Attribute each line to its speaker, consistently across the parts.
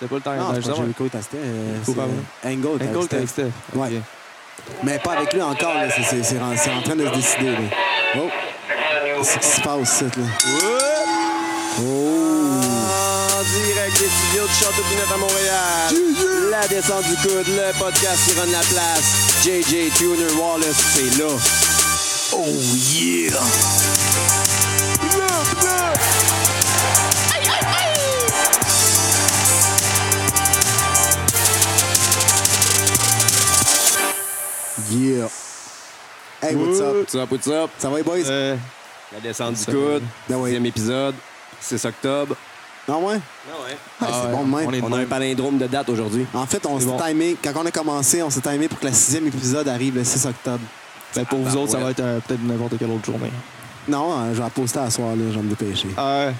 Speaker 1: C'était pas le temps.
Speaker 2: Non, je
Speaker 1: je
Speaker 2: pense que
Speaker 1: sais
Speaker 2: Jericho était euh,
Speaker 1: Cool, pardon.
Speaker 2: c'est- Angle,
Speaker 1: pas.
Speaker 2: t'as
Speaker 1: Angle, t'es avec
Speaker 2: Steph.
Speaker 1: Steph.
Speaker 2: Ouais.
Speaker 1: Ok.
Speaker 2: Mais pas avec lui encore, là. C'est- c'est c'est en c'est en train de se décider. Là. Oh, c'est ce qui se passe, ici, là. Oh!
Speaker 3: En direct des studios du Château Pinot à Montréal. La descente du coude, le podcast qui rend la place. JJ Tuner Wallace, c'est là.
Speaker 2: Oh, Yeah! Hey, what's up?
Speaker 3: What's up, what's up?
Speaker 2: Ça va, les boys?
Speaker 1: Euh,
Speaker 3: La descente
Speaker 1: What's
Speaker 3: du
Speaker 1: up,
Speaker 3: coude,
Speaker 2: Ben oui.
Speaker 3: deuxième épisode, 6 octobre.
Speaker 2: Non, ouais? Ah, c'est bon de même.
Speaker 1: On est de
Speaker 3: On a un
Speaker 1: même.
Speaker 3: palindrome de date aujourd'hui.
Speaker 2: En fait, on
Speaker 3: C'est
Speaker 2: s'est
Speaker 3: bon.
Speaker 2: timé, quand on a commencé, on s'est timé pour que le sixième épisode arrive le 6 octobre.
Speaker 1: Ben, pour vous autres, ça
Speaker 3: ouais.
Speaker 1: va être euh, peut-être n'importe quelle autre journée.
Speaker 2: Non, euh, je vais la poster à soir, là, je vais me dépêcher.
Speaker 1: Euh,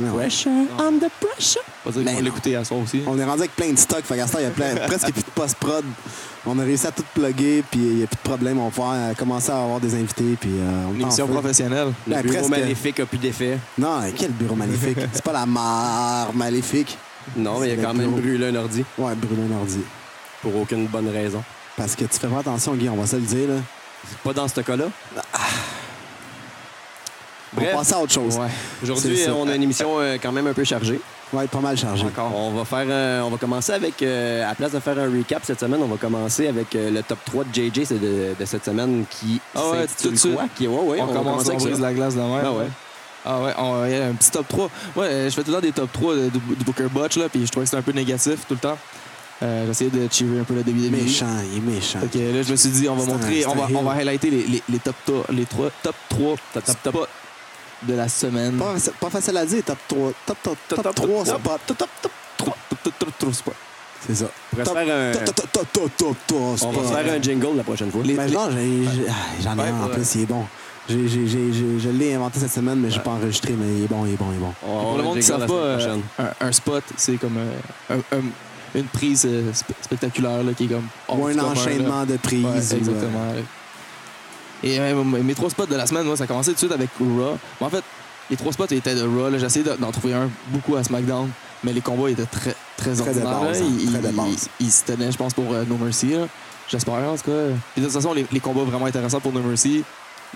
Speaker 2: Non.
Speaker 1: pressure, under pressure. Pas dire
Speaker 2: Ah
Speaker 1: qu'on
Speaker 2: Mais
Speaker 1: va
Speaker 2: non.
Speaker 1: l'écouter à soi aussi.
Speaker 2: On est rendu avec plein de stocks, fait qu'à ce temps, il y a plein- presque plus de post-prod. On a réussi à tout plugger, puis il n'y a plus de problème. On va pouvoir, euh, commencer à avoir des invités, puis euh, on est
Speaker 1: Une émission
Speaker 2: en feu.
Speaker 1: professionnelle.
Speaker 3: Le
Speaker 2: Ben,
Speaker 3: bureau
Speaker 2: presque.
Speaker 3: maléfique a plus d'effet.
Speaker 2: Non, quel bureau maléfique. C'est pas la mare maléfique.
Speaker 3: Non, mais il a quand
Speaker 2: Le
Speaker 3: même
Speaker 2: bureau.
Speaker 3: brûlé un ordi
Speaker 2: Ouais, brûler un ordi.
Speaker 3: pour aucune bonne raison.
Speaker 2: Parce que tu fais pas attention, Guy, on va se le dire, là.
Speaker 3: C'est pas dans ce cas-là. Bref.
Speaker 2: On passe à autre chose.
Speaker 1: Ouais.
Speaker 3: Aujourd'hui,
Speaker 2: C'est ça.
Speaker 3: euh, on a une émission euh, quand même un peu chargée.
Speaker 2: Ouais, être pas mal chargé.
Speaker 3: On va faire, euh, on va commencer avec, euh, à place de faire un recap cette semaine, on va commencer avec euh, le top 3 de JJ c'est de, de cette semaine qui
Speaker 1: Ah ouais,
Speaker 3: s'intitule
Speaker 1: tout de suite.
Speaker 3: quoi? Qui, ouais, ouais,
Speaker 1: on, commence,
Speaker 3: commencer
Speaker 1: on brise la glace de la mer.
Speaker 2: Ben
Speaker 3: Ah ouais.
Speaker 1: Ah ouais, on, il y a un petit top 3. Ouais, euh, je fais tout le temps des top 3 de- du, du Booker Botch, là, puis je trouvais que c'était un peu négatif tout le temps. Euh, J'essayais de cheerer un peu le début de
Speaker 2: Méchant, il est méchant.
Speaker 1: Fait que là, je me suis dit, on va
Speaker 2: C'est un-
Speaker 1: montrer,
Speaker 2: c'est
Speaker 1: on,
Speaker 2: un
Speaker 1: va,
Speaker 2: heel.
Speaker 1: on va highlighter les, les, les top, 3, les 3, top 3 top, spots de la semaine.
Speaker 2: Pas, faci- pas facile à dire, top 3. Top, top, top, 3, c'est pas.
Speaker 1: top, top, top, top, top, top, top, top spots.
Speaker 2: C'est ça.
Speaker 3: On pourrait
Speaker 2: Top,
Speaker 3: faire un-
Speaker 1: Euh,
Speaker 2: top, top, top, top, top, top,
Speaker 3: on
Speaker 2: c'est pas-
Speaker 3: va faire un jingle la prochaine fois.
Speaker 2: Mais non, j'ai- j'ai- ah, j'en ai
Speaker 1: Ouais,
Speaker 2: un en
Speaker 1: ouais.
Speaker 2: plus, il est bon. J'ai- j'ai- j'ai- j'ai- Je l'ai inventé cette semaine, mais je l'ai pas enregistré, mais il est bon, il est bon, il est bon.
Speaker 3: On va
Speaker 1: Pour le
Speaker 3: avoir un
Speaker 1: monde qui ne
Speaker 3: jingle
Speaker 1: savent
Speaker 3: la
Speaker 1: pas,
Speaker 3: semaine
Speaker 1: euh,
Speaker 3: prochaine.
Speaker 1: un, un spot, c'est comme euh, un- un- une prise euh, spe- spectaculaire là, qui est comme. hors
Speaker 2: Ou
Speaker 1: du
Speaker 2: un
Speaker 1: commun, là.
Speaker 2: enchaînement de prises.
Speaker 1: Ouais,
Speaker 2: ou, euh,
Speaker 1: exactement. Et euh, mes mes trois spots de la semaine, moi, ça a commencé tout de suite avec Raw. Mais en fait, les trois spots étaient de Raw. là. J'ai essayé de- d'en trouver un beaucoup à SmackDown, mais les combats étaient très, très,
Speaker 2: Très de
Speaker 1: ordinaires,
Speaker 2: base,
Speaker 1: là.
Speaker 2: hein,
Speaker 1: Ils,
Speaker 2: très de
Speaker 1: ils-
Speaker 2: base.
Speaker 1: ils se tenaient, je pense, pour euh, No Mercy. là. J'espère, en tout cas. Puis de toute façon, les, les combats vraiment intéressants pour No Mercy,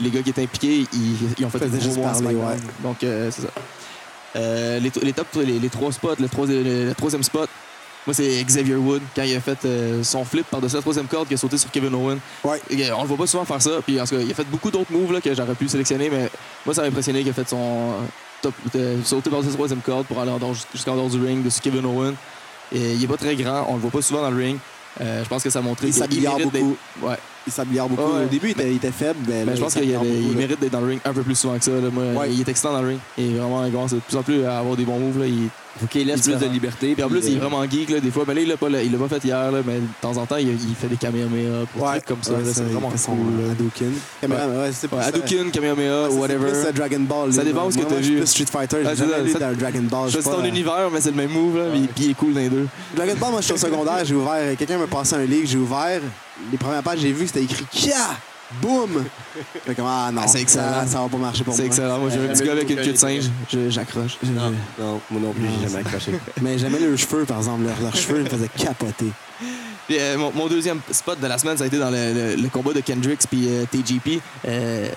Speaker 1: les gars qui étaient impliqués, ils, ils ont fait
Speaker 2: Faisaient
Speaker 1: des
Speaker 2: juste
Speaker 1: gros moves à
Speaker 2: parler,
Speaker 1: SmackDown.
Speaker 2: ouais.
Speaker 1: Donc, euh, c'est ça. Euh, les, to- les top, les, les trois spots, le, troisi- le- le troisième spot, moi, c'est Xavier Wood, quand il a fait euh, son flip par-dessus la troisième corde, qui a sauté sur Kevin Owen.
Speaker 2: Ouais.
Speaker 1: Et, euh, on le voit pas souvent faire ça. Puis, en tout cas, il a fait beaucoup d'autres moves là, que j'aurais pu sélectionner, mais moi, ça m'a impressionné qu'il a fait son euh, top, euh, sauter par-dessus la troisième corde pour aller en dehors- jusqu'en dehors du ring, dessus Kevin Owen. Et il est pas très grand, on le voit pas souvent dans le ring. Euh, je pense que ça a montré
Speaker 2: Il
Speaker 1: qu'il
Speaker 2: s'améliore
Speaker 1: mérite d'être-
Speaker 2: beaucoup.
Speaker 1: Ouais.
Speaker 2: Il s'améliore beaucoup.
Speaker 1: Ouais.
Speaker 2: Au début, il était, il était faible, mais, là,
Speaker 1: Mais je pense
Speaker 2: il
Speaker 1: qu'il y
Speaker 2: s'améliore
Speaker 1: avait- il
Speaker 2: beaucoup, là.
Speaker 1: mérite d'être dans le ring un peu plus souvent que ça. là. Moi,
Speaker 2: Ouais.
Speaker 1: Il est excitant dans le ring. Et vraiment, il commence de plus en plus à avoir des bons moves. là. Il-
Speaker 3: Faut qu'il laisse plus de
Speaker 1: différent.
Speaker 3: liberté.
Speaker 1: Puis en plus,
Speaker 3: puis,
Speaker 1: il est
Speaker 3: euh,
Speaker 1: vraiment geek là, des fois. Mais là, il l'a pas, il l'a pas fait hier, là, mais de temps en temps, il, il fait des caméras pour des
Speaker 2: Ouais,
Speaker 1: trucs comme ça.
Speaker 2: ouais,
Speaker 1: là, c'est
Speaker 2: il
Speaker 1: vraiment
Speaker 2: fait son
Speaker 1: cool. là.
Speaker 2: Hadouken. Caméra, ouais, c'est plus
Speaker 1: Ouais,
Speaker 2: ça.
Speaker 1: Hadouken, Kamehameha,
Speaker 2: Ça, c'est
Speaker 1: whatever.
Speaker 2: plus, euh, Dragon Ball.
Speaker 1: Ça
Speaker 2: là.
Speaker 1: dépend où ce
Speaker 2: Moi,
Speaker 1: que t'as
Speaker 2: moi, je suis
Speaker 1: vu.
Speaker 2: plus Street Fighter,
Speaker 1: Ouais,
Speaker 2: j'ai
Speaker 1: c'est
Speaker 2: jamais
Speaker 1: ça,
Speaker 2: lu
Speaker 1: ça-
Speaker 2: de Dragon Ball.
Speaker 1: Je
Speaker 2: je
Speaker 1: sais
Speaker 2: suis
Speaker 1: c'est ton
Speaker 2: pas, euh,
Speaker 1: univers, mais c'est le même move. Là, puis- Puis il est cool dans les deux.
Speaker 2: Dragon Ball, moi, je suis au secondaire, j'ai ouvert. euh, Quelqu'un m'a passé un livre, j'ai ouvert. Les premières pages, j'ai vu que c'était écrit Kia! Boum! Fait comme, ah non,
Speaker 1: Ah, c'est excellent.
Speaker 2: ça, ça va pas marcher pour moi.
Speaker 1: C'est excellent. Moi, j'ai
Speaker 2: euh,
Speaker 1: un petit
Speaker 3: jamais
Speaker 1: gars avec
Speaker 3: vu
Speaker 1: une queue de
Speaker 3: aucun des
Speaker 1: singe. Je- J'accroche. Je-
Speaker 3: Non, non, moi non plus, j'ai jamais accroché.
Speaker 2: Mais j'aimais leurs cheveux, par exemple. Leurs, leurs cheveux me faisaient capoter.
Speaker 1: Puis, euh, mon, mon deuxième spot de la semaine, ça a été dans le, le- le combat de Kendricks puis euh, TJP, euh,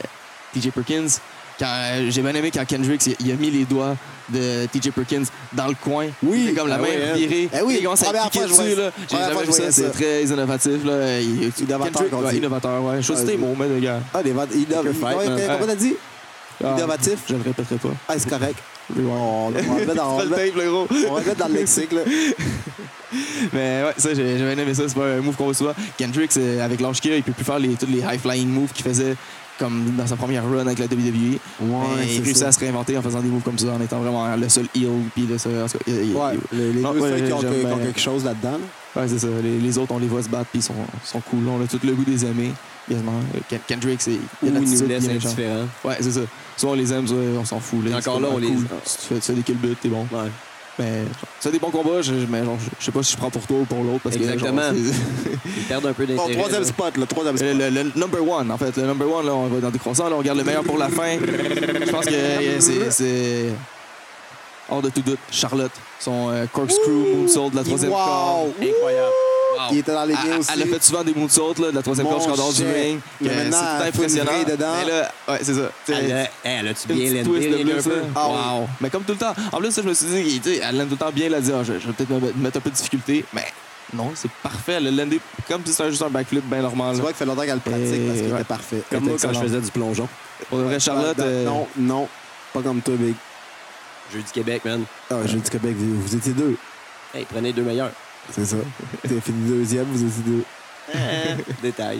Speaker 1: TJ Perkins. Quand, euh, j'ai bien aimé quand Kendricks il, il a mis les doigts de TJ Perkins dans le coin.
Speaker 2: Oui.
Speaker 1: Il fait comme la
Speaker 3: Ah
Speaker 1: main
Speaker 3: oui, hein.
Speaker 1: virée.
Speaker 2: Eh oui,
Speaker 1: Il commence à
Speaker 2: première
Speaker 1: piquer
Speaker 2: fois, je
Speaker 1: dessus.
Speaker 2: vois-
Speaker 1: Là. J'ai
Speaker 2: première
Speaker 1: jamais
Speaker 2: fois,
Speaker 1: vu
Speaker 2: je
Speaker 1: ça.
Speaker 2: voyais
Speaker 1: C'est
Speaker 2: ça.
Speaker 1: très innovatif. Là. Il-
Speaker 2: Innovateur,
Speaker 1: Kendrick,
Speaker 2: qu'on
Speaker 1: ouais,
Speaker 2: dit.
Speaker 1: innovateur, ouais. Choisis
Speaker 2: Ouais,
Speaker 1: tes
Speaker 2: je-
Speaker 1: mots, mais le gars.
Speaker 2: Ah, les ventes. Ils doivent.
Speaker 1: Quelques fêtes, hein.
Speaker 2: Comment t'as dit?
Speaker 1: Ah,
Speaker 2: Innovatif.
Speaker 1: Je le répéterai pas.
Speaker 2: Ah, c'est correct.
Speaker 1: Rewind.
Speaker 2: On on va le mettre dans- on va
Speaker 1: Pas
Speaker 2: le
Speaker 1: le
Speaker 2: mettre-
Speaker 1: tape, le gros.
Speaker 2: on va le mettre dans le lexique, là.
Speaker 1: Mais ouais, ça, j'ai j'ai bien aimé ça. C'est pas un move qu'on voit souvent. Kendricks, euh, avec l'âge qu'il a, il peut plus faire les, tous les high-flying moves qu'il faisait comme dans sa première run avec la WWE.
Speaker 2: Ouais,
Speaker 1: Mais il
Speaker 2: c'est
Speaker 1: réussit
Speaker 2: ça.
Speaker 1: à se réinventer en faisant des moves comme ça, en étant vraiment le seul heel. Puis le seul, en tout cas, il- il-
Speaker 2: Ouais, les, les
Speaker 1: Non,
Speaker 2: deux
Speaker 1: ouais,
Speaker 2: seuls qui ont,
Speaker 1: j'aime
Speaker 2: qui ont
Speaker 1: bien.
Speaker 2: quelque chose là-dedans. là.
Speaker 1: il- ouais, c'est ça. Les, les autres, on les voit se battre, puis ils sont, sont cool. On a tout le goût des aimer. Quasiment. Euh, Ken- Kendricks, il
Speaker 3: Ou
Speaker 1: il a
Speaker 3: il nous
Speaker 1: de l'attitude,
Speaker 3: laisse
Speaker 1: il est méchant.
Speaker 3: indifférents.
Speaker 1: Ouais, c'est ça. Soit on les aime, soit on s'en fout.
Speaker 3: Et
Speaker 1: Là,
Speaker 3: encore
Speaker 1: C'est ah,
Speaker 3: là, on
Speaker 1: cool.
Speaker 3: les-
Speaker 1: Si tu fais ça des kill buts, t'es bon.
Speaker 3: Ouais.
Speaker 1: Mais c'est des bons combats, je, je- mais genre, je- je sais pas si je prends pour toi ou pour l'autre. parce que, genre,
Speaker 3: Exactement.
Speaker 1: c'est-
Speaker 3: Ils perdent un peu d'intérêt.
Speaker 2: Bon, troisième
Speaker 3: là.
Speaker 2: spot, le troisième spot.
Speaker 1: Le, le- le number one, en fait. Le number one, là, on va dans des croissants, là, on regarde le meilleur pour la fin. Je pense que euh, c'est- c'est. hors de tout doute, Charlotte. Son euh, corkscrew moonsault de la troisième
Speaker 2: Wow!
Speaker 1: corde.
Speaker 3: Incroyable.
Speaker 1: Wow.
Speaker 2: Il était dans les
Speaker 1: Elle-
Speaker 2: miens aussi.
Speaker 1: Elle a fait souvent des moonsaults là, de la troisième
Speaker 2: Mon
Speaker 1: corde jusqu'en dehors du
Speaker 2: shit.
Speaker 1: ring.
Speaker 2: Mais
Speaker 1: Euh,
Speaker 2: maintenant,
Speaker 1: C'est
Speaker 2: elle faut une
Speaker 1: impressionnant.
Speaker 2: vrille dedans.
Speaker 1: Mais là, ouais, c'est ça. Tu sais,
Speaker 4: Elle a- elle a-tu
Speaker 1: une
Speaker 4: bien
Speaker 1: petite
Speaker 4: l'endé,
Speaker 1: twist de
Speaker 4: Rick, un
Speaker 1: plus,
Speaker 4: peu?
Speaker 1: là.
Speaker 2: Ah
Speaker 1: Wow. Mais comme tout le temps. En plus, ça, je me suis dit, tu sais, elle l'aime tout le temps bien, elle a dit, Ah, je, je vais peut-être me mettre un peu de difficulté. Mais non, c'est parfait. Elle l'a landé comme si c'était juste un backflip bien normal.
Speaker 2: Tu vois qu'il fait longtemps qu'elle le pratique
Speaker 1: Et
Speaker 2: parce qu'il
Speaker 1: ouais.
Speaker 2: était parfait.
Speaker 4: Comme moi, quand
Speaker 1: excellent.
Speaker 4: je faisais du plongeon.
Speaker 1: Pour de vrai, Charlotte,
Speaker 2: Non,
Speaker 1: euh,
Speaker 2: Non, non, pas comme toi, Big.
Speaker 4: Jeu du Québec, man.
Speaker 2: Ah, Jeu du Québec, vous, vous étiez deux.
Speaker 4: Hey, prenez deux meilleurs.
Speaker 2: C'est ça. T'es fini deuxième, vous étiez deux.
Speaker 4: Détail.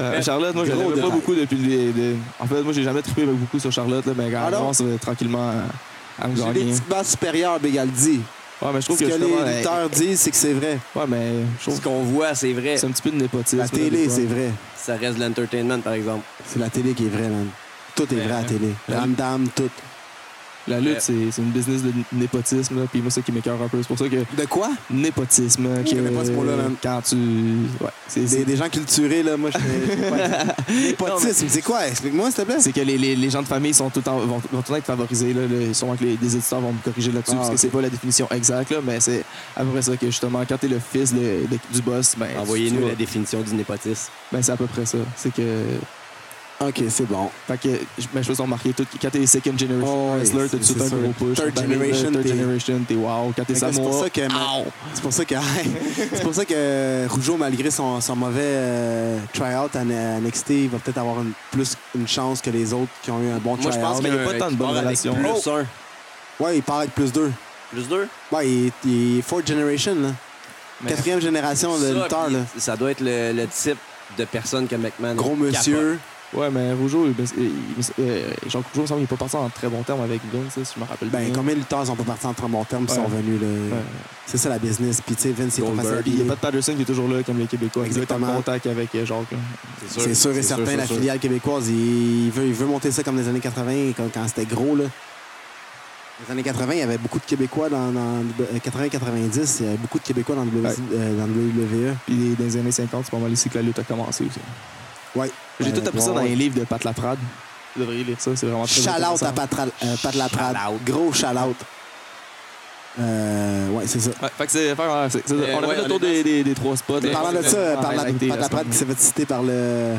Speaker 1: euh,
Speaker 4: Mais-
Speaker 1: Charlotte, moi, je
Speaker 2: Gros
Speaker 1: l'aimais pas
Speaker 2: détail.
Speaker 1: beaucoup depuis le. de- En fait, moi, j'ai jamais trippé beaucoup sur Charlotte, là, mais quand
Speaker 2: Ah
Speaker 1: elle
Speaker 2: non?
Speaker 1: commence euh, tranquillement à, à me
Speaker 2: J'ai des
Speaker 1: gagner.
Speaker 2: petites bases supérieures, Big, elle le dit.
Speaker 1: Ouais, mais je
Speaker 2: Ce
Speaker 1: trouve
Speaker 2: que
Speaker 1: que,
Speaker 2: les
Speaker 1: justement, elle-
Speaker 2: lutteurs disent, c'est que c'est vrai.
Speaker 1: Ouais, mais je trouve
Speaker 4: Ce
Speaker 1: que
Speaker 4: qu'on voit, c'est vrai.
Speaker 1: c'est un petit peu de népotisme.
Speaker 2: La
Speaker 1: là,
Speaker 2: télé,
Speaker 1: des fois.
Speaker 2: c'est vrai.
Speaker 4: Ça reste de l'entertainment, par exemple.
Speaker 2: C'est la télé qui est vraie, man. Tout est
Speaker 1: Ben,
Speaker 2: vrai à la télé.
Speaker 1: ben-
Speaker 2: Ram dame, tout.
Speaker 1: La
Speaker 4: Ouais.
Speaker 1: lutte, c'est c'est une business de népotisme, là, puis moi, c'est ça qui m'écœure un peu. C'est pour ça que
Speaker 2: De quoi?
Speaker 1: népotisme.
Speaker 2: Je
Speaker 1: que-
Speaker 2: connais pas ce mot-là, man.
Speaker 1: Quand tu. Ouais, c'est-
Speaker 2: Des,
Speaker 1: c'est.
Speaker 2: des gens culturés, là, moi, je je sais pas. Népotisme, c'est quoi? Explique-moi, s'il te plaît.
Speaker 1: C'est que les, les, les gens de famille sont tout le temps- vont, vont tout le temps être favorisés. Là, le- sûrement que les, les éditeurs vont me corriger là-dessus
Speaker 2: Ah,
Speaker 1: parce que
Speaker 2: ok.
Speaker 1: c'est pas la définition exacte, là, mais c'est à peu près ça que justement, quand t'es le fils de- de- du boss, ben, tu
Speaker 4: Envoyez-nous
Speaker 1: vas-
Speaker 4: la définition du népotisme.
Speaker 1: ben, c'est à peu près ça. C'est que.
Speaker 2: OK, c'est bon.
Speaker 1: Fait que je- mes choses sont marquées. Tout, quand t'es second generation
Speaker 2: Oh, oui,
Speaker 1: wrestler,
Speaker 2: c'est-
Speaker 1: t'as tout de
Speaker 2: c'est
Speaker 1: suite un
Speaker 2: sûr.
Speaker 1: gros push.
Speaker 2: Third
Speaker 1: T'arrives, là,
Speaker 2: generation,
Speaker 1: Third
Speaker 2: t'es-
Speaker 1: generation, t'es wow. Quand t'es
Speaker 2: Fait que C'est
Speaker 1: Samoa.
Speaker 2: pour ça que.
Speaker 1: Ow!
Speaker 2: C'est pour ça que. c'est pour ça que Rougeau, malgré son, son mauvais euh, try-out à N- NXT, il va peut-être avoir une- plus une chance que les autres qui ont eu un bon
Speaker 4: Moi, je
Speaker 2: try-out.
Speaker 4: pense
Speaker 1: mais il
Speaker 4: qu'il
Speaker 1: y a pas
Speaker 4: un
Speaker 1: tant de bonnes
Speaker 4: sport avec
Speaker 1: relations.
Speaker 4: Plus un.
Speaker 2: Ouais, il part avec plus deux.
Speaker 4: Plus deux.
Speaker 2: Ouais, il, il est fourth generation, là.
Speaker 1: Mais-
Speaker 2: Quatrième génération de
Speaker 4: Ça,
Speaker 2: lutteur,
Speaker 4: puis
Speaker 2: là.
Speaker 4: Ça doit être le, le type de personne que McMahon.
Speaker 2: Gros
Speaker 4: capote.
Speaker 2: monsieur.
Speaker 1: Ouais, mais Rougeau, il- il- il- euh, Jean Rougeau, il me semble qu'il n'est pas parti en très bon terme avec Vince, si je me rappelle
Speaker 2: Ben, euh,
Speaker 1: bien.
Speaker 2: combien de lutteurs sont pas partis en très bon terme qui
Speaker 1: Mm-hmm. Ouais.
Speaker 2: sont venus, là?
Speaker 1: Ouais.
Speaker 2: C'est ça, la business. Puis, tu sais, Vince, c'est pas
Speaker 4: Goldberg,
Speaker 2: facile à
Speaker 1: Puis il y a
Speaker 2: payer.
Speaker 1: Pat Patterson qui est toujours là, comme les Québécois. Il doit être en
Speaker 2: Exactement.
Speaker 1: contact avec euh, Jacques. là.
Speaker 2: C'est sûr et
Speaker 4: c'est
Speaker 2: certain,
Speaker 4: sûr,
Speaker 2: la
Speaker 4: c'est sûr.
Speaker 2: filiale québécoise, il il veut, il veut monter ça comme les années 80, comme quand c'était gros. Là. Les années 80, il y avait beaucoup de Québécois dans, dans 80-90, il y avait beaucoup de Québécois dans, le
Speaker 1: Ouais.
Speaker 2: euh, dans le WWE.
Speaker 1: Puis dans les années 50, c'est pas mal ici que la lutte a commencé aussi.
Speaker 2: Ouais.
Speaker 1: J'ai
Speaker 2: Euh,
Speaker 1: tout appris ça
Speaker 2: ouais,
Speaker 1: dans
Speaker 2: ouais.
Speaker 1: les livres de Pat Laprade. Vous devriez lire ça, c'est vraiment très
Speaker 2: Shout-out
Speaker 1: intéressant.
Speaker 2: à Pat, Ra- euh, Pat Laprade.
Speaker 4: Shout-out.
Speaker 2: Gros shout-out. Euh, ouais, c'est ça.
Speaker 1: Ouais, fait que c'est, fait, ouais, c'est- c'est-
Speaker 4: Euh,
Speaker 1: on a
Speaker 4: ouais,
Speaker 1: fait
Speaker 4: on
Speaker 1: le tour
Speaker 4: est dans-
Speaker 1: des, des- des trois spots. là.
Speaker 2: Parlant de
Speaker 1: Ouais,
Speaker 2: ça,
Speaker 1: ouais,
Speaker 2: par la,
Speaker 1: arrêtez,
Speaker 2: Pat
Speaker 1: là,
Speaker 2: Laprade qui s'est fait citer par le,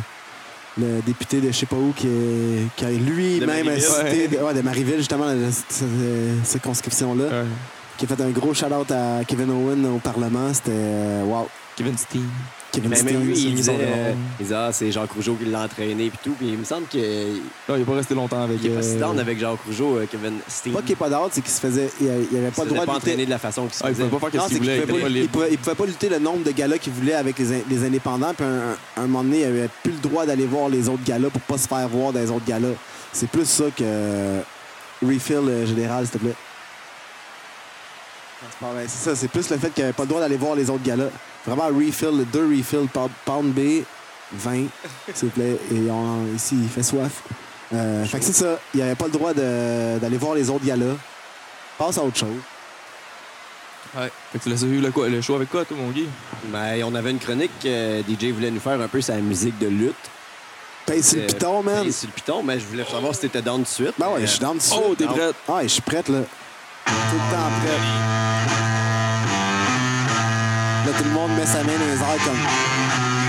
Speaker 2: le député de je sais pas où qui, est- qui a lui-même
Speaker 4: De Marieville.
Speaker 2: incité de, ouais, de Marieville, justement, la- la- cette, cette circonscription-là,
Speaker 1: Ouais.
Speaker 2: qui a fait un gros shout-out à Kevin Owen au Parlement. C'était. euh, Wow!
Speaker 1: Kevin Steen.
Speaker 2: Kevin
Speaker 4: Mais même
Speaker 2: Steen,
Speaker 4: lui,
Speaker 2: ça,
Speaker 4: il disait,
Speaker 1: sont
Speaker 4: euh,
Speaker 1: vraiment-
Speaker 4: il disait, ah, c'est Jacques Rougeau qui l'a entraîné, puis tout. Puis il me semble qu'il est
Speaker 1: Non, il n'est pas resté longtemps avec.
Speaker 4: pas si
Speaker 1: euh,
Speaker 4: down avec Jacques Rougeau, euh, Kevin Steen.
Speaker 2: Pas qu'il est pas d'ordre, c'est qu'il se faisait. Il avait il avait
Speaker 4: pas
Speaker 2: pas
Speaker 4: se
Speaker 2: le droit
Speaker 4: faisait pas
Speaker 2: de
Speaker 4: entraîner
Speaker 2: lutter.
Speaker 4: de la façon qu'il se
Speaker 1: Ah, il ne
Speaker 4: faisait.
Speaker 1: pouvait pas faire
Speaker 2: Non,
Speaker 1: ce
Speaker 2: c'est
Speaker 1: qu'il
Speaker 2: qu'il
Speaker 1: voulait. était
Speaker 2: pouvait, pas-
Speaker 1: pas
Speaker 2: il
Speaker 1: libre.
Speaker 2: pouvait- il pouvait pas lutter le nombre de galas qu'il voulait avec les, in- les indépendants. Puis un, un- un moment donné, il avait plus le droit d'aller voir les autres galas pour pas se faire voir dans les autres galas. C'est plus ça que euh, refill euh, général, s'il te plaît. C'est pas vrai, C'est ça, c'est plus le fait qu'il avait pas le droit d'aller voir les autres galas. Vraiment, refill, deux refills, pound, pound B, 20, s'il vous plaît. Et on- ici, il fait soif. Euh, fait que c'est ça, il avait pas le droit de- d'aller voir les autres galas. Passe à autre chose.
Speaker 1: Fait que tu l'as vu le, quoi- le show avec quoi, toi, mon Guy
Speaker 4: Mais Ben, on avait une chronique que DJ voulait nous faire un peu sa musique de lutte.
Speaker 2: Paye sur le
Speaker 4: Euh,
Speaker 2: piton, man.
Speaker 4: Et C'est le piton, mais je voulais savoir si t'étais down tout de suite.
Speaker 2: Ben ouais,
Speaker 4: Mais,
Speaker 2: je suis dans dessus.
Speaker 1: Oh, t'es
Speaker 4: non.
Speaker 1: prête
Speaker 2: Ah, je suis prête, là. Tout le temps prête. Là, tout le monde met sa main dans les airs comme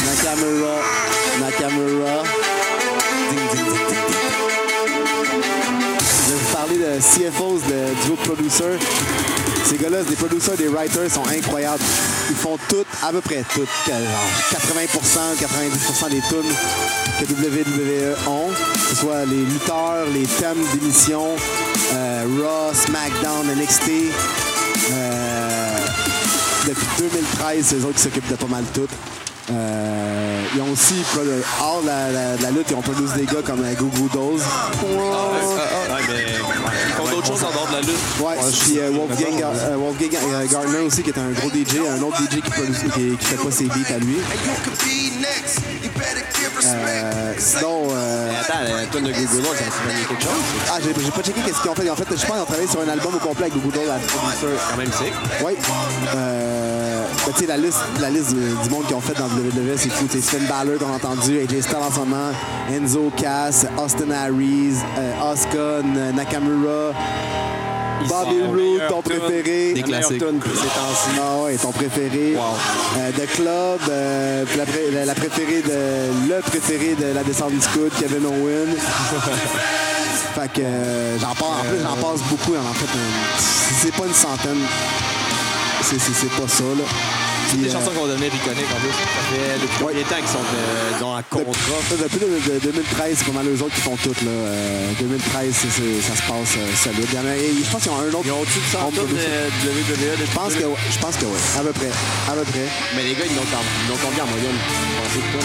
Speaker 2: Nakamura, Nakamura. Ding, ding, ding, ding, ding. Je vais vous parler de CFOs, de duo de producers. Ces gars-là, les producers, des writers sont incroyables. Ils font tout, à peu près tout, que genre 80%, 90% des tunes que WWE ont, que ce soit les lutteurs, les thèmes d'émission, euh, Raw, SmackDown, NXT. euh, depuis 2013, c'est eux autres qui s'occupent de pas mal tout. Euh, ils ont aussi, produ- hors la, la- la lutte, ils ont produit des gars comme euh, Goo Goo Dolls.
Speaker 4: Ouais, mais-
Speaker 1: Ils font d'autres choses en dehors de la lutte.
Speaker 2: Ouais, puis euh, Wolfgang, Gar- euh, Wolfgang Gar- euh, Gardner aussi, qui est un gros DJ, un autre DJ qui, produit- qui, qui fait pas ses beats à lui. Euh, sinon, euh,
Speaker 4: Mais attends, la tonne de Google Earth, ça me fait quelque chose. c'est
Speaker 2: ah, j'ai j'ai pas checké qu'est-ce qu'ils ont fait. En fait, je pense qu'ils ont travaillé sur un album au complet avec Google Dolls.
Speaker 4: Quand même sick.
Speaker 2: Oui. Euh, ben, tu sais, la liste, la liste du, du monde qu'ils ont fait dans WWE, c'est fou. C'est Finn Balor qu'on a entendu, avec les stars en ce moment, euh, Enzo Cass, Austin Harris, Oscar, Nakamura, Bobby
Speaker 1: sont
Speaker 2: Roode, ton
Speaker 4: meilleurs tunes.
Speaker 2: préféré.
Speaker 1: Des
Speaker 4: meilleure
Speaker 1: classiques.
Speaker 4: tune.
Speaker 2: Ah ouais, ton préféré euh, de club, euh, puis la, pré- la- la préférée de le préféré de la descente du coude, Kevin Owen. fait que euh, j'en passe, en plus j'en passe beaucoup, en fait euh, c'est pas une centaine, c'est c'est- c'est pas ça là.
Speaker 1: Des
Speaker 2: Puis, euh,
Speaker 1: chansons qui vont devenir iconiques en plus.
Speaker 4: Ça fait depuis combien de temps qu'ils sont euh, disons, en
Speaker 2: de-
Speaker 4: contrat?
Speaker 2: Depuis de- de- 2013, c'est pas mal eux autres qui font toutes. Là. Euh, 2013, c'est- c'est- ça se passe euh, solide. Il y en a- et je pense qu'il y en a un autre.
Speaker 4: Ils ont-tu
Speaker 2: On
Speaker 4: sans
Speaker 2: peut-
Speaker 4: doute de WWE
Speaker 2: je
Speaker 4: depuis
Speaker 2: pense que ouais, je pense que oui. À peu près. À peu près.
Speaker 4: Mais les gars, ils n'ont combien en moyenne? Vous pensez de quoi?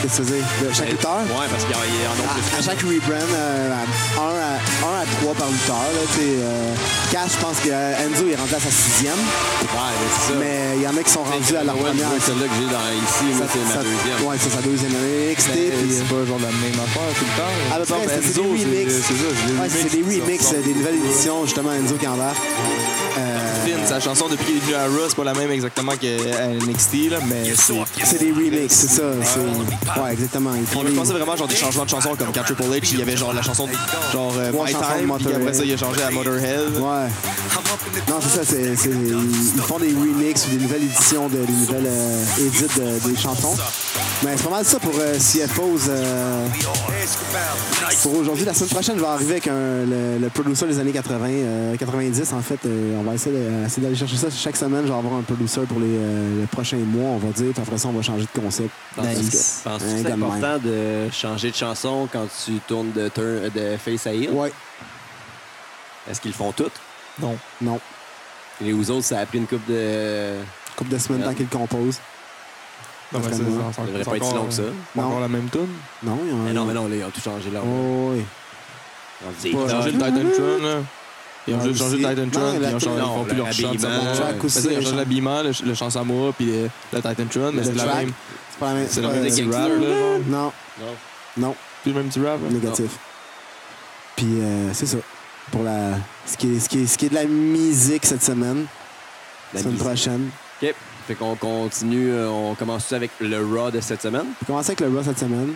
Speaker 2: Qu'est-ce que tu veux dire? Chaque lutteur?
Speaker 4: Ouais, parce qu'ils en ils en ont
Speaker 2: À, à
Speaker 4: plus.
Speaker 2: chaque rebrand, euh, à- un, à, un à trois par lutteur. Là, tu sais, euh, Cash, je pense que euh, Enzo il est rendu à sa sixième,
Speaker 4: Ouais, mais c'est ça.
Speaker 2: mais il y en a qui sont rendus à leur
Speaker 4: Ouais,
Speaker 2: première.
Speaker 4: moi, Celle-là que j'ai dans ici, moi, c'est ma deuxième.
Speaker 2: ouais, c'est sa deuxième
Speaker 1: Ben,
Speaker 2: année. NXT, puis, ah, euh,
Speaker 5: C'est pas genre la même affaire tout le temps.
Speaker 2: à peu près, c'est c'est
Speaker 5: Enzo,
Speaker 2: des
Speaker 5: c'est-
Speaker 2: remixes.
Speaker 5: c'est ça, c'est des
Speaker 2: Ouais, c'est des
Speaker 5: remixes qui
Speaker 2: remixes,
Speaker 5: sortent.
Speaker 2: euh, des nouvelles éditions, justement, Enzo qui embarque.
Speaker 1: Finn, sa chanson depuis qu'il est venu à Raw, c'est pas la même exactement qu'à NXT, là, mais c'est.
Speaker 2: C'est des remixes, c'est ça. c'est- Ouais, exactement. Ils font
Speaker 1: On
Speaker 2: des...
Speaker 1: a pensé vraiment genre des changements de chansons comme quand Triple H, il y avait genre la chanson de- genre euh,
Speaker 2: Trois
Speaker 1: My
Speaker 2: chansons de
Speaker 1: Time, puis
Speaker 2: Motorhead.
Speaker 1: après ça il a changé à Motorhead.
Speaker 2: Ouais. Non, c'est ça, c'est, c'est- ils font des remixes ou des nouvelles éditions, de, des nouvelles euh, édits de- des chansons. Mais c'est pas mal ça pour euh, CFOs. euh, pour aujourd'hui, la semaine prochaine, je vais arriver avec un- le, le producer des années 80, euh, 90 en fait. Euh, on va essayer, de- essayer d'aller chercher ça. Chaque semaine, je vais avoir un producer pour les, euh, les prochains mois, on va dire. Puis après ça, on va changer de concept.
Speaker 1: Nice.
Speaker 2: Parce que-
Speaker 4: Penses-tu que
Speaker 2: un gars
Speaker 4: c'est
Speaker 2: de même.
Speaker 4: important de changer de chanson quand tu tournes de, turn- de Face à Heel?
Speaker 2: Ouais,
Speaker 4: Est-ce qu'ils le font toutes?
Speaker 1: Non.
Speaker 2: non.
Speaker 4: Les aux autres, ça a pris une coupe de.
Speaker 2: Coupe de semaines tant qu'il compose.
Speaker 1: Non, mais c'est-
Speaker 2: Ça
Speaker 1: c'est-
Speaker 4: Ça devrait
Speaker 1: c'est
Speaker 4: pas être si
Speaker 1: encore- euh,
Speaker 4: long que ça.
Speaker 1: c'est Encore la même tune.
Speaker 2: Non, il y a un-
Speaker 4: Mais non, mais non, là, ils ont tout changé leur.
Speaker 2: Oh, oui.
Speaker 4: Ils
Speaker 1: Ils ont
Speaker 4: ont
Speaker 1: changé le Titan Tron, là. Ils ont
Speaker 2: Ouais,
Speaker 1: juste changé le
Speaker 2: aussi.
Speaker 1: Titan Tron,
Speaker 2: Ah, Non,
Speaker 1: puis
Speaker 2: la
Speaker 1: ils ont
Speaker 2: tune-
Speaker 1: changé, ils
Speaker 4: non,
Speaker 1: font plus
Speaker 4: le
Speaker 1: leur chant de
Speaker 4: habillement,
Speaker 1: Samoa.
Speaker 2: le track aussi,
Speaker 1: Ben, ça, Ils ont
Speaker 2: le
Speaker 1: changé
Speaker 2: chant-
Speaker 1: l'habillement, le, le chant de Samoa, puis le, le Titan Tron, mais
Speaker 2: Le
Speaker 1: c'est la
Speaker 2: track.
Speaker 1: même.
Speaker 2: C'est pas la même.
Speaker 1: C'est le
Speaker 2: pas-
Speaker 1: même petit
Speaker 4: euh,
Speaker 1: rap, là. genre.
Speaker 2: Non,
Speaker 4: Non.
Speaker 2: non,
Speaker 1: Plus le même petit rap, là.
Speaker 2: négatif. Puis euh, c'est ça. Pour la, ce, qui est, ce, qui est, ce qui est de la musique cette semaine,
Speaker 4: La
Speaker 2: semaine
Speaker 4: musique.
Speaker 2: prochaine.
Speaker 4: OK. Fait qu'on continue, euh, on commence avec le Raw de cette semaine.
Speaker 2: On commence avec le Raw cette semaine.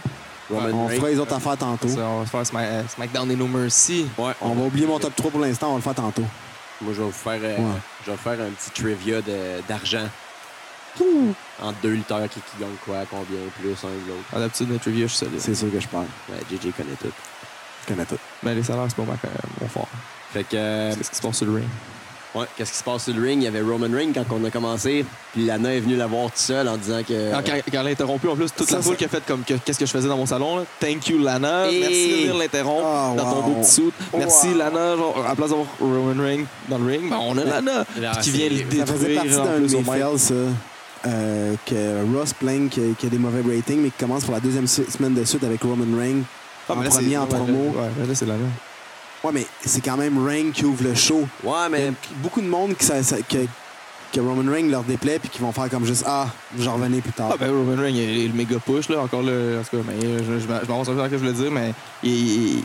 Speaker 4: Roman
Speaker 2: On
Speaker 4: Reigns.
Speaker 2: fera les autres affaires tantôt.
Speaker 1: Ça, on va se faire Smack- euh, SmackDown et No Mercy.
Speaker 4: Ouais,
Speaker 2: On va oublier mon top 3 pour l'instant, on va le faire tantôt.
Speaker 4: Moi, je vais vous faire, euh,
Speaker 2: Ouais.
Speaker 4: je vais vous faire un petit trivia de- d'argent. Entre deux lutteurs, qui, qui gagne quoi, combien, plus un ou l'autre.
Speaker 1: À l'habitude, notre trivia, je suis solide.
Speaker 2: C'est sûr que je parle.
Speaker 4: Ouais, JJ connaît tout.
Speaker 2: Je connais tout.
Speaker 1: Mais les salaires, c'est pas ma- euh, mon fort.
Speaker 4: Fait que, euh,
Speaker 1: Qu'est-ce qui se passe sur le ring?
Speaker 4: ouais, qu'est-ce qui se passe sur le ring? Il y avait Roman Reigns quand on a commencé, puis Lana est venue la voir tout seul en disant que.
Speaker 1: Ah, Quand, quand- quand elle a interrompu, en plus, toute
Speaker 2: Ça,
Speaker 1: la
Speaker 2: ça-
Speaker 1: foule qui a fait comme que- qu'est-ce que je faisais dans mon salon. là. Thank you, Lana.
Speaker 4: Et-
Speaker 1: Merci de venir l'interrompre
Speaker 2: Oh,
Speaker 1: dans ton
Speaker 2: wow.
Speaker 1: beau petit suit. Merci, Lana. Genre, à la place d'avoir Roman Reigns dans le ring, ben, on a Lana
Speaker 4: Là,
Speaker 1: puis qui
Speaker 4: c'est-
Speaker 1: vient le
Speaker 2: Ça faisait
Speaker 1: détruire
Speaker 2: partie
Speaker 1: en
Speaker 2: d'un de
Speaker 1: plus au
Speaker 2: mes
Speaker 1: mic. Ah,
Speaker 2: fails, ça. euh, que Ross plaigne qu'il y a- qu'il y a des mauvais ratings, mais qui commence pour la deuxième su- semaine de suite avec Roman Reigns
Speaker 1: Ah,
Speaker 2: en
Speaker 1: mais là,
Speaker 2: premier
Speaker 1: c'est-
Speaker 2: en
Speaker 1: ouais,
Speaker 2: promo.
Speaker 1: là, Ouais, mais là, c'est Lana.
Speaker 2: Ouais, mais c'est quand même Reigns qui ouvre le show.
Speaker 4: Ouais,
Speaker 2: Il y
Speaker 4: mais
Speaker 2: a beaucoup de monde qui, ça- ça- que, que Roman Reigns leur déplaît puis qui vont faire comme juste Ah, j'en revenais plus tard.
Speaker 1: Ah ben Roman Reigns, il est le méga push là, encore le. En tout cas, mais euh, je, je, m'en- je m'avance un peu dans ce que je voulais dire, mais il, il-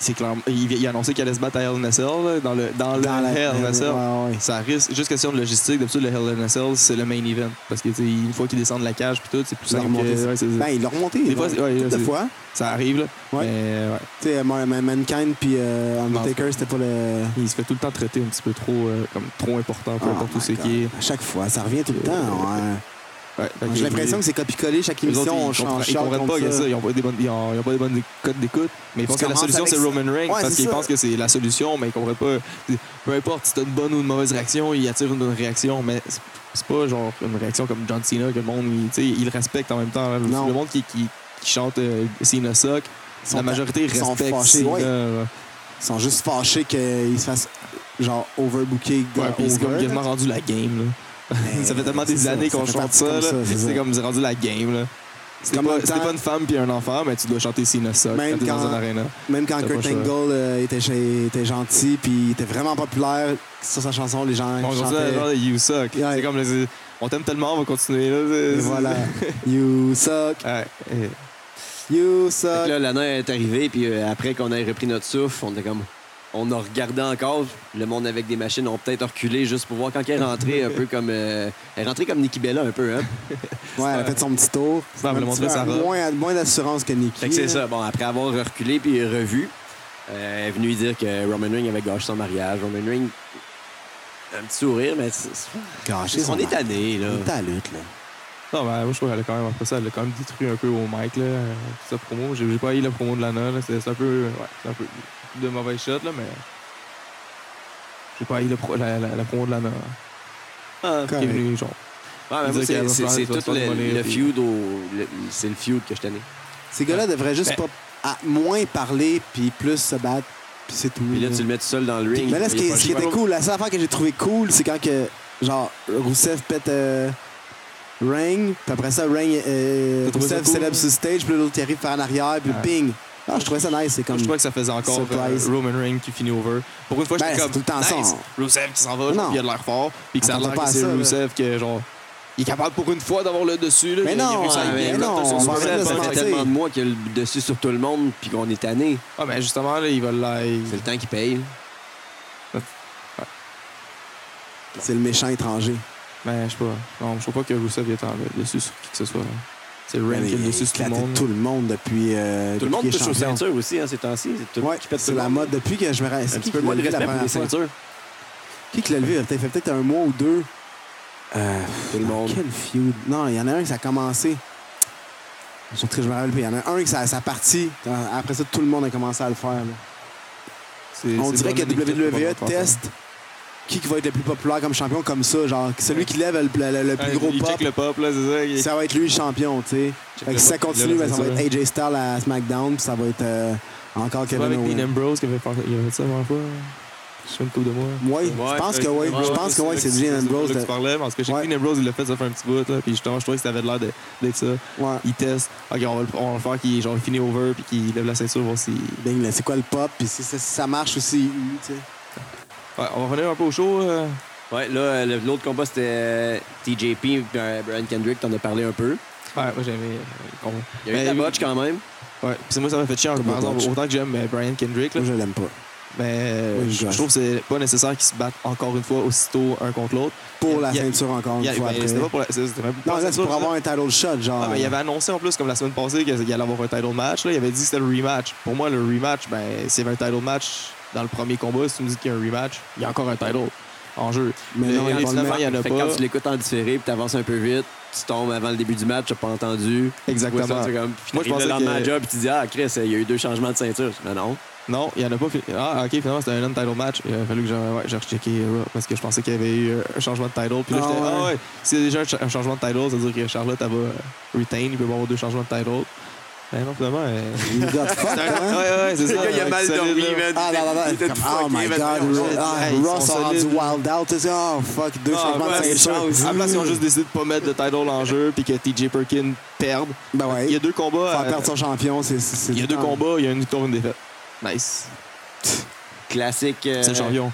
Speaker 1: c'est clair, il, il a annoncé qu'il allait se battre à Hell in a Cell là, dans le dans, le Hell in a Cell.
Speaker 2: Ouais, ouais.
Speaker 1: Ça risque juste question de logistique. D'habitude, le Hell in a Cell, c'est le main event parce que tu sais, une fois qu'ils descendent de la cage puis tout, c'est plus
Speaker 2: Ils l'ont
Speaker 1: simple.
Speaker 2: remonté,
Speaker 1: Que,
Speaker 2: ça.
Speaker 1: ouais, c'est-
Speaker 2: Ben, il l'a remonté.
Speaker 1: Des
Speaker 2: là.
Speaker 1: fois, c'est- ouais,
Speaker 2: Toutes
Speaker 1: c'est-
Speaker 2: les fois.
Speaker 1: ça arrive là.
Speaker 2: Ouais.
Speaker 1: Mais ouais,
Speaker 2: Tu sais, Ma- Ma- Mankind puis euh,
Speaker 1: Non,
Speaker 2: Undertaker, c'était pas le.
Speaker 1: il se fait tout le temps traiter un petit peu trop euh, comme trop important, peu
Speaker 2: Oh
Speaker 1: importe
Speaker 2: my
Speaker 1: tout ce
Speaker 2: God.
Speaker 1: qui est.
Speaker 2: À chaque fois, ça revient tout le temps. ouais.
Speaker 1: Ouais, fait que-
Speaker 2: J'ai l'impression que c'est copié-collé chaque
Speaker 1: Les autres,
Speaker 2: émission. on
Speaker 1: ils
Speaker 2: change-
Speaker 1: comprennent-
Speaker 2: on
Speaker 1: ils
Speaker 2: chante
Speaker 1: comprennent
Speaker 2: contre
Speaker 1: pas que
Speaker 2: ça.
Speaker 1: ça. Ils n'ont pas des bonnes, ils ont, ils ont pas des bonnes codes d'écoute. Mais ils
Speaker 2: Parce
Speaker 1: pensent que la
Speaker 2: qu'on
Speaker 1: solution,
Speaker 2: commence
Speaker 1: c'est
Speaker 2: avec
Speaker 1: Roman Reigns.
Speaker 2: Ouais,
Speaker 1: parce
Speaker 2: c'est
Speaker 1: qu'ils
Speaker 2: ça.
Speaker 1: pensent que c'est la solution, mais ils comprennent pas. Peu importe si t'as une bonne ou une mauvaise réaction, ils attirent une bonne réaction. Mais c'est- c'est pas genre une réaction comme John Cena que le monde, il, tu sais, il le respecte en même temps. là.
Speaker 2: Non.
Speaker 1: Le monde qui, qui, qui chante euh, Cena Sock,
Speaker 2: Ils sont-
Speaker 1: la majorité
Speaker 2: ils sont
Speaker 1: respecte
Speaker 2: fâchés,
Speaker 1: Cena. euh,
Speaker 2: ouais.
Speaker 1: là.
Speaker 2: Ils sont juste fâchés qu'ils se fassent genre overbooker.
Speaker 1: Ouais, puis c'est comme
Speaker 2: over.
Speaker 1: quasiment rendu la game. là.
Speaker 2: Mais
Speaker 1: ça fait tellement
Speaker 2: c'est
Speaker 1: des
Speaker 2: ça,
Speaker 1: années
Speaker 2: ça
Speaker 1: qu'on
Speaker 2: fait
Speaker 1: chante
Speaker 2: partie
Speaker 1: ça.
Speaker 2: comme
Speaker 1: là.
Speaker 2: ça, c'est ça.
Speaker 1: C'est comme c'est rendu la game. là. C'était
Speaker 2: comme
Speaker 1: pas,
Speaker 2: le
Speaker 1: c'était
Speaker 2: temps-
Speaker 1: pas une femme puis un enfant, mais tu dois chanter Cena Sock
Speaker 2: Même
Speaker 1: quand t'es
Speaker 2: quand-
Speaker 1: dans un arena.
Speaker 2: Même quand
Speaker 1: T'as
Speaker 2: Kurt
Speaker 1: pas le
Speaker 2: Angle
Speaker 1: choix.
Speaker 2: euh, était, chez- était gentil puis il était vraiment populaire sur sa chanson, les gens
Speaker 1: Bon, On continue à
Speaker 2: chantaient.
Speaker 1: genre de You Suck.
Speaker 2: Ouais.
Speaker 1: C'est comme le- c'est- on t'aime tellement, on va continuer. Là,
Speaker 2: Et
Speaker 1: C'est-
Speaker 2: voilà. You suck,
Speaker 1: Ouais, et-
Speaker 2: you
Speaker 4: Fait que
Speaker 2: suck.
Speaker 4: là, Lana est arrivée, puis euh, après qu'on ait repris notre souffle, on était comme. On a regardé encore. Le monde avec des machines ont peut-être reculé juste pour voir quand elle est rentrée, un peu comme. euh, elle est rentrée comme Nikki Bella, un peu, hein.
Speaker 2: Ouais, elle a fait son petit tour.
Speaker 1: Ça, elle voulait
Speaker 2: Un petit
Speaker 1: montrer
Speaker 2: peu
Speaker 1: sa robe.
Speaker 2: Moins, moins d'assurance que Nikki.
Speaker 4: Fait que c'est
Speaker 2: là.
Speaker 4: ça. Bon, après avoir reculé puis revu, Euh, elle est venue dire que Roman Reigns avait gâché son mariage. Roman Reigns, un petit sourire, mais c'est- c'est-
Speaker 2: Gâcher son
Speaker 4: on est tanné, là.
Speaker 2: On est à la lutte, là.
Speaker 1: Non, ben, moi, je trouve qu'elle a quand même, après ça, elle a quand même détruit un peu au mic, là, euh, sa promo. J'ai j'ai pas eu la promo de Lana, là. C'est c'est un peu, ouais, c'est un peu de mauvais shot, là, mais. J'ai pas eu la, pro- la, la- la promo de Lana, là,
Speaker 4: Ah,
Speaker 1: qui est venue, genre.
Speaker 4: Ouais, mais
Speaker 1: Il
Speaker 4: moi,
Speaker 1: disait
Speaker 4: c'est
Speaker 1: qu'elle
Speaker 4: c'est-
Speaker 1: va se
Speaker 4: c'est
Speaker 1: faire- elle va se
Speaker 4: tout
Speaker 1: faire
Speaker 4: le,
Speaker 1: démolir,
Speaker 4: le
Speaker 1: puis-
Speaker 4: feud au- le- C'est le feud que je tenais.
Speaker 2: Ces gars-là devraient juste
Speaker 1: Ben-
Speaker 2: pas à moins parler puis plus se battre, puis c'est tout.
Speaker 4: Puis là,
Speaker 2: là.
Speaker 4: tu le mets tout seul dans le ring.
Speaker 2: Mm-hmm. Mais là, ce qui,
Speaker 4: il est pas
Speaker 2: ce qui
Speaker 4: chaud.
Speaker 2: était cool, la seule affaire que j'ai trouvé cool, c'est quand que, genre, Rousseff pète euh, Rang, puis après ça, Rang, euh,
Speaker 1: T'as trouvé ça
Speaker 2: Rousseff
Speaker 1: cool,
Speaker 2: célèbre
Speaker 1: hein?
Speaker 2: sur stage, puis l'autre qui arrive par en arrière, puis
Speaker 1: Ah.
Speaker 2: ping. Ah, je trouvais ça nice, c'est comme.
Speaker 1: Je trouvais que ça faisait encore euh,
Speaker 2: Surprise.
Speaker 1: Roman Reigns qui finit over. Pour une fois,
Speaker 2: Ben,
Speaker 1: j'étais
Speaker 2: c'est
Speaker 1: comme
Speaker 2: tout le temps ça,
Speaker 1: nice.
Speaker 2: hein.
Speaker 1: Rusev qui s'en va,
Speaker 2: Non.
Speaker 1: puis il a de l'air fort, puis que ça a
Speaker 2: Attends
Speaker 1: l'air
Speaker 2: pas
Speaker 1: que
Speaker 2: à
Speaker 1: c'est
Speaker 2: ça, là.
Speaker 1: Rusev que genre il est capable pour une fois d'avoir le dessus là.
Speaker 2: Mais
Speaker 1: Il a- il a
Speaker 2: non,
Speaker 1: réussi à-
Speaker 2: hein,
Speaker 1: il a
Speaker 2: mais
Speaker 1: un
Speaker 2: non,
Speaker 1: sur
Speaker 2: on
Speaker 1: son
Speaker 2: va
Speaker 1: Rusev,
Speaker 2: arrêter de
Speaker 1: pas fait-
Speaker 2: se
Speaker 4: Ça fait
Speaker 2: mentir.
Speaker 4: tellement de mois qu'il y a le dessus sur tout le monde, puis qu'on est tanné.
Speaker 1: Ah ben justement là, il va live.
Speaker 4: C'est le temps qui paye.
Speaker 2: C'est le méchant étranger.
Speaker 1: Ben je sais pas. Non, je crois pas que Rusev est en le dessus sur qui que ce soit. là. C'est Reigns
Speaker 2: Ah, Mais
Speaker 1: qui a le
Speaker 2: il
Speaker 1: dessus sur tout le
Speaker 2: éclatait
Speaker 1: monde.
Speaker 2: tout le monde depuis. euh,
Speaker 4: Tout le
Speaker 2: depuis
Speaker 4: monde
Speaker 2: qu'il est
Speaker 4: touche aux
Speaker 2: champion.
Speaker 4: ceintures aussi, hein, ces temps-ci. Tout le monde
Speaker 2: Ouais,
Speaker 4: qui pète
Speaker 2: c'est
Speaker 4: tout le
Speaker 2: la
Speaker 4: monde.
Speaker 2: mode depuis que je me rappelle.
Speaker 4: Un
Speaker 2: C'est
Speaker 4: petit
Speaker 2: qui
Speaker 4: peu
Speaker 2: qui
Speaker 4: moins
Speaker 2: l'a
Speaker 4: de
Speaker 2: levé la
Speaker 4: respect pour les
Speaker 2: première fois?
Speaker 4: ceintures.
Speaker 2: Qui qui l'a levé? Peut-être- fait peut-être un mois ou deux. Euh,
Speaker 4: Tout le monde.
Speaker 2: Quel feud. Non, il y en a un qui ça a commencé. Je suis très- je me rappelle plus. Il y en a un qui ça, ça a parti. Après ça, tout le monde a commencé à le faire. là.
Speaker 1: C'est-
Speaker 2: On
Speaker 1: c'est
Speaker 2: dirait que
Speaker 1: donner des clips pour
Speaker 2: WWE
Speaker 1: pouvoir faire ça.
Speaker 2: teste qui qui va être le plus populaire comme champion comme ça. Genre, celui qui lève le, le- le plus
Speaker 1: Ouais,
Speaker 2: gros
Speaker 1: il
Speaker 2: pop,
Speaker 1: check le pop là, c'est ça. il-
Speaker 2: ça va être lui le champion, tu sais.
Speaker 1: check
Speaker 2: Fait
Speaker 1: le
Speaker 2: que si ça
Speaker 1: pop,
Speaker 2: continue,
Speaker 1: là,
Speaker 2: ben, ça
Speaker 1: c'est
Speaker 2: va être AJ Styles à SmackDown, puis ça va être euh, encore
Speaker 1: C'est pas avec
Speaker 2: Kevin
Speaker 1: Dean
Speaker 2: Owens.
Speaker 1: Ambrose qui avait fait il avait fait ça la première fois. Je suis une coupe de mois.
Speaker 2: Oui, je
Speaker 1: euh,
Speaker 2: pense que oui. Je pense que oui, c'est Dean Ambrose.
Speaker 1: Tu
Speaker 2: de-
Speaker 1: parlais, parce que chez
Speaker 2: Ouais.
Speaker 1: Dean Ambrose, il l'a fait ça fait un petit bout, là, puis justement, je trouvais que ça avait l'air de- d'être ça.
Speaker 2: Ouais.
Speaker 1: Il teste, ok, on va le, on va le faire qu'il genre finit over, puis qu'il lève la ceinture, voir si.
Speaker 2: Bing, là, c'est quoi le pop? Puis si ça- si ça marche aussi, tu sais.
Speaker 1: Ouais, on va revenir un peu au show. euh.
Speaker 4: Ouais, là, euh, le- l'autre combat, c'était euh, TJP et Brian euh, Kendrick. T'en as parlé un peu.
Speaker 1: Ouais, moi j'aimais. euh, le combat.
Speaker 4: Il y a eu
Speaker 1: Ben,
Speaker 4: la
Speaker 1: oui.
Speaker 4: botch quand même.
Speaker 1: Ouais, puis c'est moi ça m'a fait chier,
Speaker 2: Comme
Speaker 1: par
Speaker 2: le
Speaker 1: exemple,
Speaker 2: match.
Speaker 1: autant que j'aime euh, Brian Kendrick, là,
Speaker 2: Moi, je l'aime pas.
Speaker 1: ben, euh,
Speaker 2: Oui,
Speaker 1: je
Speaker 2: gosh.
Speaker 1: je trouve que c'est pas nécessaire qu'ils se battent encore une fois aussitôt un contre l'autre.
Speaker 2: Pour la
Speaker 1: Il y a-
Speaker 2: ceinture encore
Speaker 1: Il y
Speaker 2: une
Speaker 1: a-
Speaker 2: fois
Speaker 1: ben,
Speaker 2: après.
Speaker 1: C'était pas pour la. c'était même pas
Speaker 2: Non,
Speaker 1: la
Speaker 2: là, c'est
Speaker 1: ceinture,
Speaker 2: pour
Speaker 1: ça.
Speaker 2: avoir un title shot,
Speaker 1: Ah,
Speaker 2: genre.
Speaker 1: ben, il avait annoncé en plus, comme la semaine passée, qu'il allait avoir un title match. Là. Il avait dit que c'était le rematch. Pour moi, le rematch, ben, s'il y avait un title match dans le premier combat, si tu me dis qu'il y a un rematch, il y a encore un title en jeu.
Speaker 2: Mais
Speaker 1: Le-
Speaker 2: non, ils vont le
Speaker 1: finalement, il y en a
Speaker 4: Fait que quand
Speaker 1: pas.
Speaker 4: tu l'écoutes en différé, puis t'avances un peu vite, tu tombes avant le début du match, t'as pas entendu.
Speaker 1: Exactement.
Speaker 4: Ouais, ça, c'est comme- puis
Speaker 1: Moi, je
Speaker 4: t'arrives
Speaker 1: pensais
Speaker 4: le lendemain
Speaker 1: que-
Speaker 4: à job, puis tu dis, ah, Chris, il y a eu deux changements de ceinture. Mais non.
Speaker 1: Non, il y en a pas. fi- Ah, ok, finalement, c'était un non-title match. Il a fallu que j'ai ouais, j'ai rechecké Raw parce que je pensais qu'il y avait eu euh, un changement de title. Puis là,
Speaker 2: Ah,
Speaker 1: j'étais, ah
Speaker 2: ouais.
Speaker 1: ouais, s'il y a déjà un, cha- un changement de title, ça veut dire que Charlotte, elle va euh, retain, il peut y avoir deux changements de title. Mais non, finalement. euh,
Speaker 2: You got fucked,
Speaker 1: ouais,
Speaker 2: hein?
Speaker 1: ouais, c'est ça. euh, solide, là.
Speaker 2: Ah, non, non, non. Comme, oh my god, Ro- ah,
Speaker 1: Hey, ils
Speaker 2: Ross
Speaker 1: sont
Speaker 2: a rendu
Speaker 1: solides. Ah,
Speaker 2: wild out. Tu sais, oh fuck, deux changements
Speaker 1: ouais,
Speaker 2: de
Speaker 1: c'est
Speaker 2: ceinture. Mm.
Speaker 1: ça. À la place, ils ont juste décidé de pas mettre de title en jeu puis que TJ Perkin perde.
Speaker 2: Ben ouais,
Speaker 1: Il y a deux combats.
Speaker 2: faire
Speaker 1: euh,
Speaker 2: perdre son Ah. champion, c'est. c'est- c'est
Speaker 1: il y a
Speaker 2: du
Speaker 1: deux
Speaker 2: temps.
Speaker 1: combats, il y a une victoire, une défaite. Nice.
Speaker 4: Classique. euh,
Speaker 1: C'est le champion.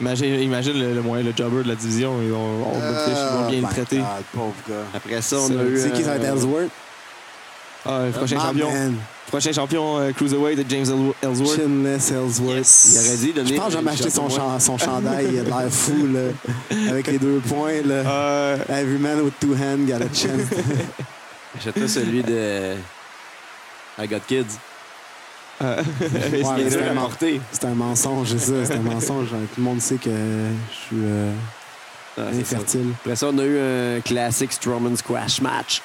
Speaker 1: Imagine, imagine le, le moyen, le jobber de la division. Ils ont, on va le fiche, ils vont bien le
Speaker 2: Oh my
Speaker 1: traiter.
Speaker 2: God, pauvre gars.
Speaker 4: Après ça, on a eu.
Speaker 2: C'est qui ça va être
Speaker 4: euh,
Speaker 2: Ellsworth?
Speaker 1: Ah, le prochain
Speaker 2: My
Speaker 1: champion.
Speaker 2: man,
Speaker 1: Prochain champion euh, Cruiserweight de James Ell- Ellsworth.
Speaker 2: Chinless Ellsworth.
Speaker 1: Yes.
Speaker 4: Il aurait dit de
Speaker 2: Je
Speaker 4: donner
Speaker 2: pense que je vais
Speaker 4: le
Speaker 2: m'acheter son,
Speaker 4: champion.
Speaker 2: chan- son chandail. Il a de l'air fou, là. Avec les deux points, là.
Speaker 1: Euh,
Speaker 2: Every man with two hands got a chance.
Speaker 4: Achète-toi celui de. I Got Kids.
Speaker 1: euh,
Speaker 2: Ouais,
Speaker 4: Il
Speaker 2: mais
Speaker 4: est
Speaker 2: c'est
Speaker 4: dur à
Speaker 2: un men-
Speaker 4: porter.
Speaker 2: c'est un mensonge, c'est ça. C'est un mensonge. Tout le monde sait que je suis euh,
Speaker 4: Ah, c'est ça.
Speaker 2: infertile.
Speaker 4: Après ça, on a eu un classique Strowman Squash Match.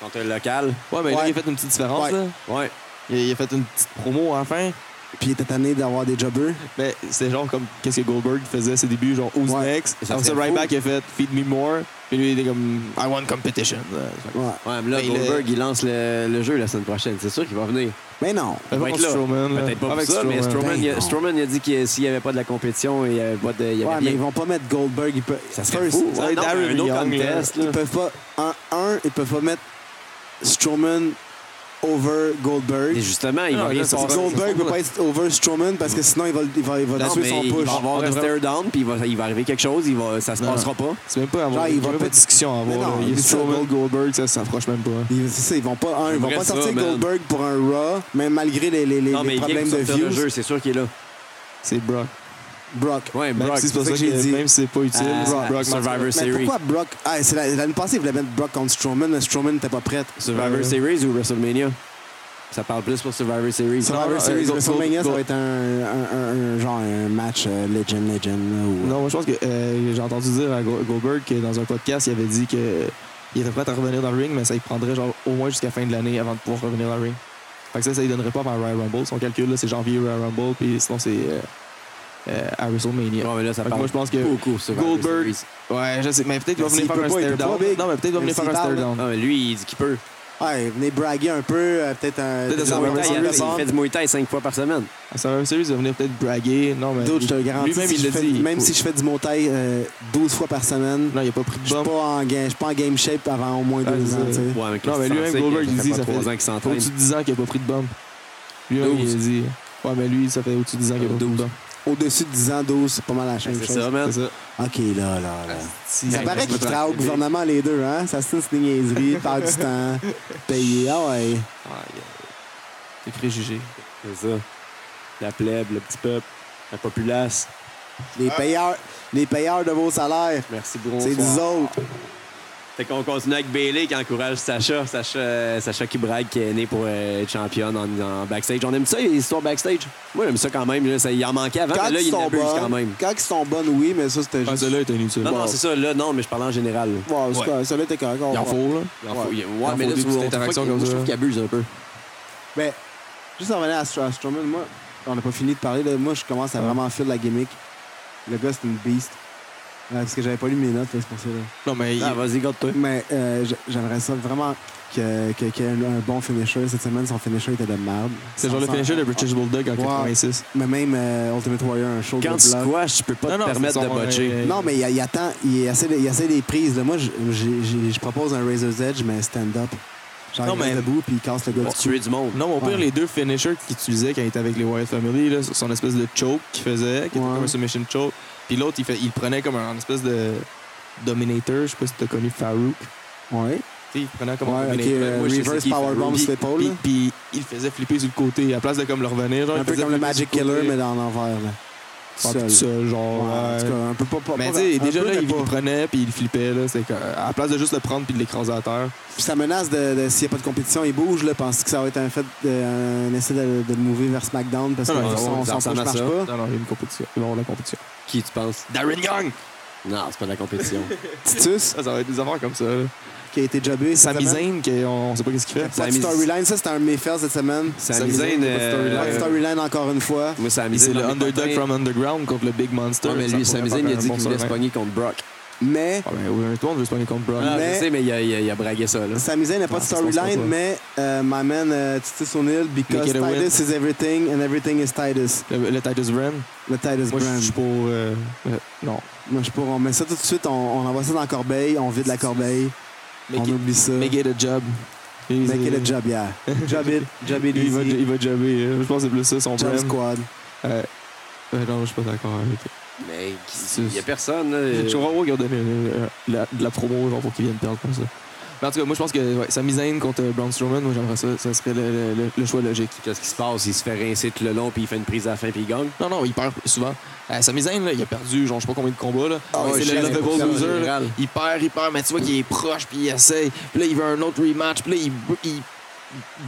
Speaker 4: Contre un local.
Speaker 1: ouais, mais là,
Speaker 2: Ouais.
Speaker 1: il a fait une petite différence.
Speaker 2: Ouais.
Speaker 1: là.
Speaker 4: Ouais.
Speaker 1: Il, il a fait une petite promo à la fin.
Speaker 2: Puis il était tanné d'avoir des jobbers.
Speaker 1: Ben, c'est genre comme qu'est-ce que Goldberg faisait à ses débuts, genre Who's
Speaker 2: Ouais.
Speaker 1: next?
Speaker 4: Ça
Speaker 1: Comme ça,
Speaker 4: serait
Speaker 1: right
Speaker 4: fou.
Speaker 1: back, il a fait Feed me more. Puis lui, il était comme I want competition. Euh, fait
Speaker 2: Ouais.
Speaker 4: Ouais, mais là,
Speaker 1: Mais il
Speaker 4: Goldberg, il lance le, le jeu la semaine prochaine. C'est sûr qu'il va venir.
Speaker 2: Mais non.
Speaker 1: que-
Speaker 4: va
Speaker 1: Avec
Speaker 4: être là.
Speaker 1: Strowman, là.
Speaker 4: Peut-être pas pour
Speaker 1: Avec
Speaker 4: ça, mais Strowman,
Speaker 2: Ben
Speaker 4: il a,
Speaker 2: non.
Speaker 4: Strowman, il a dit que s'il n'y avait pas de la compétition, il n'y avait pas de. Il y avait
Speaker 2: Ouais,
Speaker 4: rien.
Speaker 2: mais ils vont pas mettre Goldberg. Ils peuvent,
Speaker 4: Ça serait
Speaker 2: First,
Speaker 4: fou. Ah,
Speaker 1: ça va être
Speaker 4: non,
Speaker 1: Darren
Speaker 4: un autre
Speaker 1: Young, là.
Speaker 4: contest, là.
Speaker 2: Ils peuvent pas. Un, un, ils peuvent pas mettre Strowman over Goldberg.
Speaker 4: Et justement, il
Speaker 1: Non,
Speaker 4: va rien
Speaker 1: là, c'est
Speaker 4: se passer.
Speaker 1: pas-
Speaker 2: Goldberg peut pas être over Strowman parce que sinon il va, il va, il va
Speaker 4: Non,
Speaker 2: tuer
Speaker 4: mais
Speaker 2: son
Speaker 4: il
Speaker 2: push.
Speaker 4: va
Speaker 1: On
Speaker 4: avoir un
Speaker 1: devrait-
Speaker 4: stare down, puis il va, il va arriver quelque chose, il va, ça se
Speaker 1: Non, non.
Speaker 4: passera pas.
Speaker 1: C'est même pas à avoir.
Speaker 2: Genre, il
Speaker 1: il
Speaker 2: va
Speaker 1: va même
Speaker 2: pas-
Speaker 1: pas de discussion à
Speaker 2: Mais
Speaker 1: avoir. là.
Speaker 2: non,
Speaker 1: il y a
Speaker 2: mais ça,
Speaker 1: Strowman,
Speaker 2: Gold-
Speaker 1: Goldberg, ça s'approche même pas.
Speaker 2: Ils- C'est ça, ils vont pas, un, ils vont
Speaker 4: J'aimerais
Speaker 2: pas sortir
Speaker 4: ça, man.
Speaker 2: Goldberg pour un Raw, même malgré les, les, les-
Speaker 4: Non,
Speaker 2: les
Speaker 4: mais il vient
Speaker 2: problèmes
Speaker 4: de
Speaker 2: de
Speaker 4: sortir le
Speaker 2: views.
Speaker 4: jeu, c'est sûr qu'il est là.
Speaker 1: C'est Brock.
Speaker 2: Brock.
Speaker 4: Ouais,
Speaker 1: Même
Speaker 4: Brock.
Speaker 1: si c'est pas ça
Speaker 2: c'est ça
Speaker 1: que
Speaker 2: que j'ai dit.
Speaker 1: Même si c'est pas utile,
Speaker 4: Ah,
Speaker 1: Brock, Brock
Speaker 4: Survivor
Speaker 2: Mais
Speaker 4: Series.
Speaker 2: pourquoi Brock Ah, c'est la- L'année passée, ils voulaient mettre Brock contre Strowman, mais Strowman n'était pas prêt.
Speaker 4: Survivor Series ou WrestleMania? Ça parle plus pour Survivor Series.
Speaker 1: Non, non,
Speaker 2: Survivor Series,
Speaker 1: euh,
Speaker 2: WrestleMania, ça
Speaker 1: Gold-
Speaker 2: va être un, un- un- un- genre un match euh, Legend Legend. là, ou-
Speaker 1: Non, moi, je pense que euh, j'ai entendu dire à Go- Goldberg que dans un podcast, il avait dit que il était prêt à revenir dans le ring, mais ça lui prendrait genre au moins jusqu'à la fin de l'année avant de pouvoir revenir dans le ring. Fait que ça, ça lui donnerait pas avant Royal Rumble. Son calcul, là, c'est janvier Royal Rumble, puis sinon, c'est euh, euh, à WrestleMania.
Speaker 4: Ouais, mais là, ça
Speaker 1: Fait que
Speaker 4: parle
Speaker 1: moi, je pense que.
Speaker 4: beaucoup Survivor
Speaker 1: Goldberg-
Speaker 4: Series.
Speaker 1: Ouais, je sais, mais peut-être qu'il va
Speaker 2: Mais s'il
Speaker 1: venir faire
Speaker 2: peut
Speaker 1: un
Speaker 2: pas, il peut
Speaker 1: stare down.
Speaker 2: pas, Big.
Speaker 1: Non, mais peut-être qu'il va
Speaker 2: Même
Speaker 1: venir faire
Speaker 2: s'il
Speaker 1: un
Speaker 2: parle,
Speaker 1: stare down.
Speaker 4: Ah, mais lui, il dit qu'il peut.
Speaker 2: euh, Ouais, venez braguer un peu, euh, peut-être un.
Speaker 1: Peut-être
Speaker 4: Ah,
Speaker 1: Ouais,
Speaker 4: mais
Speaker 1: ouais,
Speaker 4: il,
Speaker 1: ouais,
Speaker 4: fait, il fait du Muay Thai cinq fois par semaine.
Speaker 1: À Survivor Series, il Ah, va venir peut-être braguer. Non, mais.
Speaker 2: D'autres, je te le garantis.
Speaker 1: Lui-même,
Speaker 2: si
Speaker 1: il
Speaker 2: je
Speaker 1: l'a
Speaker 2: fais-
Speaker 1: dit.
Speaker 2: Même si je fais du montail 12 fois par semaine,
Speaker 1: Non, il a pas pris de
Speaker 2: je ne
Speaker 1: bump.
Speaker 2: suis pas en game shape avant au moins
Speaker 1: Ah,
Speaker 2: deux
Speaker 1: c'est
Speaker 2: ans.
Speaker 1: ça.
Speaker 2: tu sais.
Speaker 4: Ouais, avec
Speaker 1: Non,
Speaker 4: les
Speaker 1: mais lui-même,
Speaker 4: Stansek,
Speaker 1: Goldberg,
Speaker 4: fait
Speaker 1: il dit,
Speaker 4: pas
Speaker 1: ça
Speaker 4: trois
Speaker 1: fait-
Speaker 4: ans qu'il s'entraîne.
Speaker 1: Au-dessus de 10 ans qu'il a pas pris de bump. Lui-même, il a dit. Ouais, mais lui, ça fait au-dessus de 10 ans qu'il a pas pris de bump.
Speaker 2: Au-dessus de 10 ans, 12, c'est pas mal la
Speaker 4: Ouais,
Speaker 2: chaîne.
Speaker 4: C'est ça, man.
Speaker 1: Ah, C'est ça.
Speaker 2: Ok, là, là, là. Ça
Speaker 1: Ouais,
Speaker 2: paraît
Speaker 1: je me
Speaker 2: qu'ils
Speaker 1: trompe.
Speaker 2: travaillent au gouvernement, les deux, hein? Ça se des niaiseries, perd du temps, payé. Ah ouais.
Speaker 1: Ouais, il y a- des préjugés.
Speaker 4: C'est ça. La plèbe, le petit peuple, la populace.
Speaker 2: Les
Speaker 1: Ah.
Speaker 2: payeurs, les payeurs de vos salaires,
Speaker 4: Merci, Bron.
Speaker 2: c'est nous autres.
Speaker 4: Fait qu'on continue avec Bailey qui encourage Sacha. Sacha, euh, Sacha qui brague, qui est né pour euh, être championne en, en backstage. On aime ça, les histoires backstage. Moi, j'aime ça quand même. Là, ça, il en manquait avant,
Speaker 2: Quand
Speaker 4: mais là,
Speaker 2: ils
Speaker 4: il en
Speaker 2: sont
Speaker 4: abuse quand
Speaker 2: bonnes,
Speaker 4: même.
Speaker 2: quand ils sont bonnes, oui, mais ça, c'était
Speaker 1: Ah,
Speaker 2: juste.
Speaker 1: celui-là était inutile.
Speaker 4: Non,
Speaker 1: Bon,
Speaker 4: non, c'est ça. Là, non, mais je parlais en général.
Speaker 2: Ouais, c'est correct, celui-là, t'es correct. on
Speaker 1: Il en
Speaker 2: va-
Speaker 1: faut, là.
Speaker 4: Il en faut- il- ouais,
Speaker 1: Il en
Speaker 4: mais
Speaker 1: faut
Speaker 4: là,
Speaker 1: des
Speaker 4: tu
Speaker 1: petites
Speaker 4: vois,
Speaker 1: interactions
Speaker 4: je
Speaker 1: comme
Speaker 4: trouve
Speaker 1: ça.
Speaker 4: qu'il- Je trouve qu'il abuse un peu.
Speaker 2: Ben, juste en revenant à Stra- Strowman, moi, on n'a pas fini de parler. Là, moi, je commence à
Speaker 1: Ah.
Speaker 2: vraiment faire de la gimmick. Le gars, c'est une beast. Euh, parce que j'avais pas lu mes notes, là, c'est pour ça. Là.
Speaker 1: Non, mais il-
Speaker 4: Ah, vas-y, garde-toi.
Speaker 2: Mais euh, j- j'aimerais ça vraiment que- que- qu'il y ait un, un bon finisher. Cette semaine, son finisher était de merde.
Speaker 1: c'est genre le finisher de British Bulldog en 86.
Speaker 2: Mais même euh, Ultimate Warrior, un show
Speaker 4: Quand
Speaker 2: de
Speaker 4: tu
Speaker 2: bloc.
Speaker 4: squash, tu peux pas
Speaker 1: Non,
Speaker 4: te
Speaker 1: non,
Speaker 4: permettre
Speaker 1: c'est
Speaker 4: de
Speaker 1: son-
Speaker 4: botcher.
Speaker 1: euh,
Speaker 2: Non, mais il, il attend, il essaie, de- il essaie des prises. là. Moi, je- j'ai- j'ai- je propose un Razor's Edge, mais stand-up. Genre,
Speaker 1: Non,
Speaker 2: il reste
Speaker 1: mais-
Speaker 2: debout, puis il casse le gars
Speaker 4: Pour
Speaker 2: du cul.
Speaker 4: tuer du monde.
Speaker 1: Non, mais au pire,
Speaker 2: Ouais.
Speaker 1: les deux finishers qu'il utilisait quand il était avec les Wyatt Family, là, son espèce de choke qu'il faisait, qui était
Speaker 2: Ouais.
Speaker 1: comme un submission choke. Puis l'autre, il, fait- il le prenait comme un espèce de Dominator. Je sais pas si t'as connu Farouk. Tu
Speaker 2: Ouais.
Speaker 1: sais, il le prenait comme un
Speaker 2: Ouais, ok,
Speaker 1: Dominator.
Speaker 2: euh,
Speaker 4: moi, je sais
Speaker 2: reverse
Speaker 4: qui,
Speaker 2: powerbomb
Speaker 4: Ruby,
Speaker 2: sur l'épaule.
Speaker 1: Puis,
Speaker 2: là.
Speaker 1: puis il le faisait flipper sur le côté, à la place de comme le revenir. Genre,
Speaker 2: Un
Speaker 1: il
Speaker 2: peu
Speaker 1: faisait
Speaker 2: comme le
Speaker 1: flipper
Speaker 2: Magic
Speaker 1: sur
Speaker 2: Killer,
Speaker 1: côté.
Speaker 2: mais dans l'envers. là.
Speaker 1: Ouais,
Speaker 2: Seul.
Speaker 1: tout seul,
Speaker 2: Ouais,
Speaker 1: genre.
Speaker 2: En tout
Speaker 1: ouais.
Speaker 2: cas, un peu pas. pas
Speaker 1: Mais tu
Speaker 2: pas-
Speaker 1: sais,
Speaker 2: un
Speaker 1: déjà
Speaker 2: peu,
Speaker 1: là,
Speaker 2: mais
Speaker 1: il
Speaker 2: pas.
Speaker 1: le prenait puis il le flippait. Là, c'est que, à la place de juste le prendre puis de l'écraser à terre.
Speaker 2: Puis ça menace de, de- s'il n'y a pas de compétition, il bouge. Là, pense que ça va être un fait, de- un essai de, de le mover vers SmackDown parce que
Speaker 1: Non, non,
Speaker 2: son-
Speaker 1: ils vont-
Speaker 2: son
Speaker 4: ça
Speaker 2: push
Speaker 4: ressemble à
Speaker 2: marche
Speaker 4: ça.
Speaker 2: pas.
Speaker 1: Non, non, il y a une compétition. Il va y avoir la compétition.
Speaker 4: Qui tu penses?
Speaker 1: Darren Young!
Speaker 4: Non, c'est pas de la compétition.
Speaker 2: Titus,
Speaker 1: Ça, ça va être des affaires comme ça. là.
Speaker 2: qui a été jobé. cette
Speaker 1: Sami Zayn,
Speaker 2: semaine.
Speaker 1: qu'on on sait pas qu'est-ce qu'il fait.
Speaker 2: Pas de
Speaker 4: Sami-
Speaker 2: storyline, ça c'était un méfait cette semaine.
Speaker 4: Sami
Speaker 1: Sami Zayn,
Speaker 4: Zayn,
Speaker 1: il y a pas de
Speaker 4: euh,
Speaker 2: Pas de storyline encore une fois.
Speaker 4: Moi, Sami
Speaker 1: Puis
Speaker 4: Zayn,
Speaker 1: c'est le
Speaker 4: dans mes
Speaker 1: underdog
Speaker 4: potins.
Speaker 1: from underground contre le Big Monster.
Speaker 4: Ouais, mais
Speaker 1: Ça
Speaker 4: lui,
Speaker 1: pourrait
Speaker 4: Sami
Speaker 1: faire
Speaker 4: Zayn, il a
Speaker 1: un
Speaker 4: dit
Speaker 1: bon
Speaker 4: qu'il voulait se
Speaker 1: survivant.
Speaker 4: pogner contre Brock.
Speaker 2: Mais
Speaker 1: Ah, ben oui, tout le monde veut se pogner contre Brock.
Speaker 4: Ah,
Speaker 2: Mais-
Speaker 4: je sais, mais il a, il a- il a bragué ça, là.
Speaker 2: Sami Zayn n'a pas
Speaker 1: Ah,
Speaker 2: de
Speaker 1: ça se passe
Speaker 2: storyline,
Speaker 1: pas,
Speaker 2: mais euh, my man euh, Titus O'Neill, because
Speaker 1: Make it a win.
Speaker 2: Titus is everything and everything is Titus.
Speaker 1: Le, le Titus Brand,
Speaker 2: Le Titus
Speaker 1: moi je
Speaker 2: brand.
Speaker 1: suis pour. euh, euh, non.
Speaker 2: Moi, je suis pour. On met ça tout de suite, on, on envoie ça dans la corbeille, on vide la corbeille, on
Speaker 1: Make it,
Speaker 2: oublie ça.
Speaker 1: make it a job.
Speaker 2: Make it a job, yeah. Job it, job it
Speaker 1: Il va,
Speaker 2: easy,
Speaker 1: il va jobber. euh, Je pense que c'est plus ça son
Speaker 2: job
Speaker 1: brand.
Speaker 2: squad.
Speaker 1: Ouais. Ouais, non, je suis pas d'accord avec.
Speaker 4: Mais qui-
Speaker 1: C'est-
Speaker 4: il y a personne, là.
Speaker 1: Je comprends pas qu'ils ont donné euh, la- de la promo genre, pour qu'ils viennent perdre comme ça. Mais en tout cas, moi je pense que ouais, Sami Zayn contre euh, Braun Strowman, moi j'aimerais ça. Ça serait le, le- le choix logique.
Speaker 4: Qu'est-ce qui se passe? Il se fait rincer tout le long, puis il fait une prise à la fin, puis il gagne.
Speaker 1: Non, non, il perd souvent. Euh, Sami Zayn, là, il a perdu, genre, je sais pas combien de combats. Là.
Speaker 2: Ah ouais,
Speaker 1: c'est
Speaker 2: je
Speaker 1: le
Speaker 2: sais,
Speaker 1: lovable
Speaker 2: c'est
Speaker 1: loser. là.
Speaker 4: général.
Speaker 1: Il perd, il perd, mais tu vois qu'il est proche, puis il essaye. Puis là, il veut un autre rematch. Puis là, il, il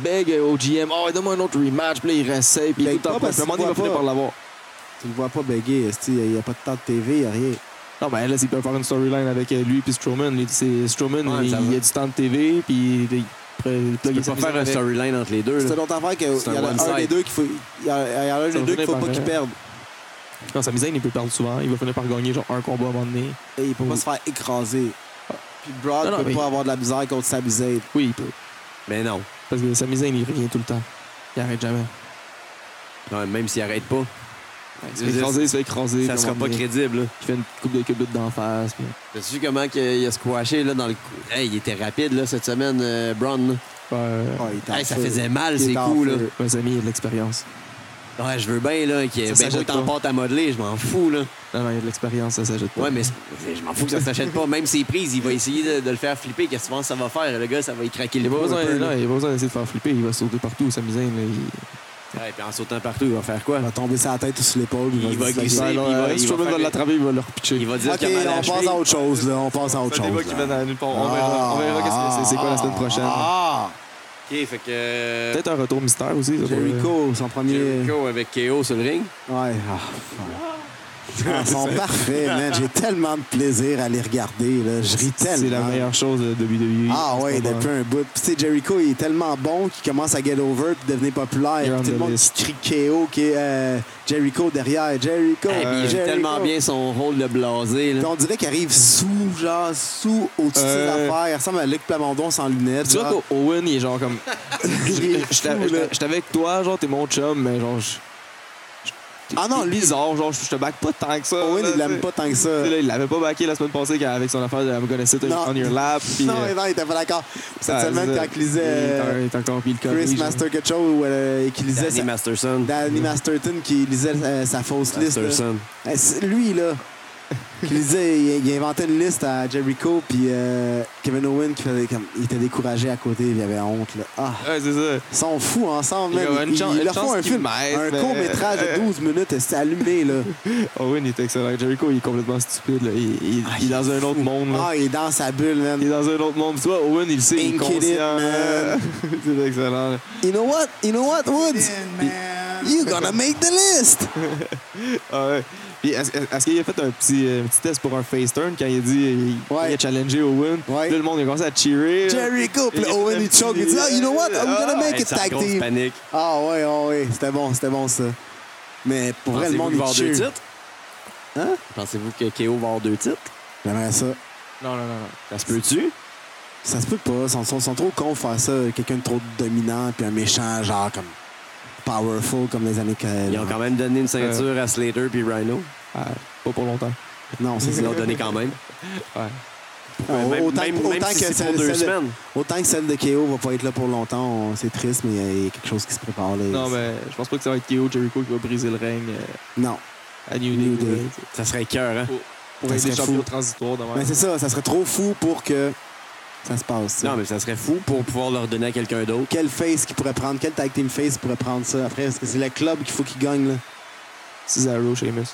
Speaker 1: bègue au GM. Oh, donne-moi un autre rematch. Puis là, il réessaye. Puis
Speaker 2: Bègue
Speaker 1: tout
Speaker 2: pas
Speaker 1: en
Speaker 2: parce
Speaker 1: place.
Speaker 2: qu'il
Speaker 1: il va
Speaker 2: voit
Speaker 1: finir
Speaker 2: pas.
Speaker 1: par l'avoir.
Speaker 2: Tu le vois pas béguer, esti, il n'y a pas de temps de TV, il n'y a rien.
Speaker 1: Non, mais là, s'il peut faire une storyline avec euh, lui puis Strowman, il- c'est Strowman,
Speaker 4: Ouais,
Speaker 1: il,
Speaker 4: ça
Speaker 1: il
Speaker 4: va.
Speaker 1: a du temps de TV, puis il, il, il
Speaker 4: Tu
Speaker 1: plug
Speaker 4: peux
Speaker 1: Sami Zayn
Speaker 4: pas faire un
Speaker 1: avec.
Speaker 4: storyline entre les deux,
Speaker 2: C'est
Speaker 4: là.
Speaker 2: une autre affaire qu'il
Speaker 4: C'est
Speaker 2: y
Speaker 4: un
Speaker 2: en a un
Speaker 4: one-side.
Speaker 2: des deux qu'il faut. Il y en a- il y en a un des
Speaker 1: Ça
Speaker 2: deux qu'il faut
Speaker 1: finit
Speaker 2: pas
Speaker 1: par,
Speaker 2: qu'il
Speaker 1: euh,
Speaker 2: perde.
Speaker 1: Non, Sami Zayn, il peut perdre souvent. Il va finir par gagner genre un combat à un moment donné.
Speaker 2: Et il peut pas se faire écraser. Puis Brock
Speaker 1: Non, non,
Speaker 2: peut
Speaker 1: mais-
Speaker 2: pas avoir de la misère contre Sami Zayn.
Speaker 1: Oui, il peut.
Speaker 4: Mais non.
Speaker 1: Parce que Sami Zayn, il revient tout le temps. Il arrête jamais.
Speaker 4: Non, Même s'il arrête pas,
Speaker 1: Il se fait écraser, il se fait écraser.
Speaker 4: ça
Speaker 1: puis à un
Speaker 4: sera
Speaker 1: moment
Speaker 4: pas
Speaker 1: donné,
Speaker 4: crédible, là.
Speaker 1: Il fait une coupe de cubes d'en face. puis-
Speaker 4: T'as-tu vu comment que- il a squashé, là, dans le cou? Hey, il était rapide, là, cette semaine, euh, Braun, là.
Speaker 1: Ouais,
Speaker 2: Ah, il est en
Speaker 4: Hey, ça
Speaker 2: feu.
Speaker 4: faisait mal,
Speaker 2: Il est
Speaker 4: ces
Speaker 2: en
Speaker 4: coups, là.
Speaker 2: feu.
Speaker 1: mes amis, il y a de l'expérience.
Speaker 4: Ouais, je veux bien, là, qu'il y ait
Speaker 1: Ça
Speaker 4: ben beau
Speaker 1: s'achète
Speaker 4: t'en
Speaker 1: pas.
Speaker 4: porte à modeler, je m'en fous, là.
Speaker 1: Non, non, il y a de l'expérience, ça s'ajoute pas.
Speaker 4: Ouais, mais c'est- je m'en fous que ça s'achète pas. Même ses prises, il va essayer de, de le faire flipper. Qu'est-ce que tu penses que ça va faire? Le gars, ça va y craquer
Speaker 1: Il
Speaker 4: le
Speaker 1: n'y a pas
Speaker 4: dos un
Speaker 1: besoin,
Speaker 4: peu,
Speaker 1: non,
Speaker 4: là.
Speaker 1: il y a pas besoin d'essayer de faire flipper. Il va sauter partout, Sami Zayn. là, il-
Speaker 4: Ouais, puis en sautant partout, il va faire quoi?
Speaker 2: Il va tomber sur la tête ou sur l'épaule.
Speaker 4: Il va
Speaker 2: se
Speaker 4: glisser,
Speaker 2: disloquer.
Speaker 4: puis il va- il va
Speaker 1: euh, Strowman
Speaker 4: faire-
Speaker 1: va l'attraper, il va le repitcher.
Speaker 4: Il va dire
Speaker 2: Ok,
Speaker 4: qu'il a mal à la
Speaker 2: on passe
Speaker 4: cheville.
Speaker 2: à autre chose, là. On passe à autre
Speaker 1: C'est un débat
Speaker 2: chose.
Speaker 1: qui
Speaker 2: là.
Speaker 1: mène à nulle part. On verra, on verra qu'est-ce que c'est. C'est quoi la semaine prochaine?
Speaker 2: Ah!
Speaker 4: OK, fait que.
Speaker 1: Peut-être un retour mystère aussi. ça pourrait-
Speaker 2: Jericho, son premier.
Speaker 4: Euh,
Speaker 1: euh,
Speaker 4: Jericho avec KO sur le ring.
Speaker 2: Ouais. Ah, fuck. Ah, Ils sont parfaits, man. J'ai tellement de plaisir à les regarder. là. Je ris tellement.
Speaker 1: C'est la meilleure chose de WWE.
Speaker 2: Ah ouais,
Speaker 1: C'est pas
Speaker 2: depuis un bout. Puis tu sais, Jericho, il est tellement bon qu'il commence à get over puis devenir
Speaker 1: Il est on
Speaker 2: populaire. Puis Tout le
Speaker 1: the
Speaker 2: monde qui
Speaker 1: list.
Speaker 2: crie KO, qui est euh, Jericho derrière. Jericho,
Speaker 4: Eh, puis il joue
Speaker 2: Jericho.
Speaker 4: tellement bien son rôle de blasé.
Speaker 2: Puis
Speaker 4: Là.
Speaker 2: on dirait qu'il arrive sous, genre, sous, au-dessus
Speaker 1: Euh.
Speaker 2: de l'affaire. Il ressemble à Luc Plamondon sans lunettes.
Speaker 1: Tu vois
Speaker 2: genre.
Speaker 1: qu'Owen, il est genre comme.
Speaker 2: Il est
Speaker 1: J'étais
Speaker 2: fou, là.
Speaker 1: j'étais- j'étais avec toi, genre, t'es mon chum, mais genre. je-
Speaker 2: Ah non,
Speaker 1: t'es
Speaker 2: lui,
Speaker 1: bizarre, genre, je te back pas tant que ça.
Speaker 2: Owen,
Speaker 1: là,
Speaker 2: il l'aime
Speaker 1: tu
Speaker 2: pas tant que ça.
Speaker 1: sais, là, il l'avait pas backé la semaine passée quand- avec son affaire de I'm gonna sit
Speaker 2: Non.
Speaker 1: on your lap. Puis,
Speaker 2: Non,
Speaker 1: euh,
Speaker 2: non, il était pas d'accord. Cette
Speaker 1: ça-
Speaker 2: semaine,
Speaker 1: Ah, ça-
Speaker 2: quand il lisait
Speaker 1: il est en-
Speaker 2: euh,
Speaker 1: il est encore puis il
Speaker 2: Chris
Speaker 1: corrige, hein. genre.
Speaker 2: Master quelque chose, ou euh, qu'il lisait
Speaker 4: Danny
Speaker 2: sa-
Speaker 4: Masterson.
Speaker 2: Danny Masterton qui lisait euh, sa fausse liste. là.
Speaker 4: Masterson.
Speaker 2: Eh, c'est Lui, là, qui lisait, il, il inventait une liste à Jericho, puis euh, Kevin Owen, qui faisait comme, il était découragé à côté, il avait honte. Là. Ah,
Speaker 1: Ouais, c'est ça.
Speaker 2: ils sont fous ensemble,
Speaker 1: Il
Speaker 2: man.
Speaker 1: y a une
Speaker 2: Ils-
Speaker 1: chan-
Speaker 2: ils
Speaker 1: une
Speaker 2: leur font
Speaker 1: chance
Speaker 2: un
Speaker 1: qu'ils
Speaker 2: film,
Speaker 1: m'aident,
Speaker 2: un
Speaker 1: mais-
Speaker 2: court-métrage de 12 minutes, c'est allumé, là.
Speaker 1: Owen, il est excellent. Jericho, il est complètement stupide. là. Il, il- il est dans un autre monde. là.
Speaker 2: Ah, il Ah, est dans sa bulle, man.
Speaker 1: Il est dans un autre monde. Tu vois, Owen, il le sait, il est
Speaker 2: Ain't kidding,
Speaker 1: conscient. hein.
Speaker 2: man.
Speaker 1: c'est excellent. là.
Speaker 2: You know what? You know what, Woods? You gonna make the list!
Speaker 1: Ah ouais. Puis est-ce est-ce qu'il a fait un petit, euh, petit test pour un face turn quand il a dit il,
Speaker 2: Ouais.
Speaker 1: il a challengé Owen?
Speaker 2: Ouais.
Speaker 1: Là, le monde il a commencé à cheerer. là.
Speaker 2: Jericho, puis
Speaker 1: Il a
Speaker 2: Owen,
Speaker 1: fait un
Speaker 2: il choke, il
Speaker 1: petit-
Speaker 2: dit, Ah, you know what? I'm gonna
Speaker 1: Ah,
Speaker 2: make
Speaker 4: Eh,
Speaker 2: it
Speaker 4: ça
Speaker 2: tag
Speaker 4: grosse
Speaker 2: team.
Speaker 4: panique.
Speaker 2: Ah, ouais, ah, ouais, c'était bon, c'était bon, ça. Mais pour vrai, le
Speaker 4: Pensez-vous
Speaker 2: monde,
Speaker 4: qu'il va
Speaker 2: il
Speaker 4: avoir deux
Speaker 2: cheer.
Speaker 4: titres?
Speaker 2: Hein?
Speaker 4: Pensez-vous que KO va avoir deux titres?
Speaker 2: J'aimerais ça.
Speaker 1: Non, non, non. non.
Speaker 4: Ça se peut-tu?
Speaker 2: Ça se peut pas. Ils sont, sont- sont trop cons de faire ça. Quelqu'un de trop dominant, puis un méchant, genre comme powerful, comme les années. que-
Speaker 4: Ils ont quand même
Speaker 1: Euh.
Speaker 4: donné une ceinture à Slater puis Rhino.
Speaker 1: Ah, pas pour longtemps.
Speaker 2: Non, c'est ça.
Speaker 4: Ils l'ont donné quand même.
Speaker 1: Ouais.
Speaker 2: Ah,
Speaker 4: Même-
Speaker 2: autant,
Speaker 4: même-
Speaker 2: autant
Speaker 4: même si
Speaker 2: que
Speaker 4: c'est pour
Speaker 2: celle,
Speaker 4: deux
Speaker 2: celle de-
Speaker 4: semaines.
Speaker 2: autant que celle de KO va pas être là pour longtemps, on- c'est triste, mais il y a- il y a quelque chose qui se prépare. Là,
Speaker 1: Non, mais je pense pas que ça va être KO Jericho qui va briser le règne euh,
Speaker 4: ben,
Speaker 2: Non.
Speaker 1: à New
Speaker 2: New
Speaker 1: Day.
Speaker 2: Day.
Speaker 1: là, tu sais,
Speaker 4: Ça serait cœur, hein?
Speaker 1: Pour
Speaker 2: Ça
Speaker 1: être des
Speaker 2: serait
Speaker 1: champions
Speaker 2: fou.
Speaker 1: transitoires demain.
Speaker 2: Mais c'est ça, ça serait trop fou pour que ça se passe. ça.
Speaker 4: Non, mais ça serait fou pour pouvoir leur donner à quelqu'un d'autre.
Speaker 2: Quelle face qui pourrait prendre, quel tag team face pourrait prendre ça après? Est-ce que c'est le club qu'il faut qu'il gagne? Là?
Speaker 1: Cesaro, Sheamus.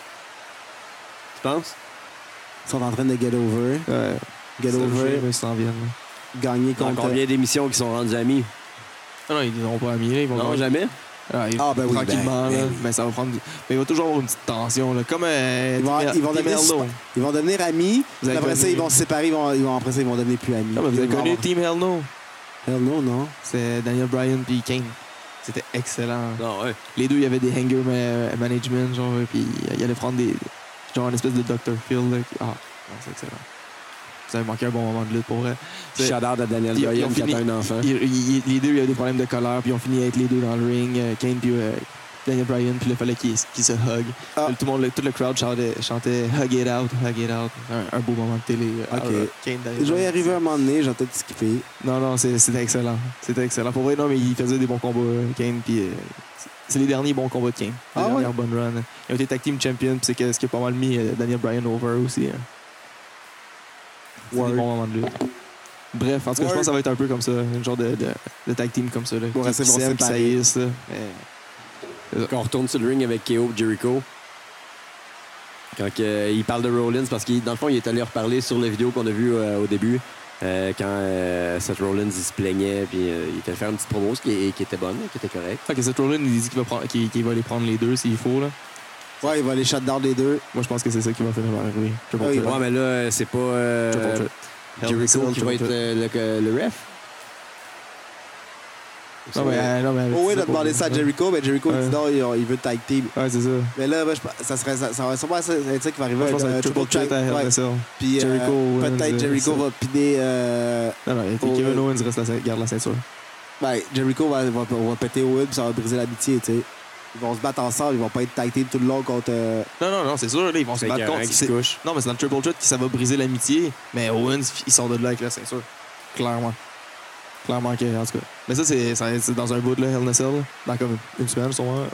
Speaker 4: Tu penses?
Speaker 2: Ils sont en train de get over.
Speaker 1: Ouais.
Speaker 2: Get
Speaker 1: Cesaro,
Speaker 2: over,
Speaker 1: Sheamus s'en viennent. là.
Speaker 2: gagner
Speaker 4: Dans
Speaker 2: contre.
Speaker 4: combien d'émissions qui sont rendues amis?
Speaker 1: Ah non, ils n'iront pas amis. là, Ils vont
Speaker 4: Non,
Speaker 1: gagner.
Speaker 4: jamais.
Speaker 1: Ah, ils-
Speaker 2: Ah, ben oui,
Speaker 1: Tranquillement,
Speaker 2: ben-
Speaker 1: là,
Speaker 2: ben oui.
Speaker 1: mais ça va prendre. du- Mais il va toujours avoir une petite tension. Là, comme euh,
Speaker 2: Ils vont-
Speaker 1: Team-
Speaker 2: ils vont
Speaker 1: Team
Speaker 2: devenir
Speaker 1: Hell No.
Speaker 2: super- Ils vont devenir amis.
Speaker 1: Vous avez
Speaker 2: après ça,
Speaker 1: connu-
Speaker 2: ils vont se séparer. Ils vont, ils vont- après ça, ils vont devenir plus amis.
Speaker 4: Ah,
Speaker 1: Non, mais vous avez
Speaker 2: Ils vont
Speaker 1: connu
Speaker 2: avoir-
Speaker 1: Team Hell No.
Speaker 2: Hell no, non.
Speaker 1: C'est Daniel Bryan puis Kane. C'était excellent.
Speaker 4: Non, ouais.
Speaker 1: Les deux, il y avait des hanger ma- euh, management, genre, puis euh, il allait prendre des. genre, une espèce de Dr. Phil, là. qui- Ah, non, c'est excellent. Vous avez manqué un bon moment de lutte pour vrai. C'est-
Speaker 4: Shout out à Daniel
Speaker 1: Ils- ils
Speaker 4: Bryan
Speaker 1: ont
Speaker 4: qui a
Speaker 1: fini-
Speaker 4: un enfant.
Speaker 1: Il- il- il- les deux, il y avait des problèmes de colère, puis ils ont fini à être les deux dans le ring, euh, Kane puis euh, Daniel Bryan, puis là, il fallait qu'ils qu'ils se hug.
Speaker 2: Ah.
Speaker 1: Tout, le monde, le- tout le crowd chantait, chantait Hug it out, hug it out. Un, un beau moment de télé.
Speaker 2: Ok.
Speaker 1: Alors, Kane, Daniel
Speaker 2: Je vais y
Speaker 1: Bryan.
Speaker 2: arriver à un moment donné. J'ai peut-être skipper.
Speaker 1: Non, non, c'est- c'était excellent. C'était excellent. Pour vrai, non, mais il faisait des bons combats, euh, Kane. Puis euh, c'est- c'est les derniers bons combats de Kane. Les
Speaker 2: Ah
Speaker 1: dernières bonnes runs. Il a été tag team champion. Puis c'est que- ce qui a pas mal mis euh, Daniel Bryan over aussi. hein. C'est des
Speaker 2: Word.
Speaker 1: bons moments de lutte. Bref, en tout cas, je
Speaker 2: Word.
Speaker 1: pense que ça va être un peu comme ça. Un genre de, de, de tag team comme ça. Là,
Speaker 2: Ouais, c'est
Speaker 1: qui
Speaker 2: bon,
Speaker 1: s'aiment, qui
Speaker 2: c'est pareil.
Speaker 1: saillissent, là. Mais-
Speaker 4: Quand on retourne sur le ring avec KO Jericho, quand euh, il parle de Rollins, parce que dans le fond, il est allé reparler sur la vidéo qu'on a vue euh, au début, euh, quand euh, Seth Rollins il se plaignait, puis euh, il était allé faire une petite promo ce qui, qui était bonne, qui était correcte.
Speaker 1: Fait que Seth Rollins, il dit qu'il va, prendre- qu'il- qu'il va aller prendre les deux s'il faut. Là.
Speaker 2: Ouais, il va aller shot down les deux.
Speaker 1: Moi, je pense que c'est ça qui va finir par arriver. Triple
Speaker 2: Ah oui,
Speaker 1: threat.
Speaker 4: Ouais, mais là, euh, c'est pas euh,
Speaker 1: Triple threat. Hell in a
Speaker 4: Jericho
Speaker 1: Cell,
Speaker 4: qui va être
Speaker 1: triple threat.
Speaker 4: euh, le, le ref.
Speaker 1: Non, mais, euh, non, mais avec-
Speaker 2: Owen a demandé ça à Jericho, mais Jericho il
Speaker 1: Ouais.
Speaker 2: dit non, il- il veut tag team.
Speaker 1: Ouais, c'est ça. Moi,
Speaker 2: Mais là, ben, je pense- ça serait ça, ça va sûrement être ça qui va arriver.
Speaker 1: je pense que ça va
Speaker 2: euh,
Speaker 1: être triple threat à Hell in
Speaker 2: ouais.
Speaker 1: a Cell.
Speaker 2: Puis euh,
Speaker 1: Jericho, Owens,
Speaker 2: peut-être
Speaker 1: euh,
Speaker 2: Jericho
Speaker 1: ça.
Speaker 2: va pider. euh,
Speaker 1: Non, non, et puis
Speaker 2: Oh,
Speaker 1: Kevin
Speaker 2: euh,
Speaker 1: Owens reste la, cei- garde la ceinture.
Speaker 2: Ben, Jericho va, va, va péter Owen, puis ça va briser l'amitié, tu sais. Ils vont se battre ensemble, ils vont pas être tag team tout le long contre. euh,
Speaker 1: Non, non, non, c'est sûr, là, ils vont se
Speaker 4: C'est
Speaker 1: battre
Speaker 4: écœurant
Speaker 1: contre.
Speaker 4: qu'il se
Speaker 1: c'est-
Speaker 4: couche.
Speaker 1: Non, mais c'est dans le Triple Threat que ça va briser l'amitié. Mais Owens, il sort de là avec la ceinture. Clairement. Clairement que, en tout cas. Mais ça, c'est ça- c'est dans un bout, là, Hell in a Cell. là. Dans comme une semaine, sûrement.
Speaker 2: ouais,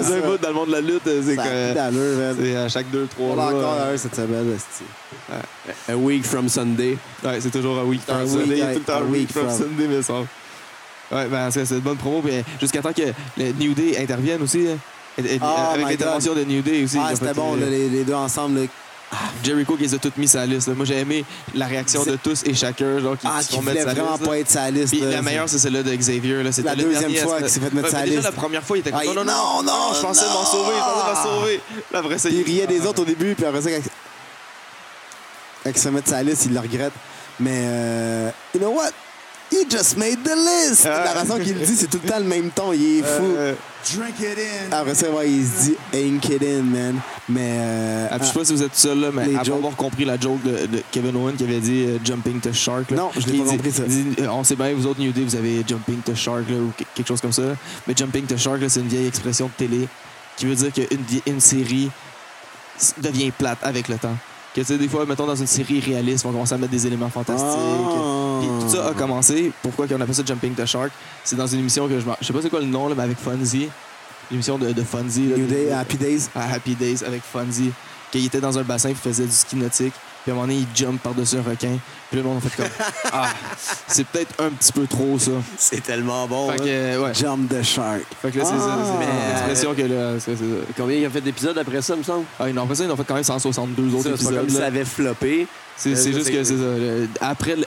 Speaker 1: dans un
Speaker 2: c'est ça.
Speaker 1: bout, dans le monde de la lutte, c'est
Speaker 2: Ça a plus
Speaker 1: que.
Speaker 2: d'allure, man.
Speaker 1: C'est à chaque 2, 3
Speaker 2: On a encore un cette semaine, là, c'est-
Speaker 4: A week from Sunday.
Speaker 1: Ouais, c'est toujours à week
Speaker 2: Un
Speaker 1: from
Speaker 2: week,
Speaker 1: Sunday. Il y a
Speaker 2: ouais,
Speaker 1: tout le temps
Speaker 2: un
Speaker 1: un week
Speaker 2: week
Speaker 1: from
Speaker 2: from.
Speaker 1: Sunday, mais ça. Ouais, ben, en tout cas, c'est une bonne promo. Puis euh, jusqu'à temps que le New Day intervienne aussi. hein. Et- et-
Speaker 2: Ah,
Speaker 1: avec
Speaker 2: my
Speaker 1: l'intervention de New Day aussi. ils
Speaker 2: Ah,
Speaker 1: ont
Speaker 2: c'était
Speaker 1: fait,
Speaker 2: bon,
Speaker 1: euh,
Speaker 2: là, les, les deux ensemble. là.
Speaker 1: Jericho qui les a toutes mis sur la liste. là. Moi, j'ai aimé la réaction de tous et chacun, genre, qui,
Speaker 2: Ah,
Speaker 1: qui se
Speaker 2: qui
Speaker 1: font mettre
Speaker 2: voulait
Speaker 1: sur la
Speaker 2: vraiment
Speaker 1: liste, là.
Speaker 2: pas être sa liste.
Speaker 1: Puis
Speaker 2: là.
Speaker 1: la meilleure, c'est celle-là de Xavier. Là. C'était
Speaker 2: La
Speaker 1: le
Speaker 2: deuxième
Speaker 1: dernier,
Speaker 2: fois
Speaker 1: elle se
Speaker 2: qu'il s'est fait mettre
Speaker 1: Ouais,
Speaker 2: sur la
Speaker 1: mais déjà,
Speaker 2: liste.
Speaker 1: La première fois, il était comme
Speaker 2: Ah,
Speaker 1: non,
Speaker 2: il-
Speaker 1: non, non,
Speaker 2: non, non,
Speaker 1: je pensais m'en sauver, je pensais m'en
Speaker 2: non.
Speaker 1: sauver. Là, après ça,
Speaker 2: Il riait des autres au début, puis après ça, quand- quand il se met sa liste, il le regrette. Mais, euh, you know what? He just made the list!
Speaker 1: Ah.
Speaker 2: La façon qu'il le dit, c'est tout le temps le même ton. Il est fou.
Speaker 1: Euh,
Speaker 2: Après ça, ouais, il se dit « ain't kidding, man ». Mais, euh,
Speaker 1: ah, puis je sais pas si vous êtes seul, là, mais
Speaker 2: Les
Speaker 1: après
Speaker 2: jokes.
Speaker 1: avoir compris la joke de, de Kevin Owen qui avait dit euh, Jumping to Shark. là,
Speaker 2: Non, je l'ai
Speaker 1: il
Speaker 2: pas
Speaker 1: dit-
Speaker 2: compris, ça.
Speaker 1: il dit, euh, on sait bien, vous autres New Day, vous avez Jumping to Shark là, ou que- quelque chose comme ça. Mais Jumping to Shark, là, c'est une vieille expression de télé qui veut dire qu'une vie- une série s- devient plate avec le temps. Que tu sais, des fois, mettons, dans une série réaliste, on commence à mettre des éléments fantastiques. Puis tout ça a commencé. Pourquoi qu'on appelle ça Jumping the Shark C'est dans une émission que je m'en- je sais pas c'est quoi le nom, là, mais avec Fonzie. L'émission de, de Fonzie. là,
Speaker 2: New
Speaker 1: de-
Speaker 2: Day, Happy Days.
Speaker 1: à Happy Days avec Fonzie. Qu'il était dans un bassin, il faisait du ski nautique. Puis à un moment donné, il jump par-dessus un requin. Puis le monde a fait comme Ah, c'est peut-être un petit peu trop ça.
Speaker 3: C'est tellement bon.
Speaker 1: Fait que,
Speaker 4: hein.
Speaker 1: euh, ouais.
Speaker 2: ah, Jump the shark.
Speaker 1: Fait que là, c'est ça.
Speaker 2: Ah.
Speaker 1: C'est l'expression que là. c'est- c'est ça.
Speaker 4: Combien il a fait d'épisodes après ça, me semble?
Speaker 1: Ah, ils en ont fait ça, ils en ont fait quand même 162 autres
Speaker 4: Ça, C'est pas comme
Speaker 1: épisodes.
Speaker 4: si ça
Speaker 1: là.
Speaker 4: avait floppé.
Speaker 1: C'est c'est juste que c'est ça. le- Après, le-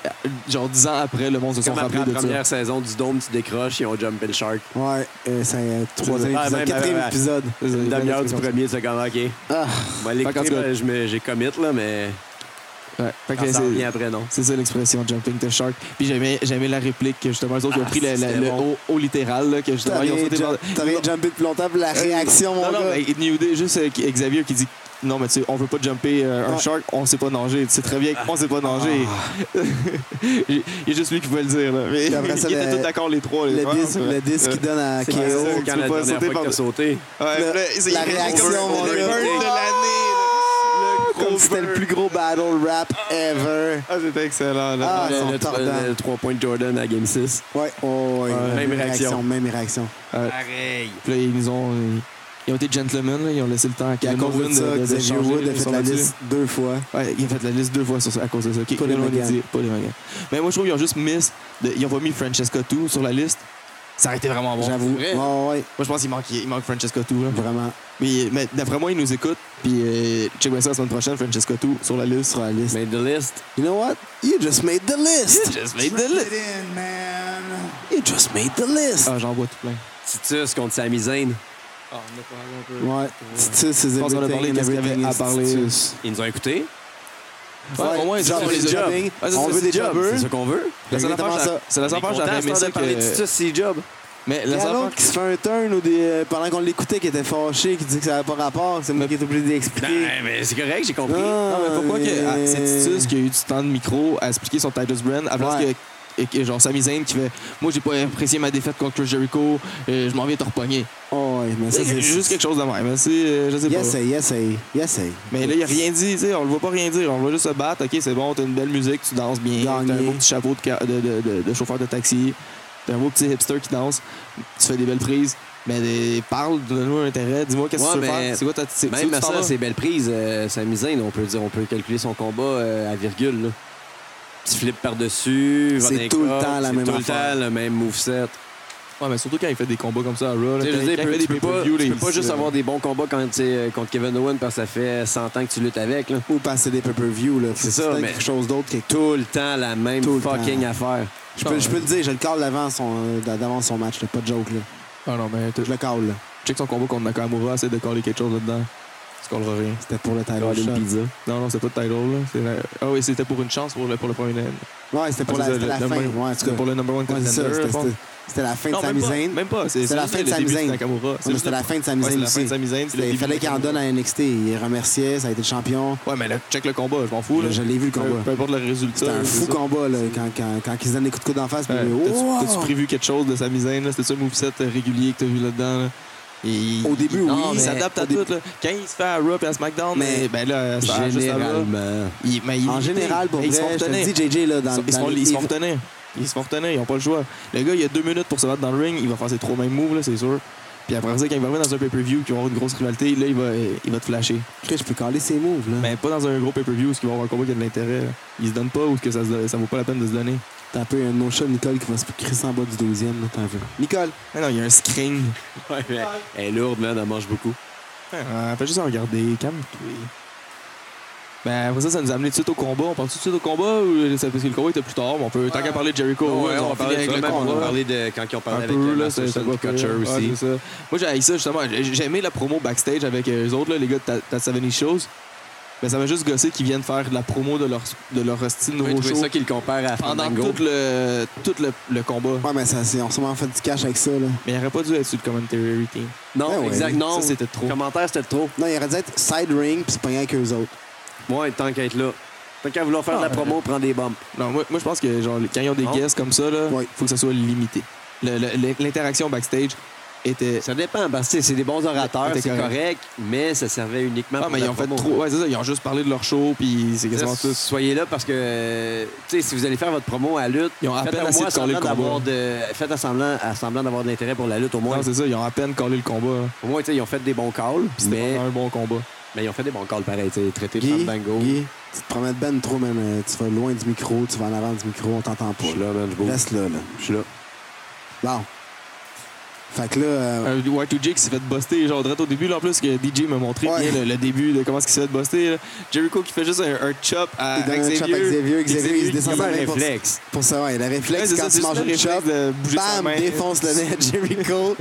Speaker 1: genre 10 ans après, le monde se sont
Speaker 4: Comme après
Speaker 1: rappelés
Speaker 4: la
Speaker 1: de ça.
Speaker 4: première saison du Dôme, tu décroches et on jump le shark.
Speaker 2: Ouais, euh, c'est un troisième
Speaker 4: Ah,
Speaker 2: épisode,
Speaker 4: même,
Speaker 2: quatrième
Speaker 4: ouais, ouais.
Speaker 2: épisode.
Speaker 1: C'est ça,
Speaker 4: Une
Speaker 1: il fait
Speaker 4: demi-heure
Speaker 1: des trucs
Speaker 4: du
Speaker 1: comme ça.
Speaker 4: premier, c'est comme, OK.
Speaker 2: Ah.
Speaker 4: Moi,
Speaker 1: Fait qu'en tout cas-
Speaker 4: j'ai commit, là, mais
Speaker 1: Ouais. Fait que
Speaker 4: quand Ah, ça
Speaker 1: c'est-
Speaker 4: revient après, non.
Speaker 1: C'est ça l'expression jumping the shark. Puis j'aimais, j'aimais la réplique que justement les autres ils ont
Speaker 4: Ah,
Speaker 1: pris la- la-
Speaker 4: c'était
Speaker 1: le
Speaker 4: bon.
Speaker 1: haut, haut littéral là, que justement
Speaker 2: T'as
Speaker 1: ils
Speaker 2: rien,
Speaker 1: ont sauté par- Euh,
Speaker 2: jump- t'as rien jumpé depuis longtemps, puis la réaction, mon
Speaker 1: Non,
Speaker 2: gars.
Speaker 1: non, mais New Day, juste euh, qui- Xavier qui dit non mais tu sais on veut pas jumper euh, un
Speaker 2: Ouais. Ah.
Speaker 1: shark, on sait pas nager. Tu sais très bien qu'on sait pas nager. Il y a juste lui qui pouvait le dire là. Mais
Speaker 2: Puis après ça,
Speaker 1: ils étaient
Speaker 2: le-
Speaker 1: tous d'accord les trois. les
Speaker 2: le
Speaker 1: trois, hein.
Speaker 2: disque,
Speaker 1: c'est vrai.
Speaker 2: le disque qu'il donne à
Speaker 4: Quand
Speaker 2: KO.
Speaker 1: ça. tu peux
Speaker 4: la
Speaker 1: pas
Speaker 4: dernière
Speaker 1: sauter
Speaker 4: fois
Speaker 1: par-
Speaker 4: que t'as sauté.
Speaker 1: Ouais,
Speaker 2: le-
Speaker 1: là, c'est-
Speaker 2: la
Speaker 1: il est
Speaker 2: réaction,
Speaker 1: over-
Speaker 2: mon
Speaker 1: le
Speaker 2: gars.
Speaker 1: burn de l'année. là. Le gros
Speaker 2: Comme si c'était le
Speaker 1: burn.
Speaker 2: plus gros battle rap ever.
Speaker 1: Ah c'était excellent. là.
Speaker 2: Ah,
Speaker 4: Le-
Speaker 2: son
Speaker 4: Euh, le-
Speaker 2: tordant.
Speaker 4: le- le 3 points de Jordan à Game 6.
Speaker 2: Ouais, oh, ouais,
Speaker 4: même réaction.
Speaker 2: Même réaction.
Speaker 3: Pareil.
Speaker 1: Puis là, ils nous ont. euh, Ils ont été gentlemen, là. ils ont laissé le temps à
Speaker 2: Puis à
Speaker 1: Kevin
Speaker 2: cause de
Speaker 1: Owens
Speaker 2: ça,
Speaker 1: de- de- de
Speaker 2: Xavier
Speaker 1: changer,
Speaker 2: Wood
Speaker 1: là,
Speaker 2: a
Speaker 1: ils sont
Speaker 2: fait la
Speaker 1: battus.
Speaker 2: liste deux fois.
Speaker 1: Ouais, il a fait la liste deux fois sur ça, à cause de ça. Ok,
Speaker 2: Pas les
Speaker 1: là, on
Speaker 2: Megans.
Speaker 1: les dit, pas les Megans. Mais moi, je trouve qu'ils ont juste miss. de- ils ont pas mis Francesca Two sur la liste. Ça aurait été vraiment bon.
Speaker 2: J'avoue.
Speaker 1: Moi,
Speaker 2: Ouais, ouais,
Speaker 1: je pense qu'il manque, il manque Francesca Two. Là.
Speaker 2: vraiment.
Speaker 1: Mais, mais d'après moi, ils nous écoutent. Puis, euh, check bien ça la semaine prochaine, Francesca Two sur la liste.
Speaker 2: Sur la liste.
Speaker 4: Mais The List,
Speaker 2: You know what? You just made the list.
Speaker 1: Just made the list.
Speaker 2: You just made the list.
Speaker 1: Ah, j'en vois tout plein.
Speaker 4: Titus contre Sami Zayn,
Speaker 2: Ouais, Titus is
Speaker 1: Je pense qu'on a parlé
Speaker 2: everything
Speaker 1: de
Speaker 2: and
Speaker 1: ce qu'il y avait
Speaker 2: everything
Speaker 1: à
Speaker 2: is
Speaker 1: parler.
Speaker 2: Titus.
Speaker 4: ils nous ont écoutés.
Speaker 1: Ouais, au moins, ils
Speaker 2: job
Speaker 1: ont
Speaker 2: is
Speaker 1: les
Speaker 2: job.
Speaker 1: jobs. Ouais, c'est ça,
Speaker 2: On veut des
Speaker 1: c'est job.
Speaker 2: jobbers.
Speaker 4: C'est ce qu'on veut.
Speaker 1: La seule
Speaker 2: Exactement
Speaker 1: affaire,
Speaker 2: hein? ça.
Speaker 1: j'a- c'est la seule
Speaker 4: On
Speaker 1: affaire,
Speaker 4: est
Speaker 1: j'avais aimé
Speaker 4: content, c'est temps
Speaker 1: ça.
Speaker 4: de parler de
Speaker 1: que-
Speaker 4: Titus, c'est job.
Speaker 1: Mais
Speaker 2: Il
Speaker 1: la seule
Speaker 2: y a
Speaker 1: affaire.
Speaker 2: l'autre qui se fait un turn ou des, euh, pendant qu'on l'écoutait qui était fâché, qui disait que ça n'avait pas rapport, c'est moi qui est obligé
Speaker 4: Non,
Speaker 2: d'expliquer.
Speaker 4: Ben,
Speaker 2: Ah,
Speaker 4: mais c'est correct, j'ai compris.
Speaker 1: Non, mais pourquoi que ah, c'est Titus qui a eu du temps de micro à expliquer son Titus Brand à place
Speaker 2: Ouais.
Speaker 1: que, et que genre Sami Zayn qui fait Moi j'ai pas apprécié ma défaite contre Chris Jericho, euh, je m'en viens te repogner.
Speaker 2: Oh, ouais, mais ça,
Speaker 1: C'est
Speaker 2: c'est
Speaker 1: juste quelque chose de même. hein, c'est, euh, je sais
Speaker 2: Il
Speaker 1: pas.
Speaker 2: essaye, il essaye, il essaye.
Speaker 1: Mais là, il a rien dit, tu sais, on le voit pas rien dire. On le voit juste se battre. Ok, c'est bon, t'as une belle musique, tu danses bien. T'as un
Speaker 2: Gagner.
Speaker 1: beau petit chapeau de, ca- de, de- de- de chauffeur de taxi. T'as un beau petit hipster qui danse. Tu fais des belles prises. Mais euh, parle, donne-nous un intérêt. Dis-moi qu'est-ce que
Speaker 4: Ouais,
Speaker 1: tu veux
Speaker 4: mais
Speaker 1: faire. C'est quoi ta c'est- c'est où
Speaker 4: Même
Speaker 1: tu
Speaker 4: à
Speaker 1: t'en
Speaker 4: ça,
Speaker 1: vas?
Speaker 4: c'est belle prise. Euh, Sami Zayn, on peut dire, on peut calculer son combat euh, à virgule. là. Petit flip par-dessus. va
Speaker 2: C'est
Speaker 4: dans les
Speaker 2: tout le
Speaker 4: cordes,
Speaker 2: temps la
Speaker 4: c'est
Speaker 2: même
Speaker 4: tout le
Speaker 2: affaire.
Speaker 4: temps le même moveset.
Speaker 1: Ouais, mais surtout quand il fait des combats comme ça à Raw. là,
Speaker 4: Tu sais, je
Speaker 1: quand- quand
Speaker 4: veux dire,
Speaker 1: il fait
Speaker 4: tu
Speaker 1: des
Speaker 4: peux pas,
Speaker 1: pay-per-views,
Speaker 4: tu
Speaker 1: là,
Speaker 4: peux pas
Speaker 1: il-
Speaker 4: juste avoir des bons combats quand c'est, euh, contre Kevin Owen parce que ça fait 100 ans que tu luttes avec. là.
Speaker 2: Ou passer des pay-per-view, là.
Speaker 4: C'est ça,
Speaker 2: peut-être
Speaker 4: mais-
Speaker 2: quelque chose d'autre. que-
Speaker 4: Tout le temps la même
Speaker 2: Tout le
Speaker 4: fucking
Speaker 2: temps.
Speaker 4: affaire.
Speaker 2: Je peux, je peux le dire, je le call d'avant son, d'avant son match, là, pas de joke, là.
Speaker 1: Ah non, mais t'as-
Speaker 2: Je le call, là.
Speaker 1: check son combat contre Nakamura, essaie de coller quelque chose là-dedans. Tu colleras rien.
Speaker 2: C'était pour le title
Speaker 4: Coller une
Speaker 2: shot.
Speaker 4: pizza.
Speaker 1: Non, non, c'est pas de title, là. C'est la- Ah oui, c'était pour une chance pour le, pour le premier.
Speaker 2: Ouais, c'était pour
Speaker 1: Ah,
Speaker 2: la,
Speaker 1: c'est
Speaker 2: c'était
Speaker 1: ça,
Speaker 2: la
Speaker 1: le-
Speaker 2: fin.
Speaker 1: le number-
Speaker 2: Ouais, en tout
Speaker 1: c'était
Speaker 2: cas.
Speaker 1: pour le number one
Speaker 2: Ouais,
Speaker 1: contender,
Speaker 2: c'est ça,
Speaker 1: je
Speaker 2: c'était-
Speaker 1: pense.
Speaker 2: c'était c'était la fin de
Speaker 1: Non,
Speaker 2: Sami
Speaker 1: même pas,
Speaker 2: Zayn.
Speaker 1: même pas. C'est
Speaker 2: C'est la
Speaker 1: juste
Speaker 2: fin de
Speaker 1: le début
Speaker 2: Sami Zayn.
Speaker 1: Nakamura.
Speaker 2: Ouais, mais C'était
Speaker 1: juste
Speaker 2: la fin de Sami
Speaker 1: Ouais, c'est
Speaker 2: Zayn
Speaker 1: la fin de
Speaker 2: aussi.
Speaker 1: Sami Zayn. c'est le
Speaker 2: C'était- Il
Speaker 1: début
Speaker 2: fallait
Speaker 1: de
Speaker 2: qu'il en
Speaker 1: Nakamura.
Speaker 2: donne à NXT. Il remerciait, ça a été le champion.
Speaker 1: Ouais, mais là, check le combat, je m'en fous. là.
Speaker 2: Je l'ai vu, le
Speaker 1: Peu-
Speaker 2: combat.
Speaker 1: Peu importe le résultat.
Speaker 2: C'était un
Speaker 1: c'est
Speaker 2: fou
Speaker 1: ça.
Speaker 2: combat là, quand, quand, quand ils se donnent des coups de coude d'en face. puis
Speaker 1: Ouais.
Speaker 2: oh!
Speaker 1: T'as-tu t'as-tu prévu quelque chose de Sami Zayn? là? C'était ça le moveset euh, régulier que t'as vu là-dedans? là? Et-
Speaker 2: Au début,
Speaker 1: non,
Speaker 2: oui,
Speaker 1: Il
Speaker 2: mais-
Speaker 1: s'adapte à
Speaker 2: au début-
Speaker 1: tout. là. Quand il se fait à Raw et à SmackDown,
Speaker 2: Mais-
Speaker 1: eh ben là, ça a juste à Raw.
Speaker 4: Généralement.
Speaker 1: Il- mais il-
Speaker 2: En général, pour
Speaker 1: mais
Speaker 2: vrai,
Speaker 1: ils se font
Speaker 2: je te
Speaker 1: retenir.
Speaker 2: le dis, JJ, là, dans,
Speaker 1: Ils se- ils se
Speaker 2: dans
Speaker 1: font-
Speaker 2: les-
Speaker 1: ils se font retenir. Ils se font retenir, ils n'ont pas le choix. Le gars, il a deux minutes pour se battre dans le ring, il va faire ses trois mêmes moves, là, c'est sûr. Puis après ça, quand il va revenir dans un pay-per-view, qui va avoir une grosse rivalité, là, il va, il va te flasher.
Speaker 2: Chris, je peux caler ses moves. Là.
Speaker 1: Mais pas dans un gros pay-per-view où il va avoir un combat qui a de l'intérêt. là. Il se donne pas ou que ça, se- ça vaut pas la peine de se donner.
Speaker 2: T'as un peu un no-shot, Nicole, qui va se crisser en bas du deuxième. Là, t'en veux. Nicole,
Speaker 1: Mais non, il y a un screen.
Speaker 4: Ouais, mais elle est lourde, man, elle mange beaucoup.
Speaker 1: Ah, fais juste en regarder, calme-toi. Ben, après ça, ça nous a amené tout de suite au combat. On part tout de suite au combat ou c'est parce que le combat était plus tard, mais on peut tant qu'à parler de Jericho.
Speaker 4: Non,
Speaker 1: Owens,
Speaker 4: ouais,
Speaker 1: Ah. on,
Speaker 4: on,
Speaker 1: va
Speaker 4: parlait
Speaker 1: parler avec le
Speaker 4: même, on a
Speaker 1: combat.
Speaker 4: parlé de quand ils ont parlé
Speaker 1: Un
Speaker 4: avec
Speaker 1: peu,
Speaker 4: euh,
Speaker 1: là,
Speaker 4: Masterson
Speaker 1: c'est- c'est
Speaker 4: puis
Speaker 1: pas
Speaker 4: Kutcher
Speaker 1: pire. Ouais,
Speaker 4: aussi.
Speaker 1: c'est ça. Moi, j'ai haï ça, justement. J'ai- J'ai aimé la promo backstage avec euh, eux autres, là, les gars de Ta- Ta Savany Shows. Mais ça m'a juste gossé qu'ils viennent faire de la promo de leur, de leur style
Speaker 4: Vous
Speaker 1: nouveau
Speaker 4: trouvez
Speaker 1: show
Speaker 4: ça qu'il compare à
Speaker 1: pendant
Speaker 4: Fandango.
Speaker 1: tout le, tout le, le combat.
Speaker 2: Ouais, mais ça, c'est, on s'est vraiment fait du cash avec ça. Là.
Speaker 1: Mais il aurait pas dû être sur le commentary team.
Speaker 4: Non,
Speaker 2: Ouais, ouais.
Speaker 4: exact, non.
Speaker 1: Ça, c'était trop.
Speaker 4: Le commentaire, Ben c'était trop.
Speaker 2: Non, il aurait dû être side ring puis se pogner avec eux autres.
Speaker 4: Ouais, tant qu'à être là. Tant qu'à vouloir faire de la
Speaker 1: Ah,
Speaker 4: promo, prendre des bombes.
Speaker 1: Non, moi, moi, je pense que genre, quand ils ont des
Speaker 4: Non.
Speaker 1: guests comme ça, là,
Speaker 2: Ouais.
Speaker 1: faut que ça soit limité. Le- le- L'interaction backstage était.
Speaker 4: Ça dépend, parce que c'est des bons orateurs,
Speaker 1: C'était
Speaker 4: c'est correct.
Speaker 1: correct.
Speaker 4: mais ça servait uniquement
Speaker 1: Ah,
Speaker 4: pour
Speaker 1: mais
Speaker 4: la
Speaker 1: ils ont fait
Speaker 4: promo.
Speaker 1: trop. Ouais, c'est ça, ils ont juste parlé de leur show, puis c'est
Speaker 4: Là,
Speaker 1: quasiment tout.
Speaker 4: Soyez là parce que euh, tu sais, si vous allez faire votre promo à lutte,
Speaker 1: Ils ont à
Speaker 4: faites
Speaker 1: peine
Speaker 4: au
Speaker 1: assez
Speaker 4: moins
Speaker 1: de coller
Speaker 4: semblant
Speaker 1: le combat.
Speaker 4: d'avoir de, faites à semblant, à semblant d'avoir de l'intérêt pour la lutte au moins.
Speaker 1: Non, c'est ça, ils ont à peine collé le combat. hein.
Speaker 4: au moins, tu sais, ils ont fait des bons calls,
Speaker 1: Puis c'était
Speaker 4: mais,
Speaker 1: vraiment un bon combat.
Speaker 4: mais ils ont fait des bons calls pareil. tu sais, Traiter de
Speaker 2: Guy,
Speaker 4: Fandango.
Speaker 2: Guy, tu te promets ben trop, même. euh, Tu vas loin du micro, tu vas en avant du micro, on t'entend
Speaker 4: Je
Speaker 2: pas.
Speaker 4: suis là, man, je bouge.
Speaker 2: Laisse là, là.
Speaker 4: Je suis là.
Speaker 2: Bon. Fait que là, euh,
Speaker 1: Un Y2J qui s'est fait buster, genre direct au début, là, en plus, que DJ m'a montré
Speaker 2: Ouais.
Speaker 1: bien le, le début de comment est-ce qu'il s'est fait buster. là. Jericho qui fait juste un, un chop à
Speaker 2: il donne un
Speaker 1: Xavier.
Speaker 2: chop à Xavier. Xavier, il se
Speaker 1: qui-
Speaker 2: descend
Speaker 4: Comme un
Speaker 2: sur le ring
Speaker 4: réflexe.
Speaker 2: pour- pour ça. Ouais, le
Speaker 1: Ouais,
Speaker 2: réflexe,
Speaker 1: c'est
Speaker 2: quand
Speaker 1: ça, c'est
Speaker 2: tu
Speaker 1: juste
Speaker 2: manges
Speaker 1: le
Speaker 2: une
Speaker 1: réflexe
Speaker 2: chop,
Speaker 1: de bouger sa
Speaker 2: bam,
Speaker 1: main.
Speaker 2: défonce le nez à Jericho.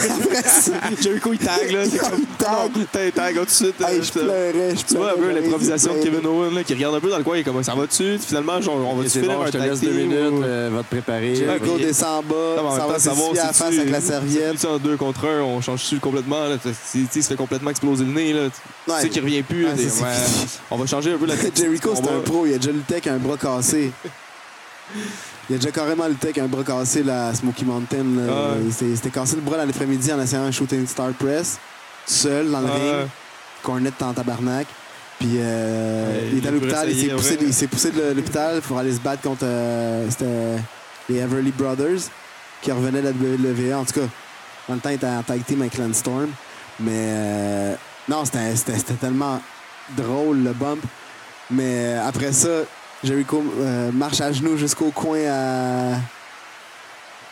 Speaker 2: Après ça,
Speaker 1: Jericho, il tag, là. C'est comme.
Speaker 2: Il tag.
Speaker 1: Non, t'as- tag, oh, tout de suite. euh,
Speaker 2: hey, je
Speaker 1: juste, euh,
Speaker 2: pleurais, je pleurais.
Speaker 1: Tu vois un peu
Speaker 2: j'aurais
Speaker 1: l'improvisation de
Speaker 2: dû pleurer.
Speaker 1: Kevin Owen là, qui regarde un peu dans le coin et comme ça va dessus. Finalement, genre, on va
Speaker 4: Et
Speaker 1: se
Speaker 4: C'est
Speaker 1: finir
Speaker 4: bon,
Speaker 1: un
Speaker 4: je te
Speaker 1: tag
Speaker 4: laisse deux
Speaker 1: team,
Speaker 4: minutes,
Speaker 1: ou-
Speaker 4: euh, va te préparer.
Speaker 2: Jericho
Speaker 1: Ouais.
Speaker 2: descend en
Speaker 1: Non, mais en
Speaker 2: bas,
Speaker 1: même
Speaker 2: ça
Speaker 1: temps,
Speaker 2: va
Speaker 1: savoir
Speaker 2: s'essuyer à la
Speaker 1: si
Speaker 2: face
Speaker 1: tu-
Speaker 2: avec
Speaker 1: si
Speaker 2: la
Speaker 1: tu
Speaker 2: serviette.
Speaker 1: fais ça en deux contre un, on change dessus complètement. Là, Tu- tu- tu sais, il se fait complètement exploser le nez. Là. Tu
Speaker 2: Ouais.
Speaker 1: sais qu'il revient plus. là,
Speaker 2: Ouais,
Speaker 1: t'es-
Speaker 2: c'est- c'est
Speaker 1: ouais,
Speaker 2: fini.
Speaker 1: on va changer un peu la tête.
Speaker 2: Jericho, c'est
Speaker 1: On
Speaker 2: un
Speaker 1: va-
Speaker 2: pro. Il a déjà lutté avec un bras cassé. Il a déjà carrément lutté avec un bras cassé là, à Smoky Mountain. là.
Speaker 1: Ah ouais.
Speaker 2: Il s'est- il s'était cassé le bras dans l'après-midi en essayant un shooting star press, seul dans le
Speaker 1: Ah ouais.
Speaker 2: ring. Cornette en tabarnak. Puis euh,
Speaker 1: Ouais,
Speaker 2: il est à
Speaker 1: il
Speaker 2: l'hôpital, il s'est
Speaker 1: pourrait
Speaker 2: poussé,
Speaker 1: essayer,
Speaker 2: il s'est poussé de l'hôpital pour aller se battre contre euh, c'était les Everly Brothers qui revenaient de la WWE. En tout cas, en même temps, il était en tag team avec Lance Storm. Mais euh, non, c'était- c'était c'était tellement drôle le bump. Mais euh, après ça, Jericho euh, marche à genoux jusqu'au coin à,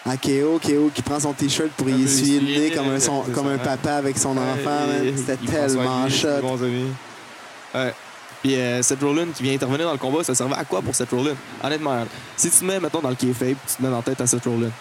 Speaker 2: à Keo. Keo qui prend son t-shirt pour y
Speaker 1: Ah,
Speaker 2: essuyer le
Speaker 1: essuyer,
Speaker 2: nez comme un, son-
Speaker 1: c'est
Speaker 2: comme
Speaker 1: ça,
Speaker 2: un
Speaker 1: hein.
Speaker 2: papa avec son enfant.
Speaker 1: Ouais,
Speaker 2: man.
Speaker 1: il-
Speaker 2: C'était
Speaker 1: il prend soin de lui,
Speaker 2: tellement
Speaker 1: c'est
Speaker 2: shot.
Speaker 1: des bons amis. Ouais. Puis euh, Seth Rollins qui vient intervenir dans le combat, ça servait à quoi pour Seth Rollins Honnêtement, man, si tu te mets maintenant dans le kayfabe, tu te mets dans la tête à Seth Rollins.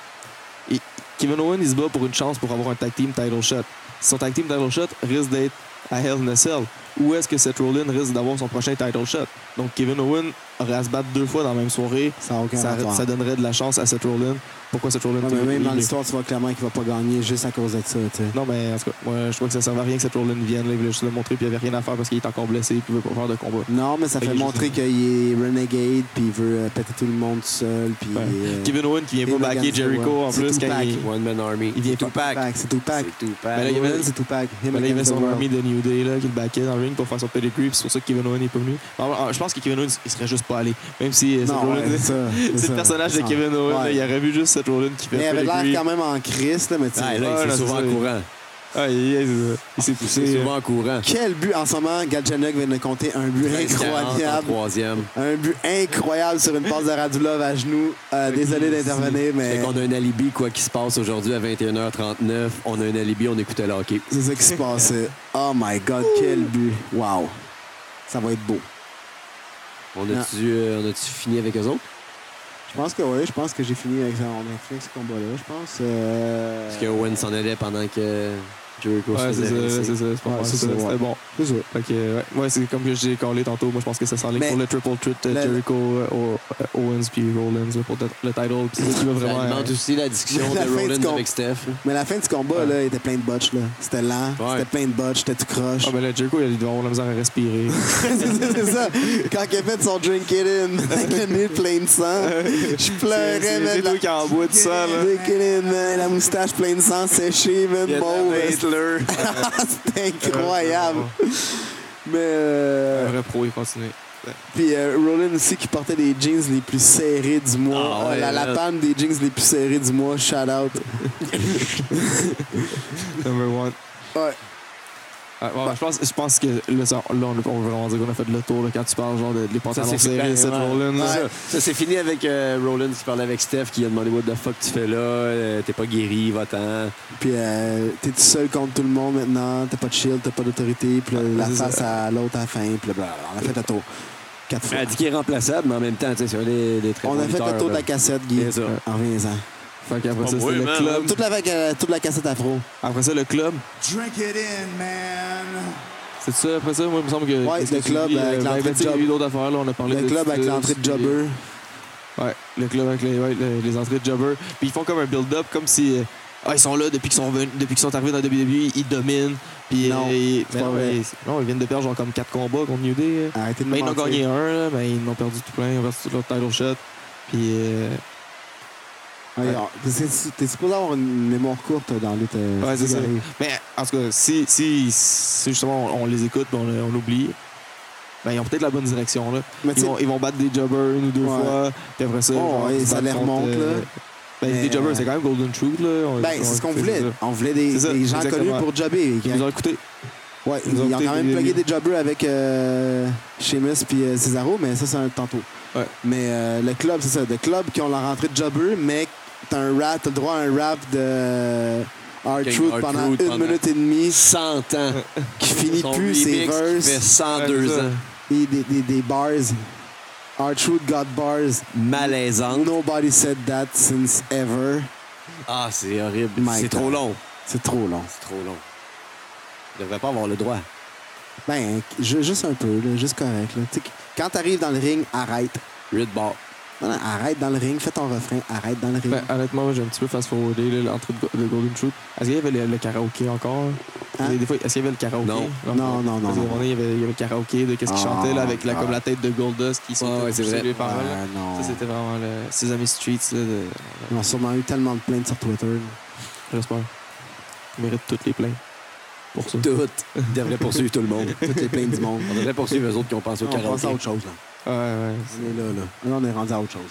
Speaker 1: Et Kevin Owens, il se bat pour une chance pour avoir un tag team title shot. Son tag team title shot risque d'être à Hell in a Cell. Où est-ce que Seth Rollins risque d'avoir son prochain title shot Donc Kevin Owens aurait à se battre deux fois dans la même soirée.
Speaker 2: Ça n'a aucun
Speaker 1: Ça,
Speaker 2: rapport.
Speaker 1: ça donnerait de la chance à Seth Rollins. Pourquoi Seth Rollins
Speaker 2: Ouais,
Speaker 1: est-
Speaker 2: mais même
Speaker 1: il
Speaker 2: dans
Speaker 1: est-
Speaker 2: l'histoire, tu vois clairement qu'il va pas gagner juste à cause de ça. tu sais.
Speaker 1: non, mais en tout cas, moi, je crois que ça servait à rien que cette Rollins vienne. Là, il voulait juste le montrer, puis il avait rien à faire parce qu'il est encore blessé, puis il veut pas faire de combat.
Speaker 2: Non, mais ça
Speaker 1: Ok,
Speaker 2: fait
Speaker 1: je
Speaker 2: montrer
Speaker 1: sais.
Speaker 2: qu'il est renegade, puis il veut euh, péter tout le monde seul. Puis,
Speaker 1: Ouais.
Speaker 2: euh,
Speaker 1: Kevin Owens qui vient
Speaker 2: Kevin
Speaker 1: pas backer
Speaker 2: Owens,
Speaker 1: Jericho en
Speaker 2: c'est
Speaker 1: plus quand
Speaker 2: Tupac.
Speaker 1: il.
Speaker 4: One Man Army.
Speaker 1: Il vient
Speaker 4: tout pack.
Speaker 2: Tupac, c'est Tupac.
Speaker 4: C'est tout pack.
Speaker 1: Ben là, il y avait-
Speaker 2: Owens, C'est Tupac. Him
Speaker 1: Mais Ben là, il avait
Speaker 2: against the
Speaker 1: son
Speaker 2: world.
Speaker 1: army de New Day là, qui le backait dans le ring pour faire son pedigree, puis c'est pour ça que Kevin Owens n'est pas venu. Alors, alors, je pense que Kevin Owens, il serait juste pas allé. Même si euh, Seth
Speaker 2: Non,
Speaker 1: Rollins.
Speaker 2: ouais, c'est ça,
Speaker 1: c'est
Speaker 2: ça,
Speaker 1: le personnage
Speaker 2: c'est
Speaker 1: de
Speaker 2: ça.
Speaker 1: Kevin Owens, là,
Speaker 2: Ouais.
Speaker 1: il aurait vu juste cette Rollins qui fait
Speaker 2: Mais il
Speaker 1: le
Speaker 2: avait
Speaker 1: pedigree.
Speaker 2: l'air quand même en crise, là, mais tu sais,
Speaker 4: Ah,
Speaker 1: Ouais,
Speaker 4: là, il
Speaker 1: là,
Speaker 4: s'est
Speaker 1: c'est
Speaker 4: souvent
Speaker 1: ça.
Speaker 4: en courant.
Speaker 1: Ah, il, il- il s'est
Speaker 4: Il
Speaker 1: poussé.
Speaker 4: s'est
Speaker 1: euh,
Speaker 4: souvent en courant.
Speaker 2: Quel but en ce moment, Galchenyuk vient de compter un but
Speaker 4: 40 en
Speaker 2: incroyable.
Speaker 4: troisième.
Speaker 2: Un but incroyable sur une passe de Radulov à genoux. Euh, désolé d'intervenir, mais
Speaker 4: Fait qu'on a un alibi, quoi qu'il se passe aujourd'hui à 21h39, on a un alibi, on écoutait le hockey.
Speaker 2: c'est ça qui se passe. Oh my God, quel but. Wow. Ça va être beau.
Speaker 4: On a-tu euh, on a-tu fini avec eux autres?
Speaker 2: Je pense que oui, je pense que j'ai fini avec ça. On a fini avec ce combat-là, je pense. Euh...
Speaker 4: Parce que Owen s'en allait pendant que Jericho
Speaker 1: Ouais,
Speaker 4: se
Speaker 1: c'est ça,
Speaker 4: faisait
Speaker 1: c'est ça,
Speaker 4: rincer.
Speaker 1: c'est pas
Speaker 2: Ouais,
Speaker 1: mal,
Speaker 2: c'est
Speaker 1: ça,
Speaker 2: ça, ouais.
Speaker 1: C'était bon.
Speaker 2: C'est ça.
Speaker 1: Fait que, ouais, ouais, c'est comme que j'ai collé tantôt. Moi, je pense que ça s'en ligne
Speaker 2: Mais-
Speaker 1: pour le triple threat euh,
Speaker 2: Le-
Speaker 1: Jericho, euh, O- euh, Owens puis Rollins là, pour le le title. Puis c'est ça qui va
Speaker 4: Ça
Speaker 1: vraiment. euh,
Speaker 4: alimente aussi la discussion
Speaker 2: La
Speaker 4: de
Speaker 2: fin du
Speaker 4: Rollins
Speaker 2: combat.
Speaker 4: avec Steph. là.
Speaker 2: Mais la fin du combat,
Speaker 1: Ouais.
Speaker 2: là, il était plein de botches, là. C'était lent,
Speaker 4: Ouais.
Speaker 2: c'était plein de botches, c'était tout croche.
Speaker 1: Ah, ben là, Jericho, il doit avoir la misère à respirer.
Speaker 2: c'est ça, c'est ça. Quand il a fait son drink it in, avec le nez plein de sang, je
Speaker 1: C'est-
Speaker 2: pleurais,
Speaker 1: C'est
Speaker 2: man.
Speaker 1: toi
Speaker 2: La...
Speaker 1: qui en bois de ça, là.
Speaker 2: Drink it in, man. La moustache pleine de sang séchée, man. Mauve. C'était incroyable.
Speaker 1: Un
Speaker 2: Mais. euh,
Speaker 1: vrai pro, il continue.
Speaker 2: Puis euh, Rollin aussi qui portait les jeans les plus serrés du mois.
Speaker 4: Ah ouais,
Speaker 2: Euh, la, la
Speaker 4: man.
Speaker 2: panne des jeans les plus serrés du mois. Shout out.
Speaker 1: Number one.
Speaker 2: Ouais.
Speaker 1: Ah, ouais, je, pense, je pense que là, ça- là, on, on veut vraiment dire qu'on a fait le tour là, quand tu parles genre de, des pantalons
Speaker 4: c'est
Speaker 1: serrés, Seth Rollins.
Speaker 4: C'est Ça, Ça, c'est fini avec euh, Rollins qui parlait avec Steph qui a demandé What the fuck tu fais là Euh, T'es pas guéri, va-t'en.
Speaker 2: Puis euh, t'es tout seul contre tout le monde maintenant, t'as pas de shield, t'as pas d'autorité, puis là, la
Speaker 1: c'est
Speaker 2: face à l'autre à la fin, puis là, blablabla. on a fait le tour. Quatre fois.
Speaker 4: Elle dit qu'il est remplaçable, mais en même temps, tu sais, c'est un des, des très
Speaker 2: On
Speaker 4: bons
Speaker 2: a fait
Speaker 4: lutteurs,
Speaker 2: le tour de
Speaker 4: là.
Speaker 2: la cassette, Guy,
Speaker 4: C'est ça.
Speaker 2: en 20 ans.
Speaker 1: Fait qu'après ça,
Speaker 5: pas
Speaker 1: c'était
Speaker 5: moi,
Speaker 1: le
Speaker 5: man.
Speaker 1: club.
Speaker 2: Toute la, vague- euh, toute la cassette afro.
Speaker 1: Après ça, le club.
Speaker 6: Drink it in, man.
Speaker 1: C'est ça, après ça, moi, il me semble que.
Speaker 2: Ouais,
Speaker 1: qu'est-ce
Speaker 2: le
Speaker 1: que tu
Speaker 2: club
Speaker 1: dis, euh,
Speaker 2: avec
Speaker 1: ben,
Speaker 2: l'entrée
Speaker 1: ben, tu sais,
Speaker 2: de
Speaker 1: Il y a eu
Speaker 2: Job-
Speaker 1: d'autres affaires, là, on a parlé
Speaker 2: Le
Speaker 1: de
Speaker 2: club avec
Speaker 1: Stills,
Speaker 2: l'entrée de
Speaker 1: puis- euh,
Speaker 2: Jobber.
Speaker 1: Ouais, le club avec les, ouais, le- les entrées de Jobber. Puis ils font comme un build-up, comme si. euh, ah, ils sont là depuis qu'ils sont, venus- depuis qu'ils sont arrivés dans WWE, E, ils dominent. Puis
Speaker 2: Non, Ben
Speaker 1: euh, ils-
Speaker 2: c'est pas
Speaker 1: non,
Speaker 2: vrai.
Speaker 1: mais- non, ils viennent de perdre genre comme 4 combats contre New Day. euh.
Speaker 2: Arrêtez de me
Speaker 1: Mais ils en ont
Speaker 2: mentir.
Speaker 1: gagné un, là, mais ils en ont perdu tout plein, ils ont perdu tout leur title shot. Puis euh,
Speaker 2: Ouais, alors, c'est- T'es supposé avoir une mémoire courte dans l'autre. euh,
Speaker 1: Ouais, c'est ça. Mais ben, en tout cas, si, si, si justement on, on les écoute mais on, on oublie, ben, ils ont peut-être la bonne direction. Là.
Speaker 2: Mais tu
Speaker 1: Ils,
Speaker 2: sais-
Speaker 1: vont, ils vont battre des jobbers une ou deux
Speaker 2: Ouais.
Speaker 1: fois, puis après ça.
Speaker 2: Oh, ouais,
Speaker 1: ils se
Speaker 2: ça
Speaker 1: battent
Speaker 2: les
Speaker 1: contre,
Speaker 2: remonte, là.
Speaker 1: ben,
Speaker 2: Mais,
Speaker 1: des jobbers,
Speaker 2: euh,
Speaker 1: c'est quand même Golden Truth. Là. On-
Speaker 2: Ben, c'est ce qu'on voulait.
Speaker 1: ça.
Speaker 2: On voulait des,
Speaker 1: C'est ça,
Speaker 2: des gens
Speaker 1: exactement.
Speaker 2: connus pour jobber.
Speaker 1: Ils nous ont écouté.
Speaker 2: Ouais,
Speaker 1: Ils nous ont
Speaker 2: ils ont quand
Speaker 1: écouté,
Speaker 2: même
Speaker 1: les-
Speaker 2: plugué des jobbers avec euh, Sheamus puis euh, Cesaro, mais ça, c'est un tantôt.
Speaker 1: Ouais.
Speaker 2: Mais euh, le club, c'est ça. Le club qui ont leur rentrée de jobbers, mais t'as un rap, t'as le droit à un rap de R-Truth
Speaker 4: R-Truth
Speaker 2: pendant une
Speaker 4: pendant-
Speaker 2: minute et demie
Speaker 4: 100 ans.
Speaker 2: qui finit
Speaker 4: Son
Speaker 2: plus ses
Speaker 4: remix qui fait
Speaker 2: verses
Speaker 4: 102 ans.
Speaker 2: et des, des, des bars. R-Truth got bars.
Speaker 4: Malaisant.
Speaker 2: Nobody said that since ever.
Speaker 4: Ah, c'est horrible.
Speaker 2: My
Speaker 4: C'est
Speaker 2: God.
Speaker 4: trop long.
Speaker 2: C'est trop long.
Speaker 4: C'est trop long. Il devrait pas avoir le droit.
Speaker 2: Ben, ju- juste un peu, là, juste correct. Là. Tu sais, Quand t'arrives dans le ring, arrête.
Speaker 4: Red bar.
Speaker 2: Non, non, arrête dans le ring, fais ton refrain, arrête dans le ring.
Speaker 1: Ben, honnêtement, moi, j'ai un petit peu fast-forwardé là, l'entrée de, Go- de Golden Truth. Est-ce qu'il y avait le, le karaoké encore
Speaker 2: Hein?
Speaker 1: Des- des fois, Est-ce qu'il y avait le karaoké
Speaker 4: Non.
Speaker 2: Non, non, non,
Speaker 1: Parce qu'à un
Speaker 2: non.
Speaker 1: moment donné, Il y avait, il y avait le karaoké de qu'est-ce qu'il
Speaker 2: Ah,
Speaker 1: chantait là, avec la, comme
Speaker 2: ah.
Speaker 1: la tête de Goldust qui
Speaker 4: Ouais, ouais, c'est
Speaker 1: poussait
Speaker 4: vrai.
Speaker 1: les paroles. là.
Speaker 2: Ah, non.
Speaker 1: Ça, c'était vraiment le Sesame Street, là, de...
Speaker 2: Ils ont sûrement eu tellement de plaintes sur Twitter. là.
Speaker 1: j'espère. Ils méritent toutes les plaintes pour ça.
Speaker 4: Tout. Il devrait poursuivre tout le monde.
Speaker 2: Toutes les plaintes du monde.
Speaker 4: On devrait poursuivre les autres qui ont pensé au
Speaker 2: on passe
Speaker 4: karaoké.
Speaker 2: à autre chose, là.
Speaker 1: Ouais, ouais.
Speaker 2: On est là, là. Là, on est rendu à autre chose.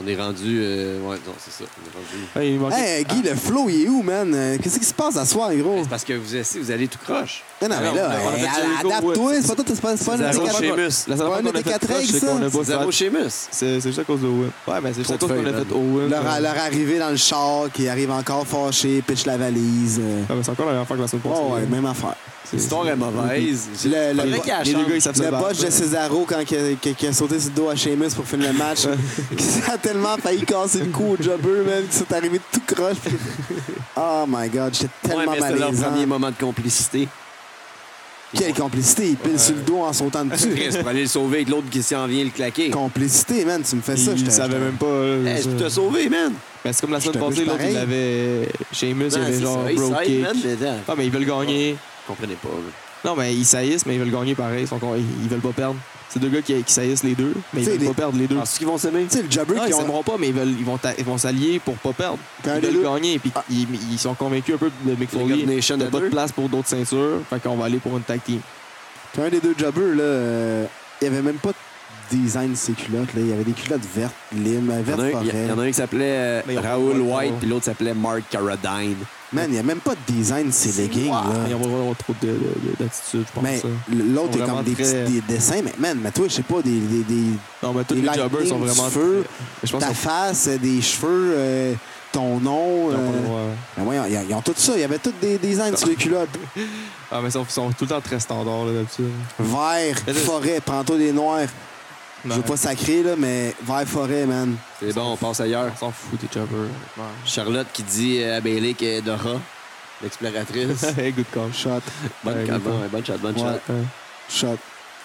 Speaker 4: On est rendu. euh, ouais, non, c'est ça. On est rendu.
Speaker 1: Ouais, il manquait-
Speaker 2: Hey, Guy, le flow, il est où, man? Euh, Qu'est-ce qui se passe à soir, gros?
Speaker 4: C'est parce que vous, essayez- vous allez tout croche.
Speaker 2: Non, non, mais
Speaker 1: on a-
Speaker 2: là,
Speaker 1: on a
Speaker 2: hey,
Speaker 1: fait Jericho,
Speaker 2: adapte-toi.
Speaker 1: ouais.
Speaker 2: C'est pas toi, c'est pas c'est pas une
Speaker 1: La seule
Speaker 4: Zéro
Speaker 1: fois
Speaker 2: étiquette.
Speaker 1: qu'on-
Speaker 4: Sheamus.
Speaker 1: La seule fois
Speaker 2: Ouais,
Speaker 1: qu'on
Speaker 2: mais
Speaker 1: a
Speaker 2: t'es
Speaker 1: fait
Speaker 2: quatre
Speaker 1: proche,
Speaker 2: règles,
Speaker 1: c'est qu'on a
Speaker 2: ça.
Speaker 1: pas
Speaker 4: Zéro
Speaker 1: fait-
Speaker 4: Sheamus.
Speaker 1: C'est c'est juste à cause de Owen. Ouais, mais c'est juste à
Speaker 4: Trop
Speaker 1: cause
Speaker 4: de
Speaker 1: qu'on a
Speaker 4: feuilles,
Speaker 1: fait Owen.
Speaker 2: Leur,
Speaker 1: Ouais,
Speaker 2: leur arrivée dans le char, qui arrive encore fâché, pitch la valise. euh.
Speaker 1: mais c'est encore la même affaire que la semaine passée.
Speaker 2: Oh, ouais, même affaire.
Speaker 1: C'est-
Speaker 4: L'histoire est mauvaise.
Speaker 2: Le- le-
Speaker 4: Faudrait
Speaker 2: le-
Speaker 4: qu'il y ait la
Speaker 1: Les deux
Speaker 4: chance.
Speaker 1: gars, ils savent se
Speaker 2: Le
Speaker 1: battre.
Speaker 2: botch de Cesaro quand il a, qui a- qui a sauté sur le dos à Sheamus pour finir le match. ça a tellement failli casser le cou au jobber, même qui sont arrivés tout croche. Oh my god, j'étais
Speaker 4: Ouais,
Speaker 2: tellement
Speaker 4: mais c'était leur
Speaker 2: malaisant.
Speaker 4: premier moment de complicité.
Speaker 2: Quelle complicité, il pile sur le dos en sautant dessus.
Speaker 4: Chris, pour aller le sauver avec l'autre qui s'en vient le claquer.
Speaker 2: complicité, man, tu me fais ça.
Speaker 1: Ils
Speaker 2: j'étais-
Speaker 1: savaient
Speaker 2: j'étais-
Speaker 1: même pas. euh,
Speaker 4: Hey, je
Speaker 1: ça.
Speaker 4: peux te sauver, man.
Speaker 1: Mais c'est comme la semaine
Speaker 2: te
Speaker 1: passée,
Speaker 2: bouge
Speaker 1: l'autre, il
Speaker 2: pareil.
Speaker 1: avait. Sheamus, il
Speaker 4: Non,
Speaker 1: avait
Speaker 4: c'est
Speaker 1: genre
Speaker 4: ça, ils
Speaker 1: Broke
Speaker 4: savent,
Speaker 1: Kick.
Speaker 4: man, dedans.
Speaker 1: Ah, mais ils veulent gagner.
Speaker 4: Je comprenais pas. là.
Speaker 1: Non, mais ils saillissent, mais ils veulent gagner pareil. Ils, sont con- ils ils veulent pas perdre. C'est deux gars qui, qui saillissent les deux, mais ils
Speaker 2: Tu sais,
Speaker 1: veulent
Speaker 2: les-
Speaker 1: pas perdre les deux.
Speaker 4: Penses-tu qu'ils vont s'aimer? Ah,
Speaker 2: Tu sais, le jobber
Speaker 1: Non,
Speaker 2: qui
Speaker 1: ils
Speaker 2: ont.
Speaker 1: s'aimeront pas, mais ils, veulent, ils, vont ta- ils vont s'allier pour pas perdre.
Speaker 2: Quand
Speaker 1: ils
Speaker 2: les
Speaker 1: veulent
Speaker 2: deux-
Speaker 1: gagner. Puis ils, ils sont convaincus un peu de Mick Foley.
Speaker 4: God Nation
Speaker 1: Il n'y
Speaker 4: à
Speaker 1: a pas de
Speaker 4: deux.
Speaker 1: place pour d'autres ceintures. Fait qu'on va aller pour une tag team.
Speaker 2: Puis un des deux jobbers, là, euh, il n'y avait même pas de design de ses culottes. Là. Il y avait des culottes vertes, lime,
Speaker 4: Il y en
Speaker 2: vertes
Speaker 4: a un-
Speaker 2: forêt.
Speaker 4: il y en a un qui s'appelait
Speaker 1: Mais ils
Speaker 4: euh,
Speaker 1: ont pas
Speaker 4: Raoul
Speaker 1: le droit.
Speaker 4: White, puis l'autre s'appelait Mark Carradine.
Speaker 2: Man, il n'y a même pas de design de ses leggings.
Speaker 1: Ah,
Speaker 2: là.
Speaker 1: mais on va avoir trop de- de- de- d'attitude, je pense.
Speaker 2: Mais
Speaker 1: ça.
Speaker 2: l'autre, il y a
Speaker 1: Ils sont
Speaker 2: comme des,
Speaker 1: vraiment très-
Speaker 2: petits, des dessins. Mais man, mais toi, je sais pas, des, des, des-
Speaker 1: Non, mais tous
Speaker 2: les
Speaker 1: les jobbers sont
Speaker 2: lightning du
Speaker 1: vraiment.
Speaker 2: feu,
Speaker 1: très- Je pense
Speaker 2: ta
Speaker 1: qu'ils
Speaker 2: face, euh, des cheveux, euh, ton nom.
Speaker 1: ont pas
Speaker 2: euh,
Speaker 1: le droit.
Speaker 2: ben voyons, ils, ont, ils ont tout ça. Il y avait tous des designs sur les culottes.
Speaker 1: Ah, mais ils sont, ils sont tout le temps très standards, là, d'habitude.
Speaker 2: Vert,
Speaker 1: Mais là- Ben.
Speaker 2: forêt, prends-toi des noirs. Je veux
Speaker 1: Non,
Speaker 2: pas sacrer, là, mais vert, forêt, man.
Speaker 4: C'est bon, on passe ailleurs.
Speaker 1: On s'en fout des jobbers.
Speaker 4: Charlotte qui dit euh, à Bailey qu'elle est Dora, l'exploratrice.
Speaker 1: Hey, good call.
Speaker 2: Shot,
Speaker 4: bonne
Speaker 1: Ouais,
Speaker 4: shot,
Speaker 1: good call.
Speaker 4: bonne shot, bonne
Speaker 2: Ouais.
Speaker 4: shot.
Speaker 1: Ouais.
Speaker 2: shot.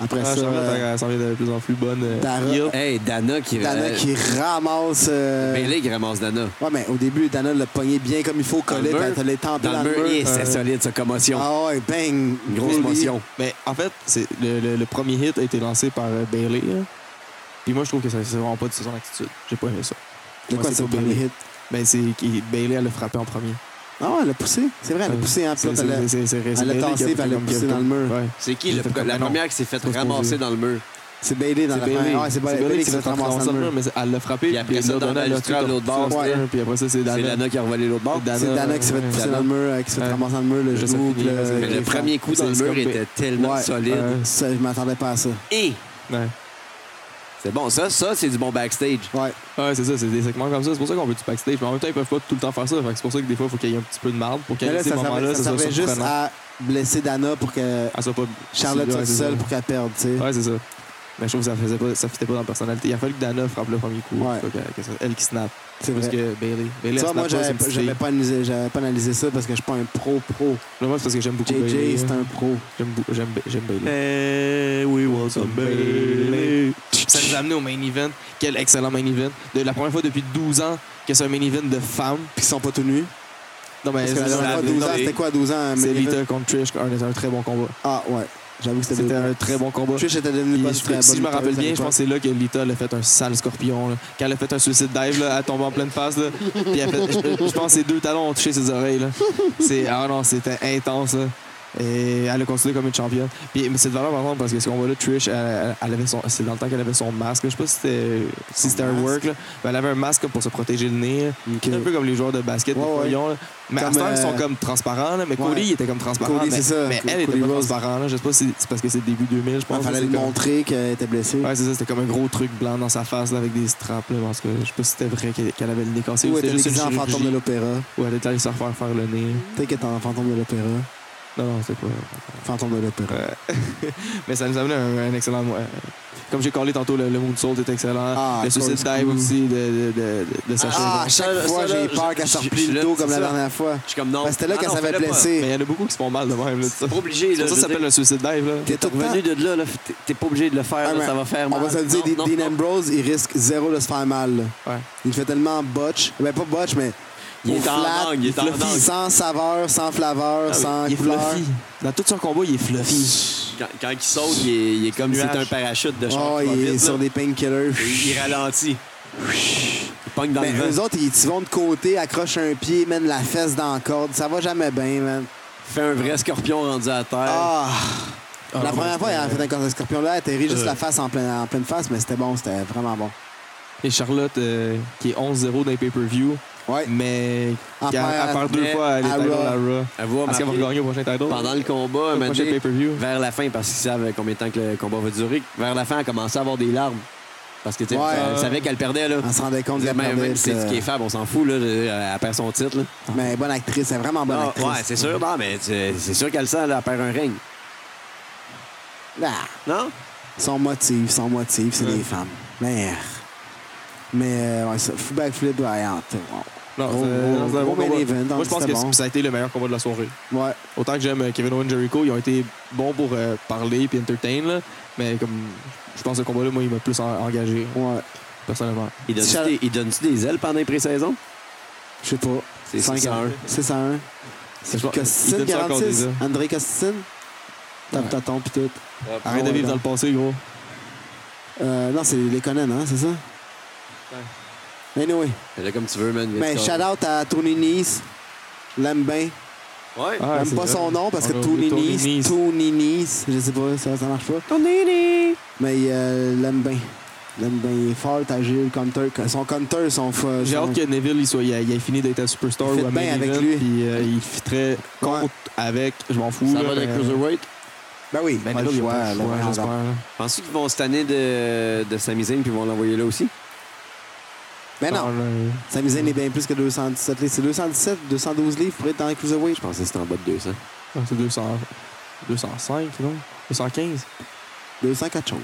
Speaker 2: Après
Speaker 1: Ah,
Speaker 2: ça,
Speaker 1: Charlotte,
Speaker 2: euh,
Speaker 1: elle s'en vient de plus en plus bonne. euh,
Speaker 2: Tara-
Speaker 1: heel.
Speaker 4: Hey, Dana qui
Speaker 2: Dana
Speaker 4: euh,
Speaker 2: qui ramasse. euh,
Speaker 1: Ben,
Speaker 4: Bailey qui ramasse Dana.
Speaker 2: Ouais, mais au début, Dana l'a pogné bien comme il faut, collé,
Speaker 4: le mur.
Speaker 2: elle les tempé
Speaker 4: Dans, le mur,
Speaker 2: mur.
Speaker 4: hey, c'est solide sa commotion.
Speaker 2: euh, Ah ouais, bang!
Speaker 4: Une grosse
Speaker 2: Bailey.
Speaker 4: motion.
Speaker 1: Mais en fait, c'est le, le- le premier hit a été lancé par euh, Bailey. là. Puis moi, je trouve que ça c'est vraiment pas de son attitude. J'ai pas aimé ça.
Speaker 2: De
Speaker 1: Moi,
Speaker 2: quoi
Speaker 1: c'est
Speaker 2: c'est le
Speaker 1: pas
Speaker 2: premier
Speaker 1: Bailey.
Speaker 2: hit?
Speaker 1: Ben, c'est qui- Bailey, elle l'a frappé en premier.
Speaker 2: Ah ouais, elle a poussé. C'est vrai, elle a
Speaker 1: Euh,
Speaker 2: poussé. Hein, puis
Speaker 1: C'est
Speaker 2: là, elle
Speaker 1: c'est-
Speaker 2: a-
Speaker 1: c'est- c'est- c'est
Speaker 2: elle l'a
Speaker 1: Bailey qui
Speaker 2: tassé,
Speaker 1: fait
Speaker 2: puis elle l'a
Speaker 1: comme
Speaker 2: poussé
Speaker 1: Kevin.
Speaker 2: dans le mur.
Speaker 1: Ouais.
Speaker 4: C'est qui
Speaker 1: J'ai
Speaker 4: le-
Speaker 1: fait comme
Speaker 4: la
Speaker 1: Manon.
Speaker 4: première qui s'est fait
Speaker 1: Faut se
Speaker 4: ramasser
Speaker 1: poser.
Speaker 4: dans le mur?
Speaker 2: C'est Bailey dans
Speaker 1: C'est
Speaker 2: la
Speaker 1: Bailey.
Speaker 2: fin. Ouais, c'est
Speaker 1: Bailey
Speaker 2: Bailey qui
Speaker 1: s'est
Speaker 2: se
Speaker 1: fait
Speaker 2: ramasse
Speaker 1: ramasser
Speaker 2: dans le mur.
Speaker 1: mais c'est- elle l'a frappé.
Speaker 4: Puis après
Speaker 1: puis elle
Speaker 4: ça,
Speaker 1: l'a donné
Speaker 4: Dana
Speaker 1: à
Speaker 4: l'a
Speaker 1: l'autre
Speaker 4: tué de l'autre bord.
Speaker 1: Ouais. Puis après ça, c'est
Speaker 4: C'est
Speaker 1: Dana.
Speaker 4: Lana qui a revolé l'autre bord.
Speaker 1: Dana.
Speaker 2: C'est Dana qui s'est fait pousser dans le mur, euh, qui s'est fait
Speaker 1: Ouais.
Speaker 2: ramasser dans le mur, le
Speaker 1: Là, ça
Speaker 2: genou.
Speaker 1: finit,
Speaker 2: puis
Speaker 1: là, c'est-
Speaker 4: Mais le premier coup dans le
Speaker 1: C'est
Speaker 4: mur
Speaker 1: escopé.
Speaker 4: était tellement
Speaker 2: Ouais. euh,
Speaker 4: solide.
Speaker 1: Ouais.
Speaker 2: Ça, je m'attendais pas à ça.
Speaker 4: Et
Speaker 5: Ouais.
Speaker 4: c'est bon, ça, ça c'est du bon backstage.
Speaker 2: Ouais.
Speaker 1: Ouais, c'est ça, c'est des segments comme ça. C'est pour ça qu'on veut du backstage. Mais en même temps, ils peuvent pas tout le temps faire ça. Fait que C'est pour ça que des fois, il faut qu'il y ait un petit peu de marde pour qu'à
Speaker 2: Mais là,
Speaker 1: ces
Speaker 2: ça
Speaker 1: moments-là,
Speaker 2: servait, ça
Speaker 1: ça
Speaker 2: servait
Speaker 1: soit
Speaker 2: juste
Speaker 1: surprenant.
Speaker 2: à blesser Dana pour que
Speaker 1: Elle soit pas
Speaker 2: Charlotte
Speaker 1: Ouais,
Speaker 2: soit
Speaker 1: c'est ça.
Speaker 2: seule pour qu'elle perde, tu sais.
Speaker 1: Ouais, c'est ça. Mais je trouve que ça faisait pas, ça fitait pas dans la personnalité. Il a fallu que Dana frappe le premier coup.
Speaker 2: Ouais.
Speaker 1: Faut que- que ça- elle qui snap.
Speaker 2: C'est
Speaker 1: Parce
Speaker 2: vrai.
Speaker 1: que Bailey.
Speaker 2: Tu
Speaker 1: Bailey,
Speaker 2: vois, moi, j'avais
Speaker 1: j'aime
Speaker 2: pas, j'avais pas analysé, j'avais pas analysé ça parce que je suis pas un pro-pro.
Speaker 1: Moi, c'est parce que j'aime beaucoup Bailey. hein.
Speaker 2: JJ, c'est un Euh, pro.
Speaker 1: J'aime bou- j'aime Ba- j'aime Bailey.
Speaker 5: Hey, we want some Bailey.
Speaker 1: Ça nous a amené au main event. Quel excellent main event. De la première fois depuis 12 ans que c'est un main event de femmes.
Speaker 2: Puis ils sont pas tout nus.
Speaker 1: Non, mais
Speaker 2: Parce que
Speaker 1: c'est-
Speaker 2: la dernière fois,
Speaker 1: c'est-
Speaker 2: 12 ans,
Speaker 1: c'est-
Speaker 2: c'était quoi, 12 ans? un
Speaker 1: C'est
Speaker 2: main event?
Speaker 1: Lita contre Trish. un- C'était un très bon combat.
Speaker 2: Ah, ouais. J'avoue que c'était
Speaker 1: C'était un très bon combat.
Speaker 2: Trish était
Speaker 1: Puis,
Speaker 2: devenu pas
Speaker 1: je- si je me rappelle bien, je pense que c'est là que Lita elle a fait un sale scorpion. là. Quand elle a fait un suicide dive, là, elle tombe en pleine face. là. Puis elle fait- je, je pense que ses deux talons ont touché ses oreilles. là. C'est, ah non, c'était intense. là. Et elle a continué comme une championne. Puis mais c'est de valeur par contre parce que ce qu'on voit là, Trish, elle- elle, elle avait son, c'est dans le temps qu'elle avait son masque. là. Je sais pas si c'était, si c'était un
Speaker 2: masque.
Speaker 1: work. là. Mais elle avait un masque comme pour se protéger le nez. là.
Speaker 2: Ok.
Speaker 1: Un peu comme les joueurs de basket,
Speaker 2: Ouais,
Speaker 1: les
Speaker 2: ouais.
Speaker 1: voyons, là. Mais à
Speaker 2: Comme,
Speaker 1: ce temps, ils sont
Speaker 2: euh,
Speaker 1: comme transparents. là. Mais
Speaker 2: ouais.
Speaker 1: Cody, il était comme transparent.
Speaker 2: Cody,
Speaker 1: mais,
Speaker 2: c'est ça.
Speaker 1: mais
Speaker 2: Co-
Speaker 1: elle était
Speaker 2: Cody
Speaker 1: pas
Speaker 2: Rhodes.
Speaker 1: transparente. là. Je sais pas si c'est parce que c'est début 2000, je pense.
Speaker 2: Il
Speaker 1: là,
Speaker 2: fallait
Speaker 1: c'est
Speaker 2: lui
Speaker 1: comme-
Speaker 2: montrer qu'elle était blessée.
Speaker 1: Ouais, c'est ça, c'était comme un gros truc blanc dans sa face là, avec des straps. Là, parce que je sais pas si c'était vrai qu'elle qu'elle avait le nez cassé
Speaker 2: Ou
Speaker 1: ou
Speaker 2: elle
Speaker 1: c'était
Speaker 2: était
Speaker 1: juste une
Speaker 2: déguisée en
Speaker 1: chirurgie.
Speaker 2: fantôme de l'opéra.
Speaker 1: ou elle était allée se refaire faire le nez.
Speaker 2: Peut-être qu'elle était en fantôme de l'opéra.
Speaker 1: Non, non, c'est pas.
Speaker 2: Fantôme de l'opéra.
Speaker 1: Mais ça nous amenait un, un excellent. euh, comme j'ai collé tantôt, le, le Moonsault est excellent.
Speaker 2: Ah,
Speaker 1: le Suicide
Speaker 2: cool.
Speaker 1: Dive aussi de, de, de, de Sacha.
Speaker 2: Ah, à chaque
Speaker 4: Ça,
Speaker 2: fois,
Speaker 4: ça,
Speaker 2: j'ai
Speaker 4: là,
Speaker 2: peur
Speaker 4: je-
Speaker 2: qu'elle se
Speaker 4: je-
Speaker 2: replie
Speaker 4: je-
Speaker 2: le dos
Speaker 4: c'est
Speaker 2: comme la
Speaker 4: ça.
Speaker 2: dernière fois.
Speaker 4: Je suis comme non.
Speaker 2: Ben, C'était là
Speaker 4: non,
Speaker 2: qu'elle
Speaker 4: non,
Speaker 2: s'avait
Speaker 4: fais-le pas.
Speaker 1: Mais
Speaker 2: blessée.
Speaker 1: il y en a beaucoup qui se font mal de même. là,
Speaker 4: C'est
Speaker 1: C'est
Speaker 4: pas
Speaker 1: pour ça
Speaker 4: obligé. Là,
Speaker 1: que ça
Speaker 4: je veux
Speaker 1: s'appelle
Speaker 4: dire,
Speaker 1: le Suicide Dive. Là.
Speaker 2: T'es tout le temps-
Speaker 4: Revenu de là, là t'es- t'es pas obligé de le faire,
Speaker 2: Ah,
Speaker 4: là,
Speaker 2: mais
Speaker 4: ça va faire
Speaker 2: On
Speaker 4: mal.
Speaker 2: va se le dire,
Speaker 4: Non,
Speaker 2: Dean
Speaker 4: non, non.
Speaker 2: Ambrose, il risque zéro de se faire mal. là.
Speaker 1: Ouais.
Speaker 2: Il fait tellement botch. Ben, pas botch, mais.
Speaker 4: Il est en
Speaker 2: flat,
Speaker 4: mangue, il est en Ah
Speaker 2: fluffy,
Speaker 4: mangue.
Speaker 2: Sans saveur, sans flaveur, sans
Speaker 1: il est
Speaker 2: couleur.
Speaker 1: fluffy. Dans tout son combat, il est fluffy.
Speaker 4: Quand, quand il saute, il est, il est comme si
Speaker 1: Nuage.
Speaker 4: c'était un parachute de
Speaker 2: Oh,
Speaker 4: char qui va
Speaker 2: il est
Speaker 4: vite,
Speaker 2: sur
Speaker 4: là.
Speaker 2: des painkillers.
Speaker 4: Il il ralentit. Il pogne dans
Speaker 2: Mais
Speaker 4: le
Speaker 2: eux
Speaker 4: vent.
Speaker 2: autres, ils ils vont de côté, accrochent un pied, mènent la fesse dans la corde. Ça va jamais bien, man.
Speaker 4: Fait un vrai scorpion rendu à terre.
Speaker 2: Ah!
Speaker 1: Ah,
Speaker 2: la première
Speaker 1: ouais,
Speaker 2: fois, il a
Speaker 1: c'était-
Speaker 2: fait un contre scorpion là, il a atterri juste la face en pleine, en pleine face, mais c'était bon, c'était vraiment bon.
Speaker 1: Et Charlotte, euh, qui est 11-0 dans les pay-per-view,
Speaker 2: Ouais.
Speaker 1: mais
Speaker 2: En
Speaker 1: qui a-
Speaker 2: perd-
Speaker 1: elle perd deux
Speaker 4: mais
Speaker 1: fois les
Speaker 2: à
Speaker 1: titles
Speaker 2: Raw.
Speaker 1: à Raw.
Speaker 4: À voir,
Speaker 1: Est-ce qu'elle va
Speaker 4: marquer
Speaker 1: gagner au prochain title?
Speaker 4: pendant le combat, un
Speaker 1: le
Speaker 4: moment
Speaker 1: prochain
Speaker 4: donné,
Speaker 1: pay-per-view.
Speaker 4: vers la fin, parce qu'ils savent combien de temps que le combat va durer, vers la fin, elle commençait à avoir des larmes. Parce que tu sais,
Speaker 2: Ouais.
Speaker 4: elle savait qu'elle perdait. Là.
Speaker 2: On se rendait compte de la
Speaker 4: Même, même
Speaker 2: perdait, euh,
Speaker 4: si c'est
Speaker 2: ça.
Speaker 4: du kéfab, on s'en fout. Là, elle perd son titre. Là.
Speaker 2: euh, Mais bonne actrice, c'est vraiment bonne
Speaker 4: Ah,
Speaker 2: actrice.
Speaker 4: ouais, c'est sûr. Non, mais euh, c'est c'est sûr qu'elle sent, là, elle perd un règne.
Speaker 2: Ah,
Speaker 4: Non?
Speaker 2: son motif, son motif, c'est des femmes. Merde. Mais, euh, ouais, ça, full backflip, ouais, en tout, ouais.
Speaker 1: Non,
Speaker 2: Gros,
Speaker 1: c'est- non, hein, c'est un
Speaker 2: gros
Speaker 1: bon
Speaker 2: main
Speaker 1: combat.
Speaker 2: event,
Speaker 1: Moi, je pense
Speaker 2: c'était
Speaker 1: que
Speaker 2: bon.
Speaker 1: ça a été le meilleur combat de la soirée.
Speaker 2: Ouais.
Speaker 1: Autant que j'aime euh, Kevin Owens Jericho, ils ont été bons pour euh, parler et entertain, là, mais comme je pense que ce combat-là, moi, il m'a plus en- engagé,
Speaker 2: Ouais.
Speaker 1: personnellement.
Speaker 4: Il donne-tu
Speaker 2: Chal-
Speaker 4: des, il donne-tu des ailes pendant les pré-saisons?
Speaker 2: Je sais pas.
Speaker 4: C'est
Speaker 2: 5 à 1. 6 à 1. C'est
Speaker 1: Je pense- il
Speaker 2: Costitine
Speaker 1: donne ça encore
Speaker 2: 46.
Speaker 1: des heures.
Speaker 2: André Costitine. Tape
Speaker 1: Ouais.
Speaker 2: tâton pis tout.
Speaker 1: Arrête
Speaker 2: Ah ouais,
Speaker 1: de vivre
Speaker 2: ben.
Speaker 1: dans le passé, gros.
Speaker 2: Euh, non, c'est les Conan, hein, c'est ça? Anyway.
Speaker 4: Fais-le comme tu veux, man.
Speaker 2: Ben, shout out à Tony Nice. L'aime bien.
Speaker 4: Ouais.
Speaker 1: Ah,
Speaker 2: J'aime
Speaker 1: c'est
Speaker 2: pas
Speaker 1: vrai.
Speaker 2: son nom parce que
Speaker 1: On a oublié
Speaker 2: Tony
Speaker 1: Tony
Speaker 2: Nice.
Speaker 1: Nice.
Speaker 2: Tony Nice. Je sais pas, ça, ça marche pas.
Speaker 4: Tonini!
Speaker 2: Mais euh, l'aime bien. L'aime bien. Il est fort, agile, counter. Son counter, son. fa-
Speaker 1: J'ai
Speaker 2: son-
Speaker 1: hâte que Neville il soit, il a, il a fini d'être un superstar
Speaker 2: Il fit
Speaker 1: ou à
Speaker 2: bien
Speaker 1: main
Speaker 2: avec
Speaker 1: event,
Speaker 2: lui.
Speaker 1: puis euh, il fitterait contre, avec, je m'en fous.
Speaker 4: Ça
Speaker 1: là,
Speaker 4: va
Speaker 2: euh,
Speaker 1: mais-
Speaker 4: de Cruiserweight?
Speaker 2: Ben oui,
Speaker 1: Ben,
Speaker 2: pas le
Speaker 1: Neville, il a
Speaker 2: choix.
Speaker 1: pas
Speaker 2: là,
Speaker 1: le choix,
Speaker 2: voyons
Speaker 1: j'espère,
Speaker 2: donc.
Speaker 1: là.
Speaker 4: Penses-tu qu'ils vont se tanner de, de Sami Zayn puis ils vont l'envoyer là aussi?
Speaker 2: Mais Ben non,
Speaker 1: là,
Speaker 2: Sami Zayn est bien plus que 217 livres. C'est 217, 212 livres pour être dans les Cruiserweight.
Speaker 4: Je pensais que c'était en bas de 200.
Speaker 1: ah, C'est 200 205, non? 215?
Speaker 2: 204 choses.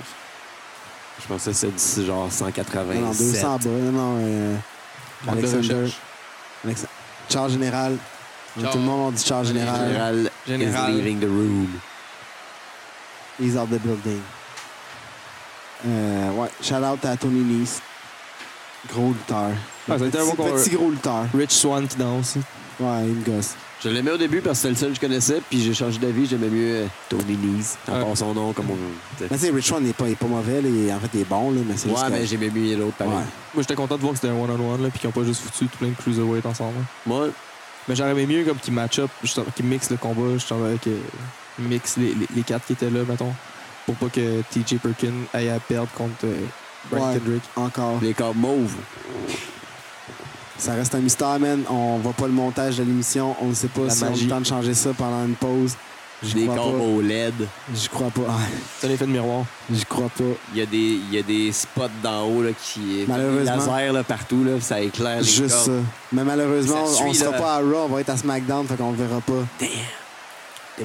Speaker 4: Je pensais que c'était d'ici genre
Speaker 2: Non, non,
Speaker 4: 187.
Speaker 2: 200 en bas. Non, non, euh,
Speaker 1: Manque de
Speaker 2: Alexander.
Speaker 1: recherche.
Speaker 2: Alexa- Charge générale. Tout le monde on dit charge générale.
Speaker 4: Général,
Speaker 1: Général.
Speaker 4: is leaving the room.
Speaker 2: He's out the building. Euh, ouais, shout out à Tony Nice. Gros lutteur.
Speaker 1: Ah, ça a été un
Speaker 2: petit,
Speaker 1: bon
Speaker 2: petit gros lutteur.
Speaker 1: Rich Swan qui danse.
Speaker 2: Ouais, une gosse.
Speaker 4: Je l'aimais au début parce que c'était le seul que je connaissais, puis j'ai changé d'avis, j'aimais mieux euh, Tony Nese. En
Speaker 1: Ouais.
Speaker 4: part son nom, comme on veut.
Speaker 2: Mais tu sais, Rich One n'est pas, il est pas mauvais. là. Il- en fait, il est bon, là, mais c'est
Speaker 4: Ouais,
Speaker 2: juste.
Speaker 4: mais j'aimais mieux l'autre
Speaker 2: que...
Speaker 4: pareil.
Speaker 2: ouais.
Speaker 1: Moi, j'étais content de voir que c'était un one-on-one, là, puis qu'ils n'ont pas juste foutu tout plein de cruiserweight ensemble. là.
Speaker 4: Moi,
Speaker 1: Mais j'aurais aimé mieux comme qu'ils match-up, justement, qu'ils mixent le combat, justement, avec, euh, qu'ils mixent les, les, les quatre qui étaient là, mettons. pour pas que TJ Perkin aille à perdre contre euh, Brian
Speaker 2: Ouais.
Speaker 1: Kendrick.
Speaker 2: Encore.
Speaker 4: Les corps mauves.
Speaker 2: Ça reste un mystère, man. On voit pas le montage de l'émission. On ne sait pas
Speaker 1: La
Speaker 2: si on a
Speaker 1: magie.
Speaker 2: le temps de changer ça pendant une pause.
Speaker 4: Des
Speaker 2: J'y crois
Speaker 4: corps
Speaker 2: pas.
Speaker 4: au LED.
Speaker 2: J'y crois pas.
Speaker 1: C'est un effet de miroir.
Speaker 2: J'y crois pas.
Speaker 4: Il y, a des, il y a des spots d'en haut là, qui.
Speaker 2: Malheureusement.
Speaker 4: Des lasers là, partout, là, ça éclaire les
Speaker 2: Juste
Speaker 4: corps.
Speaker 2: ça. Mais malheureusement,
Speaker 4: Ça
Speaker 2: on ne
Speaker 4: suit,
Speaker 2: sera
Speaker 4: là.
Speaker 2: pas à Raw, on va être à SmackDown, fait qu'on le verra pas.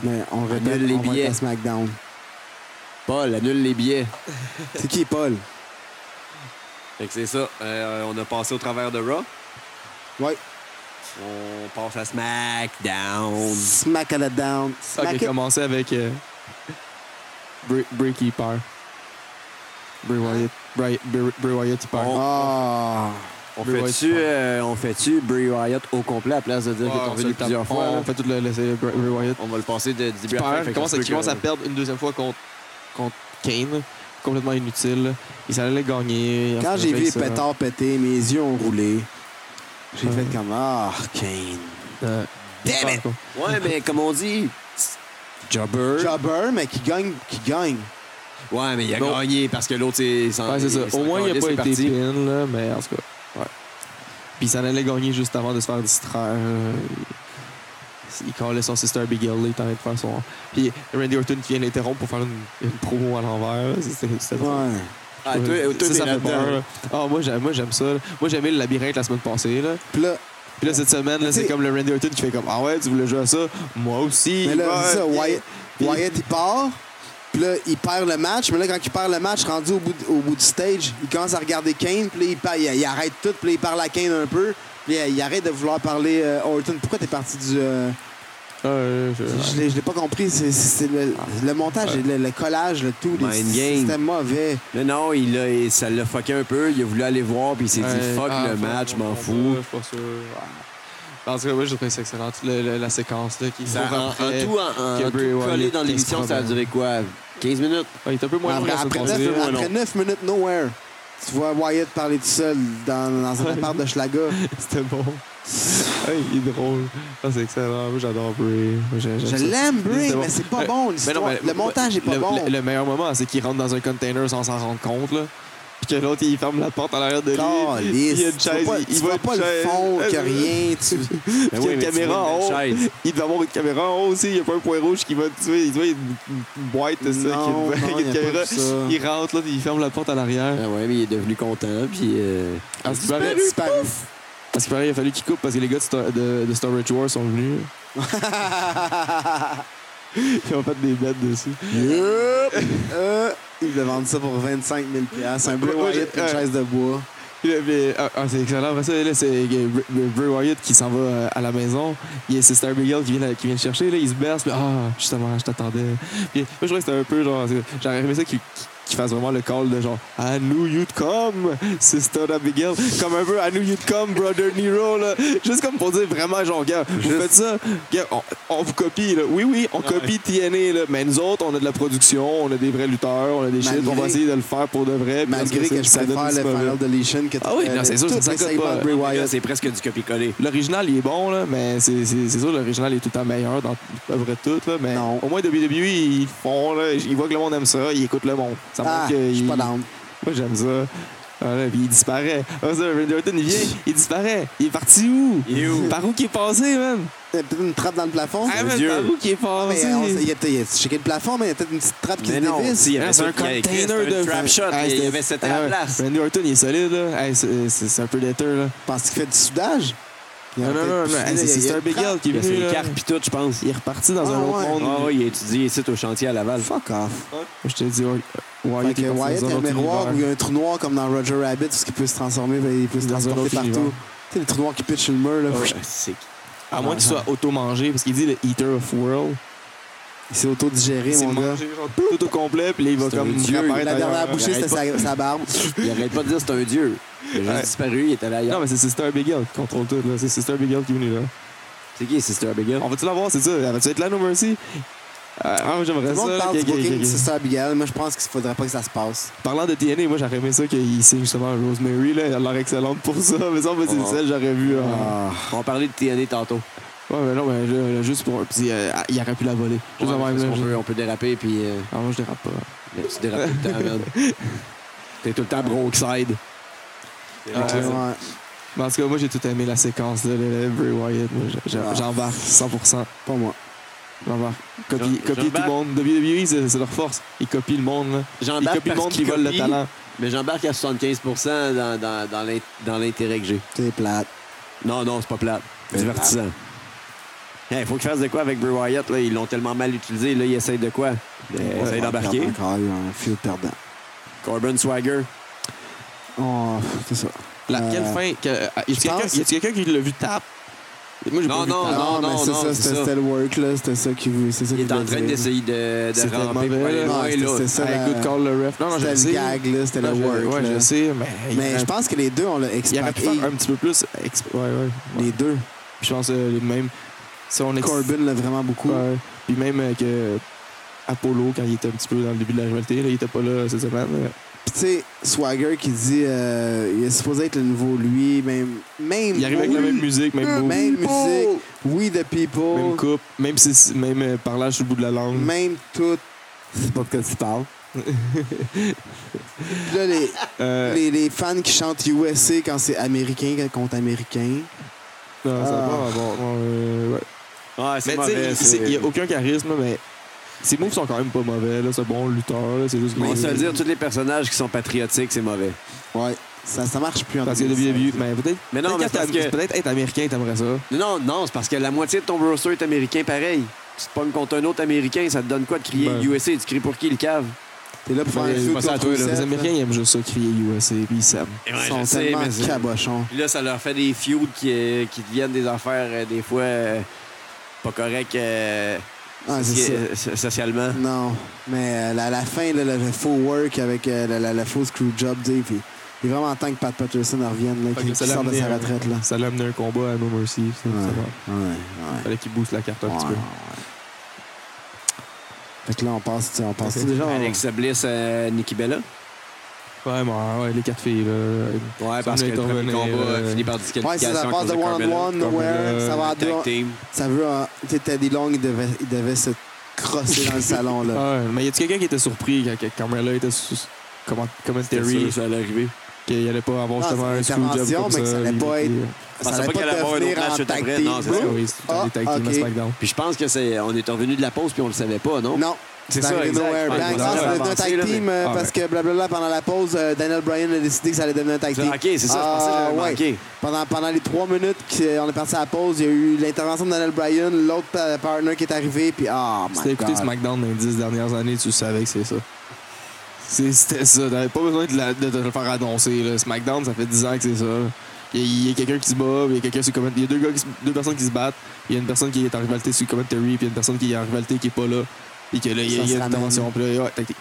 Speaker 2: Mais on répète,
Speaker 4: annule les
Speaker 2: on va
Speaker 4: billets.
Speaker 2: être à SmackDown.
Speaker 4: Paul, annule les billets.
Speaker 2: C'est qui, Paul?
Speaker 4: Fait que c'est ça. Euh, on a passé au travers de Raw.
Speaker 2: Ouais.
Speaker 4: On passe à SmackDown.
Speaker 2: Smack à la down.
Speaker 1: Ça
Speaker 2: Smack
Speaker 1: a
Speaker 2: it.
Speaker 1: commencé avec euh, Bray, Bray qui perd. Bray Wyatt, Bray, Bray- Bray Wyatt qui
Speaker 4: Oh,
Speaker 1: perd.
Speaker 2: Ah!
Speaker 4: On
Speaker 1: Bray
Speaker 4: fait-tu
Speaker 1: Wyatt.
Speaker 4: euh, on fait-tu Bray Wyatt au complet à place de dire qu'il est
Speaker 1: Ah, on, se
Speaker 4: revenu
Speaker 1: le tape.
Speaker 4: plusieurs fois? hein. là?
Speaker 1: on fait tout le laisser Bray Bray Wyatt.
Speaker 4: On va le passer de du
Speaker 1: Qui
Speaker 4: début à la fin.
Speaker 1: perd,
Speaker 4: fait que
Speaker 1: commence,
Speaker 4: ça se
Speaker 1: à-
Speaker 4: peut
Speaker 1: qui commence
Speaker 4: que-
Speaker 1: à perdre une deuxième fois contre, contre Kane. Complètement inutile. Il s'allait gagner.
Speaker 2: Quand
Speaker 1: Après,
Speaker 2: j'ai vu les
Speaker 1: ça-
Speaker 2: pétards péter, mes yeux ont roulé. J'ai fait comme Ah, Kane.
Speaker 1: Euh,
Speaker 4: Damn it! Ouais, mais comme on dit. Jobber.
Speaker 2: Jobber, mais qui gagne, qui gagne.
Speaker 4: Ouais, mais il a
Speaker 1: Bon.
Speaker 4: gagné parce que l'autre, c'est.
Speaker 1: Ouais, c'est ça. Au moins, il n'a pas été pin, là, mais en tout cas, ouais. Puis il s'en allait gagner juste avant de se faire distraire. euh, Il il callait son sister Abigail, là, il était en train de faire son... Puis Randy Orton qui vient l'interrompre pour faire une, une promo à l'envers. là, C'était c'était drôle.
Speaker 2: Ouais.
Speaker 4: Ah, toi, toi,
Speaker 1: Ça,
Speaker 4: t'es
Speaker 1: ça fait
Speaker 4: là-dedans.
Speaker 1: peur. là. Ah, moi, j'aime, moi, j'aime ça. là. Moi, j'aimais le labyrinthe la semaine passée. Là.
Speaker 2: Puis là,
Speaker 1: Puis là, cette semaine, là, c'est
Speaker 2: T'sais-
Speaker 1: comme le Randy Orton qui fait comme Ah ouais, tu voulais jouer à ça Moi aussi.
Speaker 2: mais là,
Speaker 1: ouais.
Speaker 2: c'est ça, Wyatt,
Speaker 1: Et-
Speaker 2: Wyatt, il part. Puis là, il perd le match. Mais là, quand il perd le match, rendu au bout, de- au bout du stage, il commence à regarder Kane. Puis là, il pa- il, il arrête tout. Puis là, il parle à Kane un peu. Puis là, il arrête de vouloir parler euh, Orton. Pourquoi t'es parti du. euh,
Speaker 1: Ah, ouais, je-
Speaker 2: Je l'ai- je l'ai pas compris. C'est- C'est c'est le, le montage, et le, le collage, le tout. les-
Speaker 4: Mind game.
Speaker 2: C'était mauvais.
Speaker 4: Mais non, il a, il- ça l'a fucké un peu. Il a voulu aller voir, puis il s'est
Speaker 1: Ouais.
Speaker 4: dit fuck
Speaker 1: Ah,
Speaker 4: le
Speaker 1: faut-
Speaker 4: match, je m'en
Speaker 1: on-
Speaker 4: fous.
Speaker 1: Je suis pas sûr. Ouais. En tout cas, moi, j'ai trouvé ça excellent. Le- le- la séquence là, qui
Speaker 4: Ça,
Speaker 1: court
Speaker 4: en, en
Speaker 1: après.
Speaker 4: tout, en, en
Speaker 1: que
Speaker 4: tout
Speaker 1: Bray
Speaker 4: collé
Speaker 1: Wyatt
Speaker 4: dans
Speaker 1: qui se
Speaker 4: l'émission, ça a
Speaker 1: promène.
Speaker 4: duré quoi 15 minutes
Speaker 1: Ouais, il est un peu moins long que
Speaker 2: après
Speaker 1: la semaine
Speaker 2: après,
Speaker 1: passée.
Speaker 2: neuf-
Speaker 1: Ouais,
Speaker 2: après
Speaker 1: non.
Speaker 2: neuf minutes, nowhere. Tu vois Wyatt parler tout seul dans, dans un appart de Schlaga.
Speaker 1: C'était bon. Ouais, il est drôle. Ah, c'est excellent. Moi, j'adore Bray. Moi, j'ai- j'aime
Speaker 2: Je
Speaker 1: ça.
Speaker 2: l'aime, Bray,
Speaker 1: C'est
Speaker 2: mais c'est pas
Speaker 1: Euh,
Speaker 2: bon.
Speaker 1: Mais
Speaker 2: l'histoire.
Speaker 1: non, mais-
Speaker 2: le montage est pas
Speaker 1: le-
Speaker 2: bon.
Speaker 1: Le, le meilleur moment, c'est qu'il rentre dans un container sans s'en rendre compte. Là. Puis que l'autre, il ferme la porte à l'arrière de lui.
Speaker 2: Caliste.
Speaker 1: Puis il y a une
Speaker 2: Tu vois
Speaker 1: chaise.
Speaker 2: pas,
Speaker 1: il-
Speaker 2: tu
Speaker 1: il
Speaker 2: vois
Speaker 1: une
Speaker 2: pas le
Speaker 1: chaise.
Speaker 2: fond, que
Speaker 1: Euh,
Speaker 2: rien. Tu...
Speaker 4: Mais
Speaker 1: Puis il y a une
Speaker 4: Ben mais tu
Speaker 1: caméra
Speaker 4: vois
Speaker 1: en haut.
Speaker 4: une chaise.
Speaker 1: Il doit avoir une caméra en haut aussi. Il n'y a pas un point rouge qui va te tuer. Il doit y avoir une une boîte de ça. qui-
Speaker 2: Non,
Speaker 1: avec une
Speaker 2: non, il y a pas
Speaker 1: caméra.
Speaker 2: tout ça. Euh,
Speaker 1: Il rentre, là, puis il ferme la porte à l'arrière.
Speaker 4: Ah ouais, mais il est devenu content, puis. euh,
Speaker 1: À ce qui paraît,
Speaker 2: Disparu.
Speaker 1: à ce qui paraît, il a fallu qu'il coupe parce que les gars de, Star- de- de Storage Wars sont venus. Ils ont fait des bêtes dessus.
Speaker 2: Yup. Euh, Ils veulent vendre ça pour 25 000 Un Bray
Speaker 1: Moi, j'ai-
Speaker 2: Wyatt et une
Speaker 1: euh,
Speaker 2: chaise de bois.
Speaker 1: Puis là, mais- ah, ah, c'est excellent. Après ça, là, c'est euh, Br- Bray Wyatt qui s'en va euh, à la maison. Il y a Sister Abigail qui vient, la- qui vient le chercher. Là, il se berce. puis, ah, justement, je t'attendais. Puis, moi, je trouvais que c'était un peu genre. c'est- J'aurais aimé ça qu'il qu'il fasse vraiment le call de genre I knew you'd come, Sister Abigail. Comme un peu I knew you'd come, Brother Nero. Là. Juste comme pour dire vraiment, genre, gars, vous faites ça. gars, on, on vous copie. Là. Oui, oui, on copie TNA. Là. Mais nous autres, on a de la production, on a des vrais lutteurs, on a des shit.
Speaker 2: Malgré-
Speaker 1: On va essayer de le faire pour de vrai. puis
Speaker 2: Malgré
Speaker 1: parce
Speaker 2: que je
Speaker 1: ça- ça donne
Speaker 2: préfère
Speaker 1: du
Speaker 2: le
Speaker 1: mauvais.
Speaker 2: Final Deletion que
Speaker 1: Ah oui,
Speaker 2: euh,
Speaker 1: non, c'est sûr,
Speaker 2: tous
Speaker 1: ça
Speaker 2: les
Speaker 1: s'accote
Speaker 2: segments
Speaker 1: pas. hein.
Speaker 2: de Bray
Speaker 4: les gars,
Speaker 2: Wyatt.
Speaker 4: C'est presque du copier-coller.
Speaker 1: L'original, il est bon, là, mais c'est c'est- c'est sûr, l'original il est tout le temps meilleur dans à peu près tout. Là, mais
Speaker 2: Non.
Speaker 1: au moins, WWE, ils le font, là, ils voient que le monde aime ça, ils écoutent le monde. Ça
Speaker 2: Ah,
Speaker 1: montre que
Speaker 2: je suis
Speaker 1: il-
Speaker 2: pas down.
Speaker 1: Moi, j'aime ça. Voilà, puis il disparaît. Après ça, Randy Orton, il vient, il disparaît. Il est parti où?
Speaker 4: Il est où?
Speaker 1: Par où qu'il est passé, man?
Speaker 2: Il y a peut-être une trappe dans le plafond.
Speaker 1: Ah, man,
Speaker 4: Dieu.
Speaker 1: par où qu'il est
Speaker 2: Oh, Ah, mais
Speaker 1: passé?
Speaker 2: on- il y a peut-être il a checké le plafond, mais il y a peut-être une petite trappe qui se
Speaker 4: Mais non,
Speaker 2: dévisse.
Speaker 4: si, il y
Speaker 1: C'est
Speaker 4: avait ça,
Speaker 1: un
Speaker 4: puis il y avait Chris,
Speaker 1: container
Speaker 4: un
Speaker 1: de
Speaker 4: trap shot,
Speaker 1: Ah,
Speaker 4: il y
Speaker 1: c'était-
Speaker 4: avait cette
Speaker 1: Ah,
Speaker 4: à la
Speaker 1: ouais.
Speaker 4: place.
Speaker 1: Randy Orton, il est solide, là. Hey, c'est- c'est c'est un peu l'éther, là.
Speaker 2: Je pense qu'il fait du soudage. Il y a
Speaker 1: Non, non,
Speaker 2: peut-être
Speaker 1: non,
Speaker 2: plus-
Speaker 1: non, hey,
Speaker 2: il y a-
Speaker 1: c'est
Speaker 2: il y a
Speaker 1: Sister
Speaker 2: une
Speaker 1: Abigail
Speaker 2: trappe.
Speaker 1: qui est
Speaker 4: Il a fait
Speaker 1: venu,
Speaker 4: une
Speaker 1: là.
Speaker 4: carte, puis tout, je pense.
Speaker 1: Il est reparti dans un
Speaker 2: Ah,
Speaker 1: autre
Speaker 2: ouais.
Speaker 1: monde.
Speaker 4: Ah oui, il étudie ici au chantier à Laval.
Speaker 2: Fuck off.
Speaker 1: Moi, Je te dis, ouais,
Speaker 2: Fait
Speaker 1: Wyatt
Speaker 2: que
Speaker 1: est parti
Speaker 2: Wyatt, il
Speaker 1: dans
Speaker 2: y a un
Speaker 1: autre
Speaker 2: miroir
Speaker 1: univers.
Speaker 2: où il y a un trou noir comme dans Roger Rabbit, parce qu'il peut se transformer, ben, il peut se
Speaker 1: Dans un
Speaker 2: transporter
Speaker 1: autre
Speaker 2: partout.
Speaker 1: univers.
Speaker 2: Tu sais, le trou noir qui pitch sur le mur, là.
Speaker 4: Ouais, Ah, c'est-
Speaker 1: À moins qu'il soit auto-mangé, parce qu'il dit le Eater of World.
Speaker 2: Il s'est autodigéré,
Speaker 1: C'est
Speaker 2: mon gars.
Speaker 1: mangé genre, tout au complet, puis là, il va
Speaker 4: C'est un
Speaker 1: comme
Speaker 4: dieu.
Speaker 1: réapparaître
Speaker 2: La
Speaker 1: ailleurs.
Speaker 2: dernière bouchée,
Speaker 4: arrête
Speaker 2: c'était sa, sa barbe.
Speaker 4: Il arrête pas de dire c'est un dieu. Il a juste
Speaker 1: Ouais.
Speaker 4: disparu, il était là ailleurs.
Speaker 1: Non, mais c'est Sister Abigail qui contrôle tout, là. C'est Sister Abigail qui est venue, là.
Speaker 4: C'est qui, Sister Abigail?
Speaker 1: On va-tu la voir, c'est ça? Elle va-tu être là, No Mercy? Euh, ah,
Speaker 2: Tout
Speaker 1: j'aimerais
Speaker 2: le
Speaker 1: ça.
Speaker 2: monde
Speaker 1: là,
Speaker 2: parle
Speaker 1: que-
Speaker 2: du
Speaker 1: que-
Speaker 2: booking de
Speaker 1: que-
Speaker 2: Sister Abigail. Moi, je pense qu'il faudrait pas que ça se passe.
Speaker 1: Parlant de TNA, moi, j'aurais aimé ça qu'il signe justement
Speaker 2: Ah.
Speaker 1: Rosemary, là. Elle a l'air excellente pour ça. Mais ça, moi, c'est
Speaker 4: Oh.
Speaker 1: celle que j'aurais vu.
Speaker 4: On parlait de TNA tantôt.
Speaker 1: Ouais, hein. Ouais, mais non, mais là, là, juste pour. Puis euh, il aurait pu la voler. Juste
Speaker 4: Ouais,
Speaker 1: de même,
Speaker 4: parce
Speaker 1: là,
Speaker 4: qu'on
Speaker 1: je-
Speaker 4: peut, on peut déraper, puis euh,
Speaker 1: Ah, moi, je dérape pas.
Speaker 4: tu dérapes tout le temps, man. T'es tout le temps Brookside.
Speaker 1: Ah, ouais.
Speaker 2: Ouais.
Speaker 1: Mais en tout cas, moi, j'ai tout aimé la séquence, là, le, le Bray Wyatt. Moi, je- je-
Speaker 2: Ah.
Speaker 1: j'embarque 100%.
Speaker 2: Pas moi.
Speaker 1: J'embarque. Copie,
Speaker 5: J'em-
Speaker 1: copier tout le
Speaker 5: j'embarque.
Speaker 1: monde. WWE, E, c'est c'est leur force. Ils copient le monde. Là. Ils
Speaker 4: J'embarque
Speaker 1: copient le
Speaker 4: parce
Speaker 1: monde qui
Speaker 4: qu'il
Speaker 1: vole le
Speaker 4: copie,
Speaker 1: talent.
Speaker 4: Mais j'embarque à 75% dans, dans, dans l'in- dans l'intérêt que j'ai.
Speaker 2: C'est plate.
Speaker 4: Non, non, c'est pas plate. Divertissant. Il faut qu'ils fassent de quoi avec Bray Wyatt. Là. Ils l'ont tellement mal utilisé. Là, ils essayent de quoi? Ils
Speaker 2: Euh,
Speaker 4: essayent d'embarquer.
Speaker 2: Encore, il y a un fil perdant.
Speaker 4: Corbin Swagger.
Speaker 2: Oh, c'est ça.
Speaker 1: La,
Speaker 2: Euh,
Speaker 1: quelle fin que, euh, Y a-tu
Speaker 2: je
Speaker 1: quelqu'un
Speaker 2: pense-
Speaker 1: y a-tu quelqu'un qui l'a vu tap Moi, j'ai
Speaker 4: Non,
Speaker 1: pas vu
Speaker 4: non,
Speaker 1: tap.
Speaker 4: non.
Speaker 2: Ah, mais c'est ça,
Speaker 4: c'est
Speaker 2: c'était
Speaker 4: ça.
Speaker 2: c'était le work, là. C'était ça qui voulait. C'est ça
Speaker 4: Il
Speaker 2: qu'il
Speaker 4: est en
Speaker 2: voulait
Speaker 4: train
Speaker 2: dire.
Speaker 4: d'essayer de, de
Speaker 1: C'était
Speaker 4: ramper
Speaker 1: mauvais,
Speaker 4: pour aller
Speaker 1: là.
Speaker 4: loin.
Speaker 2: Ouais,
Speaker 4: là.
Speaker 2: c'était ça,
Speaker 1: Hey,
Speaker 2: la-
Speaker 1: Ah, good call le ref. Non, non, je le
Speaker 2: C'était le
Speaker 1: sais.
Speaker 2: gag, là. C'était le
Speaker 1: Non, je-
Speaker 2: work.
Speaker 1: Ouais,
Speaker 2: là.
Speaker 1: je sais, mais.
Speaker 2: Mais je
Speaker 1: pense
Speaker 2: pense que les deux, on l'a
Speaker 1: il aurait pu
Speaker 2: expatrié.
Speaker 1: faire un petit peu plus. exp- Ouais, ouais.
Speaker 2: Les deux.
Speaker 1: Je pense euh, les mêmes. Si on ex-
Speaker 2: Corbin l'a vraiment beaucoup.
Speaker 1: Ouais. Puis même euh, que Apollo, quand il était un petit peu dans le début de la rivalité, là, il était pas là cette semaine. là.
Speaker 2: Puis tu sais, Swagger qui dit euh, il est supposé être le nouveau lui, même. même
Speaker 1: Il arrive avec la
Speaker 2: oui,
Speaker 1: même musique, même move,
Speaker 2: Même musique. We the people.
Speaker 1: même coupe, même, si- même euh, parlage sur le bout de la langue.
Speaker 2: Même tout. C'est pas de quoi tu parles. Puis là, les,
Speaker 1: Euh,
Speaker 2: les, les fans qui chantent USA quand c'est américain contre américain.
Speaker 1: non, ça va
Speaker 2: Ah.
Speaker 1: pas avoir- non, euh, ouais.
Speaker 4: Ouais,
Speaker 1: Mais tu
Speaker 4: c'est
Speaker 1: sais,
Speaker 4: mauvais.
Speaker 1: il- c'est- il n'y a aucun charisme, là, mais ses moves sont quand même pas mauvais. là. C'est bon, lutteur, là, c'est juste
Speaker 4: On va se le
Speaker 1: qu'il-
Speaker 4: dire, tous les personnages qui sont patriotiques, c'est mauvais.
Speaker 2: Ouais. Ça, ça marche plus en
Speaker 1: Parce que
Speaker 2: WWE.
Speaker 1: WWE, mais peut-être
Speaker 4: Mais non, mais
Speaker 1: peut-être
Speaker 4: parce
Speaker 1: quand t'as-
Speaker 4: que-
Speaker 1: peut-être être américain, t'aimerais ça.
Speaker 4: Non, non, c'est parce que la moitié de ton roster est américain pareil. Tu te pognes contre un autre américain, ça te donne quoi de crier
Speaker 1: Ben.
Speaker 4: USA? Tu cries pour qui le cave?
Speaker 2: T'es là pour faire un
Speaker 1: Mais
Speaker 2: feud
Speaker 4: pensez à
Speaker 2: contre
Speaker 4: toi, là.
Speaker 2: Rusev,
Speaker 1: Les
Speaker 2: là.
Speaker 1: Américains, ils aiment juste ça, crier USA, puis ils savent.
Speaker 4: Eh
Speaker 2: Ils sont tellement cabochons.
Speaker 4: Puis là, ça leur fait des feuds qui, euh, qui deviennent des affaires euh, des fois euh, pas correctes euh,
Speaker 2: Ah, c'est
Speaker 4: soci-
Speaker 2: ça.
Speaker 4: euh, so- socialement.
Speaker 2: Non, mais euh, la, la fin, là, le, le faux work avec euh, la, la- la fausse crew job, tu sais, puis il est vraiment temps que Pat Patterson revienne, là,
Speaker 1: Fait
Speaker 2: qu'il
Speaker 1: que ça
Speaker 2: qu'il sorte de
Speaker 1: l'amenait,
Speaker 2: sa
Speaker 4: hein.
Speaker 2: retraite. Là.
Speaker 5: Ça l'a amené un combat à No Mercy. ça, ça
Speaker 2: Ouais,
Speaker 5: va.
Speaker 2: ouais, ouais.
Speaker 5: Fallait qu'il booste la carte un petit peu.
Speaker 2: Ouais, ouais. Fait que là, on passe, tu sais, on passe tu sais, déjà. on-
Speaker 4: Alex Bliss à Nikki Bella.
Speaker 5: Ouais, mais ouais, les quatre filles, là.
Speaker 4: Ouais,
Speaker 5: parce que le premier combat, euh,
Speaker 4: finit par
Speaker 2: Ouais, c'est
Speaker 4: disqualification.
Speaker 2: ça passe de one-on-one, nowhere, ça va à deux. Ça veut, euh, tu sais, Teddy Long, il devait, il devait se crosser dans le salon, là.
Speaker 1: Ah, mais y a-tu quelqu'un qui était surpris quand, quand Carmella était sous. Comment, comment Terry,
Speaker 4: ça allait arriver.
Speaker 1: qu'il allait pas avoir
Speaker 2: Ah,
Speaker 1: justement
Speaker 2: c'est
Speaker 1: un
Speaker 2: une
Speaker 1: screw job
Speaker 2: intervention,
Speaker 1: comme
Speaker 2: mais que ça allait
Speaker 1: il-
Speaker 2: pas
Speaker 1: il-
Speaker 2: être-
Speaker 4: Ah, pensais
Speaker 2: allait
Speaker 4: pas qu'il allait avoir un
Speaker 2: devenir
Speaker 4: autre match
Speaker 2: en tag
Speaker 4: après.
Speaker 2: team,
Speaker 4: Non, c'est
Speaker 2: bro.
Speaker 4: ça.
Speaker 1: Oui, c'était
Speaker 2: Ah,
Speaker 1: des tag team à
Speaker 2: ok.
Speaker 1: SmackDown.
Speaker 4: Puis je pense que c'est on est revenu de la pause puis on le savait pas, non?
Speaker 2: Non.
Speaker 4: C'est
Speaker 2: ça,
Speaker 4: ça,
Speaker 2: arrivé
Speaker 4: exact.
Speaker 2: nowhere.
Speaker 4: Ouais,
Speaker 2: Bang,
Speaker 4: ils
Speaker 2: ça,
Speaker 4: ont
Speaker 2: ça devenu un
Speaker 4: avancé,
Speaker 2: tag
Speaker 4: là,
Speaker 2: team euh,
Speaker 1: Ah,
Speaker 2: parce que blablabla, pendant la pause, euh, Daniel Bryan a décidé que ça allait devenir un tag team.
Speaker 4: Ok, c'est ça, je pensais que
Speaker 2: Ah,
Speaker 4: j'avais
Speaker 2: ouais.
Speaker 4: manqué.
Speaker 2: Pendant, pendant les trois minutes qu'on est parti à la pause, il y a eu l'intervention de Daniel Bryan, l'autre pa- partner qui est arrivé, puis ah,
Speaker 1: Si
Speaker 2: my
Speaker 1: t'as écouté
Speaker 2: God.
Speaker 1: SmackDown dans les 10 dernières années, tu savais que c'est ça. C'est- C'était ça. T'avais pas besoin de, la- de te le faire annoncer. là. SmackDown, ça fait 10 ans que c'est ça. Il y a- il y a, quelqu'un qui se bat, il y a quelqu'un sur comment- Il y a deux, gars qui se- deux personnes qui se battent. Il y a une personne qui est en rivalité sur Commentary, puis il y a une personne qui est en rivalité qui est pas là. Puis que là, il y a,
Speaker 2: Ça
Speaker 1: il y a
Speaker 2: se
Speaker 1: une
Speaker 2: ramène.
Speaker 1: intervention. Puis là, ouais, tac, tac.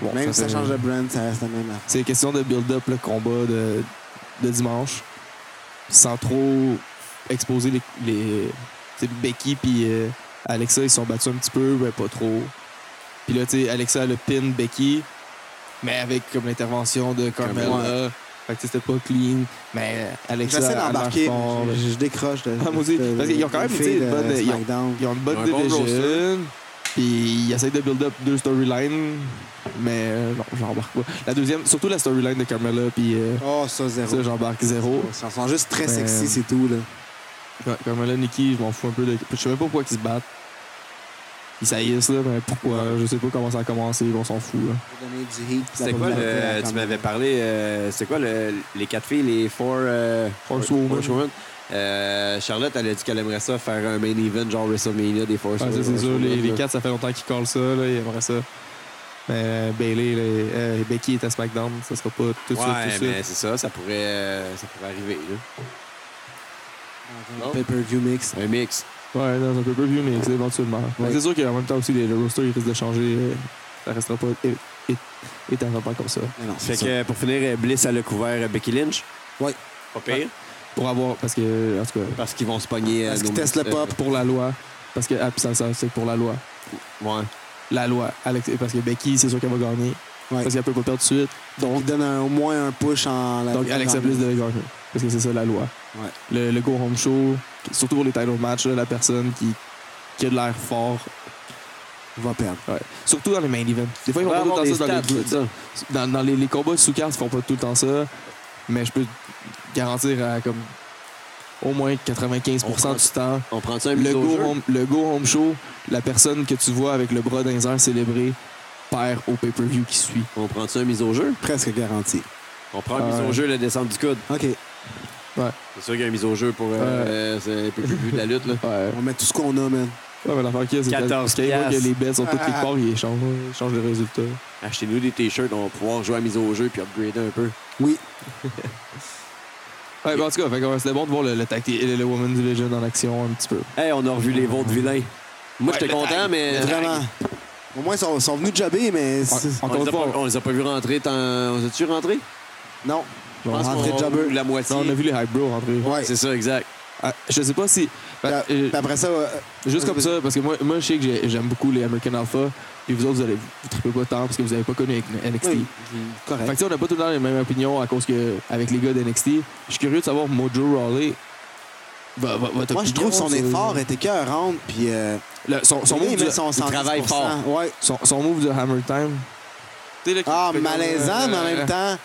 Speaker 1: Bon,
Speaker 2: Même si ça
Speaker 1: fait-
Speaker 2: change de brand, ça reste la même affaire.
Speaker 1: C'est question de build-up le combat de, de dimanche. Sans trop exposer les. les tu sais, Becky puis euh, Alexa, ils se sont battus un petit peu, mais pas trop. Puis là, tu sais, Alexa elle a le pin Becky, mais avec comme l'intervention de Carmella. Fait que tu sais, c'était pas clean. Mais Alexa.
Speaker 2: J'essaie
Speaker 1: elle marche
Speaker 2: d'embarquer,
Speaker 1: fort,
Speaker 2: mais
Speaker 1: là.
Speaker 2: je, je décroche de.
Speaker 1: Ah, moi aussi,
Speaker 2: de-
Speaker 1: parce qu'ils ont quand même,
Speaker 2: de
Speaker 1: tu sais, une
Speaker 2: filles de
Speaker 1: bonne- ils ont-
Speaker 2: SmackDown.
Speaker 1: Ils ont une bonne
Speaker 4: Ils ont un bon
Speaker 1: division. Puis ils essayent de build up deux storylines. Mais euh, non, j'embarque pas. La deuxième, surtout la storyline de Carmella, puis euh,
Speaker 2: Oh, ça, zéro. Ben,
Speaker 1: ça, j'embarque zéro.
Speaker 2: Ils sont juste très
Speaker 1: Mais-
Speaker 2: sexy, c'est tout, là.
Speaker 1: Ouais, Carmella, Nikki, je m'en fous un peu de. Je sais même pas pourquoi ils se battent. Ils saillissent, là, mais pourquoi Je sais pas comment ça a commencé, on s'en fout. Là.
Speaker 4: C'était quoi le, Tu m'avais parlé, euh, c'était quoi le, les quatre filles, les four. Euh,
Speaker 1: Horsewoman.
Speaker 4: Horsewoman? Euh, Charlotte, elle a dit qu'elle aimerait ça faire un main event genre WrestleMania des Force
Speaker 1: Ouais, Ah, ça, c'est sûr, les, les quatre, ça fait longtemps qu'ils collent ça, là, ils aimeraient ça. Mais euh, Bailey euh, et Becky est à SmackDown, ça sera pas tout de
Speaker 4: Ouais,
Speaker 1: suite, tout de suite.
Speaker 4: mais c'est ça, ça pourrait, euh, ça pourrait arriver. Là.
Speaker 2: Pay-per-view mix.
Speaker 4: Un mix.
Speaker 1: Ouais, non, c'est un peu peu vieux, mais c'est éventuellement. Mais C'est sûr qu'en même temps aussi, les- le roster, il risque de changer. euh, Ça restera pas é- é- éternellement comme ça.
Speaker 2: Mais non, c'est
Speaker 4: Fait
Speaker 2: ça.
Speaker 4: que pour finir, euh, Bliss, elle a couvert euh, Becky Lynch.
Speaker 2: Ouais.
Speaker 4: Pas pire.
Speaker 1: Pour avoir. Parce que, en tout cas,
Speaker 4: Parce qu'ils vont se pogner. euh,
Speaker 2: Parce
Speaker 4: nos-
Speaker 2: qu'ils testent le
Speaker 4: euh,
Speaker 2: pop.
Speaker 1: pour la loi. Parce que. Ah, puis ça, ça, c'est pour la loi.
Speaker 4: ouais.
Speaker 1: La loi. Alex- parce que Becky, c'est sûr qu'elle va gagner.
Speaker 2: Ouais.
Speaker 1: Parce qu'elle peut pas perdre de suite.
Speaker 2: Donc, donne un- au moins un push en. la-
Speaker 1: Donc, Alexa
Speaker 2: dans-
Speaker 1: Bliss devait gagner. Parce que c'est ça la loi.
Speaker 2: Ouais.
Speaker 1: Le, le Go Home Show, surtout pour les title match, là, la personne qui, qui a de l'air fort.
Speaker 2: Va perdre.
Speaker 1: Ouais. Surtout dans les main events. Des fois, ils font pas
Speaker 4: Ouais,
Speaker 1: tout
Speaker 4: avoir
Speaker 1: le temps
Speaker 4: des
Speaker 1: ça dans
Speaker 4: stats,
Speaker 1: les,
Speaker 4: c'est ça.
Speaker 1: dans, dans les, les combats sous carte, ils font pas tout le temps ça. Mais je peux garantir à comme au moins 95%
Speaker 4: On
Speaker 1: du temps.
Speaker 4: On prend ça un
Speaker 1: Le
Speaker 4: mise au
Speaker 1: go,
Speaker 4: jeu?
Speaker 1: home, le go Home Show, la personne que tu vois avec le bras d'un air célébré perd au pay-per-view qui suit.
Speaker 4: On prend ça un mise au jeu?
Speaker 2: Presque garanti.
Speaker 4: On prend une
Speaker 1: Ah
Speaker 4: mise au
Speaker 1: ouais.
Speaker 4: jeu, la descente du coude.
Speaker 2: OK.
Speaker 4: C'est sûr qu'il y a une mise au jeu pour euh, euh, c'est un peu plus de la lutte. Là.
Speaker 1: Ouais.
Speaker 2: On met tout ce qu'on a, man.
Speaker 1: Ouais, Ah, mais l'affaire qu'il y a, c'est que
Speaker 4: 14
Speaker 1: quand il voit que
Speaker 4: piastres.
Speaker 1: les bêtes sont toutes les
Speaker 2: Ah.
Speaker 1: corps, ils changent, ils changent les résultats.
Speaker 4: Achetez-nous des t-shirts, on va pouvoir jouer à la mise au jeu puis upgrader un peu.
Speaker 2: Oui.
Speaker 1: Ouais, ben, en tout cas, fait que, ouais, c'était bon de voir le, le, tacti- le, le Women's Division en action un petit peu.
Speaker 4: Hey, on a revu les vôtres vilains. Moi, j'étais content, mais.
Speaker 2: Vraiment. Au moins, ils sont, sont venus jobber, mais. c'est-
Speaker 1: En-
Speaker 4: On
Speaker 1: Encore
Speaker 4: les,
Speaker 1: une
Speaker 4: a
Speaker 1: fois,
Speaker 4: pas, on les a pas vu rentrer. tant- On les a-tu rentrés?
Speaker 2: Non.
Speaker 4: Je pense
Speaker 2: Rentrer
Speaker 4: qu'on-
Speaker 2: jobber.
Speaker 4: La moitié.
Speaker 1: Non, on a vu les Hype Bro rentrer.
Speaker 2: Ouais.
Speaker 4: C'est ça, exact.
Speaker 1: Ah, je sais pas si. ben,
Speaker 4: Bah,
Speaker 2: Puis
Speaker 1: euh,
Speaker 2: puis après ça, euh,
Speaker 1: juste comme ça, parce que moi, moi je sais que j'ai- j'aime beaucoup les American Alpha, et vous autres, vous allez vous trippez pas tant parce que vous avez pas connu NXT.
Speaker 2: Oui,
Speaker 1: Fait que,
Speaker 2: correct.
Speaker 1: tu sais, on n'a pas tout le temps les mêmes opinions à cause que, avec les gars d'NXT. Je suis curieux de savoir Mojo Rawley. va- va- votre
Speaker 2: Moi, je
Speaker 1: opinion
Speaker 2: trouve son
Speaker 4: euh,
Speaker 1: sur-
Speaker 2: effort était cœurant, puis. euh,
Speaker 1: Le- son, son,
Speaker 2: les gars,
Speaker 1: move
Speaker 2: ils
Speaker 1: du,
Speaker 2: mettent son 110%.
Speaker 4: travaille fort.
Speaker 2: Ouais.
Speaker 1: son- son move de Hammer Time. Tu sais, là, qui-
Speaker 2: Ah,
Speaker 1: fait comme,
Speaker 2: malaisant,
Speaker 1: euh,
Speaker 2: mais en même temps,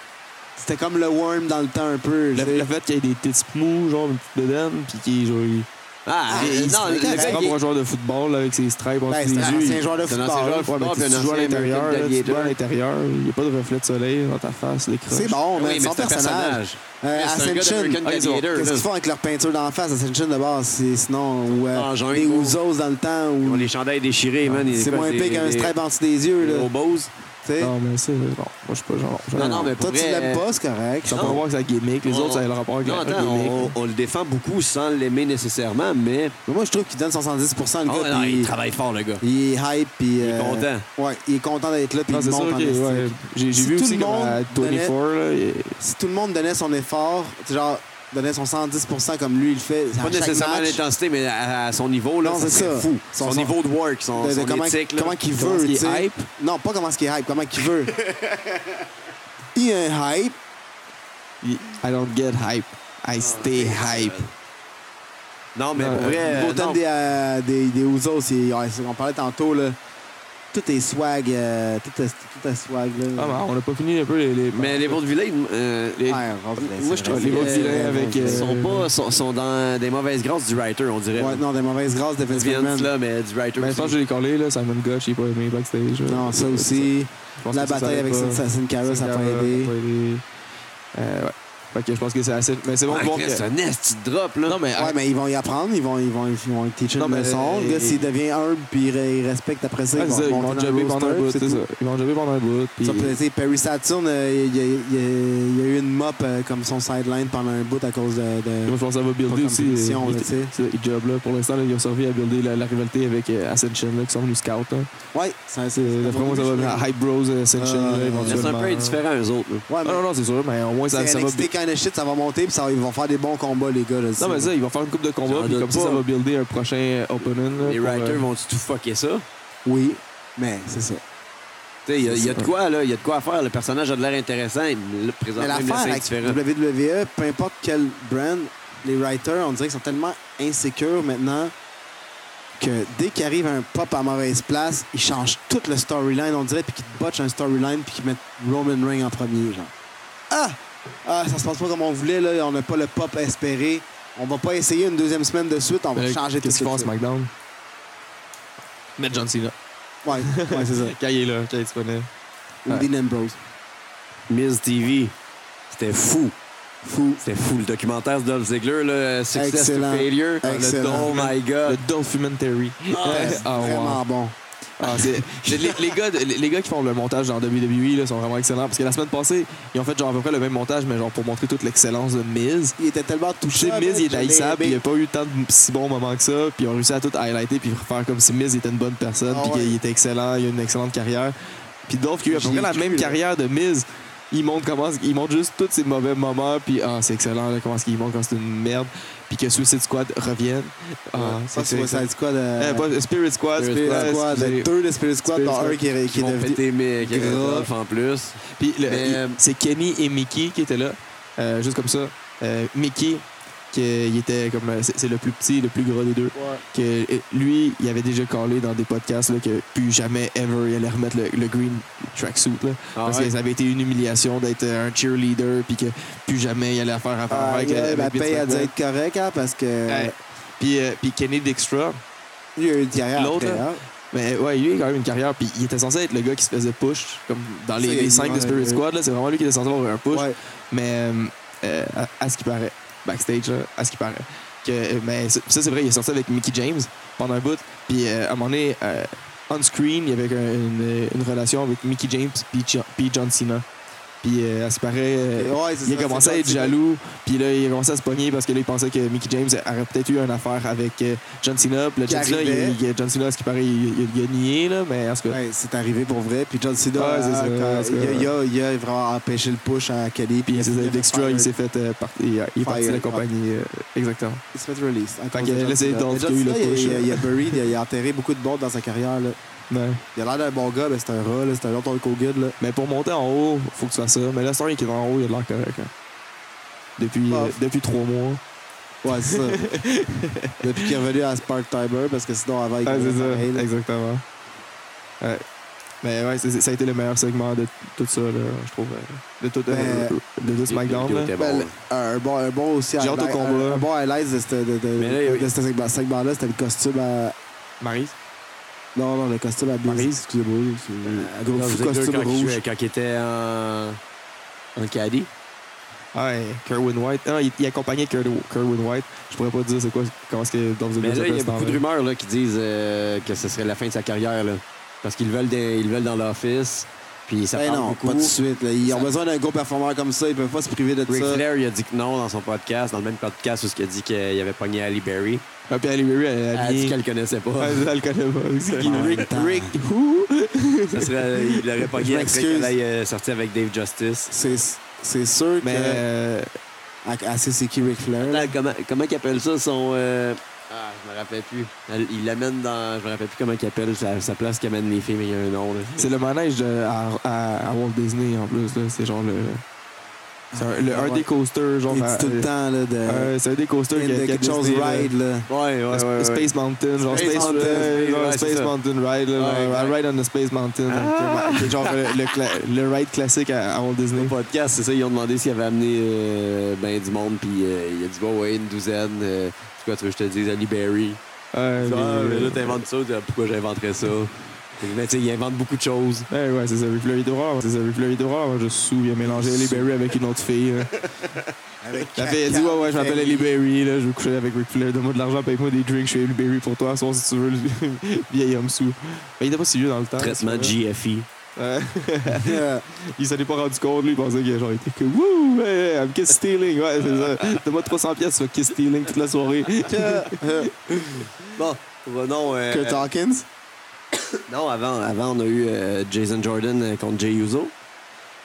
Speaker 2: c'était comme le worm dans le temps un peu.
Speaker 1: Le,
Speaker 2: tu sais.
Speaker 1: le fait qu'il y ait des petits mous, genre une petite bedaine, puis qu'il genre, il-
Speaker 4: Ah,
Speaker 2: Ah,
Speaker 4: mais-
Speaker 2: il-
Speaker 4: non,
Speaker 2: il-
Speaker 4: le
Speaker 2: il-
Speaker 4: gars,
Speaker 1: il
Speaker 4: il-
Speaker 1: prend pour un joueur de football là, avec ses stripes entre
Speaker 2: Ben,
Speaker 1: les
Speaker 2: c'est un
Speaker 1: yeux.
Speaker 2: ancien
Speaker 1: il-
Speaker 2: joueur de
Speaker 4: c'est un
Speaker 2: football.
Speaker 4: ancien joueur de
Speaker 1: Ouais, mais
Speaker 4: football,
Speaker 1: si
Speaker 4: puis
Speaker 1: tu
Speaker 4: un
Speaker 1: joues à
Speaker 4: ancien
Speaker 1: l'intérieur,
Speaker 4: American
Speaker 1: là, tu joues à
Speaker 4: Gladiator.
Speaker 1: l'intérieur, il n'y a pas de reflet de soleil dans ta face, les croches.
Speaker 2: C'est bon, mais
Speaker 4: Oui,
Speaker 2: son
Speaker 4: c'est un
Speaker 2: personnage. Euh,
Speaker 4: Mais c'est un gars
Speaker 2: Ascension.
Speaker 4: d'American
Speaker 1: Ah, ils ont-
Speaker 4: Gladiator,
Speaker 2: Qu'est-ce
Speaker 4: là.
Speaker 2: qu'ils font avec leur peinture d'en face, Ascension de base, c'est- sinon, ou euh,
Speaker 4: Ah, genre,
Speaker 2: les
Speaker 4: gros.
Speaker 2: Ouzos dans le temps,
Speaker 4: Ils ont
Speaker 2: ou
Speaker 4: les chandails déchirés, man. Ils-
Speaker 2: c'est
Speaker 4: quoi,
Speaker 2: moins
Speaker 4: des-
Speaker 2: pire qu'un
Speaker 4: des-
Speaker 2: stripe en dessous des yeux,
Speaker 4: des
Speaker 2: là.
Speaker 4: hobos.
Speaker 2: tu sais.
Speaker 1: Non, mais c'est. Non, moi, je suis pas genre.
Speaker 4: Non, non, mais pour
Speaker 2: Toi, tu
Speaker 4: vrai,
Speaker 2: l'aimes pas, c'est correct.
Speaker 1: Ça n'a pas à
Speaker 4: euh, non.
Speaker 1: voir avec sa gimmick. Les
Speaker 4: On-
Speaker 1: autres, ça a le rapport avec
Speaker 4: Non,
Speaker 1: la la
Speaker 4: attends,
Speaker 1: gimmick.
Speaker 4: on, on le défend beaucoup sans l'aimer nécessairement, mais
Speaker 2: Mais moi, je trouve qu'il donne son 110%, le
Speaker 4: Oh,
Speaker 2: gars,
Speaker 4: non,
Speaker 2: puis
Speaker 4: il travaille fort, le gars.
Speaker 2: il est hype, puis. Il
Speaker 4: est content.
Speaker 2: Ouais, il est content d'être là, puis
Speaker 1: Non,
Speaker 2: il
Speaker 1: Ah, c'est
Speaker 2: monte
Speaker 1: sûr
Speaker 2: en
Speaker 1: que
Speaker 2: estime.
Speaker 1: ouais, j'ai j'ai
Speaker 2: Si
Speaker 1: vu
Speaker 2: tout
Speaker 1: aussi
Speaker 2: le
Speaker 1: comme euh, à
Speaker 2: monde
Speaker 1: 24, là, et-
Speaker 2: Si tout le monde donnait son effort, tu sais, genre, donnait son 110% comme lui, il le fait. à
Speaker 4: Pas
Speaker 2: chaque
Speaker 4: nécessairement à
Speaker 2: match,
Speaker 4: l'intensité, mais à, à son niveau, là,
Speaker 2: Non,
Speaker 4: ça
Speaker 2: c'est
Speaker 4: serait
Speaker 2: ça.
Speaker 4: fou.
Speaker 2: Son-
Speaker 4: Son,
Speaker 2: son-
Speaker 4: niveau de work, son,
Speaker 2: de- de
Speaker 4: son
Speaker 2: comment,
Speaker 4: éthique, là.
Speaker 2: comment qu'il
Speaker 1: Comment
Speaker 2: veut,
Speaker 1: qu'il est
Speaker 2: tu sais.
Speaker 1: hype?
Speaker 2: Non, pas comment est-ce qu'il est hype, comment qu'il veut. il est un hype,
Speaker 1: I don't get hype.
Speaker 4: Ah,
Speaker 1: I stay hype.
Speaker 4: Non, mais
Speaker 1: Non,
Speaker 4: pour
Speaker 1: euh,
Speaker 4: vrai,
Speaker 2: Au
Speaker 4: euh, non.
Speaker 2: thème des, euh, des, des Ouzos, c'est- ouais, c'est- on parlait tantôt, là, tout est swag, euh, tout est, tout est swag. Là.
Speaker 1: Ah, mais on n'a pas fini un peu les. les-
Speaker 4: mais les Vaudevillains, euh,
Speaker 2: Ouais,
Speaker 4: les-
Speaker 2: rendu-
Speaker 4: moi, je
Speaker 2: c'est
Speaker 4: trouve
Speaker 2: vrai.
Speaker 1: les autres
Speaker 4: que,
Speaker 1: vilains avec,
Speaker 4: ils
Speaker 1: euh,
Speaker 4: sont pas, sont, sont dans des mauvaises grâces du writer, on dirait.
Speaker 2: Ouais, non, des mauvaises grâces de
Speaker 4: Vince,
Speaker 2: Vince
Speaker 4: là, mais du writer.
Speaker 1: Mais je pense que
Speaker 4: aussi.
Speaker 1: j'ai les collés, là, Simon Gotch, il est pas aimé backstage. là.
Speaker 2: Non, ça aussi.
Speaker 1: Je pense
Speaker 2: La
Speaker 1: que ça, ça
Speaker 2: bataille
Speaker 1: allait
Speaker 2: avec
Speaker 1: pas.
Speaker 2: Sin Cara, ça n'a pas
Speaker 1: Cara,
Speaker 2: aidé.
Speaker 1: pas aidé. Euh, ouais. Fait que je pense que c'est assez. Mais c'est bon de
Speaker 4: Ah,
Speaker 1: voir
Speaker 4: Chris,
Speaker 1: que.
Speaker 4: C'est un esti de drop, là.
Speaker 1: Non, mais.
Speaker 2: Ouais, mais ils vont y apprendre, ils vont, ils vont, ils vont y teacher
Speaker 1: Non,
Speaker 2: une
Speaker 1: mais-
Speaker 2: leçon. Le gars, s'il devient humble puis il re- il respecte après ça,
Speaker 1: Ouais,
Speaker 2: ils
Speaker 1: c'est ça, ils
Speaker 2: vont
Speaker 1: vont
Speaker 2: monter dans
Speaker 1: jobber
Speaker 2: le
Speaker 1: pendant un bout,
Speaker 2: roster,
Speaker 1: c'est ça.
Speaker 2: tout.
Speaker 1: Ils vont jobber pendant un bout. puis-
Speaker 2: Ça, puis, tu sais, Perry Saturn, euh, il, il- il- il a eu une mop euh, comme son sideline pendant un bout à cause de. de-
Speaker 1: Moi, je pense que ça va builder
Speaker 2: Pas
Speaker 1: aussi.
Speaker 2: compétition,
Speaker 1: euh,
Speaker 2: là, tu sais.
Speaker 1: c'est- c'est- Job, là, pour l'instant, là, ils ont servi à builder la, la rivalité avec euh, Ascension, là, qui sont venus scout. là.
Speaker 2: Ouais, ça- c'est.
Speaker 1: Euh, D'après moi, ça va venir Hype Bros, euh, Ascension,
Speaker 2: Euh,
Speaker 1: là,
Speaker 4: Mais
Speaker 1: éventuellement.
Speaker 4: c'est un peu indifférent, eux autres. là.
Speaker 2: Ouais,
Speaker 1: Non, non, non, c'est sûr, mais au moins, ça,
Speaker 2: mais
Speaker 1: ça
Speaker 2: c'est
Speaker 1: va.
Speaker 2: NXT kind of shit, ça va monter puis ça, ils vont faire des bons combats, les gars. Là,
Speaker 1: Non, mais ça, ils vont faire une coupe de combat,
Speaker 4: J'en
Speaker 1: puis
Speaker 4: doute
Speaker 1: comme ça, ça
Speaker 4: pas.
Speaker 1: va builder un prochain euh, opponent. là,
Speaker 4: Les
Speaker 1: pour,
Speaker 4: writers
Speaker 1: euh,
Speaker 4: vont-tu tout fucker ça?
Speaker 2: Oui, mais c'est ça.
Speaker 4: Tu sais, il y a- il y, a de
Speaker 1: C'est ça.
Speaker 4: quoi, là. Il y a de quoi à faire. Le personnage a de l'air intéressant. mais Là,
Speaker 2: Mais
Speaker 4: présentement, il me
Speaker 2: l'affaire
Speaker 4: laisse
Speaker 2: avec
Speaker 4: indifférent.
Speaker 2: WWE, peu importe quel brand, les writers, on dirait qu'ils sont tellement insécures maintenant que dès qu'il arrive un pop à mauvaise place, ils changent toute le storyline, on dirait, puis qu'ils botchent un storyline, puis qu'ils mettent Roman Reigns en premier, genre. Ah! Ah, ça se passe pas comme on voulait, là, on n'a pas le pop espéré. On va pas essayer une deuxième semaine de suite, on va
Speaker 1: mais
Speaker 2: changer tout
Speaker 1: Euh, Qu'est-ce qu'ils font à
Speaker 2: de suite.
Speaker 1: SmackDown Mettre John Cena.
Speaker 2: Ouais, ouais c'est ça.
Speaker 1: Quand il est là, quand il est disponible.
Speaker 2: Ou Dean Ambrose.
Speaker 4: Miz TV. C'était fou.
Speaker 2: Fou.
Speaker 4: C'était fou. Le documentaire de Dolph Ziggler, là, Success
Speaker 2: Excellent.
Speaker 4: to Failure.
Speaker 2: Excellent.
Speaker 4: Oh my God.
Speaker 1: Le Dolphumentary. Euh, Ah, ouais.
Speaker 2: vraiment bon.
Speaker 1: Ah, c'est- les, les- les gars, de- les, les gars qui font le montage dans WWE là, sont vraiment excellents parce que la semaine passée, ils ont fait genre à peu près le même montage, mais genre pour montrer toute l'excellence de Miz.
Speaker 2: Il était tellement
Speaker 1: Tu
Speaker 2: touché.
Speaker 1: sais, Miz, il est
Speaker 2: j'avais
Speaker 1: haïssable, il
Speaker 2: aimé.
Speaker 1: n'y a pas eu tant de si bons moments que ça, puis ils ont réussi à tout highlighter, puis faire comme si Miz était une bonne personne,
Speaker 2: Ah
Speaker 1: puis
Speaker 2: ouais.
Speaker 1: qu'il était excellent, il a une excellente carrière. Puis Dolph qui a eu à peu
Speaker 2: J'y
Speaker 1: près
Speaker 2: ai
Speaker 1: la
Speaker 2: cru,
Speaker 1: même
Speaker 2: là.
Speaker 1: carrière de Miz, il montre comment, il montre juste tous ses mauvais moments, puis ah, c'est excellent, là, comment est-ce qu'il montre quand c'est une merde, puis que Suicide Squad revienne. Ah,
Speaker 2: Ça,
Speaker 1: c'est
Speaker 2: c'est
Speaker 1: c'est excellent.
Speaker 2: Suicide Squad.
Speaker 1: Eh,
Speaker 2: euh,
Speaker 1: pas- Spirit Squad,
Speaker 2: Spirit
Speaker 1: Spirit
Speaker 2: Squad,
Speaker 1: Squad,
Speaker 2: euh, deux de Spirit Squad,
Speaker 1: Spirit
Speaker 2: dont un
Speaker 1: Squad
Speaker 2: qui est,
Speaker 4: Qui
Speaker 2: qui est
Speaker 4: vont
Speaker 2: devenu.
Speaker 4: péter mes
Speaker 2: gros.
Speaker 4: Gandalf en plus.
Speaker 1: Puis le-
Speaker 4: Mais,
Speaker 1: il-
Speaker 4: euh,
Speaker 1: c'est Kenny et Mickey qui étaient là, euh, juste comme ça. Euh, Mickey, qui il était comme euh, c'est c'est le plus petit, le plus gros des deux. Que euh, lui, il avait déjà collé dans des podcasts là, que plus jamais ever il allait remettre le, le green tracksuit là,
Speaker 4: Ah
Speaker 1: parce
Speaker 4: ouais.
Speaker 1: que ça avait été une humiliation d'être euh, un cheerleader puis que plus jamais il allait faire affaire
Speaker 2: Ah,
Speaker 1: avec, euh,
Speaker 2: gars,
Speaker 1: avec
Speaker 2: la
Speaker 1: Vince
Speaker 2: paye a dû
Speaker 1: McMahon.
Speaker 2: être correcte, hein, parce que
Speaker 1: Ouais. Puis euh, puis Kenny Dijkstra,
Speaker 2: lui, il a eu une carrière.
Speaker 1: L'autre,
Speaker 2: après,
Speaker 1: là,
Speaker 2: hein.
Speaker 1: mais ouais, lui, il a quand même une carrière. Puis il était censé être le gars qui se faisait push, comme dans les,
Speaker 2: C'est-
Speaker 1: les cinq de
Speaker 2: ouais,
Speaker 1: Spirit
Speaker 2: ouais.
Speaker 1: Squad. là, C'est vraiment lui qui était censé avoir un push.
Speaker 2: Ouais.
Speaker 1: Mais euh, euh, à, à ce qui paraît, backstage, là, à ce qui paraît. Que, euh, mais ça, ça, c'est vrai, il est sorti avec Mickey James pendant un bout. Puis euh, à un moment donné, euh, on screen, il y avait un- une, une relation avec Mickey James puis Jo- puis John Cena. Puis euh, à ce qui paraît, euh,
Speaker 2: Ouais, c'est
Speaker 1: il a
Speaker 2: ça,
Speaker 1: commencé
Speaker 2: c'est
Speaker 1: à être
Speaker 2: gentil.
Speaker 1: jaloux, puis là, il a commencé à se pogner parce que là, il pensait que Mickey James aurait peut-être eu une affaire avec euh, John Cena. Puis là,
Speaker 2: Qui
Speaker 1: John Cena,
Speaker 2: arrivait.
Speaker 1: il- il- John Cena, à ce qui paraît, il, il- il a nié, là, mais en tout cas,
Speaker 2: Ouais, c'est arrivé pour vrai. Puis John Cena,
Speaker 1: Ouais, c'est
Speaker 2: euh,
Speaker 1: ça,
Speaker 2: quand-
Speaker 1: c'est
Speaker 2: il, a,
Speaker 1: ça.
Speaker 2: il a- il a vraiment empêché le push à Kelly.
Speaker 1: puis c'est ça,
Speaker 2: fait
Speaker 1: Dextra,
Speaker 2: fire.
Speaker 1: il s'est fait euh, par- il, a- il est parti de la
Speaker 2: Fire, ouais.
Speaker 1: compagnie, euh, exactement.
Speaker 2: Il s'est fait release. à
Speaker 1: Fait
Speaker 2: cause
Speaker 1: que
Speaker 2: de John
Speaker 1: là, c'est
Speaker 2: Cena.
Speaker 1: donc
Speaker 2: Mais John
Speaker 1: qu'il y a eu
Speaker 2: Cena,
Speaker 1: le
Speaker 2: il a-
Speaker 1: push,
Speaker 2: il a-
Speaker 1: là.
Speaker 2: Il a buried, il a- il a enterré beaucoup de bords dans sa carrière. là.
Speaker 1: Ouais.
Speaker 2: Il a l'air d'un bon gars, mais c'est un rat. là, C'est un autre Hulk Hogan. là.
Speaker 1: Mais pour monter en haut, faut que tu fasses ça. Mais là, Star qui est en haut, il a de l'air correct. hein. Depuis,
Speaker 2: Ah.
Speaker 1: euh, depuis trois mois.
Speaker 2: Ouais, c'est ça. Depuis qu'il est revenu à Spark Timer, parce que sinon, avant, il était pareil, là.
Speaker 1: Ah, Exactement. Ouais. Mais ouais, c'est- c'est- ça a été le meilleur segment de tout ça, là, je trouve. euh, De tout,
Speaker 4: Ben,
Speaker 1: euh, de tout SmackDown. là.
Speaker 4: Était
Speaker 2: Ben,
Speaker 4: bon, là.
Speaker 2: le- un, bon, un bon aussi
Speaker 1: J'ai hâte au
Speaker 2: highlight-
Speaker 1: combat.
Speaker 2: Un, un bon highlight de ce de, de,
Speaker 4: Mais là, il y a-
Speaker 2: de ce segment- segment-là, c'était le costume à.
Speaker 1: Maryse?
Speaker 2: Non, non, le costume à Maryse, excusez-moi. c'est- Un gros
Speaker 4: Euh, Non, vous
Speaker 2: fou
Speaker 4: êtes deux
Speaker 2: costume
Speaker 4: quand, il
Speaker 2: rouge.
Speaker 4: jouait- quand il était en, en caddie.
Speaker 1: Ah, Ouais, Kerwin White. Non, il, il accompagnait Ker- Kerwin White. Je pourrais pas dire c'est quoi, comment est-ce que Dolph
Speaker 4: Mais
Speaker 1: Ziggler
Speaker 4: là, il y a
Speaker 1: s'appelle,
Speaker 4: beaucoup de
Speaker 1: c'est en-
Speaker 4: rumeurs là, qui disent euh, que ce serait la fin de sa carrière. Là, parce qu'ils le veulent, dans- ils le veulent dans l'office. Puis ça
Speaker 2: Eh
Speaker 4: parle
Speaker 2: non,
Speaker 4: beaucoup.
Speaker 2: pas tout de suite. là. Ils ont besoin d'un gros performeur comme ça. Ils peuvent pas se priver de
Speaker 4: Ric
Speaker 2: ça.
Speaker 4: Flair, il a dit que non dans son podcast, dans le même podcast où il a dit qu'il avait pogné Ali Berry.
Speaker 1: Ah, puis Halle Berry, elle est
Speaker 4: Elle a dit
Speaker 1: habillée.
Speaker 4: qu'elle le connaissait pas.
Speaker 1: Ouais, elle le connaît pas. C'est qui,
Speaker 2: même
Speaker 1: Rick,
Speaker 2: temps.
Speaker 1: Rick, who?
Speaker 4: Ça serait- euh, il l'aurait
Speaker 2: Je
Speaker 4: pogné après
Speaker 2: m'excuse.
Speaker 4: qu'elle aille euh, sortir avec Dave Justice.
Speaker 2: C'est c'est sûr
Speaker 1: Mais euh,
Speaker 2: que. Ah, c'est c'est qui Ric Flair? là?
Speaker 4: Attends, comment, comment qu'il appelle ça son. euh, Ah, je me rappelle plus. Elle- Il l'amène dans. Je me rappelle plus comment qu'il appelle sa, sa place qui amène les filles, mais il y a un nom. Là.
Speaker 1: c'est le manège de- à, à- à Walt Disney en plus. là. C'est genre le. C'est un,
Speaker 4: Ah,
Speaker 1: le- un
Speaker 2: Ouais.
Speaker 1: des coasters, genre.
Speaker 2: Il dit tout le
Speaker 1: euh,
Speaker 2: temps là, de.
Speaker 1: euh, c'est un des coasters
Speaker 2: de
Speaker 1: qui a euh,
Speaker 2: quelque chose ride. là.
Speaker 4: Ouais, ouais, ouais. ouais.
Speaker 1: Space Mountain, genre
Speaker 4: Space
Speaker 1: Space,
Speaker 4: Mountain,
Speaker 1: euh, genre
Speaker 4: ouais, c'est
Speaker 1: Space
Speaker 4: ça.
Speaker 1: Mountain Ride, là,
Speaker 4: Ouais, Ah!
Speaker 1: genre,
Speaker 4: exact.
Speaker 1: Ride on the Space Mountain, qui est genre le, le cla- le ride classique à, à Walt Disney.
Speaker 4: Au podcast, c'est ça, ils ont demandé s'il avait amené euh, ben du monde, puis euh, il a dit, bon, ouais, une douzaine. euh, c'est quoi, tu veux que je te dise, Ali Berry.
Speaker 1: Ouais,
Speaker 4: Ah, mais
Speaker 1: puis-
Speaker 4: là, t'inventes ça, t'as- pourquoi j'inventerais ça? Mais tu sais, il invente beaucoup de choses.
Speaker 1: Ouais, ouais, c'est ça. Rick Flair, il devrait l'avoir. C'est ça. Rick Flair, il devrait l'avoir. Je sous. Il a mélangé Ellie Berry avec une autre fille. hein. La fille, elle dit Ouais, ouais, je m'appelle Ellie Berry. Là, je veux coucher avec Rick Flair. Donne-moi de l'argent, paye-moi des drinks. Je suis Ellie Berry pour toi. Sois si tu veux, le vieil homme sous. Mais il était pas si vieux dans le temps.
Speaker 4: Traitement
Speaker 1: c'est vrai.
Speaker 4: GFI.
Speaker 1: Ouais.
Speaker 2: Euh,
Speaker 1: Il s'en est pas rendu compte, lui. Il pensait qu'il genre, il était que Wouh, hey, I'm kiss stealing. Ouais, c'est ça. Donne-moi 300 pièces, tu vas kiss stealing toute la soirée.
Speaker 4: Bon, non, euh,
Speaker 2: Kurt Hawkins?
Speaker 4: non avant, avant, on a eu euh, Jason Jordan euh, contre Jay Uso.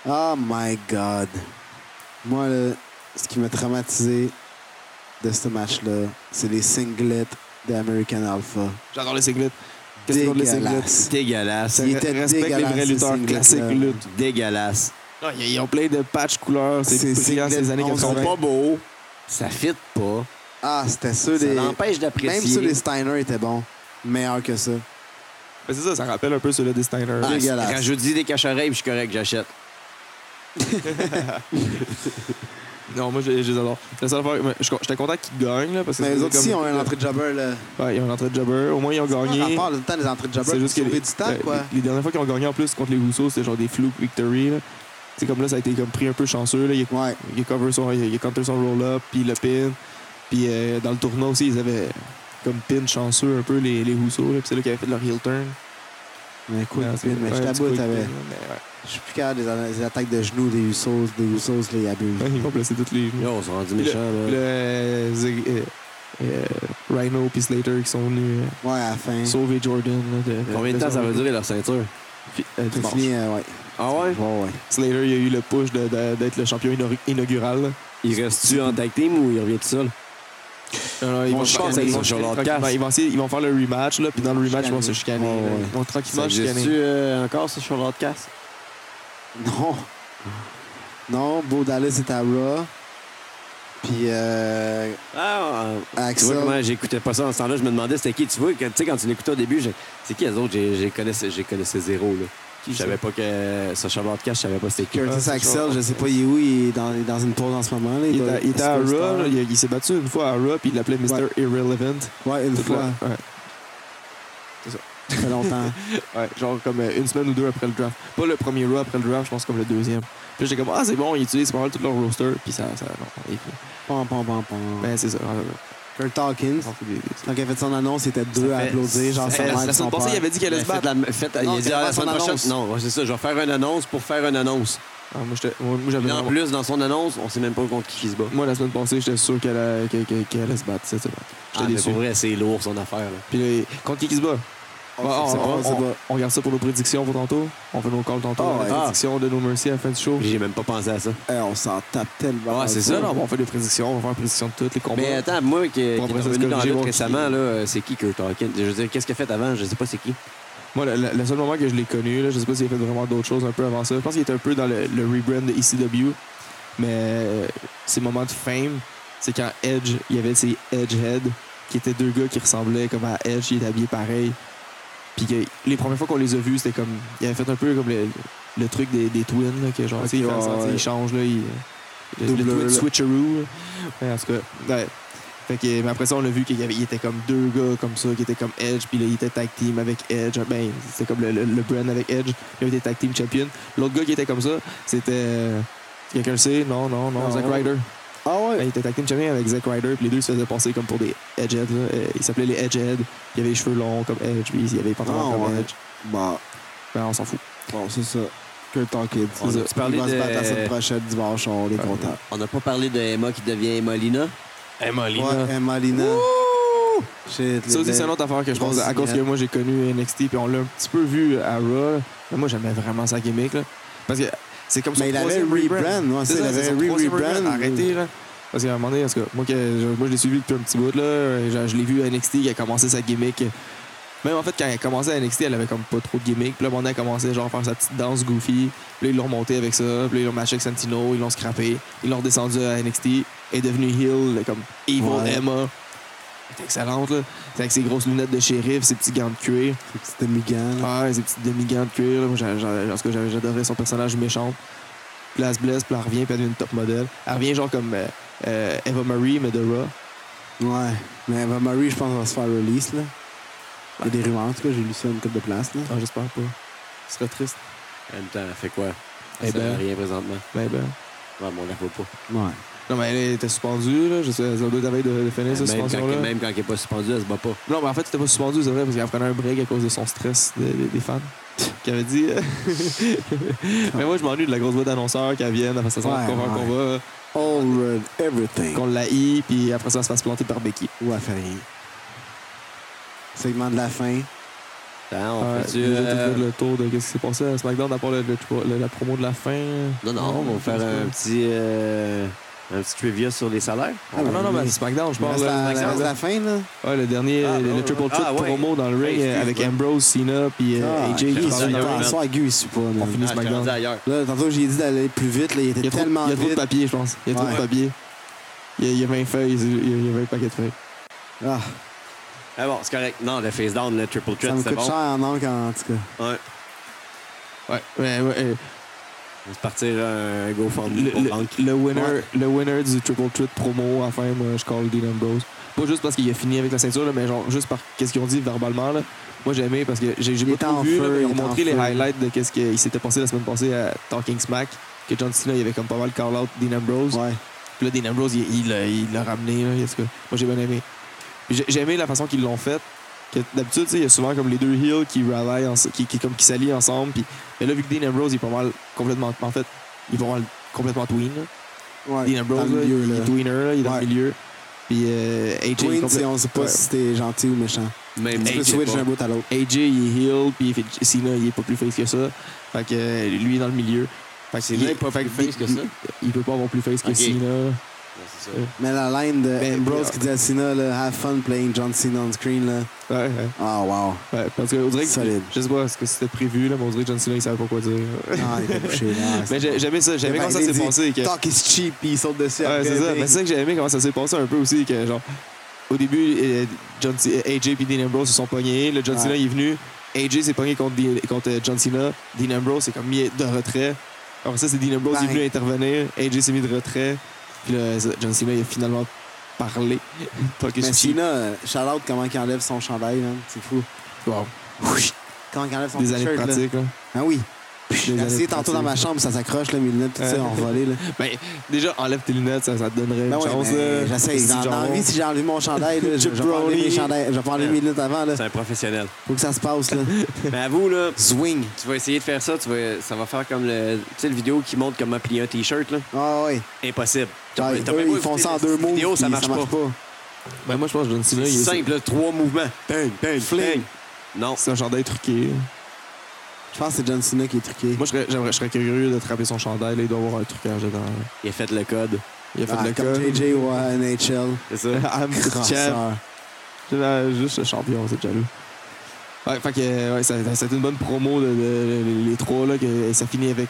Speaker 2: Oh my god. Moi, là, ce qui m'a traumatisé de ce match-là, c'est les singlets d'American Alpha.
Speaker 1: J'adore les singlets. Qu'est-ce qu'on a de les singlets
Speaker 2: Dégueulasse.
Speaker 4: Dégueulasse.
Speaker 2: Il était
Speaker 1: Respecte les
Speaker 2: dégueulasse,
Speaker 1: vrais
Speaker 2: ces
Speaker 1: lutteurs
Speaker 2: singlets-là.
Speaker 1: classiques lutte.
Speaker 4: Dégueulasse.
Speaker 1: Non, Ils ils ont plein de patchs couleurs.
Speaker 2: Ces
Speaker 1: C'est brillant
Speaker 2: singlets
Speaker 1: ces années
Speaker 2: on
Speaker 4: Ils sont
Speaker 1: 80.
Speaker 4: pas beaux. Ça fit pas.
Speaker 2: Ah, c'était sûr
Speaker 4: Ça
Speaker 2: des.
Speaker 4: l'empêche
Speaker 2: Même ceux
Speaker 4: d'apprécier.
Speaker 2: des Steiner étaient bons. Meilleurs que ça.
Speaker 1: Mais c'est ça, ça rappelle un peu celui de Steiner.
Speaker 2: Ah, dégueulasse.
Speaker 4: Quand je dis des cache-oreilles, je suis correct, j'achète.
Speaker 1: Non, moi, je, je les adore. La seule affaire- mais je- J'étais content qu'ils gagnent, là, parce que
Speaker 2: Mais les
Speaker 1: c'est
Speaker 2: autres
Speaker 1: comme-
Speaker 2: aussi ont un entrée de jobber, là.
Speaker 1: Ouais, ils ont une entrée de jobber. Au moins, ils ont gagné.
Speaker 2: On parle tout le temps des entrées de jobber.
Speaker 1: C'est juste que
Speaker 2: sauver
Speaker 1: les,
Speaker 2: du temps,
Speaker 1: euh,
Speaker 2: quoi.
Speaker 1: les dernières fois qu'ils ont gagné en plus contre les Rousseaux, c'était genre des flukes victory. là. C'est comme là, ça a été comme pris un peu chanceux. Là. Il, a,
Speaker 2: Ouais.
Speaker 1: il a cover son, il a- il a counter son roll-up, puis le pin. Puis euh, dans le tournoi aussi, ils avaient comme pin chanceux un peu les, les Rousseaux. là. Puis c'est là qu'ils avaient fait leur heel turn.
Speaker 2: Mais quoi,
Speaker 1: Ouais, c'est-
Speaker 2: mais je
Speaker 1: ouais, un petit
Speaker 2: t'aboute
Speaker 1: quick pin,
Speaker 2: avec.
Speaker 1: là, mais ouais.
Speaker 2: Je suis plus capable des, des attaques de genoux des Usos. Des Usos, là, ils abusent.
Speaker 1: Ouais, Ils vont placer toutes les
Speaker 4: Yo, on s'est rendu
Speaker 1: Le-
Speaker 4: méchant,
Speaker 1: Le,
Speaker 4: là.
Speaker 1: euh, Zig- euh, euh, Rhino puis Slater qui sont venus euh,
Speaker 2: Ouais, à la fin.
Speaker 1: sauver Jordan. là, de-
Speaker 4: Combien de temps ça va durer leur ceinture?
Speaker 1: Puis, euh,
Speaker 2: C'est
Speaker 1: dimanche.
Speaker 2: fini, euh, ouais.
Speaker 4: Ah ouais?
Speaker 2: Ouais, ouais.
Speaker 1: Slater, il a eu le push de- de- d'être le champion inauri- inaugural. là.
Speaker 4: Il reste-tu en tag team ou il revient tout seul?
Speaker 1: Non, non, ils
Speaker 4: Bon,
Speaker 1: vont
Speaker 4: je
Speaker 1: se
Speaker 4: pense
Speaker 1: chicaner,
Speaker 4: qu'ils
Speaker 1: ils
Speaker 4: vont
Speaker 1: vont se
Speaker 4: sur leur
Speaker 1: chicaner tranquillement.
Speaker 4: casse.
Speaker 1: Ils vont essayer- ils vont faire le rematch, là, puis dans le rematch, ils vont se
Speaker 2: Chicaner.
Speaker 1: chicaner.
Speaker 2: Ouais,
Speaker 1: là.
Speaker 2: ouais.
Speaker 1: Ils vont
Speaker 4: Ça
Speaker 1: tranquillement se
Speaker 4: existe-tu
Speaker 1: chicaner.
Speaker 4: euh, encore ça, sur l'Outcast?
Speaker 2: Non. Non, Bo Dallas est à Raw. Puis euh,
Speaker 4: Ah, euh, tu vois
Speaker 2: Axel.
Speaker 4: comment j'écoutais pas ça en ce temps-là, je me demandais c'était qui. Tu vois, quand, tu sais, quand tu l'écoutais au début, j'ai- c'est qui les autres? J'ai j'ai connaissais, j'ai connaissais zéro. Là. Je savais pas que Sacha Broadcast, je savais pas c'était qui.
Speaker 2: Curtis
Speaker 1: Ah, c'est
Speaker 2: Axel, je sais pas, il est où, il est dans, il est dans une pause en ce moment. Là.
Speaker 1: Il
Speaker 2: doit
Speaker 1: était-
Speaker 2: être
Speaker 1: il était à Raw,
Speaker 2: superstar.
Speaker 1: là, il, il s'est battu une fois à Raw, puis il l'appelait Mr.
Speaker 2: Ouais.
Speaker 1: Irrelevant.
Speaker 2: Ouais, une
Speaker 1: Toute
Speaker 2: fois,
Speaker 1: la- ouais.
Speaker 2: ça fait longtemps.
Speaker 1: Ouais, genre comme euh, une semaine ou deux après le draft. Pas le premier Raw après le draft, je pense comme le deuxième. Puis j'étais comme, ah, c'est bon, ils utilisent pas mal tout leur roster, puis ça. ça non, et puis-
Speaker 2: Pom, pom, pom, pom.
Speaker 1: ben, c'est ça. ouais, ouais,
Speaker 2: Kurt Hawkins,
Speaker 1: on s'en fout des-
Speaker 2: quand il a fait son annonce, il était deux à
Speaker 4: fait-
Speaker 2: applaudir. Genre,
Speaker 4: ça
Speaker 2: sa
Speaker 4: fait-
Speaker 1: Eh,
Speaker 2: mère
Speaker 1: la
Speaker 2: et son
Speaker 1: semaine passée,
Speaker 2: père.
Speaker 1: il avait dit qu'elle allait se
Speaker 4: Ben, Faites
Speaker 1: battre.
Speaker 4: la- faites-
Speaker 2: Non,
Speaker 4: il a dit
Speaker 2: c'est
Speaker 4: ah, la
Speaker 2: son
Speaker 4: semaine prochaine.
Speaker 2: annonce.
Speaker 4: Non, ouais, c'est ça, je vais faire une annonce pour faire une annonce.
Speaker 1: Ah, moi, j'étais- moi, moi, j'avais
Speaker 4: Puis en
Speaker 1: vraiment-
Speaker 4: plus, dans son annonce, on sait même pas contre qui il se bat.
Speaker 1: moi, la semaine passée, j'étais sûr qu'elle allait- qu'elle- qu'elle- qu'elle allait se battre. c'est ça.
Speaker 4: Ah,
Speaker 1: J'étais
Speaker 4: mais
Speaker 1: déçu.
Speaker 4: pour vrai, c'est lourd son affaire. là.
Speaker 1: Puis là, contre qui qui se bat
Speaker 2: On
Speaker 1: Bah,
Speaker 2: sait
Speaker 1: on,
Speaker 2: pas,
Speaker 1: on-
Speaker 2: on sait
Speaker 1: on-
Speaker 2: pas.
Speaker 1: on garde ça pour nos prédictions pour tantôt. On fait nos calls tantôt.
Speaker 2: Ah,
Speaker 1: les
Speaker 2: ouais.
Speaker 1: prédictions de nos Mercy à la fin du show.
Speaker 4: J'ai même pas pensé à ça.
Speaker 2: Eh, on s'en tape tellement.
Speaker 4: Ouais, c'est
Speaker 1: Non,
Speaker 4: ça.
Speaker 1: non, on fait des prédictions. On va faire des prédictions de toutes les combats.
Speaker 4: Mais attends, moi qui, qui est
Speaker 1: Bon, après ça,
Speaker 4: revenu
Speaker 1: c'est
Speaker 4: dans
Speaker 1: corrigé,
Speaker 4: l'autre
Speaker 1: bon,
Speaker 4: récemment,
Speaker 1: qui-
Speaker 4: là, euh, c'est qui Kurt Hawkins? Je veux dire, qu'est-ce qu'il a fait avant? Je sais pas c'est qui.
Speaker 1: Moi, le, le- le seul moment que je l'ai connu, là, je sais pas s'il a fait vraiment d'autres choses un peu avant ça. Je pense qu'il était un peu dans le, le rebrand de ECW. Mais euh, ses moments de fame, c'est quand Edge, il y avait ses Edgehead, qui étaient deux gars qui ressemblaient comme à Edge, ils étaient habillés pareil. Puis que les premières fois qu'on les a vus, c'était comme. Il avait fait un peu comme le, le truc des, des twins, là, que genre, tu
Speaker 2: Ok,
Speaker 1: sais, il, fait
Speaker 2: ouais,
Speaker 1: ça, tu sais,
Speaker 2: ouais.
Speaker 1: il change, là, il. Le, le
Speaker 2: Doubleur,
Speaker 1: twin
Speaker 2: là.
Speaker 1: switcheroo. là. Ouais, en tout cas, ouais. Fait que, mais après ça, on a vu qu'il y avait, il était comme deux gars comme ça, qui étaient comme Edge, puis là, il était tag team avec Edge. Ben, c'était comme le, le, le brand avec Edge. Il avait été tag team champion. L'autre gars qui était comme ça, c'était. euh, Quelqu'un le sait? Non, non, non,
Speaker 2: Non.
Speaker 1: Zack Ryder.
Speaker 2: Ah
Speaker 1: Ben,
Speaker 2: ouais?
Speaker 1: il était tag team champion avec Zack Ryder, puis les deux ils se faisaient passer comme pour des Edgeheads. là. Euh, Ils s'appelaient les Edgeheads. Il avait les cheveux longs comme Edge, puis il avait les pantalons
Speaker 2: Ah,
Speaker 1: comme
Speaker 2: ouais.
Speaker 1: Edge.
Speaker 2: Bon,
Speaker 1: Ben, on s'en fout.
Speaker 2: bon c'est ça. Kurt Hawkins.
Speaker 4: On a-tu parlé
Speaker 2: il va se
Speaker 4: de-
Speaker 2: battre la semaine prochaine dimanche, on
Speaker 1: Euh,
Speaker 2: est content.
Speaker 4: On n'a pas parlé de Emma qui devient Molina. Emma
Speaker 2: Ouais, Emma Lina. Shit, les
Speaker 1: Ça aussi, c'est
Speaker 2: belles.
Speaker 1: une autre affaire que je
Speaker 2: Grosse
Speaker 1: pense. À cause que
Speaker 2: cigarette.
Speaker 1: moi, j'ai connu NXT, puis on l'a un petit peu vu à Raw. Mais moi, j'aimais vraiment sa gimmick. Là. Parce que c'est comme son
Speaker 2: Mais il avait
Speaker 1: troisième
Speaker 2: un rebrand, ouais,
Speaker 1: C'est
Speaker 2: ça,
Speaker 1: ça,
Speaker 2: il
Speaker 1: c'est
Speaker 2: avait
Speaker 1: son
Speaker 2: un re-
Speaker 1: troisième
Speaker 2: rebrand.
Speaker 1: Arrêtez, là. Parce qu'à un moment donné, parce que moi, que, je- moi, je l'ai suivi depuis un petit bout. Là, Euh, je, je l'ai vu à NXT, qui a commencé sa gimmick. Même en fait, quand elle commençait à NXT, elle avait comme pas trop de gimmick. Puis là, à un moment donné, elle commençait genre à faire sa petite danse goofy. Puis là, ils l'ont remonté avec ça. Puis là, ils l'ont matché avec Santino. Ils l'ont scrappé. Ils l'ont redescendu à NXT. Elle est devenue heel, comme Evil
Speaker 2: Ouais.
Speaker 1: Emma. Elle est excellente, là. C'est avec ses grosses lunettes de shérif, ses petits gants de cuir.
Speaker 2: C'était Migan.
Speaker 1: Ah, ses petites demi-gants de cuir. là. Moi, j'a- j'a- en tout cas, j'avais- j'adorais son personnage méchant. Puis là, elle se blesse, puis elle revient, puis elle devient une top modèle. Elle revient genre comme euh, euh, Eva Marie, mais de Raw.
Speaker 2: Ouais, mais Eva Marie, je pense qu'elle va se faire release, là. Il y a des rumeurs, en tout cas, j'ai lu ça une coupe de place, là.
Speaker 1: Non, Ah, j'espère pas. Ce serait triste.
Speaker 4: En même temps, elle fait quoi?
Speaker 1: Eh
Speaker 4: Elle sert
Speaker 1: ben.
Speaker 4: à rien présentement.
Speaker 1: Ben, ben.
Speaker 4: Ouais, mais on la voit pas.
Speaker 2: Ouais.
Speaker 1: Non, mais elle était suspendue, là. Je sais, ça doit être la veille de, de finir, cette
Speaker 4: même, quand,
Speaker 1: suspension-là.
Speaker 4: même quand elle est pas suspendue, elle se bat pas.
Speaker 1: Non, mais en fait, elle était pas suspendue, c'est vrai, parce qu'elle prenait un break à cause de son stress de- de- des fans. Qui avait dit. euh, mais moi, je m'ennuie de la grosse voix d'annonceur qu'elle vienne, après ça, qu'on
Speaker 2: Ouais,
Speaker 1: va
Speaker 2: ouais.
Speaker 1: qu'on va,
Speaker 2: All red, everything.
Speaker 1: qu'on la hie, puis après ça, elle se fasse planter par Becky.
Speaker 2: Ou elle fait rien. Segment de la fin.
Speaker 4: Attends, on
Speaker 1: Ouais,
Speaker 4: fait-tu,
Speaker 1: déjà, tout
Speaker 4: euh,
Speaker 1: fait le tour de qu'est-ce qui s'est passé à SmackDown, à part le- le- le- la promo de la fin.
Speaker 4: Non, non, on va faire un petit, euh, un petit trivia sur les salaires.
Speaker 1: Ah, non, non, mais SmackDown, je
Speaker 2: Je pense
Speaker 1: parle.
Speaker 2: la,
Speaker 1: là.
Speaker 2: la,
Speaker 1: SmackDown.
Speaker 2: la fin, là.
Speaker 1: Ouais, le dernier,
Speaker 4: Ah,
Speaker 1: le,
Speaker 4: ouais,
Speaker 1: le triple
Speaker 4: ouais.
Speaker 1: threat
Speaker 4: Ah, ouais.
Speaker 1: promo dans le ring
Speaker 4: Hey,
Speaker 1: euh, avec
Speaker 4: excuse-moi.
Speaker 1: Ambrose, Cena, puis euh,
Speaker 2: Ah,
Speaker 1: AJ qui
Speaker 4: je
Speaker 1: parle dans le
Speaker 2: Putain,
Speaker 1: ring.
Speaker 2: ce soir, Guy, il suit pas, man.
Speaker 1: On finit
Speaker 4: Ah, je suis
Speaker 1: SmackDown.
Speaker 4: rendu ailleurs.
Speaker 2: Là, tantôt, j'ai dit d'aller plus vite, là. Il était
Speaker 1: Il y a trop,
Speaker 2: tellement
Speaker 1: il y a trop de
Speaker 2: vite.
Speaker 1: papier, je pense. Il y a trop
Speaker 2: Ouais.
Speaker 1: de papier. Il y a, il y a 20 feuilles, il y a, il y a 20 paquets de feuilles.
Speaker 2: Ah,
Speaker 4: Ah bon, c'est correct. Non, le face down, le triple
Speaker 2: ça
Speaker 4: threat,
Speaker 2: me
Speaker 4: c'est
Speaker 2: coûte
Speaker 4: bon.
Speaker 2: cher en encre, en tout cas.
Speaker 4: Ouais.
Speaker 1: Ouais, ouais, ouais, euh,
Speaker 4: On va se partir un GoFundMe
Speaker 1: le,
Speaker 4: pour
Speaker 1: le-
Speaker 4: Hank.
Speaker 1: le winner, le winner du triple threat promo, enfin, moi, je call Dean Ambrose. Pas juste parce qu'il a fini avec la ceinture, là, mais genre juste par qu'est-ce qu'ils ont dit verbalement. Là. Moi, j'ai aimé parce que j'ai j'ai
Speaker 2: Il
Speaker 1: pas
Speaker 2: était
Speaker 1: trop
Speaker 2: en
Speaker 1: vu, là,
Speaker 2: feu,
Speaker 1: mais ils
Speaker 2: il
Speaker 1: ont
Speaker 2: était en
Speaker 1: montré les
Speaker 2: feu.
Speaker 1: highlights de qu'est-ce qui s'était passé la semaine passée à Talking Smack. Que John Cena, il avait comme pas mal call-out Dean Ambrose.
Speaker 2: Ouais.
Speaker 1: Puis là, Dean Ambrose, il- il l'a il l'a ramené. Là, Est-ce que- moi, j'ai bien aimé. Puis J'ai j'ai aimé la façon qu'ils l'ont fait. Que D'habitude, tu sais, il y a souvent comme les deux heels qui rallient, ense- qui, qui, comme qui s'allient ensemble. Puis, mais là, vu que Dean Ambrose, il est pas mal complètement. En fait, il est pas mal complètement tween. là.
Speaker 2: Ouais.
Speaker 1: Dean Ambrose,
Speaker 2: Dans le
Speaker 1: là,
Speaker 2: milieu,
Speaker 1: il
Speaker 2: là.
Speaker 1: est tweener, là, il est dans
Speaker 2: Ouais.
Speaker 1: le milieu. Puis euh, AJ, est
Speaker 2: Twin,
Speaker 1: complète-
Speaker 2: c'est- on sait pas
Speaker 1: Ouais.
Speaker 2: si t'es gentil ou méchant.
Speaker 4: Même
Speaker 2: Tu peux
Speaker 4: AJ
Speaker 2: switch
Speaker 4: Ball.
Speaker 2: d'un bout à l'autre.
Speaker 1: AJ, il est heel, puis il fait- Cena, il est pas plus face que ça. Fait que euh, lui, il est dans le milieu. Fait que
Speaker 4: C'est
Speaker 1: il-
Speaker 4: même pas plus face que ça.
Speaker 1: il- Il peut pas avoir plus face que
Speaker 4: Ok.
Speaker 1: Cena.
Speaker 4: c'est ça.
Speaker 1: Euh,
Speaker 2: Mais la line de
Speaker 1: Ben,
Speaker 2: Ambrose
Speaker 1: ouais.
Speaker 2: qui dit à Cena, là, have fun playing John Cena on screen, là.
Speaker 1: Ouais, ouais.
Speaker 2: Ah, wow.
Speaker 1: ouais. Parce que, on dirait que-
Speaker 2: Solide.
Speaker 1: je sais pas ce que c'était prévu, là, mais on dirait que John Cena, il savait pas quoi dire.
Speaker 2: Ah, il était couché, là.
Speaker 1: Mais j'ai- j'aimais ça, j'aimais
Speaker 2: Ben,
Speaker 1: comment ça
Speaker 2: il
Speaker 1: s'est
Speaker 2: dit,
Speaker 1: passé. Que...
Speaker 2: Talk is cheap, puis il saute dessus.
Speaker 1: Ouais,
Speaker 2: après,
Speaker 1: c'est ça.
Speaker 2: bing.
Speaker 1: Mais c'est ça que j'ai aimé comment ça s'est passé un peu aussi. Que, genre, au début, euh, John C- euh, AJ et Dean Ambrose se sont pognés. Le John
Speaker 2: Ouais.
Speaker 1: Cena il est venu. AJ s'est pogné contre, Dean- contre euh, John Cena. Dean Ambrose s'est comme mis de retrait. Après ça, c'est Dean Ambrose qui est
Speaker 2: Bang.
Speaker 1: venu intervenir. AJ s'est mis de retrait. Puis là, ça, John Cena il a finalement parlé. Talk is
Speaker 2: Mais
Speaker 1: cheap.
Speaker 2: Cena, shout-out comment il enlève son chandail, man. C'est fou.
Speaker 1: Wow.
Speaker 2: Comment il enlève son
Speaker 1: Des années de
Speaker 2: t-shirt, là.
Speaker 1: pratique. là.
Speaker 2: Ah oui.
Speaker 1: Des
Speaker 2: J'ai
Speaker 1: années de
Speaker 2: essayé tantôt dans ma
Speaker 1: pratique.
Speaker 2: chambre, ça s'accroche, là, mes lunettes, tout ça,
Speaker 1: Ouais.
Speaker 2: ont volé, là.
Speaker 1: Ben, déjà, enlève tes lunettes, ça, ça te donnerait une
Speaker 2: Ben ouais,
Speaker 1: chance.
Speaker 2: mais
Speaker 1: là.
Speaker 2: j'essaie.
Speaker 1: Si,
Speaker 2: Dans,
Speaker 1: genre,
Speaker 2: dans la vie, si j'ai enlevé mon chandail, là, je, je vais pas enlever mes chandails. Je vais pas enlever mes lunettes avant, là.
Speaker 4: C'est un professionnel.
Speaker 2: Faut que ça se passe, là.
Speaker 4: Mais avoue, là,
Speaker 2: Swing.
Speaker 4: tu vas essayer de faire ça, tu vas, ça va faire comme le, tu sais, le vidéo qui montre comment plier un T-shirt. là.
Speaker 2: Ah ouais.
Speaker 4: Impossible.
Speaker 2: Ah,
Speaker 4: T'as- t'as même
Speaker 2: eux,
Speaker 4: pas
Speaker 2: ils font
Speaker 4: écouté
Speaker 2: ça en
Speaker 4: la
Speaker 2: deux mots.
Speaker 4: vidéo,
Speaker 2: puis
Speaker 4: ça marche pas.
Speaker 1: ben, moi, je pense que John Cena, il est-
Speaker 4: Simple, là, trois mouvements. Bang, bang,
Speaker 2: Fling.
Speaker 4: fling. Non.
Speaker 1: c'est un chandail truqué.
Speaker 2: Je pense que c'est John Cena qui est truqué.
Speaker 1: Moi, je serais, j'aimerais- je serais curieux de frapper son chandail. Là, il doit avoir un trucage dedans. là.
Speaker 4: Il a fait le code.
Speaker 1: Il a fait Ah,
Speaker 2: Ah,
Speaker 1: de la
Speaker 2: comme
Speaker 1: colle.
Speaker 2: JJ ou à NHL.
Speaker 4: C'est ça.
Speaker 1: I'm the champ.
Speaker 2: Crasseur.
Speaker 1: Euh, Juste le champion, c'est jaloux. Ouais, fait que, euh, ouais, ça- ça- c'était une bonne promo de, de- les trois. Là, que ça finit avec,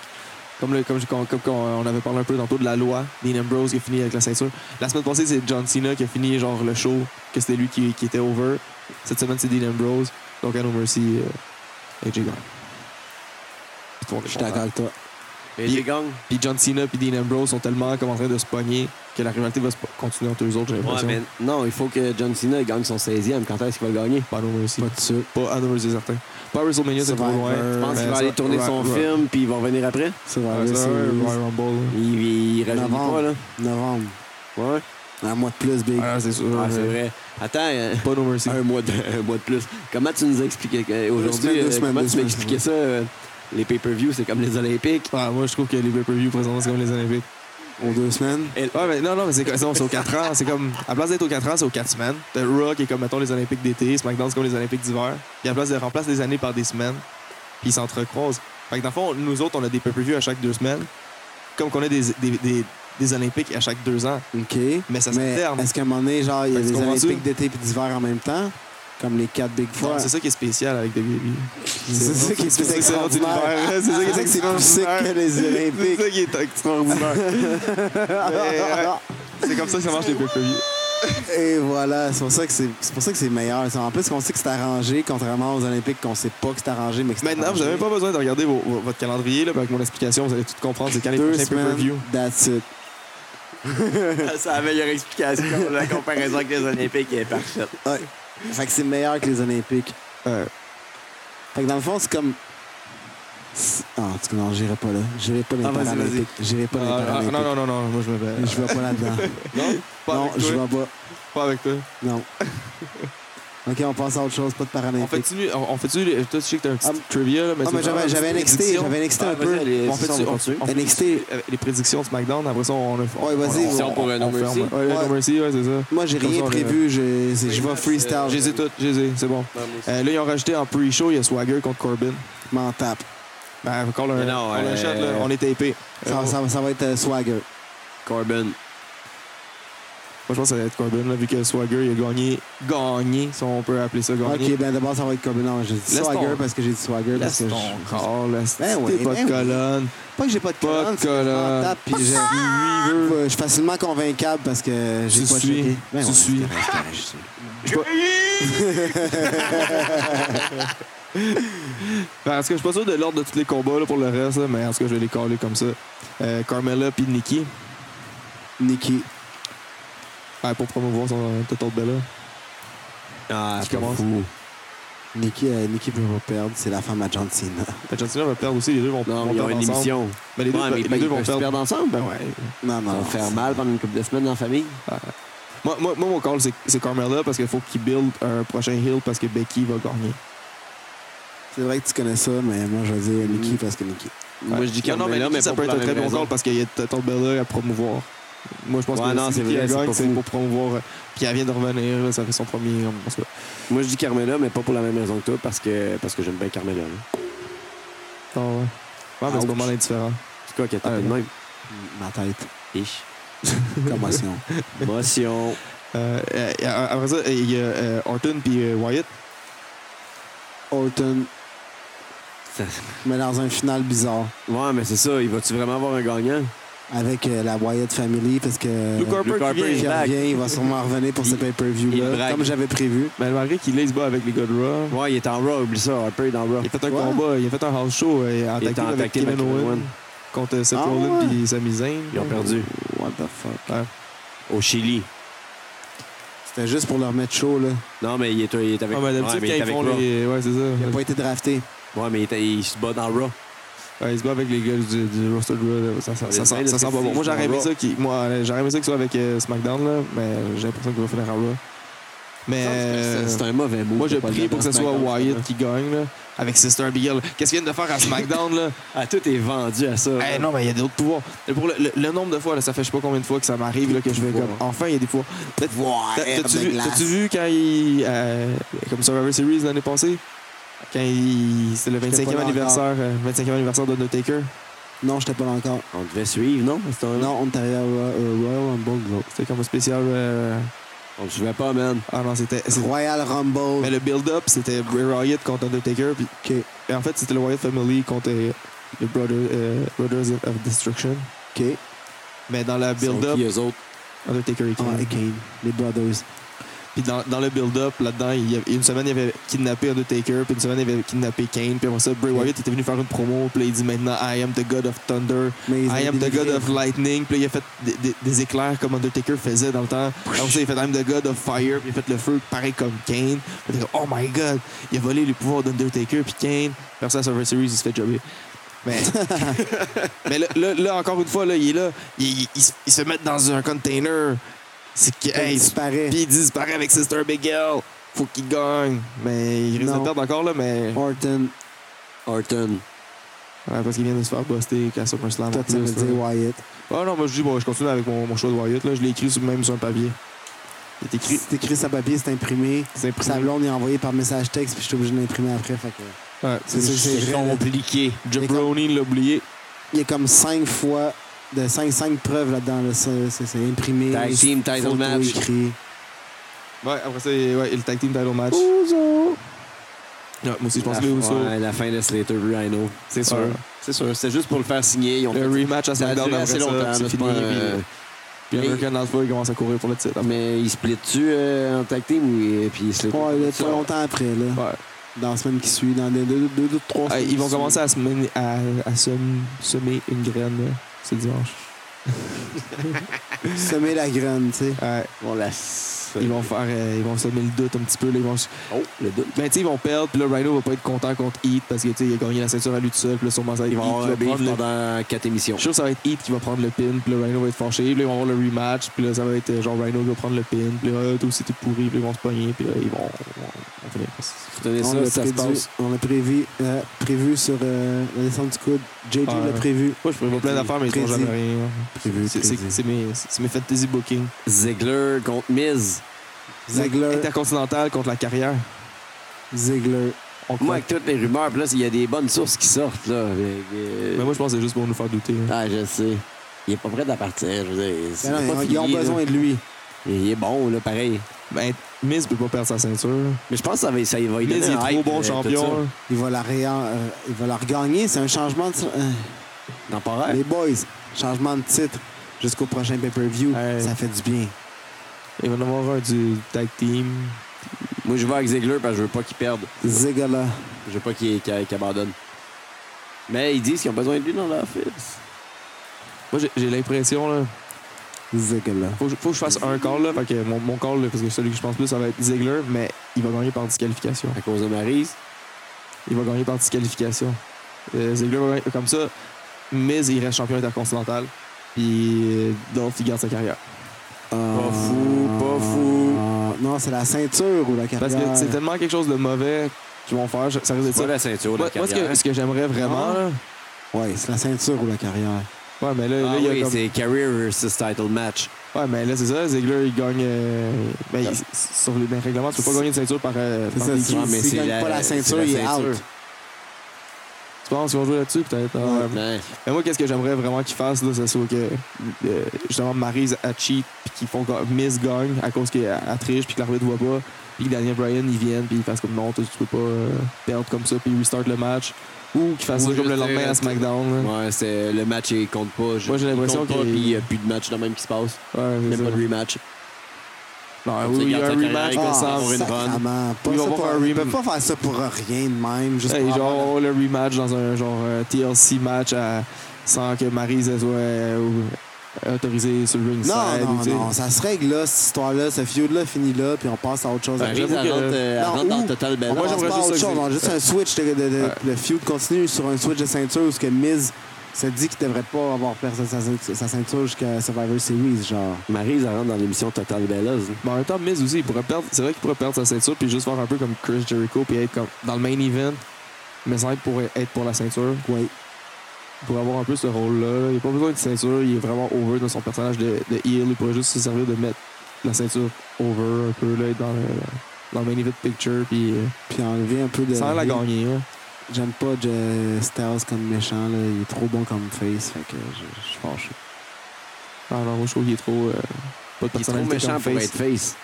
Speaker 1: comme, le- comme, je- comme- comme on avait parlé un peu tantôt de la loi, Dean Ambrose qui a fini avec la ceinture. La semaine passée, c'est John Cena qui a fini genre le show, que c'était lui qui, qui était over. Cette semaine, c'est Dean Ambrose. Donc, à No Mercy, euh, AJ Grant. Puis tout le monde est
Speaker 2: Je suis
Speaker 1: content.
Speaker 2: d'accord avec toi.
Speaker 4: Et les gangs.
Speaker 1: Puis John Cena puis Dean Ambrose sont tellement comme en train de se pogner que la rivalité va se po- continuer entre eux autres, j'ai
Speaker 4: Ouais,
Speaker 1: l'impression.
Speaker 4: mais non, il faut que John Cena gagne son 16e. Quand est-ce qu'il va le gagner?
Speaker 1: Pas à No Mercy.
Speaker 2: Pas de sûr.
Speaker 1: Pas à No Mercy, certain. Pas à WrestleMania, c'est trop
Speaker 2: Survivor.
Speaker 1: loin.
Speaker 2: Tu
Speaker 4: Je pense
Speaker 1: Mais
Speaker 4: qu'il va
Speaker 1: ça-
Speaker 4: aller tourner
Speaker 1: Ra-
Speaker 4: son
Speaker 1: Ra-
Speaker 4: film, puis il va revenir après.
Speaker 1: Ouais,
Speaker 2: Survivor
Speaker 1: ça,
Speaker 2: Series.
Speaker 1: Royal Rumble.
Speaker 4: Il, il rajeunit
Speaker 2: Novembre.
Speaker 4: pas, là.
Speaker 2: Novembre.
Speaker 4: Ouais.
Speaker 2: Un mois de plus, big.
Speaker 1: Ah, c'est sûr.
Speaker 4: Ah, c'est
Speaker 1: mais
Speaker 4: vrai. Attends, euh,
Speaker 1: Pas No Mercy.
Speaker 4: un, mois de, un mois de plus. Comment tu nous expliquais que- aujourd'hui?
Speaker 2: semaines, deux
Speaker 4: euh,
Speaker 2: semaines,
Speaker 4: Comment
Speaker 2: deux
Speaker 4: tu
Speaker 2: semaines.
Speaker 4: m'expliquais ça? euh, Les pay-per-views, c'est comme les Olympiques.
Speaker 1: Ah, moi, je trouve que les pay-per-view présentement, c'est comme les Olympiques.
Speaker 2: Aux deux semaines.
Speaker 1: Ouais, mais non, non, mais c'est c'est bon, c'est aux 4 ans. C'est comme. À place d'être aux 4 ans, c'est aux 4 semaines. The Rock est comme, mettons, les Olympiques d'été. SmackDown, c'est comme les Olympiques d'hiver. Puis à place de remplacer les années par des semaines. Puis ils s'entrecroisent. Fait que dans le fond, nous autres, on a des pay-per-view à chaque deux semaines. Comme qu'on a des, des, des, des Olympiques à chaque deux ans.
Speaker 2: OK.
Speaker 1: Mais ça se terme.
Speaker 2: Est-ce qu'à un moment donné, genre, il y a
Speaker 1: Fait que
Speaker 2: des
Speaker 1: tu comprends-tu?
Speaker 2: Olympiques d'été et d'hiver en même temps? Comme les quatre Big
Speaker 1: Non,
Speaker 2: Four.
Speaker 1: C'est ça qui est spécial avec WWE.
Speaker 2: C'est ça qui est
Speaker 1: C'est ça
Speaker 2: plus
Speaker 1: qui est
Speaker 2: extraordinaire.
Speaker 1: extraordinaire. C'est ça qui
Speaker 2: C'est
Speaker 1: est
Speaker 2: ça que c'est plus sick
Speaker 1: extraordinaire.
Speaker 2: que les
Speaker 1: C'est
Speaker 2: Olympiques.
Speaker 1: ça qui est extraordinaire. Mais, ouais, c'est comme ça que ça marche les pay-per-view.
Speaker 2: Et voilà, c'est pour ça que c'est c'est pour ça que c'est meilleur. En plus qu'on sait que c'est arrangé, contrairement aux Olympiques qu'on sait pas que c'est arrangé, mais que c'est
Speaker 1: Maintenant, vous
Speaker 2: arrangé.
Speaker 1: n'avez même pas besoin de regarder vos- vos- votre calendrier. Là, puis avec mon explication, vous allez tout comprendre. C'est quand les
Speaker 2: deux
Speaker 1: prochains
Speaker 2: semaines.
Speaker 1: pay-per-view.
Speaker 2: That's it.
Speaker 4: C'est la meilleure explication. La comparaison avec les Olympiques est parfaite.
Speaker 2: Ouais. Fait que c'est meilleur que les Olympiques.
Speaker 1: Ouais.
Speaker 2: Fait que dans le fond, c'est comme. c'est- Ah, en tout cas, non, j'irai pas là. J'irai pas dans
Speaker 1: Ah,
Speaker 2: les
Speaker 1: vas-y,
Speaker 2: Paralympiques. J'irai pas dans
Speaker 1: Ah,
Speaker 2: les
Speaker 1: ah,
Speaker 2: Paralympiques.
Speaker 1: non, non, non, non, moi je me vais.
Speaker 2: Je vais pas là-dedans.
Speaker 1: Non, pas
Speaker 2: non,
Speaker 1: avec
Speaker 2: je
Speaker 1: toi.
Speaker 2: vais pas.
Speaker 1: Pas avec toi.
Speaker 2: Non. ok, on passe à autre chose, pas de
Speaker 1: On
Speaker 2: Paralympiques.
Speaker 1: fait-tu, on, on fait-tu, les- toi tu sais que t'as un petit
Speaker 2: Ah,
Speaker 1: trivia là, mais
Speaker 2: ah, mais j'avais j'avais NXT, j'avais NXT un peu.
Speaker 1: Ah, On fait-tu, on, on fait
Speaker 2: NXT,
Speaker 1: les prédictions de SmackDown, après ça on a
Speaker 2: Ouais, vas-y.
Speaker 1: on- on-
Speaker 4: Prédictions pour, euh,
Speaker 1: on
Speaker 4: No
Speaker 1: ferme.
Speaker 4: Mercy.
Speaker 1: Ouais,
Speaker 2: Ouais.
Speaker 1: No Mercy, ouais, c'est ça.
Speaker 2: moi j'ai
Speaker 1: Comme
Speaker 2: rien
Speaker 1: ça, on est- euh,
Speaker 2: prévu, je je- je vais freestyle.
Speaker 1: J'ai les ai toutes, je les ai, c'est bon. Euh, là, ils ont rajouté en pre-show, il y a Swagger contre Corbin.
Speaker 2: Je m'en tape.
Speaker 1: Ben, encore le,
Speaker 4: Mais non,
Speaker 1: on le
Speaker 4: euh,
Speaker 1: shot, là, on est tapé. Euh,
Speaker 2: Ça,
Speaker 1: moi,
Speaker 2: ça- ça va être euh, Swagger.
Speaker 4: Corbin.
Speaker 1: je pense que ça va être Corbin, là, vu que Swagger, il a gagné, gagné, si on peut appeler ça gagné.
Speaker 2: Ok, ben d'abord ça va être Corbin. Non, j'ai dit
Speaker 1: Laisse
Speaker 2: Swagger
Speaker 1: ton-
Speaker 2: parce que j'ai dit Swagger.
Speaker 1: Laisse
Speaker 2: Parce que
Speaker 1: ton
Speaker 2: je-
Speaker 1: corps, laisse
Speaker 2: Ben ouais,
Speaker 1: t'es pas
Speaker 2: ben
Speaker 1: de
Speaker 2: ouais.
Speaker 1: colonne.
Speaker 2: Pas que j'ai pas de
Speaker 1: Pas
Speaker 2: colonne,
Speaker 1: de
Speaker 2: c'est que je m'en
Speaker 1: colonne.
Speaker 2: tape, puis je- je suis facilement convaincable parce que j'ai
Speaker 1: Tu
Speaker 2: pas
Speaker 1: suis.
Speaker 2: choqué. Ben
Speaker 1: Tu
Speaker 2: ouais,
Speaker 1: suis.
Speaker 2: c'est correct, c'est correct, je suis.
Speaker 1: Parce que je suis pas sûr de l'ordre de tous les combats là, pour le reste, là, mais en tout cas, je vais les coller comme ça. Euh, Carmella puis Nikki,
Speaker 2: Nikki.
Speaker 1: Ouais, Ben, pour promouvoir son Total Bella.
Speaker 4: Ah,
Speaker 1: Qui commence?
Speaker 4: fou.
Speaker 2: Nikki, euh, Nikki peut pas perdre, c'est la femme à John Cena.
Speaker 1: Euh, John Cena va perdre aussi, les deux vont,
Speaker 4: Non,
Speaker 1: vont
Speaker 4: ils ont
Speaker 1: perdre
Speaker 4: une
Speaker 1: ensemble.
Speaker 4: émission.
Speaker 1: Mais les deux,
Speaker 4: Ouais, mais
Speaker 1: les
Speaker 4: ils
Speaker 1: deux
Speaker 4: peuvent
Speaker 1: vont
Speaker 4: se
Speaker 1: perdre.
Speaker 4: perdre ensemble.
Speaker 1: Ben ouais.
Speaker 2: Non,
Speaker 4: Ça
Speaker 2: non.
Speaker 4: va faire mal pendant une couple de semaines en famille.
Speaker 1: Moi, moi, moi, mon call, c'est- c'est Carmella parce qu'il faut qu'il build un prochain heel parce que Becky va gagner.
Speaker 2: C'est vrai que tu connais ça, mais moi je vais dire Nikki parce que Nikki.
Speaker 4: Moi, je dis
Speaker 1: Non, non, mais
Speaker 4: Carmella,
Speaker 1: Nikki,
Speaker 4: mais
Speaker 1: ça
Speaker 4: pas
Speaker 1: peut
Speaker 4: pour
Speaker 1: être
Speaker 4: la
Speaker 1: un très
Speaker 4: même
Speaker 1: bon
Speaker 4: raison.
Speaker 1: call parce qu'il y a Total Bella à promouvoir. Moi, je pense
Speaker 4: Ouais,
Speaker 1: que
Speaker 4: non,
Speaker 1: si
Speaker 4: c'est
Speaker 1: Nikki
Speaker 4: vrai,
Speaker 1: elle
Speaker 4: c'est
Speaker 1: gagne,
Speaker 4: pas
Speaker 1: c'est
Speaker 4: fou.
Speaker 1: pour promouvoir. Puis elle vient de revenir, là, ça fait son premier. en tout cas.
Speaker 4: Moi, je dis Carmela, mais pas pour la même raison que toi, parce que, parce que j'aime bien Carmela. hein. là.
Speaker 1: Non, Ah, ouais. Ouais, mais c'est
Speaker 2: Ouch.
Speaker 1: pas mal indifférent.
Speaker 4: C'est quoi qui a tapé
Speaker 1: Ah,
Speaker 4: de
Speaker 1: non.
Speaker 4: même?
Speaker 2: Ma tête.
Speaker 4: Ish.
Speaker 2: Commotion.
Speaker 4: Motion.
Speaker 1: Euh, euh, après ça, il y a euh, Orton puis euh, Wyatt.
Speaker 2: Orton, mais dans un final bizarre.
Speaker 4: Ouais, mais c'est ça. Il va-tu vraiment avoir un gagnant?
Speaker 2: Avec euh, la Wyatt Family, parce que.
Speaker 1: Luke Harper
Speaker 4: Luke
Speaker 1: qui
Speaker 4: Harper,
Speaker 1: vient.
Speaker 4: il
Speaker 2: qui
Speaker 4: est back.
Speaker 2: revient, il va sûrement revenir pour ce
Speaker 4: Il- il
Speaker 2: pay-per-view-là,
Speaker 4: braque.
Speaker 2: comme j'avais prévu.
Speaker 1: Mais malgré qu'il laisse bas avec les gars de Raw,
Speaker 4: Ouais, il est en Raw, oublie ça. Harper est en Raw.
Speaker 1: il a fait un
Speaker 2: Ouais.
Speaker 1: combat, il a fait un house show euh, en
Speaker 4: Il était
Speaker 1: tag team
Speaker 4: en
Speaker 1: avec
Speaker 4: tag team
Speaker 1: Kevin
Speaker 4: avec Kevin
Speaker 1: Owens
Speaker 4: Owens.
Speaker 1: contre Seth
Speaker 2: Ah,
Speaker 1: Rollins
Speaker 2: ouais.
Speaker 1: puis Sami Zayn.
Speaker 4: Ils ont perdu.
Speaker 2: What the fuck.
Speaker 1: Ouais.
Speaker 4: Au Chili.
Speaker 2: C'était juste pour leur mettre chaud, là.
Speaker 4: Non, mais il est, il est avec
Speaker 1: Ah, mais
Speaker 4: ouais,
Speaker 1: d'habitude,
Speaker 4: mais il est
Speaker 1: quand ils
Speaker 4: avec
Speaker 1: font
Speaker 4: Raw.
Speaker 1: les. Ouais, c'est
Speaker 2: Il n'a
Speaker 1: ça.
Speaker 2: pas été drafté.
Speaker 4: Ouais, mais il, était- il se bat dans Raw.
Speaker 1: Ouais, ils se battent avec les gars du, du roster de Raw. là. Ça, ça, ça,
Speaker 4: Les
Speaker 1: sent-
Speaker 4: mains,
Speaker 1: ça
Speaker 4: là,
Speaker 1: sent pas bon.
Speaker 4: c'est-
Speaker 1: Moi, j'aurais aimé
Speaker 4: Raw.
Speaker 1: ça qu'il moi, j'aurais aimé ça qu'il soit avec euh, SmackDown, là, mais j'ai l'impression qu'il va finir à Raw. Mais.
Speaker 2: C'est-
Speaker 1: euh,
Speaker 2: C'est un mauvais mot.
Speaker 1: Moi,
Speaker 2: de
Speaker 1: je
Speaker 2: pas le
Speaker 1: prie
Speaker 2: mettre
Speaker 1: pour que ce
Speaker 2: dans
Speaker 1: soit
Speaker 2: SmackDown,
Speaker 1: Wyatt
Speaker 2: là.
Speaker 1: qui gagne, là, avec Sister Abigail. Qu'est-ce qu'ils viennent de faire à SmackDown, là?
Speaker 4: Ah, tout est vendu à ça.
Speaker 1: Eh, non, mais il y a d'autres pouvoirs. Et Pour le, le- le nombre de fois, là, ça fait je sais pas combien de fois que ça m'arrive là, que je vais comme. Enfin, il y a des fois. Peut-être-
Speaker 2: Voir,
Speaker 1: T'as-
Speaker 2: air
Speaker 1: T'as-tu
Speaker 2: de
Speaker 1: vu,
Speaker 2: glace.
Speaker 1: t'as-tu vu quand il. euh, comme Survivor Series l'année passée? Quand il. C'était le
Speaker 2: J'étais pas
Speaker 1: 25e
Speaker 2: là
Speaker 1: anniversaire, euh, 25e anniversaire de Taker.
Speaker 2: Non, je t'ai pas là encore.
Speaker 4: On devait suivre, non? à ce temps-là?
Speaker 2: Non, on est arrivé à Royal Royal Rumble. là.
Speaker 1: C'était comme un spécial. euh,
Speaker 4: On ne suivait pas, man.
Speaker 1: Ah non, c'était. c'est-
Speaker 2: Royal Rumble.
Speaker 1: Mais le build-up, c'était Bray Wyatt contre Undertaker. Puis,
Speaker 2: OK.
Speaker 1: et en fait, c'était le Wyatt Family contre euh, les Brother- euh, Brothers of Destruction.
Speaker 2: OK.
Speaker 1: Mais dans la
Speaker 4: Ils sont
Speaker 1: build-up,
Speaker 4: qui, euh? eux autres?
Speaker 1: Undertaker et
Speaker 2: Ah,
Speaker 1: Kane.
Speaker 2: et Kane. Les Brothers.
Speaker 1: Puis dans, dans le build-up, là-dedans, il y avait- une semaine, il avait kidnappé Undertaker, puis une semaine, il avait kidnappé Kane, puis après ça, Bray Wyatt était venu faire une promo, puis là, il dit maintenant I am the God of Thunder,
Speaker 2: Mais ils
Speaker 1: I
Speaker 2: ont
Speaker 1: am the
Speaker 2: délivré.
Speaker 1: God of Lightning, puis là, il a fait des, des- des éclairs comme Undertaker faisait dans le temps. Après ça, il a fait I am the God of Fire, puis il a fait le feu pareil comme Kane. Puis t'es comme, oh my god, il a volé les pouvoirs d'Undertaker, puis Kane. Après ça, à Survivor Series, il se fait jobber. Mais, mais là, là, là, encore une fois, là, il est là, il, il- il se- il se met dans un container. C'est que,
Speaker 2: Ils
Speaker 1: hey,
Speaker 2: disparaissent.
Speaker 1: puis il disparaît avec Sister Abigail. Faut qu'il gagne. Mais il risque
Speaker 2: Non.
Speaker 1: de perdre encore, là, mais.
Speaker 2: Orton.
Speaker 4: Orton.
Speaker 1: Ouais, parce qu'il vient de se faire buster à SummerSlam. en
Speaker 2: Toi, tu
Speaker 1: plus,
Speaker 2: veux
Speaker 1: là.
Speaker 2: dire Wyatt.
Speaker 1: Ah non, moi je dis, bon, je continue avec mon, mon choix de Wyatt. Là. Je l'ai écrit sur- même sur un papier. Il est écrit.
Speaker 2: C'est écrit sur papier, c'est imprimé.
Speaker 1: C'est imprimé.
Speaker 2: Sa blonde est envoyée par message texte, puis je suis obligé de l'imprimer après. Fait que...
Speaker 1: Ouais,
Speaker 2: C'est ça que c'est vrai, là.
Speaker 4: Compliqué.
Speaker 1: Jabroni l'a oublié.
Speaker 2: Il y a comme cinq fois, de cinq, cinq preuves là-dedans. là. C'est c'est- c'est imprimé.
Speaker 4: Tag team, title
Speaker 2: photo
Speaker 4: match.
Speaker 2: écrit.
Speaker 1: Ouais, après ça, il- ouais, il tag team title match. Ouais, moi aussi, je pense que les Usos.
Speaker 4: Ouais, la fin de Slater Rhino.
Speaker 1: C'est sûr.
Speaker 4: Ouais. C'est sûr. C'était juste pour le faire signer. Ils ont
Speaker 1: Le
Speaker 4: fait-
Speaker 1: rematch à
Speaker 4: Ça a
Speaker 1: SmackDown
Speaker 4: duré
Speaker 1: après
Speaker 4: assez
Speaker 1: ça,
Speaker 4: longtemps.
Speaker 1: c'est
Speaker 4: là, c'est
Speaker 1: fini.
Speaker 4: pas
Speaker 1: puis,
Speaker 4: un-
Speaker 1: euh, Puis American Alpha, il commence à courir pour le titre. après.
Speaker 4: Mais il split-tu euh, en tag team ou puis Slater?
Speaker 2: Ouais, là, pas longtemps après, là.
Speaker 1: Ouais.
Speaker 2: Dans la semaine qui suit, dans les deux, deux, deux, trois
Speaker 1: Ah,
Speaker 2: semaines.
Speaker 1: ils vont
Speaker 2: qui
Speaker 1: commencer à semer, à, à sem- semer une graine, là, ce dimanche.
Speaker 2: suivent. Semer la graine, tu sais.
Speaker 1: Ouais.
Speaker 4: On la...
Speaker 1: Ils vont faire, euh, ils vont semer le doute un petit peu. Là, ils vont,
Speaker 4: Oh, le doute.
Speaker 1: ben, tu sais, ils vont perdre. Puis là, Rhino va pas être content contre Heat parce que tu sais, il a gagné la ceinture à lui tout seul. Puis là, sûrement, ça va être
Speaker 4: Ils
Speaker 1: Heat qui
Speaker 4: vont avoir
Speaker 1: va
Speaker 4: un beef
Speaker 1: prendre le-
Speaker 4: pendant quatre émissions.
Speaker 1: Je suis sûr que ça va être Heat qui va prendre le pin. Puis là, Rhino va être fâché. Puis là, ils vont avoir le rematch. Puis là, ça va être euh, genre Rhino qui va prendre le pin. Puis là, Ah, toi aussi, t'es pourri. Puis là, ils vont se pogner. Puis là, ils vont. ils vont- ils vont finir.
Speaker 4: Tenez
Speaker 2: On
Speaker 4: ça,
Speaker 2: l'a
Speaker 4: ça se
Speaker 2: prévu,
Speaker 4: passe.
Speaker 2: on l'a prévu, euh, prévu sur euh, la descente du coude. JJ
Speaker 1: Ah,
Speaker 2: l'a
Speaker 1: ouais.
Speaker 2: prévu.
Speaker 1: Moi, je prévois plein d'affaires, mais ils font
Speaker 2: Prédit.
Speaker 1: jamais rien. là.
Speaker 2: Prévu,
Speaker 1: C'est- C'est c'est mes, c'est mes fantasy bookings.
Speaker 4: Ziggler contre Miz.
Speaker 2: Ziggler,
Speaker 1: Intercontinental contre la carrière.
Speaker 2: Ziggler.
Speaker 1: On
Speaker 4: Moi,
Speaker 1: croit-
Speaker 4: avec toutes les rumeurs, puis là, il y a des bonnes sources qui sortent. Là. euh, Fait que-
Speaker 1: Mais moi, je pense que c'est juste pour nous faire douter. là.
Speaker 4: Ah, je sais. Il est pas prêt d'en partir. Je veux dire, c'est
Speaker 2: Ben non,
Speaker 4: pas
Speaker 2: ils ont-
Speaker 4: fini,
Speaker 2: ils ont
Speaker 4: là.
Speaker 2: besoin de lui.
Speaker 4: Il est bon, là, pareil.
Speaker 1: Ben, Miz peut pas perdre sa ceinture.
Speaker 4: Mais je pense que ça va, ça va y
Speaker 1: Miz,
Speaker 4: donner
Speaker 1: il est
Speaker 4: un
Speaker 1: trop
Speaker 4: hype,
Speaker 1: bon
Speaker 4: euh,
Speaker 1: champion.
Speaker 4: tout
Speaker 1: là.
Speaker 2: Il va la, ré- euh, il va la regagner. C'est un changement de... euh,
Speaker 4: ça. Dans pas rare.
Speaker 2: Les boys, changement de titre jusqu'au prochain pay-per-view.
Speaker 1: Ouais.
Speaker 2: Ça fait du bien.
Speaker 1: Il va en avoir un du tag team.
Speaker 4: Moi, je vais avec Ziggler parce que je veux pas qu'il perde.
Speaker 2: Ziggler.
Speaker 4: Je veux pas qu'il qu'il- qu'il abandonne. Mais ils disent qu'ils ont besoin de lui dans l'office.
Speaker 1: Moi, j'ai- j'ai l'impression, là.
Speaker 2: Ziggler.
Speaker 1: Faut, que je- faut que je fasse un call, là. Fait que mon, mon call, là, parce que celui que je pense plus, ça va être Ziggler, mais il va gagner par disqualification.
Speaker 4: À cause de Maryse.
Speaker 1: Il va gagner par disqualification. Euh, Ziggler va gagner comme ça. Miz, il reste champion intercontinental. Puis euh, Dolph, il garde sa carrière.
Speaker 4: Pas fou, pas fou.
Speaker 2: Euh, non, c'est la ceinture ou la carrière.
Speaker 1: Parce que c'est tellement quelque chose de mauvais qu'ils vont faire. je- Ça risque d'être
Speaker 4: C'est
Speaker 1: ça.
Speaker 4: pas la ceinture,
Speaker 1: Moi,
Speaker 4: la
Speaker 1: moi, ce
Speaker 4: carrière.
Speaker 1: que, ce que j'aimerais vraiment,
Speaker 2: Ah.
Speaker 1: là,
Speaker 2: Ouais, c'est la ceinture ou la carrière.
Speaker 1: Ouais, mais là, là,
Speaker 4: Ah
Speaker 1: il y a
Speaker 4: oui,
Speaker 1: comme-
Speaker 4: c'est career versus title match.
Speaker 1: Ouais, mais là, c'est ça. Ziggler, il gagne. euh, ben, il- sur les ben, règlements, tu peux pas gagner une ceinture par. euh,
Speaker 2: C'est
Speaker 1: par
Speaker 2: ça,
Speaker 1: des-
Speaker 2: si-
Speaker 4: Ouais, mais
Speaker 2: s'il
Speaker 4: c'est
Speaker 2: gagne
Speaker 4: la-
Speaker 2: pas la
Speaker 4: c'est la
Speaker 2: ceinture, il est
Speaker 4: ceinture.
Speaker 2: out.
Speaker 1: Tu penses qu'ils vont jouer là-dessus, peut-être? Ah, ouais.
Speaker 4: Ouais.
Speaker 1: Mais moi, qu'est-ce que j'aimerais vraiment qu'ils fassent, là, c'est sûr que euh, justement Maryse à cheat, puis qu'ils font ga- Miss gagne à cause qu'elle elle triche, puis que l'arbitre voit pas, puis que Daniel Bryan, il vienne, puis il fasse comme non, toi, tu peux pas euh, perdre comme ça, puis restart le match. Ou qu'ils fassent
Speaker 4: Ou
Speaker 1: ça comme le
Speaker 4: rester
Speaker 1: lendemain à
Speaker 4: resté-
Speaker 1: SmackDown. là.
Speaker 4: Ouais, c'est le match il compte pas. Je-
Speaker 1: Moi, j'ai
Speaker 4: il
Speaker 1: l'impression
Speaker 4: compte pas,
Speaker 1: qu'il-
Speaker 4: puis il n'y a plus de match de même qui se passe.
Speaker 1: Ouais, c'est
Speaker 4: Même
Speaker 1: ça.
Speaker 4: pas de rematch.
Speaker 1: Non,
Speaker 4: Comme
Speaker 1: oui,
Speaker 4: ça,
Speaker 1: il y a
Speaker 4: garde
Speaker 1: un
Speaker 4: sa carrière,
Speaker 1: rematch,
Speaker 4: il
Speaker 1: mais
Speaker 2: Ah,
Speaker 4: gagne
Speaker 1: sans
Speaker 4: sa-
Speaker 1: vrai.
Speaker 2: sacrément. Pas
Speaker 1: Ils
Speaker 2: ça
Speaker 1: vont
Speaker 2: pour-
Speaker 1: faire un
Speaker 2: Ils
Speaker 1: rem-
Speaker 2: peuvent pas faire ça pour rien de même. Juste
Speaker 1: Hey,
Speaker 2: pour avoir
Speaker 1: genre, le rematch dans un genre euh, TLC match à- sans que Maryse elle soit euh, ou- autorisée sur le ring.
Speaker 2: Non, non, non, ça se règle là, cette histoire-là, ce feud-là finit là, puis on passe à autre chose.
Speaker 4: Ben,
Speaker 2: après.
Speaker 4: Reeves, elle
Speaker 1: que-
Speaker 4: rentre, euh, elle
Speaker 2: Non,
Speaker 4: rentre dans
Speaker 2: ou-
Speaker 4: le total
Speaker 2: on
Speaker 4: ben
Speaker 1: moi,
Speaker 2: passe
Speaker 1: j'aimerais
Speaker 2: pas à
Speaker 1: juste
Speaker 2: autre
Speaker 1: ça que
Speaker 2: chose, on a juste un switch, de, de- de-
Speaker 1: Ouais.
Speaker 2: le feud continue sur un switch de ceinture où ce que Miz se dit qu'il devrait pas avoir perdu sa, sa- sa ceinture jusqu'à Survivor Series, genre.
Speaker 4: Maryse, elle rentre dans l'émission Total Bellas.
Speaker 1: Mais en même temps, Miz aussi, il pourrait perdre. C'est vrai qu'il pourrait perdre sa ceinture puis juste faire un peu comme Chris Jericho puis être comme dans le main event. Mais sans être pour être pour la ceinture,
Speaker 2: Oui.
Speaker 1: pour avoir un peu ce rôle-là. Il n'a pas besoin de ceinture, il est vraiment over dans son personnage de, de heel. Il pourrait juste se servir de mettre la ceinture over un peu, là, être dans le, dans le main event picture, puis euh,
Speaker 2: Puis enlever un peu de.
Speaker 1: sans la gagner. hein.
Speaker 2: J'aime pas Je- Styles comme méchant, là. il est trop bon comme face, fait que je je suis fâché.
Speaker 1: Ah non, moi, je trouve qu'il est trop. euh, pas de
Speaker 4: Il est trop
Speaker 1: personnalité.
Speaker 4: méchant
Speaker 1: comme
Speaker 4: pour
Speaker 1: face.
Speaker 4: être face.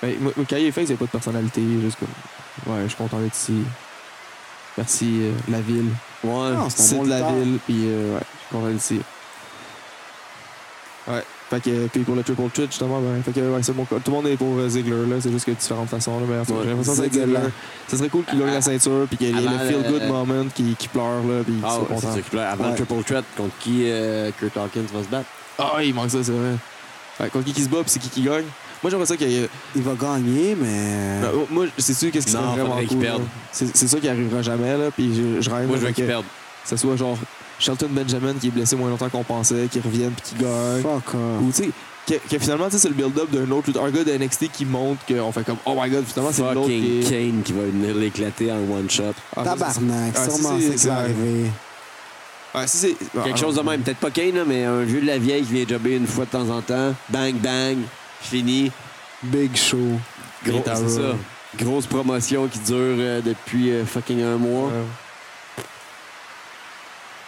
Speaker 1: Ben, moi, moi, quand il est face, il n'y a pas de personnalité. il est Juste comme, ouais, je suis content d'être ici. Merci, euh, la ville. Ah,
Speaker 4: Ouais.
Speaker 2: Non,
Speaker 1: c'est
Speaker 2: c'est un bon
Speaker 1: de la
Speaker 2: lutteur.
Speaker 1: ville, puis euh, ouais, je suis content d'ici. Ouais, fait que euh, puis pour le triple threat justement, ben, fait que ouais, c'est bon. Tout le monde est pour euh, Ziggler là, c'est juste que de différentes façons là, mais en tout cas,
Speaker 4: Ouais,
Speaker 1: j'ai
Speaker 4: Ah,
Speaker 1: l'impression que c'est
Speaker 2: Ziggler.
Speaker 1: Ziggler. Ça serait cool qu'il gagne la ceinture, puis qu'il y ait
Speaker 4: avant
Speaker 1: le feel good
Speaker 4: le-
Speaker 1: moment qui, qui pleure là, puis qu'il
Speaker 4: Ah,
Speaker 1: soit
Speaker 4: ouais, c'est
Speaker 1: content.
Speaker 4: sûr qu'il pleure. Avant le
Speaker 2: Ouais.
Speaker 4: Triple Threat, contre qui euh, Kurt Hawkins va se battre
Speaker 1: Ah, il manque ça, c'est vrai. Ouais, contre qui qui se bat, puis c'est qui qui gagne. Moi j'aimerais ça qu'il y ait
Speaker 2: Il va gagner, mais.
Speaker 1: Ben, oh, moi, c'est sûr qu'est-ce qui
Speaker 4: Non,
Speaker 1: serait vraiment
Speaker 4: faudrait qu'il
Speaker 1: cool.
Speaker 4: perde.
Speaker 1: là. C'est c'est ça qui arrivera jamais là, puis je, je rêve
Speaker 4: Moi,
Speaker 1: là,
Speaker 4: je veux
Speaker 1: que
Speaker 4: qu'il perde.
Speaker 1: ça soit genre Shelton Benjamin qui est blessé moins longtemps qu'on pensait, qui revienne puis qui gagne.
Speaker 2: Fuck off.
Speaker 1: Ou tu sais, que, que finalement, tu sais, c'est le build-up d'un autre, lutteur, un gars de NXT qui monte, qu'on fait comme, oh my god, finalement, c'est l'autre qui
Speaker 4: Fucking
Speaker 1: est-
Speaker 4: Kane qui va venir l'éclater en one shot.
Speaker 1: Ah, ça, c'est-
Speaker 2: Tabarnak,
Speaker 1: Ah, si,
Speaker 2: sûrement
Speaker 1: c'est-
Speaker 2: c'est qui va
Speaker 1: c'est-
Speaker 2: arriver.
Speaker 1: Ah, si, c'est- Ah,
Speaker 4: Quelque
Speaker 1: ah,
Speaker 4: chose de même. Peut-être pas Kane, là, mais un vieux de la vieille qui vient jobber une fois de temps en temps. Bang, bang. Fini.
Speaker 2: Big Show.
Speaker 4: Gros-
Speaker 1: Great
Speaker 4: c'est
Speaker 1: Arrow.
Speaker 4: ça. Grosse promotion qui dure euh, depuis euh, fucking un mois.
Speaker 1: Euh,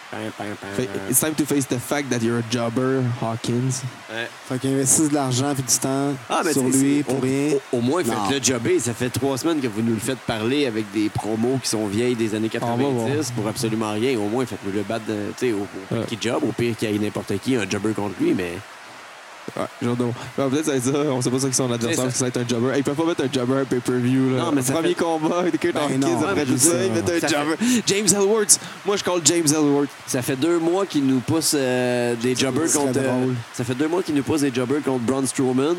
Speaker 4: Pam, pam, pam.
Speaker 1: fait- it's time to face the fact that you're a jobber, Hawkins.
Speaker 4: Ouais.
Speaker 2: Fait qu'il investisse de l'argent et du temps
Speaker 4: Ah, mais
Speaker 2: sur
Speaker 4: tu sais,
Speaker 2: lui
Speaker 4: c'est- Oh,
Speaker 2: pour
Speaker 4: au-
Speaker 2: rien.
Speaker 4: Au, au moins,
Speaker 2: Non.
Speaker 4: faites-le jobber. Ça fait trois semaines que vous nous le faites parler avec des promos qui sont vieilles des années
Speaker 2: Ah,
Speaker 1: va
Speaker 4: 90 pour absolument rien. Au moins, faites-nous le battre, euh, tu sais, au, au pire
Speaker 1: Ouais.
Speaker 4: qu'il job, au pire qu'il y ait n'importe qui, un jobber contre lui, mais
Speaker 1: Ouais, genre, donc, ouais, peut-être ça va être ça, on sait pas ça qui sont l'adversaire,
Speaker 4: C'est ça.
Speaker 1: parce que ça va être un jobber. Hey, ils peuvent pas mettre un jobber à pay-per-view, là.
Speaker 4: Non, mais ça
Speaker 1: Premier combat, avec Kurt
Speaker 2: Ben
Speaker 1: Hawkins,
Speaker 2: non,
Speaker 1: après
Speaker 2: mais
Speaker 1: tout
Speaker 2: c'est
Speaker 1: ça,
Speaker 2: ça.
Speaker 1: ils mettent un
Speaker 4: Ça fait-
Speaker 1: jobber. James Ellsworth! Moi, je call James Ellsworth.
Speaker 4: ça fait deux mois qu'il nous pousse euh, des jobbers
Speaker 2: serait
Speaker 4: contre. euh,
Speaker 2: drôle.
Speaker 4: ça fait deux mois qu'ils nous poussent des jobbers contre Braun Strowman.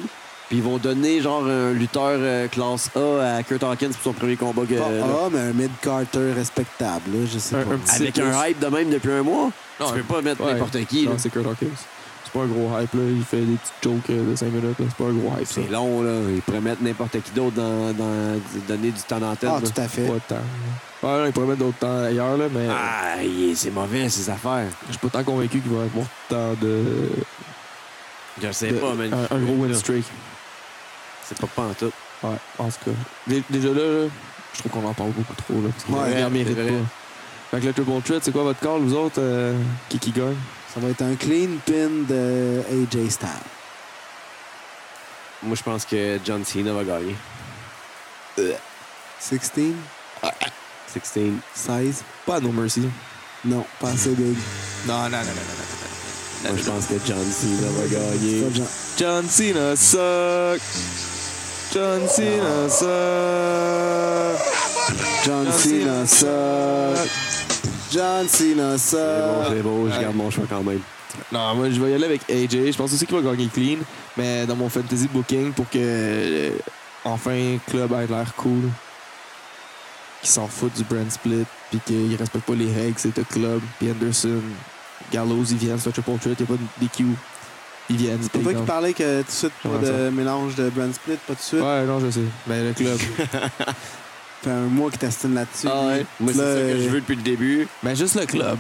Speaker 4: Puis ils vont donner genre un lutteur euh, classe A à Kurt Hawkins pour son premier combat. que-
Speaker 2: Pas A, Ah, mais un mid-carter respectable, là, je sais
Speaker 1: Un-
Speaker 2: pas. Ah,
Speaker 1: un petit-
Speaker 4: avec
Speaker 1: C'est
Speaker 4: un
Speaker 1: plus-
Speaker 4: hype de même depuis un mois.
Speaker 1: Non,
Speaker 4: tu peux pas mettre
Speaker 1: ouais.
Speaker 4: n'importe qui. là.
Speaker 1: Non, c'est Kurt Hawkins. C'est pas un gros hype, là. Il fait des petites jokes euh, de 5 minutes, là. C'est pas un gros hype, ça.
Speaker 4: C'est long, là. Ils pourraient mettre n'importe qui d'autre dans, dans- donner du temps d'antenne.
Speaker 2: Ah,
Speaker 4: là.
Speaker 2: tout à fait.
Speaker 1: Pas de temps. Ouais, non, il pourrait mettre d'autres temps ailleurs, là, mais.
Speaker 4: Ah, il est- c'est mauvais, ces affaires.
Speaker 1: Je suis pas tant convaincu qu'il va avoir tant de.
Speaker 4: Je sais
Speaker 1: de-
Speaker 4: pas, man.
Speaker 1: un, un gros win streak.
Speaker 4: C'est pas pantoute.
Speaker 1: Ouais, en tout cas. Dé- Déjà là, là, je trouve qu'on en parle beaucoup trop. Là, parce que
Speaker 2: Ouais,
Speaker 1: les gens
Speaker 4: c'est
Speaker 1: méritent
Speaker 4: vrai.
Speaker 1: pas. Fait que le triple threat, c'est quoi votre call, vous autres euh, Qui qui gagne
Speaker 2: Ça va être un clean pin de AJ Styles.
Speaker 4: Moi, je pense que John Cena va gagner.
Speaker 2: 16,
Speaker 4: 16.
Speaker 2: 16.
Speaker 1: Pas à No Mercy.
Speaker 2: Non, pas assez big.
Speaker 1: Non, non, non, non, non. non.
Speaker 4: Moi, je pense que John Cena va
Speaker 2: C'est
Speaker 4: gagner.
Speaker 2: pas genre-
Speaker 1: John Cena suck. John Cena suck.
Speaker 2: John Cena suck. John Cena
Speaker 4: C'est bon,
Speaker 2: suck.
Speaker 4: c'est beau, je garde mon choix quand même.
Speaker 1: Non, moi je vais y aller avec AJ. Je pense aussi qu'il va gagner clean, mais dans mon fantasy booking pour que euh, enfin club ait l'air cool, qu'ils s'en foutent du brand split, puis qu'ils respectent pas les règles, c'est le club. Puis Anderson, Gallows, ils viennent, c'est un triple threat, y a pas de DQ, ils viennent.
Speaker 2: C'est toi qui
Speaker 1: takedown.
Speaker 2: parlais que tout de suite, pas
Speaker 1: J'aimerais
Speaker 2: de mélange de brand split, pas de suite.
Speaker 1: Ouais, non, je sais. Mais le club.
Speaker 2: Fait un mois qu'il t'astine là-dessus.
Speaker 4: Moi,
Speaker 2: Là,
Speaker 4: c'est ça que je
Speaker 2: euh,
Speaker 4: veux depuis le début.
Speaker 1: mais Ben, juste le club.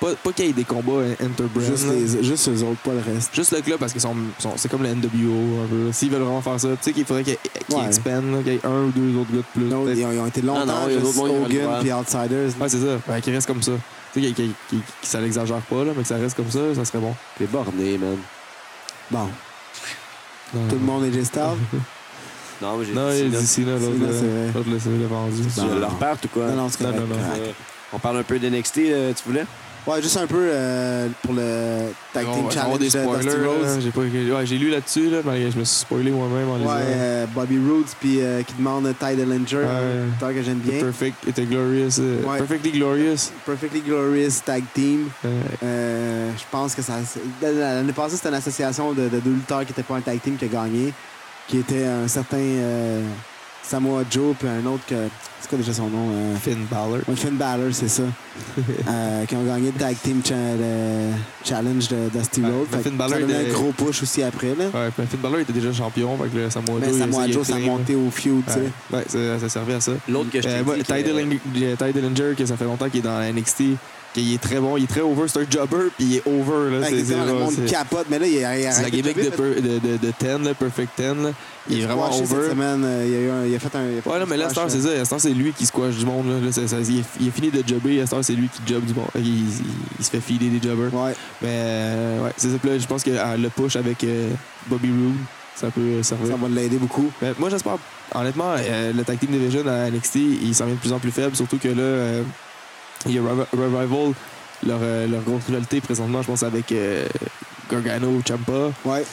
Speaker 1: Pas, pas qu'il y ait des combats euh, interbrand.
Speaker 2: Juste,
Speaker 1: là.
Speaker 2: les- juste eux autres, pas le reste.
Speaker 1: Juste le club parce qu'ils sont, sont- c'est comme le NWO un peu. là. S'ils veulent vraiment faire ça, tu sais qu'il faudrait qu'ils qu'ils
Speaker 2: Ouais.
Speaker 1: expandent, là, qu'il y ait un ou deux autres gars de plus.
Speaker 2: Non,
Speaker 1: peut-être. Ah
Speaker 2: ils, ont, ils ont été longtemps
Speaker 4: non, il y a
Speaker 2: juste
Speaker 4: d'autres mondes qui ont le
Speaker 2: Hogan
Speaker 4: droit.
Speaker 2: puis Outsiders.
Speaker 1: Ouais, c'est ça. Ben, qu'ils restent comme ça. Tu sais, qu'ils- qu'ils- qu'ils- que ça l'exagère pas, là, mais que ça reste comme ça, ça serait bon.
Speaker 4: T'es borné, man.
Speaker 2: Bon, tout le monde est gestable.
Speaker 4: Non, mais j'ai
Speaker 1: Non, il y a d'ici, là, l'autre,
Speaker 2: Cena,
Speaker 1: là,
Speaker 2: c'est vrai.
Speaker 1: l'autre, là, c'est le vendu.
Speaker 4: Tu
Speaker 2: Non.
Speaker 4: veux le repartes ou quoi?
Speaker 2: Non, non, c'est
Speaker 1: Non,
Speaker 2: correct.
Speaker 1: non, non.
Speaker 2: correct.
Speaker 4: Euh, on parle un peu d'NXT, euh, tu voulais?
Speaker 2: Ouais, juste un peu euh, pour le Tag
Speaker 1: On- on
Speaker 2: Team
Speaker 1: va avoir
Speaker 2: Challenge
Speaker 1: des
Speaker 2: de
Speaker 1: spoilers,
Speaker 2: Dusty Rhodes.
Speaker 1: là. J'ai pas- ouais, j'ai lu là-dessus, là, mais je me suis spoilé moi-même en
Speaker 2: Ouais,
Speaker 1: lisant.
Speaker 2: euh, Bobby Rhodes puis euh, qui demande Ty Dillinger,
Speaker 1: Ouais.
Speaker 2: un lutteur que j'aime
Speaker 1: The
Speaker 2: bien.
Speaker 1: Perfect était glorious. euh,
Speaker 2: Ouais.
Speaker 1: Perfectly glorious.
Speaker 2: Perfectly Glorious Tag Team.
Speaker 1: Euh,
Speaker 2: Euh, je pense que ça. L'année passée, c'était une association de, de deux lutteurs qui n'étaient pas un tag team qui a gagné, qui était un certain euh, Samoa Joe, puis un autre que. C'est quoi déjà son nom euh,
Speaker 1: Finn Balor.
Speaker 2: ouais, Finn Balor, c'est ça. Euh, qui ont gagné le tag team cha- le challenge de Dusty
Speaker 1: Ouais,
Speaker 2: Road.
Speaker 1: mais Finn
Speaker 2: ça
Speaker 1: Balor,
Speaker 2: a donné
Speaker 1: il
Speaker 2: un
Speaker 1: est-
Speaker 2: gros push aussi après. Là.
Speaker 1: Ouais, ben, Finn Balor était déjà champion, fait que là, Samoa
Speaker 2: Mais
Speaker 1: Joe, il-
Speaker 2: Ben, Samoa
Speaker 1: il a
Speaker 2: Joe, ça a
Speaker 1: clean, là.
Speaker 2: monté au feud, tu sais.
Speaker 1: Ouais, ouais, ça, ça servait à ça.
Speaker 4: L'autre que je t'ai
Speaker 1: Euh,
Speaker 4: dit
Speaker 1: ouais,
Speaker 4: que-
Speaker 1: Ty, Dilling- euh, Ty Dillinger, que ça fait longtemps qu'il est dans la NXT, qu'il est très bon, il est très over, c'est un jobber, puis il est over. Là,
Speaker 2: Ouais,
Speaker 1: c'est, c'est,
Speaker 2: exactement, le
Speaker 1: ouais,
Speaker 2: monde
Speaker 1: c'est-
Speaker 2: capote, mais là, il a, il a
Speaker 1: c'est la
Speaker 2: arrêté
Speaker 1: gimmick
Speaker 2: de
Speaker 1: de,
Speaker 2: jobber,
Speaker 1: per- de, de, de 10, là, Perfect 10. là. Il est vraiment
Speaker 2: squashé
Speaker 1: over.
Speaker 2: Cette semaine, euh, il y a eu un- il a fait un. il a fait
Speaker 1: Ouais,
Speaker 2: un
Speaker 1: là, mais là, à cette
Speaker 2: squash, hein.
Speaker 1: heure, c'est ça. À cette heure, c'est lui qui squash du monde. Là. Là, c'est- c'est- il, est, il est fini de jobber. À cette heure, c'est lui qui job du monde. Il, il- il se fait filer des jobbers.
Speaker 2: euh, Ouais.
Speaker 1: Mais euh, ouais, c'est ça. Puis là, je pense que euh, le push avec euh, Bobby Roode, ça peut euh, servir.
Speaker 2: Ça va l'aider beaucoup.
Speaker 1: Mais Ben, moi, j'espère. Honnêtement, euh, le tag team division à NXT, il s'en vient de plus en plus faible, surtout que là, euh, il y a Revi- Revival, leur, euh, leur grosse rivalité présentement, je pense, avec euh, Gargano, Champa.
Speaker 2: Ouais.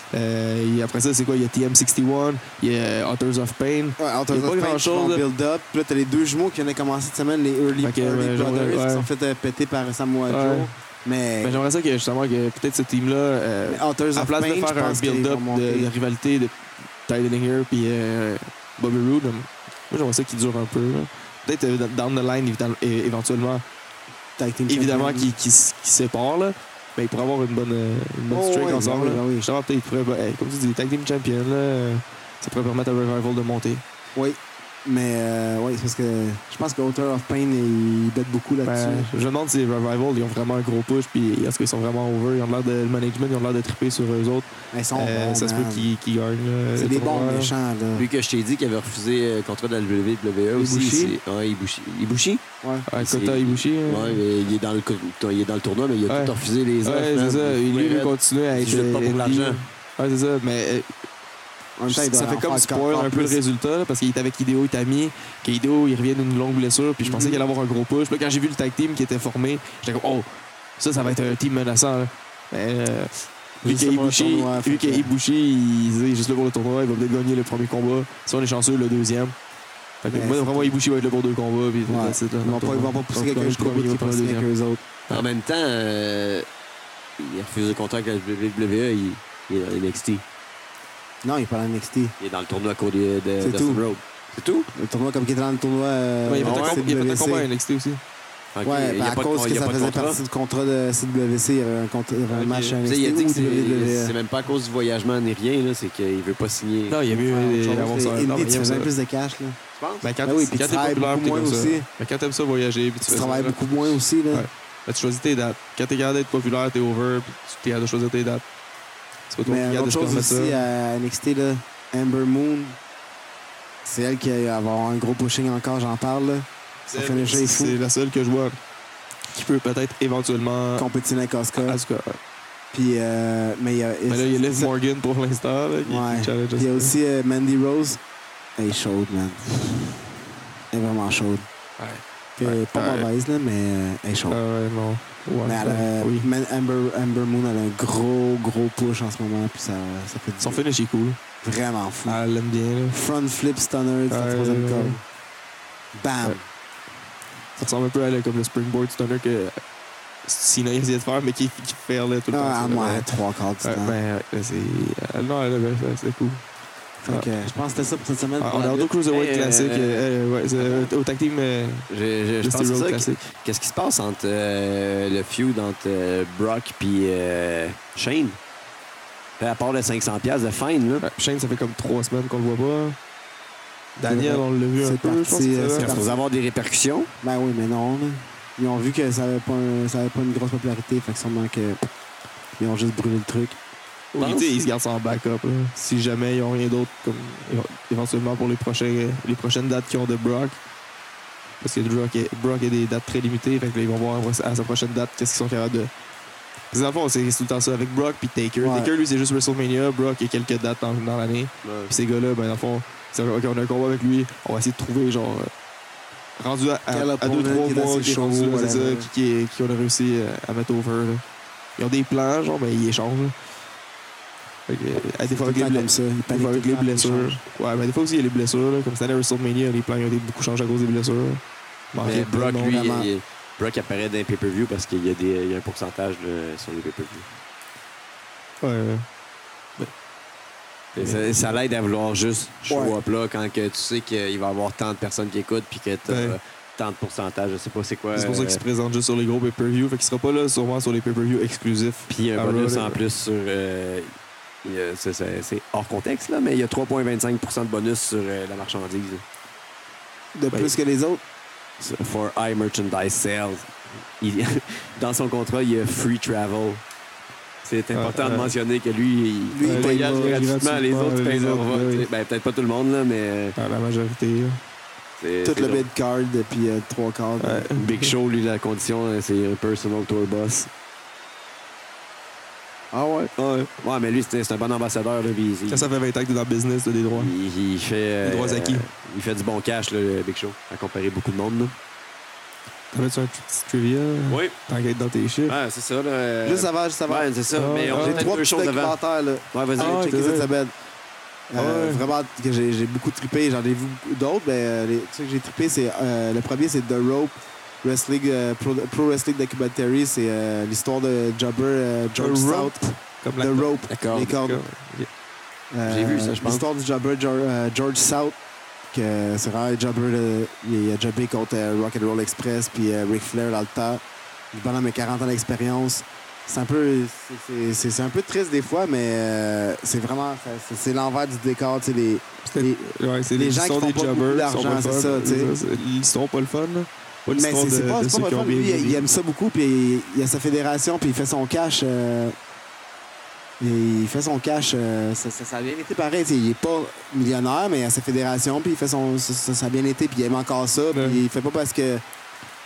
Speaker 1: après ça, c'est quoi Il y a TM61, il y a euh, Authors of Pain.
Speaker 2: Ouais, Out
Speaker 1: Il y a pas
Speaker 2: of Pain,
Speaker 1: grand-chose,
Speaker 2: chose,
Speaker 1: là.
Speaker 2: build up. Puis là, t'as les deux jumeaux qui venaient commencer cette semaine, les Early,
Speaker 1: Ok,
Speaker 2: Early
Speaker 1: ouais, genre,
Speaker 2: Brothers, qui
Speaker 1: ouais.
Speaker 2: sont fait euh, péter par Samoa
Speaker 1: Ouais.
Speaker 2: Joe. Mais,
Speaker 1: Mais Ben, j'aimerais ça que justement, que peut-être ce team-là, euh,
Speaker 2: mais Authors
Speaker 1: à
Speaker 2: of
Speaker 1: place
Speaker 2: Pain,
Speaker 1: de
Speaker 2: je
Speaker 1: faire un
Speaker 2: pense qu'ils
Speaker 1: build-up
Speaker 2: vont
Speaker 1: de,
Speaker 2: monter.
Speaker 1: de rivalité de Ty Dillinger puis euh, Bobby Roode, moi j'aimerais ça qu'il dure un peu. là. Peut-être euh, down the line, évidemment- é- éventuellement,
Speaker 2: Tag Team
Speaker 1: évidemment
Speaker 2: Champion.
Speaker 1: qu'ils qui, se qui se séparent, là. mais ils pourraient avoir une bonne, euh, une bonne
Speaker 2: Oh,
Speaker 1: streak
Speaker 2: ouais,
Speaker 1: ensemble.
Speaker 2: ben
Speaker 1: là.
Speaker 2: oui, ben oui.
Speaker 1: Justement, peut-être, ils pourraient, ben, comme tu dis, tag team champion, là, euh, ça pourrait permettre à Revival de monter.
Speaker 2: Mais, euh, ouais, c'est parce que je pense que Authors of Pain, il bête beaucoup là-dessus.
Speaker 1: Ben, je me demande si Revival, ils ont vraiment un gros push, puis est-ce qu'ils sont vraiment over, ils ont l'air de, le management, ils ont l'air de triper sur eux autres.
Speaker 2: Ils sont
Speaker 1: Euh,
Speaker 2: bons,
Speaker 1: ça se peut euh,
Speaker 2: Oh, man.
Speaker 1: qu'ils qu'ils gagnent. là,
Speaker 2: C'est
Speaker 1: le
Speaker 2: des bons
Speaker 1: tournoi.
Speaker 2: méchants, là.
Speaker 4: Lui que je t'ai dit qu'il avait refusé euh, le contrat de la WWE aussi.
Speaker 2: Ibushi?
Speaker 4: c'est- Ouais, Ibushi. Ibushi?
Speaker 2: Ouais.
Speaker 1: Ouais,
Speaker 4: C'est-
Speaker 1: Kota Ibushi. hein.
Speaker 4: Ouais, mais il est, dans le, co- il est dans le tournoi, mais il a
Speaker 1: Ouais.
Speaker 4: tout refusé les offres. hein.
Speaker 1: Ouais,
Speaker 4: man.
Speaker 1: c'est ça.
Speaker 4: Il
Speaker 1: Il lui, il veut
Speaker 4: voulait-
Speaker 1: continuer à
Speaker 4: il
Speaker 1: être.
Speaker 4: joue pas pour
Speaker 1: euh,
Speaker 4: l'argent.
Speaker 1: Ouais, c'est ça. Mais euh,
Speaker 2: En même temps, ils
Speaker 1: ça
Speaker 2: doivent
Speaker 1: fait
Speaker 2: en
Speaker 1: comme
Speaker 2: faire
Speaker 1: spoil
Speaker 2: encore
Speaker 1: un peu le
Speaker 2: plus.
Speaker 1: résultat, là, parce qu'il était avec Hideo Itami, que Hideo, il revient d'une longue blessure, puis je pensais
Speaker 2: Mhm.
Speaker 1: qu'il allait avoir un gros push. Puis là, quand j'ai vu le tag team qui était formé, j'étais comme, oh, ça, ça va être un team menaçant. là. Mais. euh, Vu
Speaker 2: Juste
Speaker 1: qu'il
Speaker 2: pour le tournoi, fait que-
Speaker 1: est bouché, il est juste là pour le tournoi, il va peut-être gagner le premier combat. Si on est chanceux, le deuxième. Fait que
Speaker 2: Ouais,
Speaker 1: moi,
Speaker 2: c'est
Speaker 1: vraiment, Ibushi va être là pour deux combats. Puis
Speaker 2: Ouais.
Speaker 1: c'est là,
Speaker 2: Ils vont
Speaker 1: dans
Speaker 2: pas-
Speaker 1: le
Speaker 2: ils vont pas
Speaker 1: tournoi.
Speaker 2: pousser
Speaker 1: Donc,
Speaker 2: quelqu'un
Speaker 1: le
Speaker 2: jusqu'au bout
Speaker 1: premier
Speaker 2: qui
Speaker 1: va
Speaker 2: est
Speaker 1: prendre
Speaker 2: pas
Speaker 1: le
Speaker 2: signé
Speaker 1: deuxième.
Speaker 2: avec eux autres.
Speaker 4: En même temps, euh, il a refusé le contrat avec la WWE. Il, il est dans NXT.
Speaker 2: Non, ils parlent en NXT.
Speaker 4: Il est dans le tournoi à cause de, de
Speaker 2: C'est
Speaker 4: Dustin
Speaker 2: tout.
Speaker 4: Rhodes. C'est tout?
Speaker 2: Le tournoi, comme qui était dans le tournoi. euh,
Speaker 1: Ouais, Il y a peut-être un
Speaker 2: CWC.
Speaker 1: combat- il y a peut-être un combat à NXT aussi.
Speaker 4: Ok,
Speaker 2: Ouais,
Speaker 4: il y
Speaker 2: ben, à
Speaker 4: a pas de
Speaker 2: cause
Speaker 4: con-
Speaker 2: que
Speaker 4: il y a
Speaker 2: ça
Speaker 4: pas de
Speaker 2: faisait
Speaker 4: contrat.
Speaker 2: partie du contrat de CWC, il y avait un, contrat- il y avait un
Speaker 1: Ok.
Speaker 2: match à
Speaker 4: Tu sais, il a dit que
Speaker 2: NXT ou E.
Speaker 4: c'est- c'est
Speaker 2: WWE.
Speaker 4: même pas à cause du voyagement ni rien, là, c'est qu'il veut pas signer.
Speaker 1: Non, il y a mieux
Speaker 2: Ouais,
Speaker 1: euh,
Speaker 2: autre
Speaker 1: avoir
Speaker 2: chose,
Speaker 1: ça.
Speaker 2: c'est
Speaker 1: Non, mais
Speaker 2: indie,
Speaker 1: il
Speaker 2: Tu
Speaker 1: aime
Speaker 2: fais
Speaker 1: ça.
Speaker 2: bien plus de cash, là.
Speaker 1: Ben, quand
Speaker 2: Ben oui,
Speaker 1: quand
Speaker 2: puis tu
Speaker 1: t'es
Speaker 2: travailles
Speaker 1: populaire,
Speaker 2: beaucoup
Speaker 1: t'es
Speaker 2: moins
Speaker 1: comme ça.
Speaker 2: aussi.
Speaker 1: Ben, quand t'aimes ça voyager, puis tu,
Speaker 2: Tu
Speaker 1: fais ça,
Speaker 2: travailles
Speaker 1: là,
Speaker 2: beaucoup moins aussi, là.
Speaker 1: Ouais. ben, tu choisis tes dates. Quand t'es capable d'être populaire, t'es over, puis tu t'es capable de choisir tes dates. C'est pas toi qui
Speaker 2: Mais
Speaker 1: es
Speaker 2: une
Speaker 1: capable de
Speaker 2: autre
Speaker 1: se
Speaker 2: chose
Speaker 1: permettre
Speaker 2: aussi
Speaker 1: ça.
Speaker 2: à NXT, là, Amber Moon, c'est elle qui va avoir un gros pushing encore, j'en parle, là. Son
Speaker 1: C'est-
Speaker 2: finisher est fou.
Speaker 1: C'est la seule que je vois qui peut peut-être éventuellement.
Speaker 2: Compétition avec Oscar.
Speaker 1: Asuka, ouais.
Speaker 2: Puis, euh, mais il y a.
Speaker 1: Mais là, il y a Liv
Speaker 2: ça-
Speaker 1: Morgan pour l'instant, là, qui-
Speaker 2: Ouais.
Speaker 1: qui challenge
Speaker 2: Puis il y
Speaker 1: Asuka.
Speaker 2: a aussi euh, Mandy Rose. Elle est chaude, man. Elle est vraiment chaude.
Speaker 1: Ouais.
Speaker 2: Puis, elle est pas
Speaker 1: Ouais.
Speaker 2: mauvaise, là, mais euh, elle est
Speaker 1: Ah
Speaker 2: chaude.
Speaker 1: ouais, non. Ouais,
Speaker 2: mais elle, euh,
Speaker 1: ouais,
Speaker 2: a-
Speaker 1: oui.
Speaker 2: Man- Amber, Amber Moon, elle a un gros, gros push en ce moment, puis ça, ça fait du
Speaker 1: Son finish est cool.
Speaker 2: vraiment fou.
Speaker 1: Elle l'aime bien, là.
Speaker 2: Front flip stunner, c'est la
Speaker 1: Ouais,
Speaker 2: troisième
Speaker 1: ouais,
Speaker 2: corde.
Speaker 1: ouais.
Speaker 2: Bam!
Speaker 1: Ouais. Ça ressemble un peu à là, comme le springboard stunner que Sina essayait de faire, mais qui, qui fait là, tout le temps.
Speaker 2: Ah, à
Speaker 1: c'est-
Speaker 2: moi,
Speaker 1: ouais.
Speaker 2: trois quarts du
Speaker 1: Ouais,
Speaker 2: temps.
Speaker 1: ben, ouais, c'est. euh, non, elle a bien fait, c'est cool.
Speaker 2: Fait que, je pense que c'était ça pour cette semaine.
Speaker 1: Ah,
Speaker 2: pour
Speaker 1: on
Speaker 2: la
Speaker 1: a
Speaker 2: lutte.
Speaker 1: d'autres Ah, Cruiserweight
Speaker 4: Hey, euh,
Speaker 1: classiques. euh, ouais, c'est- au tag team, euh,
Speaker 4: Je, je, je
Speaker 1: Dusty
Speaker 4: pense que c'est
Speaker 1: Road
Speaker 4: ça.
Speaker 1: classique.
Speaker 4: Qu'est-ce qui se passe entre euh, le feud entre euh, Brock puis euh, Shane? Fait À part le 500$ de fine, là.
Speaker 1: Ouais, Shane, ça fait comme trois semaines qu'on le voit pas. Daniel, on l'a vu un
Speaker 2: C'est
Speaker 1: peu,
Speaker 2: parti,
Speaker 1: je pense. que c'est
Speaker 2: euh,
Speaker 1: ça.
Speaker 2: c'est
Speaker 4: Il
Speaker 2: parti.
Speaker 4: faut avoir des répercussions.
Speaker 2: Ben oui, mais non. là. Ils ont vu que ça n'avait pas, un- ça avait pas une grosse popularité, fait que sûrement que. Ils ont juste brûlé le truc.
Speaker 1: Oui,
Speaker 4: Pense.
Speaker 1: tu sais, ils se gardent ça en backup. là. Si jamais ils n'ont rien d'autre, comme ils ont- éventuellement pour les, prochains, les prochaines dates qu'ils ont de Brock. Parce que Brock, est- Brock a des dates très limitées, fait que là, ils vont voir après- à sa prochaine date qu'est-ce qu'ils sont capables de. Parce que dans le fond, c'est c'est tout le temps ça avec Brock puis Taker.
Speaker 2: Ouais.
Speaker 1: Taker, lui, c'est juste WrestleMania. Brock, il y a quelques dates dans, dans l'année. Puis ces gars-là, ben, dans le fond, c'est OK, on a un combat avec lui, on va essayer de trouver, genre, euh, rendu à,
Speaker 2: Quel
Speaker 1: 2-3
Speaker 2: opponent qui est
Speaker 1: mois,
Speaker 2: assez
Speaker 1: qui est
Speaker 2: chaud,
Speaker 1: rendu là, c'est ça,
Speaker 2: whatever.
Speaker 1: qui, qui, est- qui on a réussi euh, à mettre over. là. Ils ont des plans, genre, mais ils échangent. là. Fait que, euh, des fois,
Speaker 2: Tout le
Speaker 1: avec les,
Speaker 2: temps
Speaker 1: ble-
Speaker 2: comme ça. Ils
Speaker 1: des
Speaker 2: paniquent
Speaker 1: fois, avec
Speaker 2: tout le
Speaker 1: les
Speaker 2: temps, ils
Speaker 1: blessures.
Speaker 2: changent.
Speaker 1: Ouais, mais des fois aussi, il y a les blessures. là. Comme cette année, à WrestleMania, les plans ils ont été beaucoup changés à cause des blessures. Manqué
Speaker 4: Mais
Speaker 1: plein de
Speaker 4: Brock,
Speaker 1: monde.
Speaker 4: lui, il-
Speaker 2: vraiment.
Speaker 4: il- Brock apparaît dans les pay-per-view parce qu'il y, a des- il y a un pourcentage de- sur les pay-per-view.
Speaker 1: Ouais, ouais.
Speaker 4: Et Ça, ça l'aide à vouloir juste show
Speaker 2: Ouais.
Speaker 4: up là quand que tu sais qu'il va y avoir tant de personnes qui écoutent puis que tu
Speaker 1: Ouais.
Speaker 4: tant de pourcentage, je sais pas c'est quoi.
Speaker 1: C'est pour ça qu'il
Speaker 4: euh,
Speaker 1: se présente juste sur les gros pay-per-view. Fait qu'il sera pas là, sûrement, sur les pay-per-view exclusifs.
Speaker 4: Puis un
Speaker 1: Ah,
Speaker 4: bonus
Speaker 1: ouais, ouais.
Speaker 4: en plus sur. euh, il y a- c'est- c'est c'est hors contexte, là, mais il y a 3,25 de bonus sur euh, la marchandise.
Speaker 2: De plus que les autres.
Speaker 4: là. For high merchandise sales. Il- dans son contrat, il y a free travel. C'est important
Speaker 1: Ah,
Speaker 4: de
Speaker 1: ah.
Speaker 4: mentionner que lui, il,
Speaker 2: Lui, il paye
Speaker 4: voyage
Speaker 1: pas
Speaker 4: gratuitement, les
Speaker 1: gratuitement,
Speaker 4: autres
Speaker 1: les
Speaker 4: payent leur
Speaker 1: autres,
Speaker 4: vote.
Speaker 1: oui.
Speaker 4: tu sais. Ben, Peut-être pas tout le monde, là, mais.
Speaker 1: À la majorité. là.
Speaker 4: c'est-
Speaker 2: Tout
Speaker 4: c'est
Speaker 2: le
Speaker 4: genre-
Speaker 2: bed card, puis euh, trois quarts.
Speaker 1: Ouais.
Speaker 4: Big Show, lui, la condition, euh, c'est un personal tour boss.
Speaker 2: Ah ouais.
Speaker 4: Ouais, mais lui, c'est c'est un bon ambassadeur. Là, puis il,
Speaker 1: Ça, ça fait 20 ans que t'es dans le business là, des droits.
Speaker 2: Mm.
Speaker 4: il- il fait. euh,
Speaker 1: Les droits acquis.
Speaker 4: il fait du bon cash, là, le Big Show, à comparer beaucoup de monde. Là.
Speaker 1: T'avais-tu un petit trivia?
Speaker 4: Oui,
Speaker 1: T'enquêtes dans tes chiffres.
Speaker 4: ouais, c'est ça. Là,
Speaker 2: Juste avant, juste avant.
Speaker 4: Ouais, c'est ça.
Speaker 1: Ah,
Speaker 4: mais on
Speaker 1: ah,
Speaker 4: a
Speaker 1: j'ai
Speaker 4: peut-être
Speaker 2: Trois
Speaker 4: deux
Speaker 2: petits
Speaker 4: choses avant.
Speaker 2: documentaires, là.
Speaker 4: Ouais, vas-y.
Speaker 2: Ah,
Speaker 4: check
Speaker 2: checké
Speaker 4: it.
Speaker 2: cette semaine. Euh,
Speaker 1: Ah ouais.
Speaker 2: Vraiment, que j'ai j'ai beaucoup trippé. J'en ai vu beaucoup d'autres, mais euh, les- ceux que j'ai trippé, c'est euh, le premier, c'est The Rope Wrestling euh, Pro, Pro Wrestling Documentary. C'est euh, l'histoire de Jobber euh, George
Speaker 1: Rope.
Speaker 2: Stout.
Speaker 1: Comme
Speaker 2: The
Speaker 1: la
Speaker 2: Rope,
Speaker 4: D'accord.
Speaker 2: les cordes. Euh,
Speaker 4: J'ai vu ça, je pense.
Speaker 2: L'histoire du Jobber Geor- euh, George South, que c'est vraiment un Jobber. euh, il a jobbé contre euh, Rock Roll Express puis euh, Ric Flair dans le temps. Le bonhomme a 40 ans d'expérience. C'est un peu, c'est- c'est- c'est c'est un peu triste des fois, mais euh, c'est vraiment, ça- c'est- c'est l'envers du décor, tu sais, les, les-
Speaker 1: Ouais, c'est
Speaker 2: Les
Speaker 1: les
Speaker 2: gens
Speaker 1: gens
Speaker 2: qui
Speaker 1: sont
Speaker 2: font
Speaker 1: des
Speaker 2: pas beaucoup
Speaker 1: jobbers,
Speaker 2: d'argent,
Speaker 1: sont pas le
Speaker 2: c'est
Speaker 1: fun.
Speaker 2: ça, tu sais.
Speaker 1: ça, c'est- Ils sont pas le fun. là. Pas
Speaker 2: Mais
Speaker 1: l'histoire
Speaker 2: c'est c'est
Speaker 1: de-
Speaker 2: pas,
Speaker 1: de
Speaker 2: c'est
Speaker 1: ceux
Speaker 2: pas
Speaker 1: qui
Speaker 2: mal
Speaker 1: ont
Speaker 2: fun.
Speaker 1: bien
Speaker 2: Lui, il,
Speaker 1: vieilli.
Speaker 2: il aime ça beaucoup, puis il, il a sa fédération, puis il fait son cash. euh, il fait son cash. euh, ça, ça- ça a bien été pareil. tu sais, Il est pas millionnaire, mais il a sa fédération, puis il fait son. Ça, ça- ça a bien été, puis il aime encore ça. Puis
Speaker 1: Ouais.
Speaker 2: il fait pas parce que.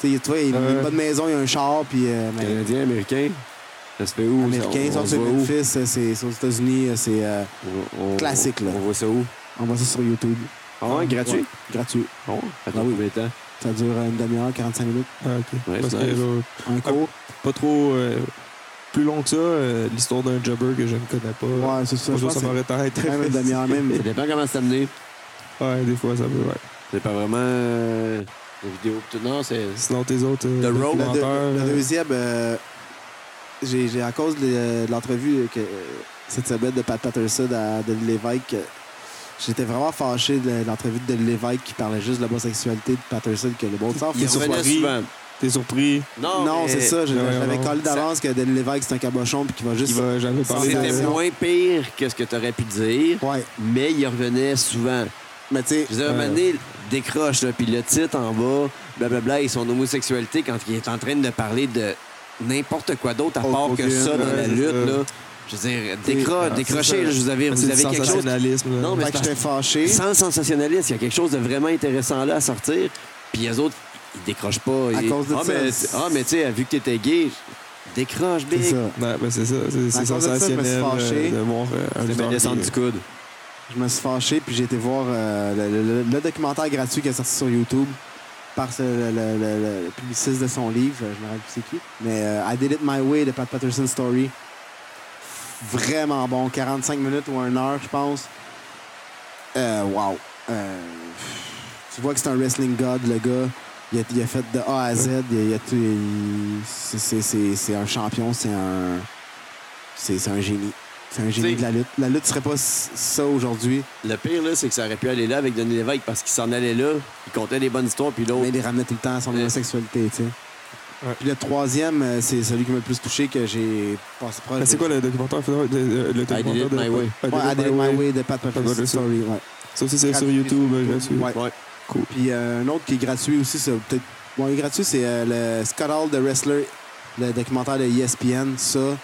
Speaker 2: Tu sais, tu vois, il a
Speaker 1: Ouais.
Speaker 2: une bonne maison, il a un char, puis. euh, mais-
Speaker 4: Canadien, américain. Ça se fait où?
Speaker 2: Américain,
Speaker 4: ça,
Speaker 2: ça,
Speaker 4: on, on
Speaker 2: c'est
Speaker 4: le voit où?
Speaker 2: Memphis, ça, euh, c'est c'est aux États-Unis, euh, c'est. euh,
Speaker 4: On- on-
Speaker 2: Classique, là.
Speaker 4: On voit ça où?
Speaker 2: on voit ça sur YouTube.
Speaker 4: Ah, ouais, gratuit?
Speaker 2: Ouais, gratuit.
Speaker 4: Oh, attends,
Speaker 2: Ah oui.
Speaker 4: combien de temps?
Speaker 2: Ça dure euh, une demi-heure, 45 minutes.
Speaker 1: Ah, ok.
Speaker 4: Ouais,
Speaker 1: Parce
Speaker 4: c'est
Speaker 1: que,
Speaker 4: nice.
Speaker 1: là,
Speaker 2: Un cours.
Speaker 1: Pas trop. euh, Plus long que ça, euh, l'histoire d'un jobber que je ne connais pas.
Speaker 2: Ouais, c'est ça.
Speaker 1: Moi,
Speaker 2: Je pense
Speaker 1: ça
Speaker 2: que
Speaker 1: m'aurait tant
Speaker 2: c'est même une
Speaker 1: intéressé.
Speaker 2: demi-heure, même.
Speaker 4: Ça dépend comment c'est amené.
Speaker 1: Ouais, des fois, ça peut, ouais.
Speaker 4: C'est pas vraiment. euh, la vidéo. tout- Non, c'est.
Speaker 1: Sinon, tes autres. euh,
Speaker 4: The
Speaker 2: Le,
Speaker 4: Road.
Speaker 2: deux-
Speaker 1: documentaires,
Speaker 2: le
Speaker 1: euh,
Speaker 2: deuxième, euh, j'ai j'ai- à cause de, euh, de l'entrevue que euh, cette semaine de Pat Patterson à Denis Lévesque, euh, j'étais vraiment fâché de l'entrevue de Denis Lévesque qui parlait juste de l'homosexualité de Patterson, que le bon sens.
Speaker 1: Il est
Speaker 4: revenait
Speaker 1: surpris.
Speaker 4: souvent.
Speaker 1: T'es surpris.
Speaker 4: Non,
Speaker 2: non,
Speaker 4: mais
Speaker 2: c'est ça. je-
Speaker 1: Non,
Speaker 2: J'avais
Speaker 1: non.
Speaker 2: collé d'avance que Denis Lévesque, c'est un cabochon puis qu'il va juste...
Speaker 1: Il va jamais parler
Speaker 2: Sans
Speaker 1: de
Speaker 4: C'était
Speaker 2: raison.
Speaker 4: moins pire que ce que t'aurais pu dire,
Speaker 2: Ouais,
Speaker 4: mais il revenait souvent.
Speaker 2: mais tu sais...
Speaker 4: Je veux dire, à un
Speaker 1: Ouais.
Speaker 4: moment donné, décroche, là, puis le titre en bas, blablabla, et son homosexualité, quand il est en train de parler de n'importe quoi d'autre, à
Speaker 2: Hulk
Speaker 4: part que
Speaker 2: Hogan,
Speaker 4: ça dans
Speaker 1: ouais,
Speaker 4: la
Speaker 1: c'est
Speaker 4: lutte,
Speaker 1: ça.
Speaker 4: là. Je veux dire, décroche,
Speaker 1: Ah,
Speaker 4: décrochez,
Speaker 1: c'est ça.
Speaker 4: là, je vous avez,
Speaker 1: C'est
Speaker 4: vous
Speaker 1: du
Speaker 4: avez quelque chose.
Speaker 1: sensationnalisme, là.
Speaker 4: Non, mais
Speaker 2: fait que
Speaker 4: c'est
Speaker 2: j'étais fâché.
Speaker 4: parce- sans sensationnalisme, il y a quelque chose de vraiment intéressant là à sortir, puis les autres, ils décrochent pas.
Speaker 2: À
Speaker 4: Ils-
Speaker 2: cause de
Speaker 4: ah,
Speaker 2: ça.
Speaker 4: Mais, ah, mais tu sais, vu que t'étais gay, décroche,
Speaker 2: C'est
Speaker 4: big.
Speaker 2: ça.
Speaker 1: Ouais, ben c'est ça, c'est c'est
Speaker 2: À cause de ça, je me
Speaker 1: sensationnel
Speaker 2: suis fâché.
Speaker 1: euh, de voir euh, un
Speaker 4: C'était
Speaker 1: lutteur
Speaker 4: descendre
Speaker 1: qui-
Speaker 4: du coude.
Speaker 2: Je me suis fâché, puis j'ai été voir euh, le, le- le- le documentaire gratuit qui est sorti sur YouTube par ce- le, le- le- le publiciste de son livre, je me rappelle plus c'est qui, mais euh, I Did It My Way de Pat Patterson Story. Vraiment bon, 45 minutes ou 1 heure, je pense. Euh, wow. Euh, tu vois que c'est un wrestling god, le gars. Il a, il a fait de A à Z. Il a- il a tout- il- c'est- c'est- c'est c'est un champion, c'est un. C'est c'est un génie. C'est un génie de
Speaker 4: T'sais-
Speaker 2: la lutte. La lutte serait pas s- ça aujourd'hui.
Speaker 4: Le pire, là, c'est que ça aurait pu aller là avec Denis Lévesque parce qu'il s'en allait là, il comptait des bonnes histoires, puis l'autre.
Speaker 2: Mais il les ramenait tout le temps à son
Speaker 4: Ouais.
Speaker 2: homosexualité, tu sais.
Speaker 1: Ouais.
Speaker 2: Puis le troisième, euh, c'est celui qui m'a le plus touché, que j'ai passé proche.
Speaker 1: Ben, c'est quoi le documentaire finalement, de- de- le documentaire
Speaker 4: Did It
Speaker 1: de
Speaker 4: My Way.
Speaker 1: I Did
Speaker 2: Ouais, I
Speaker 1: It
Speaker 2: Did It
Speaker 1: My Way.
Speaker 2: de Pat Patterson
Speaker 1: Patterson.
Speaker 2: Story, ouais.
Speaker 1: Ça aussi, c'est sur YouTube. euh, gratuit.
Speaker 2: Ouais.
Speaker 4: Ouais.
Speaker 2: Puis euh, un autre qui est gratuit aussi, c'est peut-être Bon, il est gratuit, c'est euh, le Scott Hall, The Wrestler, le documentaire de E ESPN. Ça,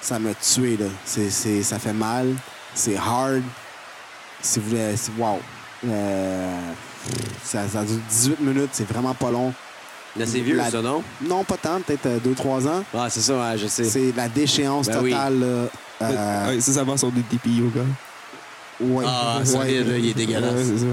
Speaker 2: ça m'a tué, là. C'est, c'est- ça fait mal. C'est hard. Si vous voulez. c'est- Wow. Euh, ça, ça dure 18 minutes, c'est vraiment pas long.
Speaker 4: Là, c'est vieux,
Speaker 2: La-
Speaker 4: ça, non?
Speaker 2: Non, pas tant, peut-être 2-3 ans.
Speaker 4: Ah, c'est ça, ouais, je sais.
Speaker 2: C'est la déchéance
Speaker 4: Ben oui.
Speaker 2: totale, là. Euh,
Speaker 1: Ouais, ça, ça vend sur des DP yoga.
Speaker 2: ouais.
Speaker 4: Ah,
Speaker 2: Ouais.
Speaker 4: solide, là, il est
Speaker 1: Ouais,
Speaker 4: dégueulasse.
Speaker 1: c'est ça.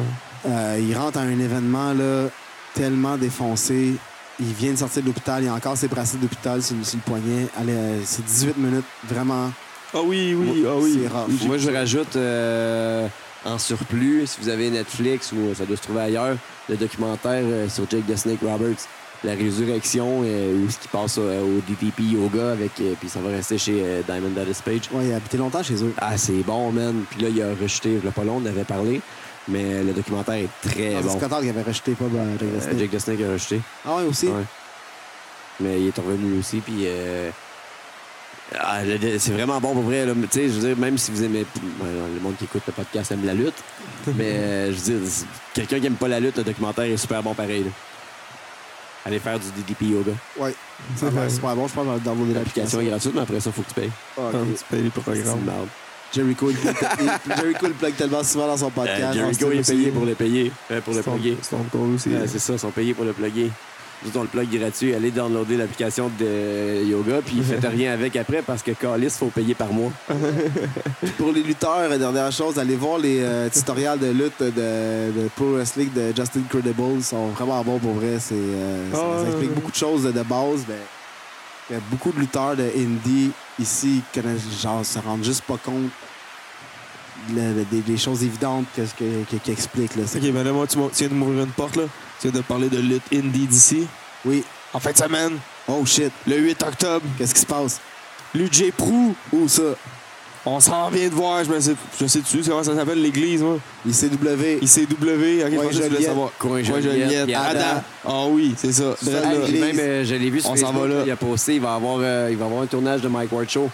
Speaker 2: Euh, il rentre à un événement là, tellement défoncé. Il vient de sortir de l'hôpital. Il a encore ses bracelets d'hôpital sur, sur le poignet. Allez, euh, c'est 18 minutes, vraiment.
Speaker 1: Ah oui, oui, ah oui.
Speaker 2: C'est rare.
Speaker 1: Oui, j'ai-
Speaker 4: Moi, je rajoute euh, en surplus, si vous avez Netflix ou euh, ça doit se trouver ailleurs, le documentaire euh, sur Jake the Snake Roberts, La Résurrection, euh, où ce qui passe euh, au DTP Yoga, avec, euh, puis ça va rester chez euh, Diamond Dallas Page.
Speaker 2: Ouais, il a habité longtemps chez eux.
Speaker 4: Ah, c'est bon, man. Puis là, il a rejeté, le pas long, on en avait parlé, mais le documentaire est très
Speaker 2: Ah, c'est
Speaker 4: Eh bon.
Speaker 2: Scott Hall qui avait rejeté pas ben, Jake the
Speaker 4: Euh,
Speaker 2: Snake.
Speaker 4: Jake the Snake a rejeté.
Speaker 2: Ah ouais, aussi.
Speaker 4: Ouais. Mais il est revenu aussi, puis... euh, ah, le- le- c'est vraiment bon pour vrai. là. Tu sais, je veux dire, même si vous aimez... ben, Le monde qui écoute le podcast aime la lutte, mais euh, je veux dire, c'est- quelqu'un qui aime pas la lutte, le documentaire est super bon pareil. là. Allez faire du DDP Yoga.
Speaker 2: Ouais. Ça va être super bon. Je pense que je vais downloader
Speaker 4: Ah
Speaker 2: l'application.
Speaker 4: L'application est gratuite, mais après ça, faut que tu payes.
Speaker 2: Ah, ok.
Speaker 1: Attends, tu payes les
Speaker 4: C'est
Speaker 1: programmes.
Speaker 4: une merde.
Speaker 2: Jericho, il, il- Jericho le plug tellement souvent dans son podcast. Ah,
Speaker 4: Euh, Jericho est payé pour le payer, euh, pour le
Speaker 1: Stone-
Speaker 4: plugger.
Speaker 1: Stone Cold aussi. hein.
Speaker 4: Ouais, c'est ça, ils sont payés pour le plugger. Nous, on le plug gratuit. Allez downloader l'application de yoga, puis faites rien avec après parce que Calis, faut payer par mois.
Speaker 2: Pour les lutteurs, euh, dernière chose, allez voir les euh, tutoriels de lutte de, de Pro Wrestling de Justin Credible. Ils sont vraiment bons pour vrai. C'est, euh, ça,
Speaker 1: Ah,
Speaker 2: ça explique
Speaker 1: ouais.
Speaker 2: beaucoup de choses de, de base. mais il y a beaucoup de lutteurs de indie ici qui connaissent, genre, se rendent juste pas compte le- le- des, des choses évidentes que, que, que- qu'ils expliquent. Là. C'est-
Speaker 1: Ok, ben là, moi, tu, m'as- tu viens de m'ouvrir une porte, là. Tu viens de parler de lutte indie d'ici.
Speaker 2: Oui.
Speaker 1: En fin de semaine,
Speaker 2: Oh shit,
Speaker 1: le 8 octobre,
Speaker 2: qu'est-ce qui se passe?
Speaker 1: l'UJ Prou.
Speaker 2: Où ça?
Speaker 1: On s'en vient de voir, je me sais, je sais dessus, comment ça s'appelle l'église, moi.
Speaker 2: ICW.
Speaker 1: ICW, ok, je
Speaker 2: Ouais,
Speaker 1: pensais que tu voulais
Speaker 2: Joliette.
Speaker 1: savoir.
Speaker 4: Coin
Speaker 1: Moi, Joliette,
Speaker 4: puis Adam.
Speaker 1: Adam. Ah oui, c'est ça.
Speaker 2: Ça,
Speaker 1: Bref, là,
Speaker 2: l'église.
Speaker 4: Puis même, euh, je l'ai vu sur
Speaker 1: On s'en
Speaker 4: Facebook,
Speaker 1: va là.
Speaker 4: il a posté, il va avoir, euh, il va avoir un tournage de Mike Ward Show.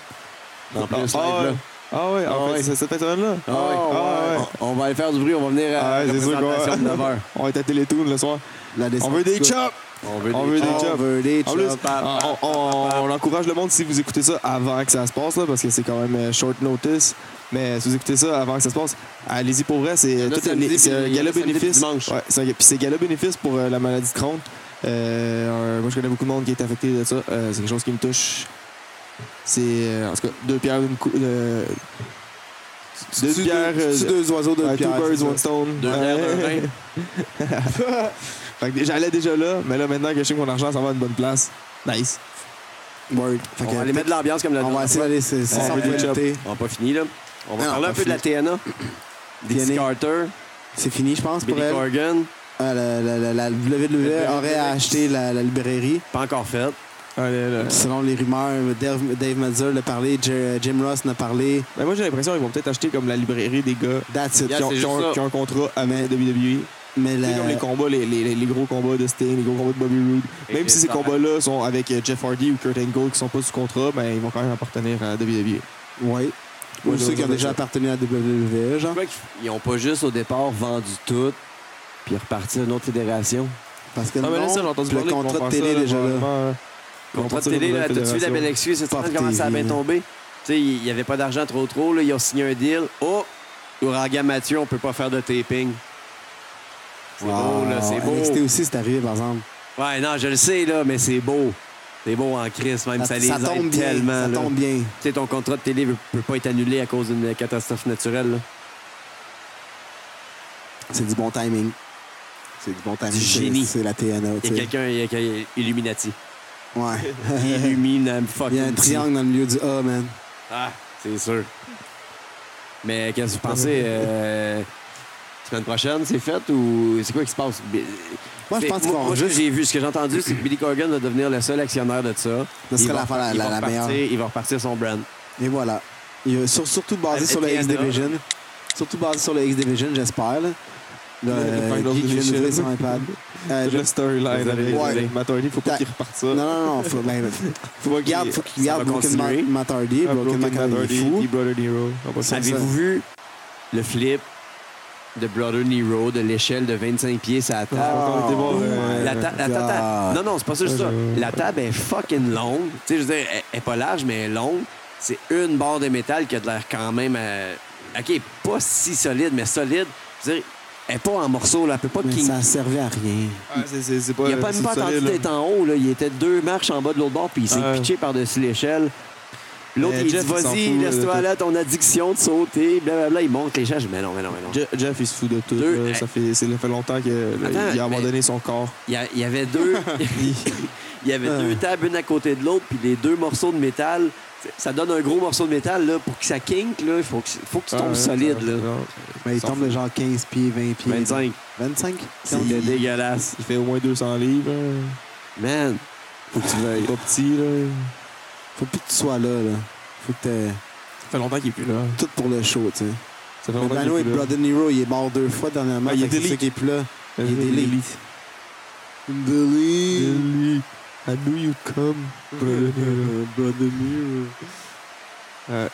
Speaker 4: En plus, live,
Speaker 1: Ah
Speaker 4: là.
Speaker 1: ouais, ah ouais, en
Speaker 4: Ah
Speaker 1: fait,
Speaker 4: ouais.
Speaker 1: c'est cette personne-là.
Speaker 4: Ah ouais.
Speaker 1: Ah ouais.
Speaker 4: On, on va aller faire du bruit, on va venir à
Speaker 1: Ah ouais,
Speaker 4: la
Speaker 1: c'est sûr qu'on
Speaker 4: présentation de 9
Speaker 1: va.
Speaker 4: heures.
Speaker 1: On va être à Télétoon le soir.
Speaker 2: La
Speaker 1: On
Speaker 2: descente
Speaker 1: veut des
Speaker 2: du-
Speaker 1: chops!
Speaker 4: On veut
Speaker 1: On
Speaker 4: des-
Speaker 1: veut des
Speaker 2: On
Speaker 1: chops!
Speaker 2: veut des
Speaker 1: En plus,
Speaker 2: chops.
Speaker 1: on,
Speaker 4: Ah.
Speaker 1: on- on encourage le monde si vous écoutez ça avant que ça se passe, là, parce que c'est quand même euh, short notice. Mais si vous écoutez ça avant que ça se passe, allez-y pour vrai. C'est
Speaker 4: en a
Speaker 1: tout
Speaker 4: samedi,
Speaker 1: un- c'est
Speaker 4: puis
Speaker 1: un
Speaker 4: il y en a
Speaker 1: gala
Speaker 4: samedi, puis
Speaker 1: bénéfice.
Speaker 4: dimanche.
Speaker 1: Ouais, c'est un- puis c'est gala bénéfice pour euh, la maladie de Crohn. Euh, un- moi, je connais beaucoup de monde qui est affecté de ça. Euh, c'est quelque chose qui me touche. C'est, euh, en tout cas, deux pierres euh, d'une coupe. deux
Speaker 2: Tu-
Speaker 1: pierres.
Speaker 2: tu- tu-
Speaker 1: euh,
Speaker 2: deux oiseaux, deux
Speaker 1: ouais,
Speaker 2: pierres.
Speaker 1: two
Speaker 2: c'est
Speaker 1: birds,
Speaker 2: ça.
Speaker 1: one stone.
Speaker 4: Deux
Speaker 1: Ouais.
Speaker 4: verres de vin.
Speaker 1: Fait que j'allais déjà là, mais là, maintenant que je sais que mon argent s'en va à une bonne place, nice.
Speaker 2: Word. Fait
Speaker 4: On
Speaker 2: que-
Speaker 4: va aller mettre de l'ambiance comme la
Speaker 2: On va
Speaker 4: dernière
Speaker 2: essayer d'aller c'est- c'est
Speaker 1: On
Speaker 2: sans
Speaker 1: veut des
Speaker 2: qualité.
Speaker 4: fois. On n'a pas fini, là. On va
Speaker 2: Non, on
Speaker 4: parler un
Speaker 2: va
Speaker 4: peu de la TNA. Dixie
Speaker 2: TNA.
Speaker 4: Carter,
Speaker 2: C'est fini, je pense, pour
Speaker 4: Billy
Speaker 2: elle.
Speaker 4: Corgan,
Speaker 2: Ah, la, la, la, la WWE aurait acheté la, la librairie.
Speaker 4: pas encore faite.
Speaker 1: Allez, là.
Speaker 2: Selon les rumeurs, Dave, Dave Meltzer l'a parlé, Jer- euh, Jim Ross n'a parlé.
Speaker 1: Mais Ben, moi, j'ai l'impression qu'ils vont peut-être acheter comme la librairie des gars
Speaker 2: That's it.
Speaker 4: Yeah,
Speaker 1: qui, ont,
Speaker 4: c'est
Speaker 1: qui ont-
Speaker 4: juste ça.
Speaker 1: qui ont un contrat avec WWE.
Speaker 2: Mais
Speaker 1: E. Tu sais,
Speaker 2: la-
Speaker 1: comme les combats, les, les- les gros combats de Sting, les gros combats de Bobby Roode.
Speaker 4: Et
Speaker 1: Même
Speaker 4: les
Speaker 1: si ces
Speaker 4: stars.
Speaker 1: combats-là sont avec euh, Jeff Hardy ou Kurt Angle qui sont pas sous contrat, ben, ils vont quand même appartenir à E. WWE.
Speaker 2: Oui. Ou
Speaker 1: Ouais,
Speaker 2: ceux qui ont
Speaker 1: ouais,
Speaker 2: déjà
Speaker 1: ouais.
Speaker 2: appartenu à la WWE, genre.
Speaker 4: Pourquoi qu'ils- Ils n'ont pas juste au départ vendu tout, puis reparti à une autre fédération.
Speaker 2: Parce que
Speaker 1: Ah, mais là,
Speaker 2: non,
Speaker 1: ça, j'ai entendu
Speaker 2: le
Speaker 1: parler qu'ils vont
Speaker 2: contrat de
Speaker 1: faire
Speaker 2: télé
Speaker 1: ça,
Speaker 2: déjà là.
Speaker 1: probablement, euh,
Speaker 4: Le contrat de
Speaker 1: partir de
Speaker 4: télé,
Speaker 1: la
Speaker 4: là, t'as-tu vu la
Speaker 1: fédération.
Speaker 4: belle excuse? Cette
Speaker 2: Pop
Speaker 4: semaine, comment ça a
Speaker 2: TV,
Speaker 4: bien
Speaker 2: là.
Speaker 4: tombé? Tu sais, il n'y avait pas d'argent trop trop, là. Ils ont signé un deal. Oh! Ouragan Mathieu, on peut pas faire de taping. C'est beau, là, c'est beau.
Speaker 2: NXT aussi, c'est arrivé, par exemple.
Speaker 4: Ouais, non, je le sais, là, mais c'est beau. C'est beau en crise, même. Ça, les aide
Speaker 2: tombe bien.
Speaker 4: tellement,
Speaker 2: Ça
Speaker 4: là.
Speaker 2: tombe bien.
Speaker 4: Tu sais, ton contrat de télé ne peut pas être annulé à cause d'une catastrophe naturelle, là.
Speaker 2: C'est du bon timing. C'est du bon timing.
Speaker 4: Du
Speaker 2: c'est-
Speaker 4: génie.
Speaker 2: C'est la TNA,
Speaker 4: Il y
Speaker 2: tu
Speaker 4: a
Speaker 2: sais.
Speaker 4: quelqu'un, il y a quelqu'un- Illuminati.
Speaker 2: Ouais.
Speaker 4: Illuminam fucking.
Speaker 2: Il y a un triangle dans le milieu du A, man.
Speaker 4: Ah, c'est sûr. Mais qu'est-ce que vous pensez? euh, semaine prochaine, c'est fait ou c'est quoi qui se passe? Bi-
Speaker 2: Moi, je pense qu'ils
Speaker 4: moi,
Speaker 2: vont
Speaker 4: moi, ce que
Speaker 2: juste-
Speaker 4: j'ai vu, ce que j'ai entendu, c'est que Billy Corgan va devenir le seul actionnaire de ça.
Speaker 2: Ce serait
Speaker 4: Il va-
Speaker 2: l'affaire la-
Speaker 4: il
Speaker 2: la-
Speaker 4: va
Speaker 2: la
Speaker 4: repartir-
Speaker 2: meilleure.
Speaker 4: Il va repartir son brand.
Speaker 2: Et voilà. Il est sur- surtout basé
Speaker 4: Avec
Speaker 2: sur le
Speaker 4: Diana.
Speaker 2: X Division. Surtout basé sur le X Division, j'espère. là. Le, euh,
Speaker 1: Le Final
Speaker 2: Guy qui vient
Speaker 1: Division.
Speaker 2: d'ouvrir son iPad. Euh,
Speaker 1: Le storyline
Speaker 4: Vous
Speaker 1: avec
Speaker 4: avez-
Speaker 1: avec
Speaker 2: Ouais.
Speaker 1: Matt Hardy, faut
Speaker 2: Ta-
Speaker 1: pas qu'il reparte ça.
Speaker 2: non, non, non. Faut, ben,
Speaker 1: Faut pas qu'il
Speaker 2: garde, faut qu'il
Speaker 4: ça
Speaker 2: garde
Speaker 4: va
Speaker 2: Broken Ma-
Speaker 4: continuer.
Speaker 2: Matt Hardy.
Speaker 1: Ah,
Speaker 2: Broken
Speaker 1: Broken
Speaker 2: Matt
Speaker 1: Matt
Speaker 2: Hardy est
Speaker 1: Hardy,
Speaker 2: fou.
Speaker 1: Brother Nero. On va
Speaker 2: Ça-
Speaker 1: se-
Speaker 4: Avez-vous vu le flip de Brother Nero, de l'échelle de 25 pieds sur la table.
Speaker 2: Ah,
Speaker 1: été voir,
Speaker 2: oh
Speaker 1: euh,
Speaker 2: my
Speaker 4: La ta- la
Speaker 2: God.
Speaker 4: tata- Non, non, c'est pas ça, juste ça.
Speaker 1: Ah. je-
Speaker 4: La table est fucking longue. Tu sais, je veux dire, elle, elle est pas large, mais elle est longue. C'est une barre de métal qui a de l'air quand même. euh, OK, pas si solide, mais solide. Je veux dire, elle est pas en morceaux, là. Elle peut pas
Speaker 2: Mais
Speaker 4: king-
Speaker 2: ça servait à rien.
Speaker 1: Ouais, c'est- c'est- c'est pas-
Speaker 4: Il a pas
Speaker 1: c'est
Speaker 4: même pas
Speaker 1: solide,
Speaker 4: attendu
Speaker 1: là.
Speaker 4: d'être en haut, là. Il était deux marches en bas de l'autre bord, puis il s'est
Speaker 1: Ouais.
Speaker 4: pitché par-dessus l'échelle. L'autre,
Speaker 1: Mais
Speaker 4: il dit
Speaker 1: Jeff, il s'en
Speaker 4: Vas-y,
Speaker 1: fout, là,
Speaker 4: laisse-toi
Speaker 1: de
Speaker 4: là, ton addiction de sauter, blablabla. Il monte les gens. Je dis Mais non, mais non, mais non.
Speaker 7: Je- Jeff, il se fout de tout.
Speaker 4: Deux,
Speaker 7: là.
Speaker 4: hey.
Speaker 7: Ça fait, c'est- ça fait longtemps qu'il
Speaker 4: Attends,
Speaker 7: a abandonné
Speaker 4: mais-
Speaker 7: son corps.
Speaker 4: Il y, a- il y avait deux. il y avait deux tables, une à côté de l'autre, puis les deux morceaux de métal. Ça donne un gros morceau de métal, là, pour que ça kink, là. Il faut que, faut que tu tombes
Speaker 1: Ah, Ouais,
Speaker 4: solide,
Speaker 1: ouais,
Speaker 4: là.
Speaker 1: non.
Speaker 2: Mais Ben, il
Speaker 1: S'en
Speaker 2: tombe de genre 15 pieds, 20 pieds.
Speaker 4: 25.
Speaker 2: 25?
Speaker 4: C'était dégueulasse.
Speaker 7: Il fait au moins 200 livres. hein.
Speaker 4: Man.
Speaker 2: Faut que tu
Speaker 7: Il est
Speaker 2: veuilles.
Speaker 7: pas petit. Là.
Speaker 2: Faut plus que tu sois là, là. Faut que t'aies
Speaker 7: Ça fait longtemps qu'il est plus là.
Speaker 2: tout pour le show, tu sais.
Speaker 7: Ça fait
Speaker 2: Mais
Speaker 7: longtemps
Speaker 2: Bano et
Speaker 7: qu'il est plus là.
Speaker 2: Brother Nero, il est mort deux fois dernièrement.
Speaker 7: Ah, il
Speaker 2: fait
Speaker 7: est
Speaker 2: que c'est
Speaker 7: délit.
Speaker 2: ça qui est plus là. Il est
Speaker 7: Billy.
Speaker 2: délit. Delete.
Speaker 1: Billy, I knew you come.
Speaker 2: Mmh,
Speaker 1: brother.
Speaker 2: Brother Nero.
Speaker 1: Ah,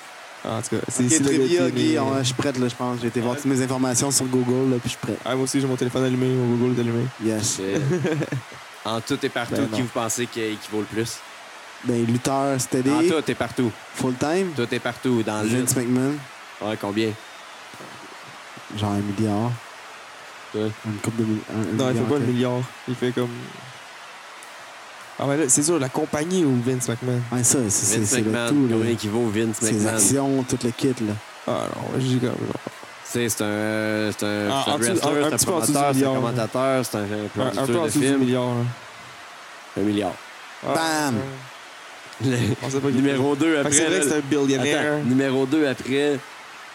Speaker 1: En tout cas, c'est
Speaker 2: Ok,
Speaker 1: c'est
Speaker 2: trivia,
Speaker 1: l'été, mais-
Speaker 2: Guy, on- je suis prête, là, je pense. J'ai été voir toutes mes informations sur Google, là, puis je suis prêt.
Speaker 1: Ah, moi aussi, j'ai mon téléphone allumé, mon Google est allumé.
Speaker 2: Yes.
Speaker 4: en tout et partout,
Speaker 2: Ben non.
Speaker 4: qui vous pensez qui équivaut le plus?
Speaker 2: Ben, lutteur, c'était
Speaker 4: En
Speaker 2: des
Speaker 4: tout et partout.
Speaker 2: full-time.
Speaker 4: Tout et partout. Dans le.
Speaker 2: Vince McMahon,
Speaker 4: Ouais, combien?
Speaker 2: genre un milliard.
Speaker 4: Ouais.
Speaker 2: Une coupe de mi- un- un
Speaker 1: Non, il fait
Speaker 2: milliard,
Speaker 1: pas le
Speaker 2: ok.
Speaker 1: milliard. Il fait comme. Ah, ouais, là, c'est sûr, la compagnie ou Vince McMahon?
Speaker 2: Ouais, ça, c'est- c'est
Speaker 4: Vince
Speaker 2: c'est le
Speaker 4: McMahon.
Speaker 2: tout, là.
Speaker 4: Combien équivaut Vince
Speaker 2: Ses
Speaker 4: McMahon?
Speaker 2: actions, tout le kit, là.
Speaker 1: Ah, non, j'ai comme.
Speaker 4: Tu sais, c'est un, euh, c'est un,
Speaker 1: Ah,
Speaker 4: c'est
Speaker 1: en
Speaker 4: un
Speaker 1: dessous-
Speaker 4: wrestler,
Speaker 1: un- un
Speaker 4: c'est un
Speaker 1: petit peu en dessous
Speaker 4: promoteur,
Speaker 1: du
Speaker 4: c'est un
Speaker 1: milliard.
Speaker 4: commentateur, c'est un,
Speaker 1: Un,
Speaker 4: un
Speaker 1: un peu
Speaker 4: producteur
Speaker 1: en
Speaker 4: de
Speaker 1: dessous du
Speaker 4: film.
Speaker 1: milliard. là.
Speaker 4: Un milliard.
Speaker 1: Ah,
Speaker 2: Bam!
Speaker 1: ouais.
Speaker 4: Le-
Speaker 1: Je pensais pas qu'il-
Speaker 4: numéro 2
Speaker 1: Fait
Speaker 4: après.
Speaker 1: que C'est vrai
Speaker 4: là,
Speaker 1: que c'est un
Speaker 4: attends,
Speaker 1: billionaire.
Speaker 4: numéro 2 après,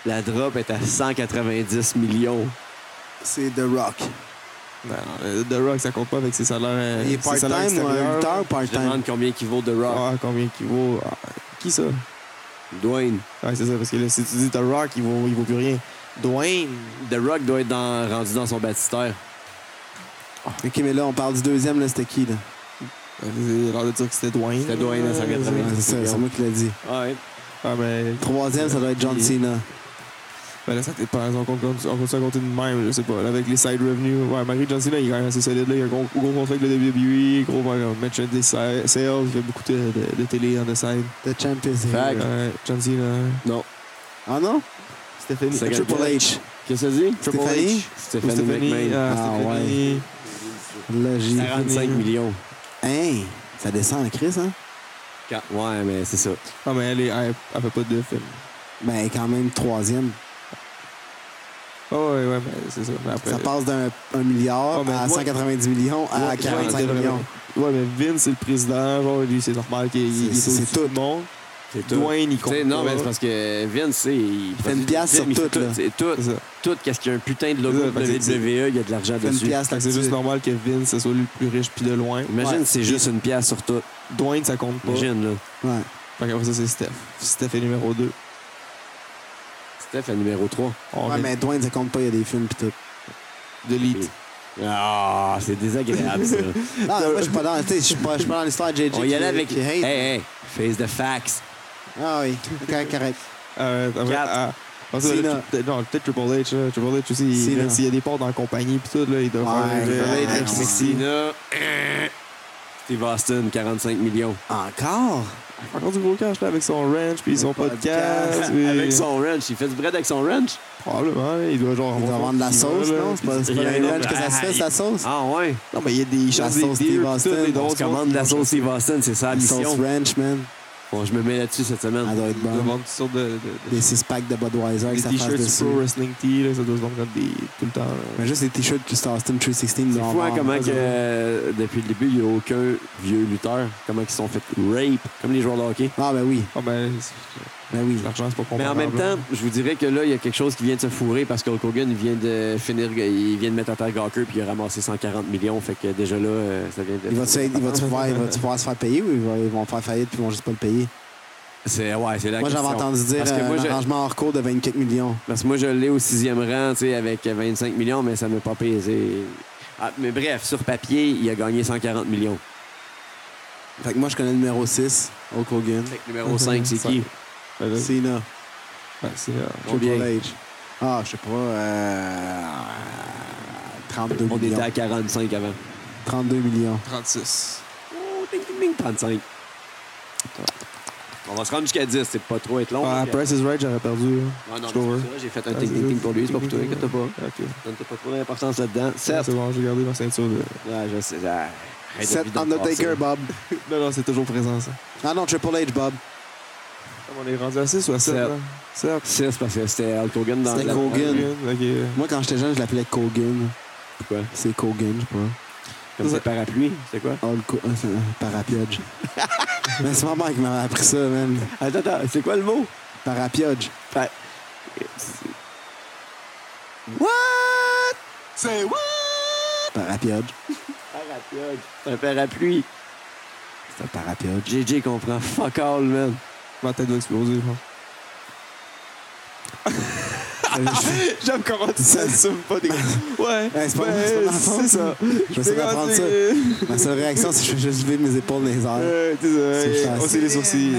Speaker 4: la drop est à 190 millions.
Speaker 2: C'est The Rock.
Speaker 1: Non, euh, The Rock, ça compte pas avec ses salaires. euh,
Speaker 2: Il est
Speaker 1: ses salaires
Speaker 2: part-time ou un
Speaker 1: extérieurs.
Speaker 2: lutteur
Speaker 4: Je
Speaker 2: part-time?
Speaker 4: demande combien qui vaut The Rock.
Speaker 1: Ah, combien qu'il vaut Ah, Qui ça
Speaker 4: Dwayne.
Speaker 1: Ouais, c'est ça, parce que là, si tu dis The Rock, il vaut, il vaut plus rien. Dwayne
Speaker 4: The Rock doit être dans- rendu dans son baptistère.
Speaker 2: Ok, mais là, on parle du deuxième, là, c'était qui, là?
Speaker 1: Euh, J'ai l'air de dire que c'était Dwayne.
Speaker 4: C'était Dwayne à 180.
Speaker 2: Ouais, c'est ça, c'est moi qui l'ai dit.
Speaker 4: Ouais.
Speaker 1: Ah, mais.
Speaker 2: Troisième, ça doit être John
Speaker 1: Il-
Speaker 2: Cena.
Speaker 1: Ben là, ça dépend. On compte, on compte ça compter de même, je sais pas. Là, avec les side revenus. Ouais, Marie Johnson, là, il est quand même assez solide. Là. Il a un gros, gros contrat avec le WWE, gros euh, match des sa- sales, il fait beaucoup de, de- de télé on the side.
Speaker 2: The Champion. c'est-
Speaker 4: Fact.
Speaker 1: Ouais, John Cena.
Speaker 4: Non.
Speaker 2: Ah non?
Speaker 1: Stephanie.
Speaker 4: C'est
Speaker 2: Triple H.
Speaker 4: Qu'est-ce que ça dit?
Speaker 2: Triple H.
Speaker 4: Stéphanie,
Speaker 1: Stephanie.
Speaker 4: McMahon.
Speaker 1: Ah,
Speaker 2: Ah,
Speaker 1: Stephanie.
Speaker 2: Là, j'ai...
Speaker 4: 45 millions.
Speaker 2: Hein? Ça descend en crise, hein?
Speaker 4: Quand- Ouais, mais c'est ça.
Speaker 1: Ah, mais elle, est, elle, elle fait pas de film.
Speaker 2: Ben, quand même, troisième.
Speaker 1: Ah, ouais, ouais, mais c'est ça. Mais après,
Speaker 2: Ça passe d'un un milliard
Speaker 1: Ah, mais
Speaker 2: à
Speaker 1: moi-
Speaker 2: 190 millions à
Speaker 1: Ouais,
Speaker 2: 45
Speaker 1: ouais,
Speaker 2: millions.
Speaker 1: Ouais, mais Vince, c'est le président. Genre, lui, c'est normal qu'il il est,
Speaker 2: C'est- c'est
Speaker 1: au-dessus
Speaker 2: tout.
Speaker 1: du monde.
Speaker 4: C'est
Speaker 1: Dwayne, il
Speaker 4: Tu
Speaker 1: compte.
Speaker 4: sais, non,
Speaker 1: pas.
Speaker 4: mais c'est parce que Vince, c'est- il
Speaker 2: fait une pièce sur
Speaker 4: il fait
Speaker 2: tout, là.
Speaker 4: C'est tout.
Speaker 1: C'est ça.
Speaker 4: Tout, qu'est-ce qu'il y a un putain de logo
Speaker 1: C'est
Speaker 4: de
Speaker 1: ça, fait que c'est-
Speaker 4: WWE, il y a de l'argent
Speaker 2: Fait une
Speaker 4: dessus.
Speaker 2: pièce
Speaker 1: Fait que C'est juste
Speaker 2: là-dessus.
Speaker 1: normal que Vince ça soit lui le plus riche puis de loin.
Speaker 4: Imagine,
Speaker 2: Ouais.
Speaker 4: c'est juste une pièce sur tout.
Speaker 1: Dwayne, ça compte pas.
Speaker 4: Imagine, là.
Speaker 2: Ouais.
Speaker 1: Fait qu'après ça, c'est Steph. Steph est numéro 2.
Speaker 4: Steph est numéro 3.
Speaker 1: On
Speaker 2: Ouais,
Speaker 1: reste
Speaker 2: mais Dwayne, ça compte pas, il y a des films pis tout.
Speaker 1: de l'élite.
Speaker 4: Ah, c'est désagréable, ça.
Speaker 2: Ah, moi, je suis pas dans, tu sais, je suis pas, je suis pas dans l'histoire de JJ.
Speaker 4: On y
Speaker 2: qui-
Speaker 4: allait avec.
Speaker 2: qui
Speaker 4: Hey,
Speaker 2: hate.
Speaker 4: hey, face the facts.
Speaker 2: Ah oui, correct, correct.
Speaker 1: Euh, après,
Speaker 4: Quatre.
Speaker 1: ah, après ça,
Speaker 2: Cena.
Speaker 1: là, peut-être- non, peut-être Triple H. là. Triple H aussi, il-
Speaker 2: Cena.
Speaker 1: même s'il y a des ports dans la compagnie pis tout, là, il doit
Speaker 2: Ouais,
Speaker 1: faire...
Speaker 2: Triple H,
Speaker 1: euh,
Speaker 2: ouais.
Speaker 1: Merci.
Speaker 4: Cena. Steve Austin, 45 millions.
Speaker 2: Encore?
Speaker 1: Encore du gros cash, là, avec son ranch puis son
Speaker 2: podcast.
Speaker 1: podcast. puis-
Speaker 4: Avec son ranch, il fait du bread avec son ranch.
Speaker 1: Probablement, là, il doit genre...
Speaker 2: Il doit
Speaker 1: avoir
Speaker 2: vendre de la
Speaker 1: un
Speaker 2: sauce,
Speaker 1: petit-
Speaker 2: non? C'est pas, c'est pas
Speaker 4: il y a
Speaker 2: dans
Speaker 4: un
Speaker 2: les
Speaker 4: autre-
Speaker 2: ranchs que ça se fait, sa
Speaker 4: Ah,
Speaker 2: sauce?
Speaker 4: Ah ouais.
Speaker 1: Non, mais il y a des chances
Speaker 2: sauce
Speaker 1: des
Speaker 2: Steve
Speaker 1: deals pis tout,
Speaker 2: Austin,
Speaker 1: les
Speaker 2: on
Speaker 1: drôles
Speaker 4: On
Speaker 1: sont-
Speaker 4: se commande de la sauce Ah, Steve Austin, c'est ça la
Speaker 2: La sauce
Speaker 4: mission.
Speaker 2: ranch, man.
Speaker 4: Bon, je me mets là-dessus cette semaine.
Speaker 2: Elle doit être
Speaker 1: Il doit
Speaker 2: bonne.
Speaker 1: vendre toutes sortes de... de- de-
Speaker 2: Ben. Des six-packs de Budweiser avec
Speaker 1: Des
Speaker 2: sa face
Speaker 1: t-shirts
Speaker 2: dessus.
Speaker 1: Pro Wrestling Tee, là, ça doit se vendre comme des... tout le temps. là.
Speaker 2: Mais juste les t-shirts du Star Austin 316.
Speaker 4: C'est
Speaker 2: ils en
Speaker 4: fou hein,
Speaker 2: vendent.
Speaker 4: comment que, euh, depuis le début, il n'y a aucun vieux lutteur. Comment ils sont fait rape, comme les joueurs de hockey.
Speaker 2: Ah, ben oui,
Speaker 1: Ah, ben, c'est-
Speaker 2: ben oui.
Speaker 1: l'argent, c'est pas
Speaker 4: Mais en
Speaker 1: comparable.
Speaker 4: même
Speaker 1: là.
Speaker 4: temps, je vous dirais que là, il y a quelque chose qui vient de se fourrer parce que Hulk Hogan il vient de finir, il vient de mettre à terre Gawker puis il a ramassé 140 millions. Fait que déjà là, euh, ça vient de.
Speaker 2: Il va-tu être- il va-tu pouvoir, il va-tu pouvoir se faire payer ou ils vont, ils vont faire faillite puis ils vont juste pas le payer?
Speaker 4: C'est ouais, c'est la
Speaker 2: moi, j'avais
Speaker 4: question.
Speaker 2: entendu dire
Speaker 4: Parce que
Speaker 2: euh,
Speaker 4: moi,
Speaker 2: un
Speaker 4: je-
Speaker 2: arrangement hors cours de 24 millions.
Speaker 4: Parce que moi, je l'ai au sixième rang, tu sais, avec 25 millions, mais ça ne m'a pas pesé. Ah, mais bref, sur papier, il a gagné 140 millions.
Speaker 2: Fait que moi, je connais le numéro 6, Hulk Hogan.
Speaker 4: Fait que numéro 5, c'est qui?
Speaker 1: Ben, là,
Speaker 2: Cena,
Speaker 1: ben, c'est, euh,
Speaker 4: Combien?
Speaker 2: Triple H. Ah, je sais pas. euh, 32
Speaker 4: On
Speaker 2: millions.
Speaker 4: était à 45 avant.
Speaker 2: 32 millions.
Speaker 8: 36.
Speaker 4: Oh, ding, ding, ding, 35. On va se rendre jusqu'à 10, c'est pas trop être long.
Speaker 1: Ah,
Speaker 4: hein, puis-
Speaker 1: Price is Right, j'aurais perdu. hein.
Speaker 4: Non, non, mais
Speaker 1: Je trouve,
Speaker 4: c'est ça, j'ai fait un
Speaker 1: Ah,
Speaker 4: ting
Speaker 1: c'est-
Speaker 4: ting ting pour lui, c'est pas pour toi, inquiète pas.
Speaker 1: Ok.
Speaker 4: Donne pas trop d'importance là-dedans.
Speaker 1: C'est
Speaker 4: 7.
Speaker 1: bon, j'ai gardé ma ceinture. De...
Speaker 4: Ah, je sais. ah, arrête de
Speaker 2: 7
Speaker 4: vider le
Speaker 2: Undertaker,
Speaker 4: passé.
Speaker 2: Bob.
Speaker 1: Non, non, c'est toujours présent, ça.
Speaker 2: Ah non, Triple H, Bob.
Speaker 1: On est rendu à 6 ou à hein. 7?
Speaker 4: Sept.
Speaker 1: 7.
Speaker 4: 6 parce que c'était Hulk Hogan dans
Speaker 2: C'était
Speaker 4: la...
Speaker 2: Hogan.
Speaker 1: Ok.
Speaker 2: Moi, quand j'étais jeune, je l'appelais Kogan.
Speaker 4: Pourquoi?
Speaker 2: C'est Kogan, je sais pas.
Speaker 4: Comme c'est parapluie, c'est quoi?
Speaker 2: All co- euh, Parapiodge. Mais c'est ma mère qui m'avait appris ça, man.
Speaker 4: Attends, attends, Ah, c'est quoi le mot?
Speaker 2: Parapiodge.
Speaker 4: What?
Speaker 8: C'est what?
Speaker 2: Parapiodge.
Speaker 4: Parapluie. C'est un parapluie.
Speaker 2: C'est un parapiodge.
Speaker 4: JJ comprend fuck all, man.
Speaker 1: Ma tête doit exploser, je pense. J'aime comment tu t'assumes pas des. Ouais.
Speaker 2: Hey, c'est pas moi,
Speaker 1: ben,
Speaker 2: c'est pas ma faute,
Speaker 1: c'est
Speaker 2: ça. Je vais
Speaker 1: C'est
Speaker 2: essayer
Speaker 1: comment
Speaker 2: d'apprendre ça.
Speaker 1: c'est-
Speaker 2: Ma seule réaction, c'est que je fais juste lever mes épaules dans les airs.
Speaker 1: Euh, Désolé.
Speaker 2: C'est facile.
Speaker 1: On les sourcils.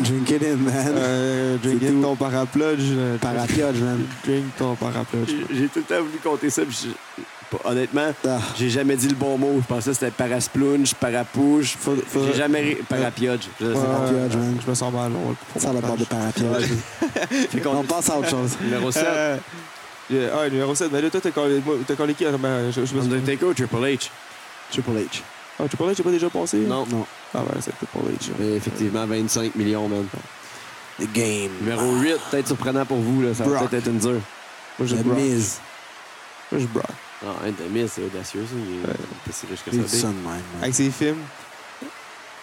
Speaker 2: Drink it in, man.
Speaker 1: Euh, drink
Speaker 2: tout.
Speaker 1: ton paraplodge. euh,
Speaker 2: Parapiodge, man.
Speaker 1: Drink ton paraplodge.
Speaker 4: J'ai j'ai tout le temps voulu compter ça, puis je- pas- honnêtement,
Speaker 2: Ah.
Speaker 4: j'ai jamais dit le bon mot. Je pensais que c'était parasplunge, parapouche.
Speaker 1: faudrait-
Speaker 4: J'ai jamais... ri- Parapioche. Je sais pas.
Speaker 2: Parapiodge, man.
Speaker 1: Je me sens mal. on va le couper.
Speaker 2: Ça, la part de parapiodge.
Speaker 4: Fait qu'on-
Speaker 2: On passe à autre chose.
Speaker 4: Numéro 7.
Speaker 1: Euh, j'ai- Ah, numéro 7. Mais là, toi, t'as collé, moi, t'as collé qui Ah, ben, je, je me suis...
Speaker 4: Undertaker ou Triple H?
Speaker 2: Triple H.
Speaker 1: Ah, tu parlais, j'ai pas déjà passé
Speaker 4: Non.
Speaker 2: Non.
Speaker 1: Ah, ben, c'est peut-être pas vrai. tu vois.
Speaker 4: Effectivement, 25 millions, man.
Speaker 2: The Game.
Speaker 4: Numéro 8, peut-être surprenant pour vous, là, ça va
Speaker 1: Brock.
Speaker 4: peut-être être une dure.
Speaker 1: Moi, je
Speaker 2: The
Speaker 1: Brock. Moi,
Speaker 2: Miz.
Speaker 1: je Brock.
Speaker 4: Non, Ah, un demi, c'est audacieux, ça. Il est pas si riche que
Speaker 2: Il dit
Speaker 4: ça.
Speaker 2: ça de même, man.
Speaker 1: Avec ses films.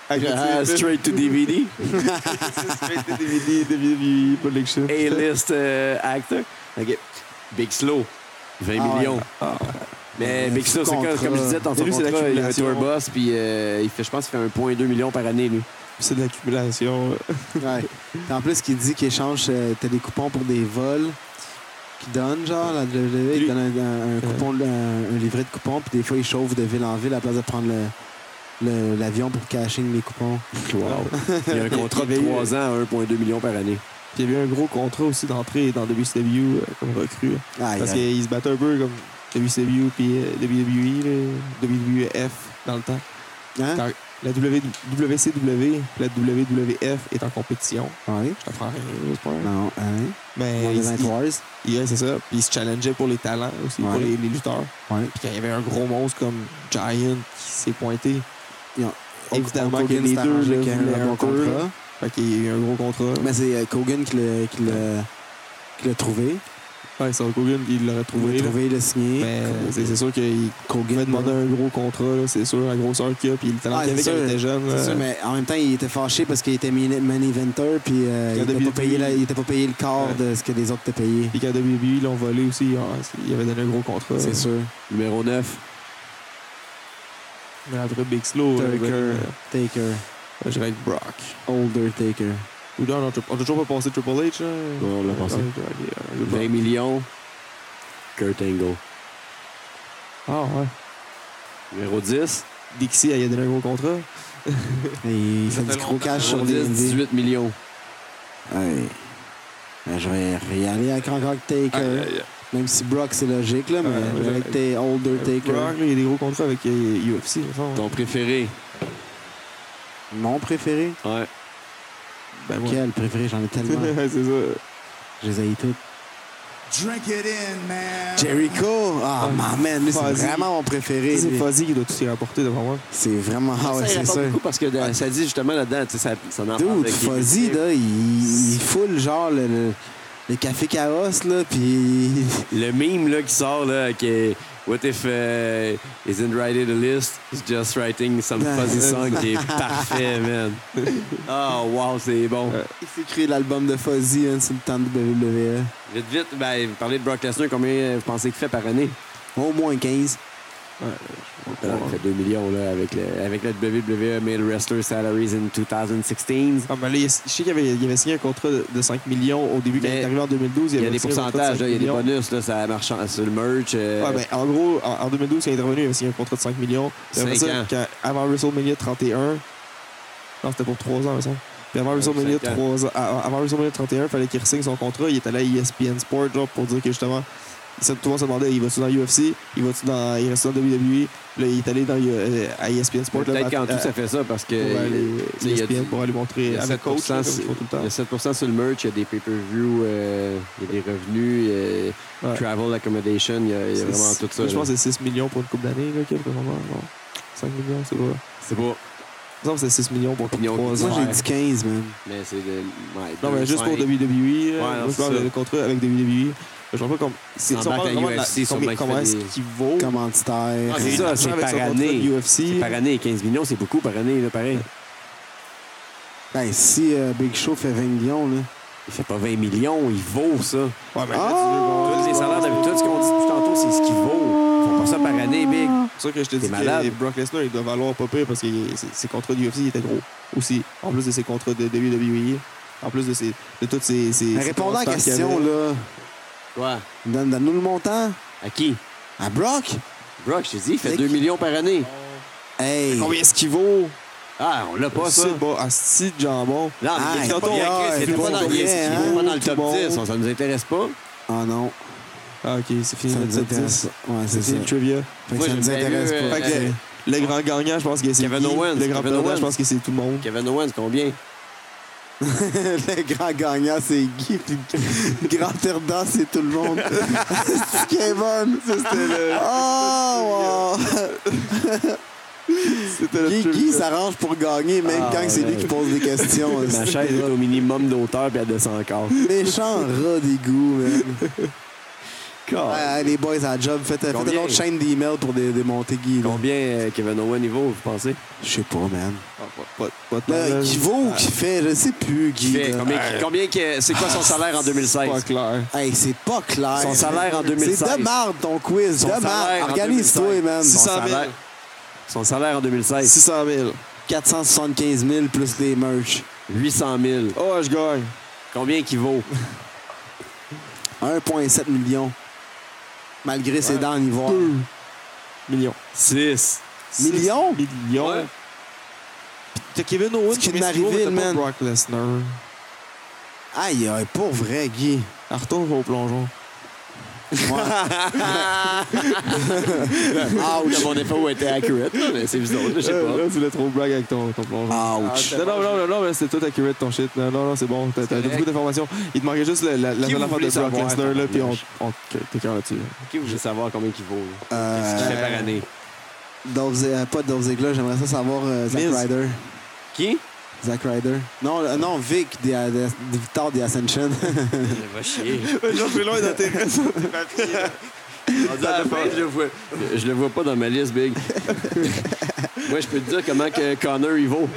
Speaker 1: Avec
Speaker 4: Ah, straight to DVD,
Speaker 1: straight to DVD, WWE Collection.
Speaker 4: A-list euh, actor. OK. Big Slow, 20
Speaker 2: Ah ouais.
Speaker 4: millions.
Speaker 1: Ah,
Speaker 4: Mais
Speaker 2: Euh,
Speaker 4: Big Slow, c'est
Speaker 2: contrat.
Speaker 4: comme, comme je disais, dans son
Speaker 1: Mais lui, c'est
Speaker 4: contrat, il a un
Speaker 1: l'accumulation.
Speaker 4: tour boss, puis euh, il fait, je pense qu'il fait 1,2 million par année, lui.
Speaker 1: c'est de l'accumulation.
Speaker 2: Ouais. Puis En plus, qu'il dit qu'il échange euh, t'as des coupons pour des vols qu'il donne, genre, la WWE, il
Speaker 1: Lui- Euh.
Speaker 2: donne un, un- un coupon, un, un livret de coupons, puis des fois, il chauffe de ville en ville à la place de prendre le- le- l'avion pour caching les coupons.
Speaker 4: Wow. Il a un contrat de
Speaker 1: Il avait eu-
Speaker 4: 3 ans à 1,2 million par année.
Speaker 1: Puis il y avait eu un gros contrat aussi d'entrée dans WCW euh, comme recrue.
Speaker 2: Ah,
Speaker 1: Parce
Speaker 2: il y a-
Speaker 1: qu'ils se battaient un peu comme WCW puis euh, WWE, là, WWF dans le temps.
Speaker 2: Hein?
Speaker 1: Quand la W- WCW puis la WWF est en compétition.
Speaker 2: Ouais.
Speaker 1: Je comprends rien, c'est pas un-
Speaker 2: Non, hein? Dans
Speaker 1: Mais
Speaker 2: les
Speaker 1: ils-
Speaker 2: Night Wars.
Speaker 1: ils- ouais, c'est ça. Puis ils se challengeaient pour les talents aussi,
Speaker 2: Ouais.
Speaker 1: pour les, les lutteurs.
Speaker 2: Ouais.
Speaker 1: Puis quand il y avait un gros monstre comme Giant qui s'est pointé,
Speaker 2: Ils ont-
Speaker 1: évidemment
Speaker 2: Hulk
Speaker 1: que
Speaker 2: Hogan
Speaker 1: les
Speaker 2: s'est
Speaker 1: deux
Speaker 2: arrangé
Speaker 1: là,
Speaker 2: avec un
Speaker 1: voulaient
Speaker 2: bon
Speaker 1: un peu,
Speaker 2: contrat.
Speaker 1: là. Fait qu'il y a eu un gros contrat.
Speaker 2: Mais c'est euh, Kogan qui l'a qui l'a- qui l'a trouvé.
Speaker 1: Ouais, c'est Hulk Hogan qui l'aurait
Speaker 2: Il
Speaker 1: trouvé.
Speaker 2: l'a
Speaker 1: là.
Speaker 2: trouvé, il l'a signé.
Speaker 1: Mais c'est c'est sûr qu'il
Speaker 2: Kogan.
Speaker 1: pouvait demander un gros contrat, là, c'est sûr, la grosseur qu'il a, puis le talent
Speaker 2: Ah,
Speaker 1: qu'il avait
Speaker 2: c'est
Speaker 1: quand il
Speaker 2: sûr.
Speaker 1: était jeune. là.
Speaker 2: C'est sûr, mais en même temps, il était fâché parce qu'il était main eventer, puis euh, il
Speaker 1: Quand
Speaker 2: n'était pas,
Speaker 1: WWE,
Speaker 2: payé la- il était pas payé le quart
Speaker 1: Ouais.
Speaker 2: de ce que les autres étaient payés.
Speaker 1: Puis quand WWE ils l'ont volé aussi, ah, c'est- il avait donné un gros contrat.
Speaker 2: C'est sûr.
Speaker 4: Numéro 9,
Speaker 1: Mais après Big Slow, euh,
Speaker 2: Taker.
Speaker 1: euh,
Speaker 2: Taker.
Speaker 1: je dirais que Brock.
Speaker 2: Older Taker.
Speaker 1: Ou non, non, on a toujours pas passé Triple H. hein?
Speaker 4: Non, on l'a passé.
Speaker 1: Ouais, ouais, ouais, ouais,
Speaker 4: 20
Speaker 1: Brock.
Speaker 4: millions, Kurt Angle.
Speaker 1: Ah ouais.
Speaker 4: Numéro 10,
Speaker 1: Dixie, elle, il a donné un gros contrat.
Speaker 2: Et il fait du gros cash sur
Speaker 4: numéro
Speaker 2: les
Speaker 4: 10,
Speaker 2: indies.
Speaker 4: 18 millions.
Speaker 2: Ouais. Ben, je vais y aller avec encore avec Taker. Même si Brock, c'est logique, là, mais
Speaker 1: Ouais,
Speaker 2: je vais
Speaker 1: ouais,
Speaker 2: avec tes Older Taker.
Speaker 1: Brock, là, il y a des gros contrats avec euh, UFC. il me semble.
Speaker 4: Ton préféré?
Speaker 2: Mon préféré.
Speaker 4: Ouais.
Speaker 1: ben, ouais.
Speaker 2: Quel préféré? J'en ai tellement.
Speaker 1: Ouais, c'est ça.
Speaker 2: je les ai tous.
Speaker 6: Drink it in, man.
Speaker 2: Jericho! Ah,
Speaker 1: Ouais.
Speaker 2: man, man, lui, c'est
Speaker 1: Vas-y.
Speaker 2: vraiment mon préféré.
Speaker 1: C'est
Speaker 2: lui.
Speaker 1: Fuzzy qui doit tout y rapporter devant moi.
Speaker 2: C'est vraiment. Ah ouais,
Speaker 4: ça, il
Speaker 2: c'est
Speaker 4: rapporte
Speaker 2: sûr.
Speaker 4: beaucoup parce que dans- ça dit justement là-dedans, tu sais, ça, ça en parle
Speaker 2: Dude,
Speaker 4: avec les
Speaker 2: Fuzzy,
Speaker 4: critiques.
Speaker 2: là, il, il foule genre le, le, le café carrosse, là, puis
Speaker 4: Le meme là, qui sort, là, qui est What if uh, isn't writing a list, he's just writing some
Speaker 2: Ben,
Speaker 4: fuzzy song qui est parfait, man. Oh, wow, c'est bon.
Speaker 1: Ouais.
Speaker 2: il s'est créé l'album de Fuzzy, hein, sur le temps de E. WWE.
Speaker 4: Vite, vite, ben, vous parlez de Brock Lesnar, combien euh, vous pensez qu'il fait par année?
Speaker 2: Au moins 15.
Speaker 4: Alors, il fait 2 millions là, avec, le, E avec la WWE Made Wrestler Salaries in 2016.
Speaker 1: Ah, mais là, il y a- je sais qu'il avait, il avait signé un contrat de de 5 millions au début quand
Speaker 4: Mais
Speaker 1: il est arrivé en 2012.
Speaker 4: Il y a
Speaker 1: avait
Speaker 4: des
Speaker 1: signé un contrat de
Speaker 4: pourcentages,
Speaker 1: 5
Speaker 4: là, il y a des
Speaker 1: millions.
Speaker 4: bonus, là, ça marche en- sur le merch. euh,
Speaker 1: Ouais, ben, en gros, en, en 2012, quand il est revenu, il avait signé un contrat de 5 millions. Puis après
Speaker 4: Cinq
Speaker 1: ça,
Speaker 4: ans.
Speaker 1: quand- avant WrestleMania 31, non, c'était pour 3 ans, mais ça. Puis avant WrestleMania,
Speaker 4: cinq ans.
Speaker 1: 3 ans- avant avant WrestleMania 31, il fallait qu'il signe son contrat. Il est allé à E ESPN Sport genre, pour dire que justement, il s'est- tout le monde se demandait il va-tu dans UFC Il va-tu dans. Il reste dans WWE Puis là, il est allé dans, euh, à ESPN Sport. là,
Speaker 4: Peut-être
Speaker 1: à-
Speaker 4: qu'en
Speaker 2: euh,
Speaker 4: tout, ça fait ça parce que.
Speaker 1: pour aller- E
Speaker 4: tu sais, il y a du-
Speaker 1: ESPN pour aller
Speaker 4: il
Speaker 1: montrer
Speaker 4: y a
Speaker 1: à la coach,
Speaker 4: 7%,
Speaker 1: là, comme
Speaker 4: c'est-
Speaker 1: ils font tout le
Speaker 4: il y
Speaker 1: temps.
Speaker 4: a 7% sur le merch, il y a des pay-per-view, euh, il y a des revenus, il y a
Speaker 1: Ouais.
Speaker 4: travel accommodation, il y a, il y a vraiment tout ça.
Speaker 1: Je pense
Speaker 4: là.
Speaker 1: que c'est 6 millions pour une coupe d'année, là, quelque moment. Non. 5 millions, c'est pas. Il
Speaker 4: c'est pas.
Speaker 1: me semble que c'est 6 millions pour
Speaker 4: Opinion.
Speaker 1: 3 ans.
Speaker 2: Moi, j'ai
Speaker 4: Ouais.
Speaker 2: dit 15, man.
Speaker 4: Mais c'est de. ouais,
Speaker 1: Non, mais
Speaker 4: deux,
Speaker 1: juste pour
Speaker 4: cinq.
Speaker 1: WWE. là,
Speaker 4: Ouais, non,
Speaker 1: moi, euh, je
Speaker 4: c'est
Speaker 1: parle
Speaker 4: ça.
Speaker 1: le contrat avec WWE. Je vois pas comme. C'est
Speaker 4: En
Speaker 1: si on
Speaker 4: bac
Speaker 1: parle
Speaker 4: à
Speaker 1: vraiment de la-
Speaker 4: UFC,
Speaker 1: combien-
Speaker 4: sûrement
Speaker 1: Comment
Speaker 4: qu'il
Speaker 1: est-ce
Speaker 4: fait des-
Speaker 1: qu'il vaut
Speaker 2: Commanditaire.
Speaker 4: Ah,
Speaker 1: Et
Speaker 4: c'est ça,
Speaker 1: l'argent
Speaker 4: c'est
Speaker 1: avec
Speaker 4: par
Speaker 1: son contrat
Speaker 4: année.
Speaker 1: de UFC.
Speaker 4: Par année, 15 millions, c'est beaucoup par année, là, pareil.
Speaker 2: Ben, si euh, Big Show fait 20 millions, là.
Speaker 4: Il fait pas 20 millions, il vaut ça.
Speaker 1: Ouais, mais
Speaker 4: Tous les salaires d'habitude, ce qu'on dit tout tantôt, c'est ce qu'il vaut. Ils font pas ça par année, Big.
Speaker 1: C'est sûr que je te
Speaker 4: T'es
Speaker 1: dis
Speaker 4: malade.
Speaker 1: que Brock Lesnar, il doit valoir pas pire parce que il- ses, ses contrats de UFC ils étaient gros aussi. En plus de ses contrats de WWE. En plus de, ses, de toutes ses. ses
Speaker 2: Mais
Speaker 1: ses
Speaker 2: répondons à la
Speaker 1: constances qu'il
Speaker 2: question,
Speaker 1: avait.
Speaker 2: là.
Speaker 4: Quoi?
Speaker 2: Donne- Donne-nous le montant.
Speaker 4: À qui?
Speaker 2: À Brock?
Speaker 4: Brock, je te dis, il fait
Speaker 2: Mais
Speaker 4: 2
Speaker 2: qui-
Speaker 4: millions par année.
Speaker 2: Hey!
Speaker 1: Combien est-ce qu'il vaut
Speaker 4: Ah, on l'a pas, ça.
Speaker 1: C'est bon, asti de jambon.
Speaker 4: Non,
Speaker 2: Ah,
Speaker 4: mais il
Speaker 2: il
Speaker 4: était pas- il y a-
Speaker 2: ah,
Speaker 4: il était
Speaker 2: il
Speaker 4: pas dans-
Speaker 2: vaut
Speaker 4: il est-
Speaker 2: rien,
Speaker 4: il est pas
Speaker 2: hein,
Speaker 4: dans le top
Speaker 1: tout le
Speaker 4: 10, ça nous intéresse pas.
Speaker 2: Ah non,
Speaker 1: Ah, ok, c'est fini
Speaker 2: ça
Speaker 1: notre
Speaker 2: nous
Speaker 1: top 10.
Speaker 2: intéresse. Ouais, c'est ça.
Speaker 1: C'est une trivia.
Speaker 2: Fait que
Speaker 4: Moi,
Speaker 2: ça nous
Speaker 4: j'aime bien
Speaker 2: intéresse
Speaker 4: mieux,
Speaker 2: pas.
Speaker 4: euh,
Speaker 2: Fait que
Speaker 1: euh, Le grand gagnant, je pense que c'est.
Speaker 4: Kevin
Speaker 1: lui.
Speaker 4: Owens,
Speaker 1: Le grand
Speaker 4: Kevin
Speaker 1: perdant,
Speaker 4: Owens.
Speaker 1: je pense que c'est tout le monde.
Speaker 4: Kevin Owens, combien?
Speaker 2: le grand gagnant, c'est Guy. Puis le grand perdant, c'est tout le monde. c'est Kevin. Ça, c'était le. Oh, wow. Guy, Guy s'arrange pour gagner, même
Speaker 4: Ah,
Speaker 2: quand c'est lui qui pose des questions.
Speaker 4: Ma chaise est au minimum d'auteur puis elle descend encore.
Speaker 2: Méchant rat d'égout, man.
Speaker 4: Car-
Speaker 2: Ouais, les boys à la job, faites, faites une
Speaker 4: Ah. Combien?
Speaker 2: autre chaîne d'emails pour dé- démonter Guy. là.
Speaker 4: Combien euh, Kevin Owens il vaut, vous pensez?
Speaker 2: Je sais pas, man.
Speaker 1: Ah, pas- pas- pas de Ah,
Speaker 2: Là,
Speaker 1: problème.
Speaker 2: Euh, qui vaut ou qui fait, je sais plus, Guy.
Speaker 4: Euh, Fait,
Speaker 2: là.
Speaker 4: combien, combien que- c'est quoi son salaire en 2016?
Speaker 1: Ah, Pas clair.
Speaker 2: Hey, c'est pas clair.
Speaker 4: Son salaire en 2016.
Speaker 2: C'est de marde ton quiz.
Speaker 4: Son
Speaker 2: de
Speaker 4: salaire
Speaker 2: marde.
Speaker 4: en
Speaker 2: Organise-toi,
Speaker 4: 2016.
Speaker 2: man.
Speaker 4: Son
Speaker 1: 600 000.
Speaker 4: salaire, son salaire en 2016,
Speaker 1: 600 000.
Speaker 2: 475 000 plus les merch.
Speaker 4: 800 000.
Speaker 1: Oh, je gagne.
Speaker 4: Combien qu'il vaut?
Speaker 2: 1,7 million. Malgré ses dents en ivoire.
Speaker 1: Millions.
Speaker 4: 6.
Speaker 2: Millions?
Speaker 1: Millions.
Speaker 4: Ouais.
Speaker 1: Puis T'as Kevin Owens
Speaker 2: Ce qui
Speaker 1: mais
Speaker 2: m'est
Speaker 1: c'est gros,
Speaker 2: arrivé,
Speaker 1: mais t'as pas
Speaker 2: man.
Speaker 1: Brock Lesnar.
Speaker 2: Aïe, aïe, pour vrai, Guy.
Speaker 1: Elle Retourne au plongeon.
Speaker 4: Ouch! Mon info était accurate, là, mais c'est bizarre, je sais pas.
Speaker 1: Euh,
Speaker 4: Ah,
Speaker 1: Là, tu l'as trop brag avec ton, ton plongeon.
Speaker 2: Ouch.
Speaker 1: Non, non, non, non, non, mais c'est tout accurate ton shit. Non, non, non, c'est bon. T'as t'as
Speaker 4: correct.
Speaker 1: beaucoup d'informations. Il te manquait juste la, la, la
Speaker 4: Qui
Speaker 1: seule
Speaker 4: vous
Speaker 1: affaire de
Speaker 4: voulez
Speaker 1: Brock
Speaker 4: savoir, Ah,
Speaker 1: Lesnar, là, puis on,
Speaker 4: tabarnouche?
Speaker 1: on t'écœure là-dessus.
Speaker 4: Qui vous voulez savoir combien qu'il vaut? là?
Speaker 2: Euh,
Speaker 4: Qu'est-ce qu'il fait par année?
Speaker 2: Dolph Ze- euh, pas Dolph Ziggler, j'aimerais ça savoir euh, Zack
Speaker 1: Miz.
Speaker 2: Ryder.
Speaker 4: Qui?
Speaker 2: Zack Ryder. Non, euh, non, Vic, des, des, des Victor des Ascension.
Speaker 4: Va chier.
Speaker 1: Genre, je suis loin d'intérêt sur tes papiers.
Speaker 4: Ah, je, le vois. je le vois pas dans ma liste, Big. Moi, je peux te dire comment que Connor il vaut.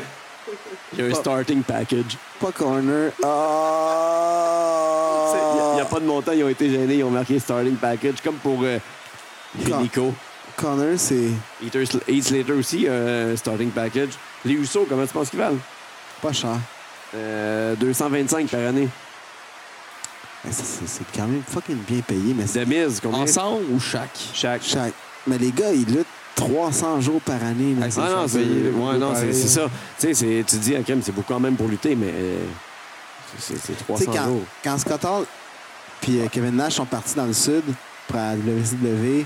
Speaker 4: Il y a un starting package.
Speaker 2: pas Corner. Ah!
Speaker 4: Tu sais, Il n'y a, pas de montant, ils ont été gênés, ils ont marqué starting package, comme pour euh,
Speaker 2: Quand-
Speaker 4: Nico.
Speaker 2: Corner, c'est
Speaker 4: Eater, Eat Slater aussi, euh, starting package. Les Usos, comment tu penses qu'ils valent?
Speaker 2: pas cher.
Speaker 4: Euh, 225 par année.
Speaker 2: Mais ça, C'est c'est quand même fucking bien payé, mais c'est
Speaker 4: The Miz, combien?
Speaker 1: Ensemble ou chaque?
Speaker 4: Chaque.
Speaker 2: chaque. Mais les gars, ils luttent 300 jours par année. là.
Speaker 1: c'est
Speaker 4: Ah non,
Speaker 1: chaque
Speaker 4: c'est
Speaker 1: payé,
Speaker 4: ouais, non, c'est
Speaker 1: pareil.
Speaker 4: c'est ça. Tu sais, c'est- tu te dis, ah, crème, c'est beaucoup quand même pour lutter, mais euh, c'est c'est
Speaker 2: Tu sais,
Speaker 4: 300
Speaker 2: quand,
Speaker 4: jours.
Speaker 2: quand Scott Hall puis euh, Kevin Nash sont partis dans le sud pour la WCW,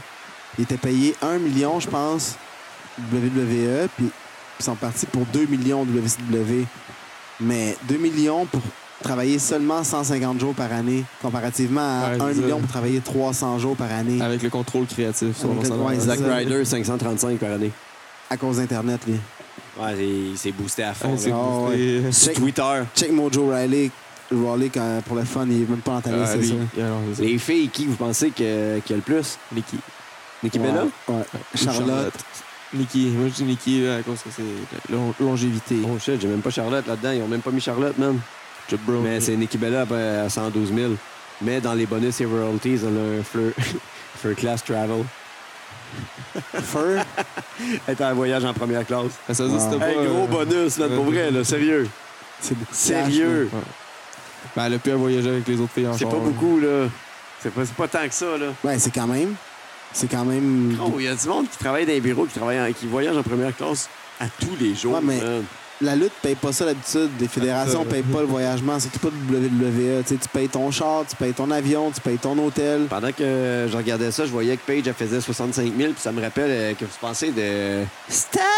Speaker 2: ils étaient payés 1 million, je pense, WWE, puis ils sont partis pour 2 millions de WCW. Mais 2 millions pour travailler seulement 150 jours par année, comparativement à
Speaker 1: Ouais,
Speaker 2: 1
Speaker 1: c'est
Speaker 2: million
Speaker 1: ça. Ah.
Speaker 2: pour travailler 300 jours par année
Speaker 1: Avec le contrôle créatif. sur
Speaker 2: Avec le-
Speaker 1: l'ensemble.
Speaker 2: ouais,
Speaker 4: Zack
Speaker 2: c'est ça.
Speaker 4: Ryder, 535 par année.
Speaker 2: à cause d'Internet. lui.
Speaker 4: Ouais, il s'est boosté à fond.
Speaker 1: Ouais, c'est
Speaker 2: Ah,
Speaker 1: boosté.
Speaker 2: Check,
Speaker 4: Twitter.
Speaker 2: check Mojo Riley. Riley, quand- pour le fun, il est même pas dans ta
Speaker 1: Ah,
Speaker 2: liste, c'est
Speaker 1: lui.
Speaker 2: ça.
Speaker 1: Ah, non, c'est ça.
Speaker 4: Les filles, qui vous pensez que, qui a le plus? Nikki. Nikki Bella?
Speaker 2: Ouais, ouais. Charlotte.
Speaker 1: Nikki. Moi, je dis Nikki là, à cause que c'est la long- longévité.
Speaker 4: Oh shit, j'ai même pas Charlotte là-dedans. Ils ont même pas mis Charlotte, man.
Speaker 1: Job bro.
Speaker 4: Mais c'est Nikki Bella ben, à 112 000. Mais dans les bonus et royalties, elle a un fleur, fleur class travel.
Speaker 2: Fur.
Speaker 4: Elle est en voyage en première classe.
Speaker 1: Ça veut dire que c'était pas,
Speaker 4: Hey, gros
Speaker 1: euh,
Speaker 4: bonus, man, pour vrai, là, sérieux.
Speaker 2: C'est beaucoup de
Speaker 4: Sérieux.
Speaker 1: Ben, elle a pu voyager avec les autres filles en
Speaker 4: C'est
Speaker 1: char,
Speaker 4: pas
Speaker 1: là.
Speaker 4: beaucoup, là. C'est pas, c'est pas tant que ça, là.
Speaker 2: cash, là. Ouais, c'est quand même. C'est quand même.
Speaker 4: Oh, il y a du monde qui travaille dans les bureaux, qui, travaille en- qui voyage en première classe à tous les jours,
Speaker 2: Ouais, mais-
Speaker 4: man.
Speaker 2: la lutte paye pas ça d'habitude. Les fédérations
Speaker 1: ça,
Speaker 2: payent pas le voyagement, surtout pas le WWE. Tu sais, tu payes ton char, tu payes ton avion, tu payes ton hôtel.
Speaker 4: Pendant que je regardais ça, je voyais que Paige, elle faisait 65 000, puis ça me rappelle euh, que vous pensez de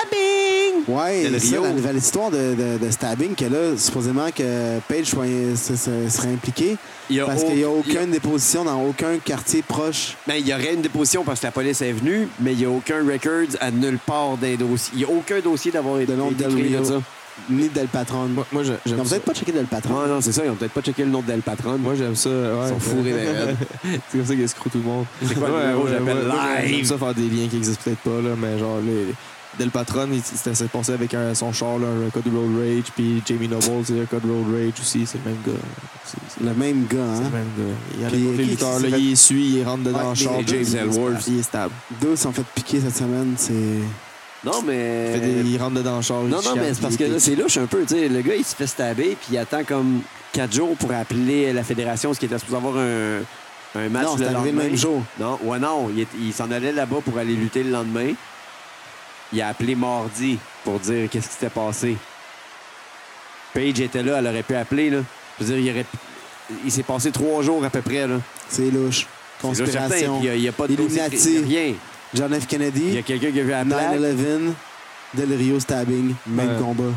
Speaker 4: Stabbing!
Speaker 2: Ouais,
Speaker 4: Del
Speaker 2: c'est ça,
Speaker 4: Rio.
Speaker 2: la nouvelle histoire de, de- de stabbing que là, supposément que Page soit- se- se- serait impliqué
Speaker 4: Il y a
Speaker 2: parce
Speaker 4: au-
Speaker 2: qu'il n'y a
Speaker 4: il y a-
Speaker 2: aucune déposition dans aucun quartier proche.
Speaker 4: Ben, il y aurait une déposition parce que la police est venue, mais il n'y a aucun record à nulle part d'un dossier. Il n'y a aucun dossier d'avoir été
Speaker 2: De nom de Del
Speaker 4: décrit
Speaker 2: Rio.
Speaker 4: comme ça.
Speaker 2: Ni Del Patron.
Speaker 1: Moi, moi, je-
Speaker 2: Ils
Speaker 1: j'aime
Speaker 2: n'ont
Speaker 1: ça.
Speaker 2: peut-être pas checké Del Patron.
Speaker 4: Non, non, c'est ça. Ils n'ont peut-être pas checké le nom de Del Patron.
Speaker 1: Moi, j'aime ça. Ouais,
Speaker 4: Ils sont fourrés ben, les raides.
Speaker 1: C'est comme ça qu'ils escrouent tout le monde.
Speaker 4: C'est quoi le numéro que j'appelle
Speaker 1: moi,
Speaker 4: live?
Speaker 1: J'aime ça faire des liens qui n'existent peut-être pas, là, mais genre, les, les- Del Patron, il s'était s'est passé avec un- son char, là, un code Road Rage, puis Jamie Noble, c'est un code Road Rage aussi, c'est le même gars. C'est c'est-
Speaker 2: Le même gars,
Speaker 1: c'est le
Speaker 2: hein?
Speaker 1: même gars. Il y a
Speaker 2: Puis,
Speaker 1: les
Speaker 2: qui-
Speaker 1: lutteurs, là,
Speaker 2: qui s'est fait-
Speaker 1: il essuie, il rentre
Speaker 2: Ouais,
Speaker 1: dedans en
Speaker 2: les-
Speaker 1: char.
Speaker 4: les
Speaker 1: puis
Speaker 4: James
Speaker 1: il est
Speaker 4: Ellsworth.
Speaker 1: Il est stable.
Speaker 2: Deux se sont fait piquer cette semaine. C'est.
Speaker 4: Non, mais.
Speaker 1: Il, fait des- il rentre dedans en char. il
Speaker 4: Euh, Non, non,
Speaker 1: chiale,
Speaker 4: mais c'est parce que
Speaker 1: puis-
Speaker 4: là, c'est louche un peu. tu sais. Le gars, il se fait stabber, puis il attend comme 4 jours pour appeler la fédération, ce qui était supposé avoir un, un match
Speaker 2: Non,
Speaker 4: le
Speaker 2: c'est arrivé le
Speaker 4: lendemain.
Speaker 2: même jour.
Speaker 4: Non, ouais, non. Il, est- il s'en allait là-bas pour aller lutter le lendemain. Il a appelé mardi pour dire qu'est-ce qui s'était passé. Paige était là, elle aurait pu appeler, là. Je veux dire, il aurait pu- Il s'est passé trois jours à peu près, là.
Speaker 2: C'est louche.
Speaker 4: C'est là, certain,
Speaker 2: Conspiration.
Speaker 4: puis Il n'y a, pas de dossier,
Speaker 2: Illuminati.
Speaker 4: il y a rien.
Speaker 2: John F.
Speaker 4: Il y a
Speaker 2: Kennedy,
Speaker 4: quelqu'un qui a vu la plaque.
Speaker 2: 9-11, Del Rio stabbing, même
Speaker 1: Ouais.
Speaker 2: combat.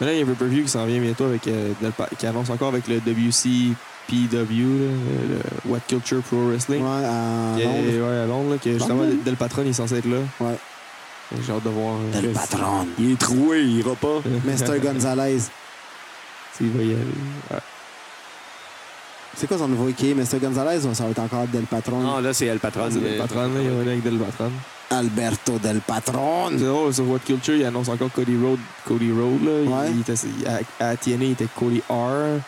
Speaker 1: Mais là, il y a un pay-per-view qui s'en vient bientôt avec, euh, Del Pa- qui annonce encore avec le WCPW, là, le What Culture Pro Wrestling.
Speaker 2: Ouais, à
Speaker 1: Qui est-
Speaker 2: Londres.
Speaker 1: ouais, à Londres, là, que justement,
Speaker 2: Londres. hein?
Speaker 1: Del Patron, il est censé être là.
Speaker 2: Ouais.
Speaker 1: J'ai hâte de voir. euh,
Speaker 2: Del Patron.
Speaker 4: Il est troué, il ira pas.
Speaker 2: Mester Gonzalez.
Speaker 1: s'il va y aller. Ouais.
Speaker 2: C'est quoi son nouveau équipe? Mester Gonzalez ou ça va être encore Del Patron?
Speaker 4: Non, là, c'est elle, patron.
Speaker 1: Ah, c'est Del Patron, là, il va aller avec Del Patron.
Speaker 2: Alberto Del Patron.
Speaker 1: C'est drôle, sur What Culture, il annonce encore Cody Road. Cody Road, là. Il-
Speaker 2: Ouais.
Speaker 1: Il, était, à, à TNA, il était Cody R.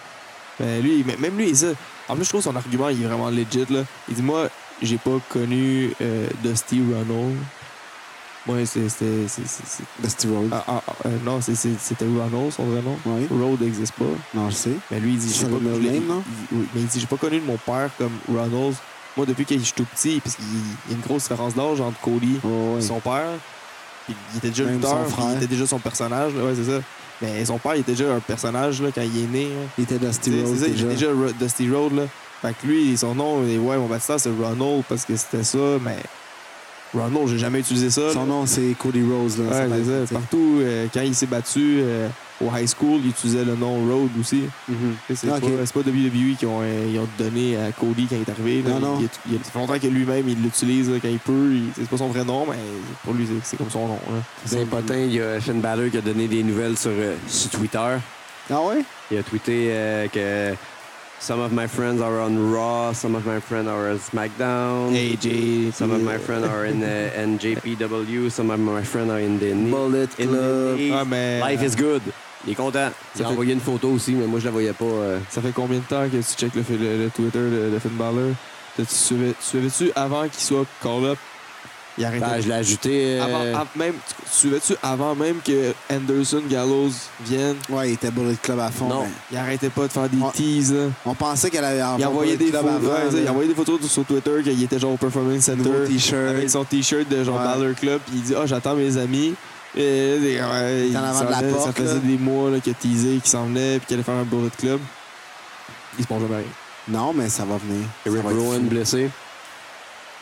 Speaker 1: Mais lui, mais- même lui, il sait- En plus, je trouve son argument, il est vraiment legit, là. Il dit, moi, j'ai pas connu euh, Dusty Ronald. Moi, c'est- c'était... c'est- c'est- c'est-
Speaker 2: Dusty Road.
Speaker 1: ah, ah, ah, euh, non, c'est- c'est- c'était Ronald, son vrai nom.
Speaker 2: Oui.
Speaker 1: Road n'existe pas.
Speaker 2: Non, je sais.
Speaker 1: Mais Ben, lui, il dit,
Speaker 2: C'est
Speaker 1: j'ai
Speaker 2: le
Speaker 1: pas,
Speaker 2: middle
Speaker 1: je l'ai-
Speaker 2: name, non?
Speaker 1: il- oui, mais il dit, j'ai pas connu de mon père comme Ronald. Moi, depuis que je suis tout petit, parce qu'il il y a une grosse différence d'âge entre Cody
Speaker 2: Oh,
Speaker 1: et
Speaker 2: ouais.
Speaker 1: son père. Puis il était déjà
Speaker 2: Même
Speaker 1: lutteur,
Speaker 2: son
Speaker 1: puis
Speaker 2: frère.
Speaker 1: il était déjà son personnage. là, ouais, c'est ça. Mais son père, il était déjà un personnage là, quand il est né. là.
Speaker 2: Il était Dusty
Speaker 1: Tu sais,
Speaker 2: Road
Speaker 1: C'est ça, il était
Speaker 2: déjà.
Speaker 1: déjà Ro- Dusty Road. Là. Fait que lui, son nom, il est, ouais, mon baptiste, c'est Ronald parce que c'était ça, mais Ronald, j'ai jamais utilisé ça. là.
Speaker 2: Son nom, c'est Cody Rose. Là,
Speaker 1: Ouais,
Speaker 2: Ça
Speaker 1: c'est
Speaker 2: paraît,
Speaker 1: ça.
Speaker 2: tu sais.
Speaker 1: Partout, euh, quand il s'est battu euh, au high school, il utilisait le nom Road aussi.
Speaker 2: Mhm.
Speaker 1: Tu sais, C'est
Speaker 2: Ok.
Speaker 1: pas, c'est pas WWE qui ont, euh, ils ont donné à Cody quand il est arrivé. là.
Speaker 2: Non, non.
Speaker 1: Il, est- il, est- ça fait longtemps que lui-même il l'utilise là, quand il peut. Il- C'est pas son vrai nom, mais pour lui, c'est- c'est comme son nom. là.
Speaker 4: Dans les potins, il y a Finn Balor qui a donné des nouvelles sur, euh, sur Twitter.
Speaker 2: Ah ouais?
Speaker 4: Il a tweeté euh, que Some of my friends are on Raw, some of my friends are on SmackDown,
Speaker 1: AJ,
Speaker 4: some of my friends are in uh, NJPW, some of my friends are in the
Speaker 2: Bullet
Speaker 4: in the-
Speaker 2: Club.
Speaker 1: Ah, mais-
Speaker 4: Life is good. Il est content. Il
Speaker 1: Ça
Speaker 4: a
Speaker 1: fait-
Speaker 4: envoyé une photo aussi, mais moi je la voyais pas. euh.
Speaker 1: Ça fait combien de temps que tu checkes le, fi- le- le Twitter de, de Finn Balor T'as-tu suivi- Tu suivais-tu avant qu'il soit call-up Il arrêtait.
Speaker 4: Ben, je l'ai ajouté. euh,
Speaker 1: avant, av- même, tu tu suivais-tu avant même que Anderson Gallows vienne
Speaker 2: Ouais, il était Bullet Club à fond.
Speaker 4: Non.
Speaker 2: mais
Speaker 1: Il arrêtait pas de faire des
Speaker 2: Ouais.
Speaker 1: teases. là.
Speaker 2: On pensait qu'elle avait
Speaker 1: Il envoyait
Speaker 2: Bullet
Speaker 1: des
Speaker 2: Club
Speaker 1: photos.
Speaker 2: avant,
Speaker 1: ouais, ça,
Speaker 2: là.
Speaker 1: il envoyait des photos sur Twitter qu'il était genre au Performance
Speaker 2: Nouveau
Speaker 1: Center.
Speaker 2: t-shirt.
Speaker 1: avec son t-shirt de genre
Speaker 2: Ouais.
Speaker 1: Balor Club, puis il dit Ah, j'attends mes amis. Et, euh, ouais,
Speaker 2: en avant
Speaker 1: s'en
Speaker 2: de la
Speaker 1: venait,
Speaker 2: porte,
Speaker 1: Ça faisait
Speaker 2: là.
Speaker 1: des mois là, qu'il a teasé, qu'il s'en venait, puis qu'il allait faire un Bullet Club. Il se prend jamais rien.
Speaker 2: Non, mais ça va venir. Ça
Speaker 4: Eric
Speaker 2: va être
Speaker 4: Rowan
Speaker 2: fou.
Speaker 4: blessé.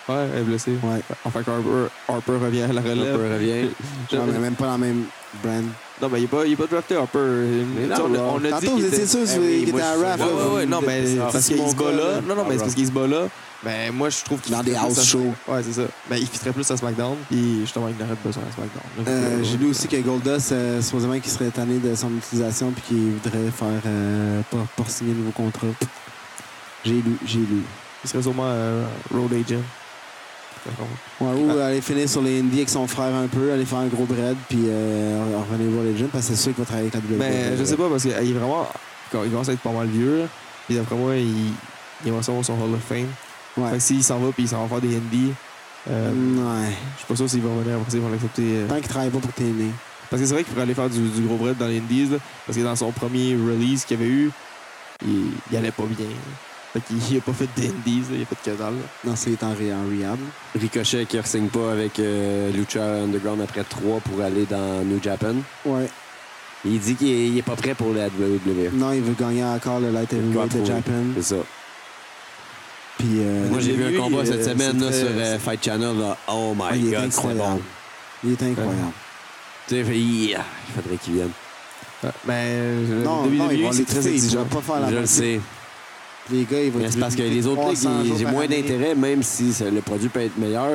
Speaker 1: Ouais, elle est blessée.
Speaker 2: Ouais.
Speaker 1: Enfin, que Harper, Harper revient à la relève.
Speaker 4: Harper revient.
Speaker 1: Je-
Speaker 2: Non, mais même pas dans la même brand.
Speaker 1: Non, mais il n'est pas, il est pas drafté Harper.
Speaker 4: Mais
Speaker 1: Tu sais,
Speaker 4: non,
Speaker 1: on, a-
Speaker 4: là.
Speaker 1: on a dit.
Speaker 2: Tantôt,
Speaker 1: qu'il
Speaker 2: vous
Speaker 1: était-
Speaker 2: étiez sûr
Speaker 4: Eh
Speaker 2: qu'il
Speaker 4: oui,
Speaker 2: était
Speaker 4: moi,
Speaker 2: à
Speaker 4: je suis- Ah,
Speaker 2: Raph.
Speaker 1: Ouais,
Speaker 4: là,
Speaker 1: ouais, ouais, non, mais
Speaker 2: c'est
Speaker 1: parce qu'il se bat là. Ah, Non, non, mais c'est parce qu'il se bat là. Mais moi, je trouve qu'il
Speaker 2: Dans
Speaker 1: fitterait
Speaker 2: des
Speaker 1: plus
Speaker 2: house
Speaker 1: à-
Speaker 2: shows.
Speaker 1: Ouais, c'est ça. Mais il fitterait plus à SmackDown. Puis justement, il n'aurait pas besoin à SmackDown. là.
Speaker 2: Euh,
Speaker 1: Ouais.
Speaker 2: J'ai lu aussi que Goldust, euh, supposément qu'il serait tanné de son utilisation puis qu'il voudrait faire euh, pas, pas signer le nouveau contrat. J'ai lu, j'ai lu.
Speaker 1: Il serait sûrement euh, road agent.
Speaker 2: Ouais, ou
Speaker 4: Ah.
Speaker 2: aller finir sur les Indies avec son frère un peu, aller faire un gros bread puis euh, revenir voir les jeunes parce que c'est sûr qu'il va travailler avec la euh, WWE.
Speaker 4: Ben,
Speaker 1: Mais ben, je sais pas, parce qu'il est vraiment. quand Il commence à être pas mal vieux. là. Puis d'après moi, il, il va recevoir son Hall of Fame.
Speaker 2: Ouais.
Speaker 1: Fait que s'il s'en va, puis il s'en va faire des ND, euh,
Speaker 2: Ouais.
Speaker 1: je suis pas sûr s'il va revenir après ça, ils vont l'accepter. euh,
Speaker 2: Tant qu'il travaille pas pour TNA.
Speaker 1: Parce que c'est vrai qu'il pourrait aller faire du, du gros bread dans les Indies, là, parce que dans son premier release qu'il avait eu, il, il allait pas bien. là. Fait qu'il il a pas fait d'Indies, là, il a fait de casal.
Speaker 2: Non, c'est il est en, ré- en rehab.
Speaker 4: Ricochet qui ne signe pas avec euh, Lucha Underground après 3 pour aller dans New Japan.
Speaker 2: Ouais.
Speaker 4: Il dit qu'il n'est pas prêt pour la E. WWE.
Speaker 2: Non, il veut gagner encore le Light Heavyweight de Japan. Euh,
Speaker 4: C'est ça.
Speaker 2: Puis, euh,
Speaker 4: Moi, j'ai vu un
Speaker 2: lui,
Speaker 4: combat
Speaker 2: euh,
Speaker 4: cette semaine là,
Speaker 2: c'est
Speaker 4: sur
Speaker 2: très-
Speaker 4: euh, Fight Channel. là. Oh my
Speaker 2: Ah, il est
Speaker 4: God, c'était bon.
Speaker 2: incroyable. Il est incroyable.
Speaker 4: Tu sais, fait, il il faudrait qu'il vienne.
Speaker 1: Mais
Speaker 2: Ah.
Speaker 1: euh,
Speaker 4: Euh,
Speaker 2: Non, non, ils vont l'écouter. Ils vont pas faire la
Speaker 4: Je le sais.
Speaker 2: Les gars, ils vont
Speaker 4: Mais c'est parce que les autres ligues, ils- j'ai moins d'intérêt, même si ça- le produit peut être meilleur.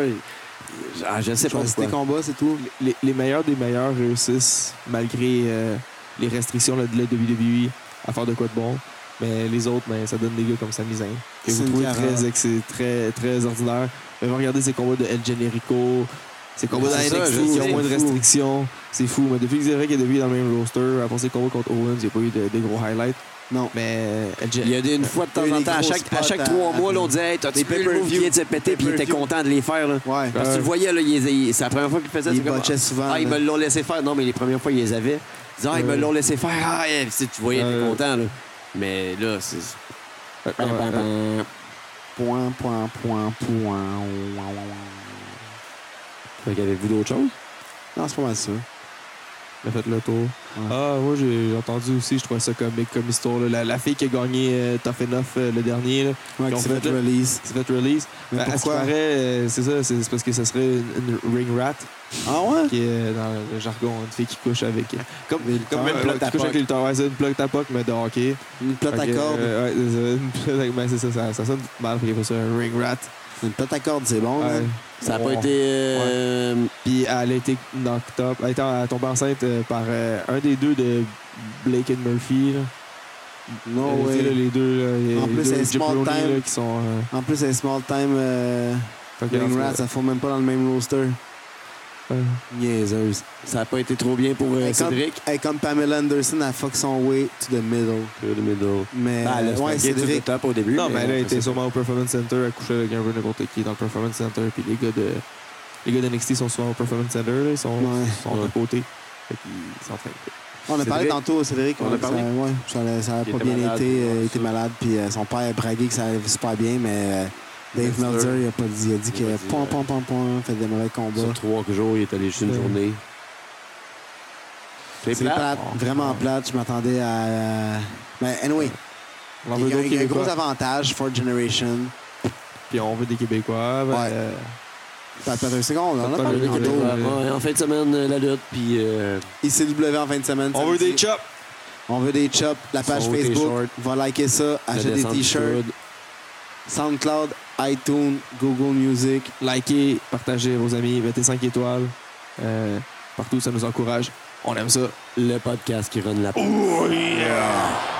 Speaker 4: Ah, je sais pas
Speaker 2: C'était
Speaker 4: pourquoi.
Speaker 2: combat, c'est tout.
Speaker 1: les, les meilleurs des meilleurs réussissent malgré euh, les restrictions là, de la WWE à faire de quoi de bon. Mais les autres, ben, ça donne des gars comme Sami Zayn. Que vous
Speaker 2: Sin
Speaker 1: trouvez
Speaker 2: Cara.
Speaker 1: très, ex- très, très ordinaire. Mais vous regardez ces combats de El Generico, ces combats de
Speaker 4: C'est ça,
Speaker 1: NXT
Speaker 4: je
Speaker 1: qui ont
Speaker 4: sais,
Speaker 1: moins de
Speaker 4: fou.
Speaker 1: restrictions. C'est fou. Mais depuis que Zerek est devenu dans le même roster, après ses combats contre Owens, il n'y a pas eu de, de gros highlights.
Speaker 2: Non.
Speaker 1: Mais euh, El Gen-
Speaker 4: Il y a des- une fois de temps
Speaker 2: Il y a
Speaker 4: en
Speaker 2: des
Speaker 4: temps, à
Speaker 2: gros
Speaker 4: chaque, à
Speaker 2: spots
Speaker 4: chaque
Speaker 2: à-
Speaker 4: trois
Speaker 2: à-
Speaker 4: mois, là, on disait hey,
Speaker 2: des
Speaker 4: T'as-tu vu le move qui
Speaker 2: pay-per-view.
Speaker 4: vient de se péter Puis il était
Speaker 2: Pay-per-view.
Speaker 4: content de les faire. Là.
Speaker 2: Ouais. Euh,
Speaker 4: Parce que tu le voyais, là, il les- il- c'est la première fois qu'il faisait.
Speaker 2: Ils
Speaker 4: c'est comme,
Speaker 2: botchaient souvent.
Speaker 4: Ah, ils
Speaker 2: là.
Speaker 4: me l'ont laissé faire. Non, mais les premières fois, ils les avaient. Ils disaient, ah, ils me
Speaker 1: Ouais.
Speaker 4: l'ont laissé faire. Ah, et puis, tu voyais, t'es
Speaker 1: Ouais.
Speaker 4: content. Là. Mais là, c'est.
Speaker 1: Ouais, ouais, ouais.
Speaker 2: Point, point, point, point. ouin, ouin, ouin.
Speaker 4: avez-vous d'autres choses?
Speaker 2: Non, c'est pas mal ça.
Speaker 1: On a fait le tour. Ah, moi, j'ai entendu aussi, je trouvais ça comique comme histoire. là. La, la fille qui a gagné euh, Tough Enough euh, le dernier, là,
Speaker 2: Ouais,
Speaker 1: Ils ont
Speaker 2: qui s'est
Speaker 1: fait
Speaker 2: fait
Speaker 1: le-
Speaker 2: release.
Speaker 1: qui s'est fait release.
Speaker 2: Mais
Speaker 1: Ben, à ce qui
Speaker 2: pourquoi?
Speaker 1: paraît, euh, c'est ça, c'est c'est parce que ça serait une, une ring rat,
Speaker 2: Ah ouais?
Speaker 1: qui est euh, dans le jargon, une fille qui couche avec. euh, Comme,
Speaker 2: Mais
Speaker 1: comme
Speaker 2: quand
Speaker 1: même
Speaker 2: même,
Speaker 1: pla- qui
Speaker 2: plug ta
Speaker 1: couche avec
Speaker 2: poque.
Speaker 1: les ouais, c'est une plug tapoc, mais de hockey.
Speaker 2: Une plate
Speaker 1: Fait
Speaker 2: à
Speaker 1: que,
Speaker 2: corde.
Speaker 1: euh, ouais, c'est ça, une plate à- ben, c'est ça, ça, ça sonne mal, fait qu'il appelle ça un ring rat.
Speaker 2: Une plate à corde, c'est bon.
Speaker 1: Ouais.
Speaker 2: hein?
Speaker 4: Ça n'a
Speaker 1: Ouais.
Speaker 4: pas été. euh,
Speaker 1: Puis elle a été knocked up, elle a été en- tombée enceinte euh, par euh, un des deux de Blake et Murphy. là.
Speaker 2: No
Speaker 1: Euh, tu sais, là,
Speaker 2: way.
Speaker 1: les deux, là, les,
Speaker 2: Oh, En
Speaker 1: les
Speaker 2: plus,
Speaker 1: deux
Speaker 2: c'est small
Speaker 1: Jabroni,
Speaker 2: time.
Speaker 1: là, qui sont. euh,
Speaker 2: En plus, un small time euh,
Speaker 1: fait que,
Speaker 2: Ring
Speaker 1: en
Speaker 2: Rat,
Speaker 1: tout
Speaker 2: ça font même pas dans le même roster.
Speaker 1: cas, euh,
Speaker 2: Niaiseuse.
Speaker 4: Ça n'a pas été trop bien pour euh,
Speaker 2: Hey, comme-
Speaker 4: Cédric.
Speaker 2: Hey, comme Pamela Anderson, elle fuck son way to the middle. Mais,
Speaker 4: Ah, là,
Speaker 2: euh, ouais,
Speaker 4: c'était
Speaker 2: Cédric,
Speaker 4: top au début.
Speaker 1: Non, mais là, il était
Speaker 4: c'est
Speaker 1: sûrement au Performance Center, à coucher avec un peu n'importe qui dans le Performance Center. Puis les gars de les gars d'NXT sont souvent au Performance Center, là, ils sont,
Speaker 2: Ouais.
Speaker 1: sont de côté. Fait qu'ils s'entraînent.
Speaker 2: On a parlé
Speaker 4: Cédric.
Speaker 2: tantôt, Cédric.
Speaker 4: On
Speaker 2: ouais,
Speaker 4: a parlé.
Speaker 2: Ça, ouais, ça allait- ça a
Speaker 4: Il
Speaker 2: pas
Speaker 4: était
Speaker 2: bien
Speaker 4: malade,
Speaker 2: été.
Speaker 4: ouais,
Speaker 2: euh, il était
Speaker 4: ça.
Speaker 2: malade, puis euh, son père a bragué que ça allait super bien, mais euh, Dave
Speaker 4: Meltzer.
Speaker 2: Meltzer, il a pas dit. Il a dit
Speaker 4: Il a
Speaker 2: que
Speaker 4: dit,
Speaker 2: pom
Speaker 4: euh,
Speaker 2: pom pom pom, fait des mauvais combats.
Speaker 4: Sur trois jours, il est allé juste une
Speaker 1: Ouais.
Speaker 4: journée. C'est
Speaker 2: C'est
Speaker 4: plate.
Speaker 2: plate, vraiment plate. Je m'attendais à. euh, Mais anyway,
Speaker 1: On en
Speaker 2: il
Speaker 1: veut
Speaker 2: y a,
Speaker 1: d'autres
Speaker 2: il y a un gros
Speaker 1: Québécois.
Speaker 2: avantage, Fourth Generation.
Speaker 1: Puis on veut des Québécois. ben,
Speaker 2: Ouais.
Speaker 1: euh,
Speaker 2: Pat Patterson, on en a
Speaker 1: Pat
Speaker 2: parlé
Speaker 1: Patterson,
Speaker 2: tantôt.
Speaker 1: ouais.
Speaker 4: Ouais, En fin de semaine, euh, la lutte, puis. euh,
Speaker 2: ICW en fin de semaine.
Speaker 1: on veut
Speaker 2: samedi.
Speaker 1: des chops.
Speaker 2: On veut des chops. La page
Speaker 4: Son haut, tes
Speaker 2: Facebook,
Speaker 4: shorts.
Speaker 2: va liker ça,
Speaker 4: la
Speaker 2: achète des
Speaker 4: descente du
Speaker 2: t-shirts.
Speaker 4: coude.
Speaker 2: SoundCloud, iTunes, Google Music.
Speaker 1: Likez, partagez vos amis, mettez 5 étoiles. Euh, partout, ça nous encourage. On aime ça.
Speaker 4: Le podcast qui run la
Speaker 9: Oh yeah!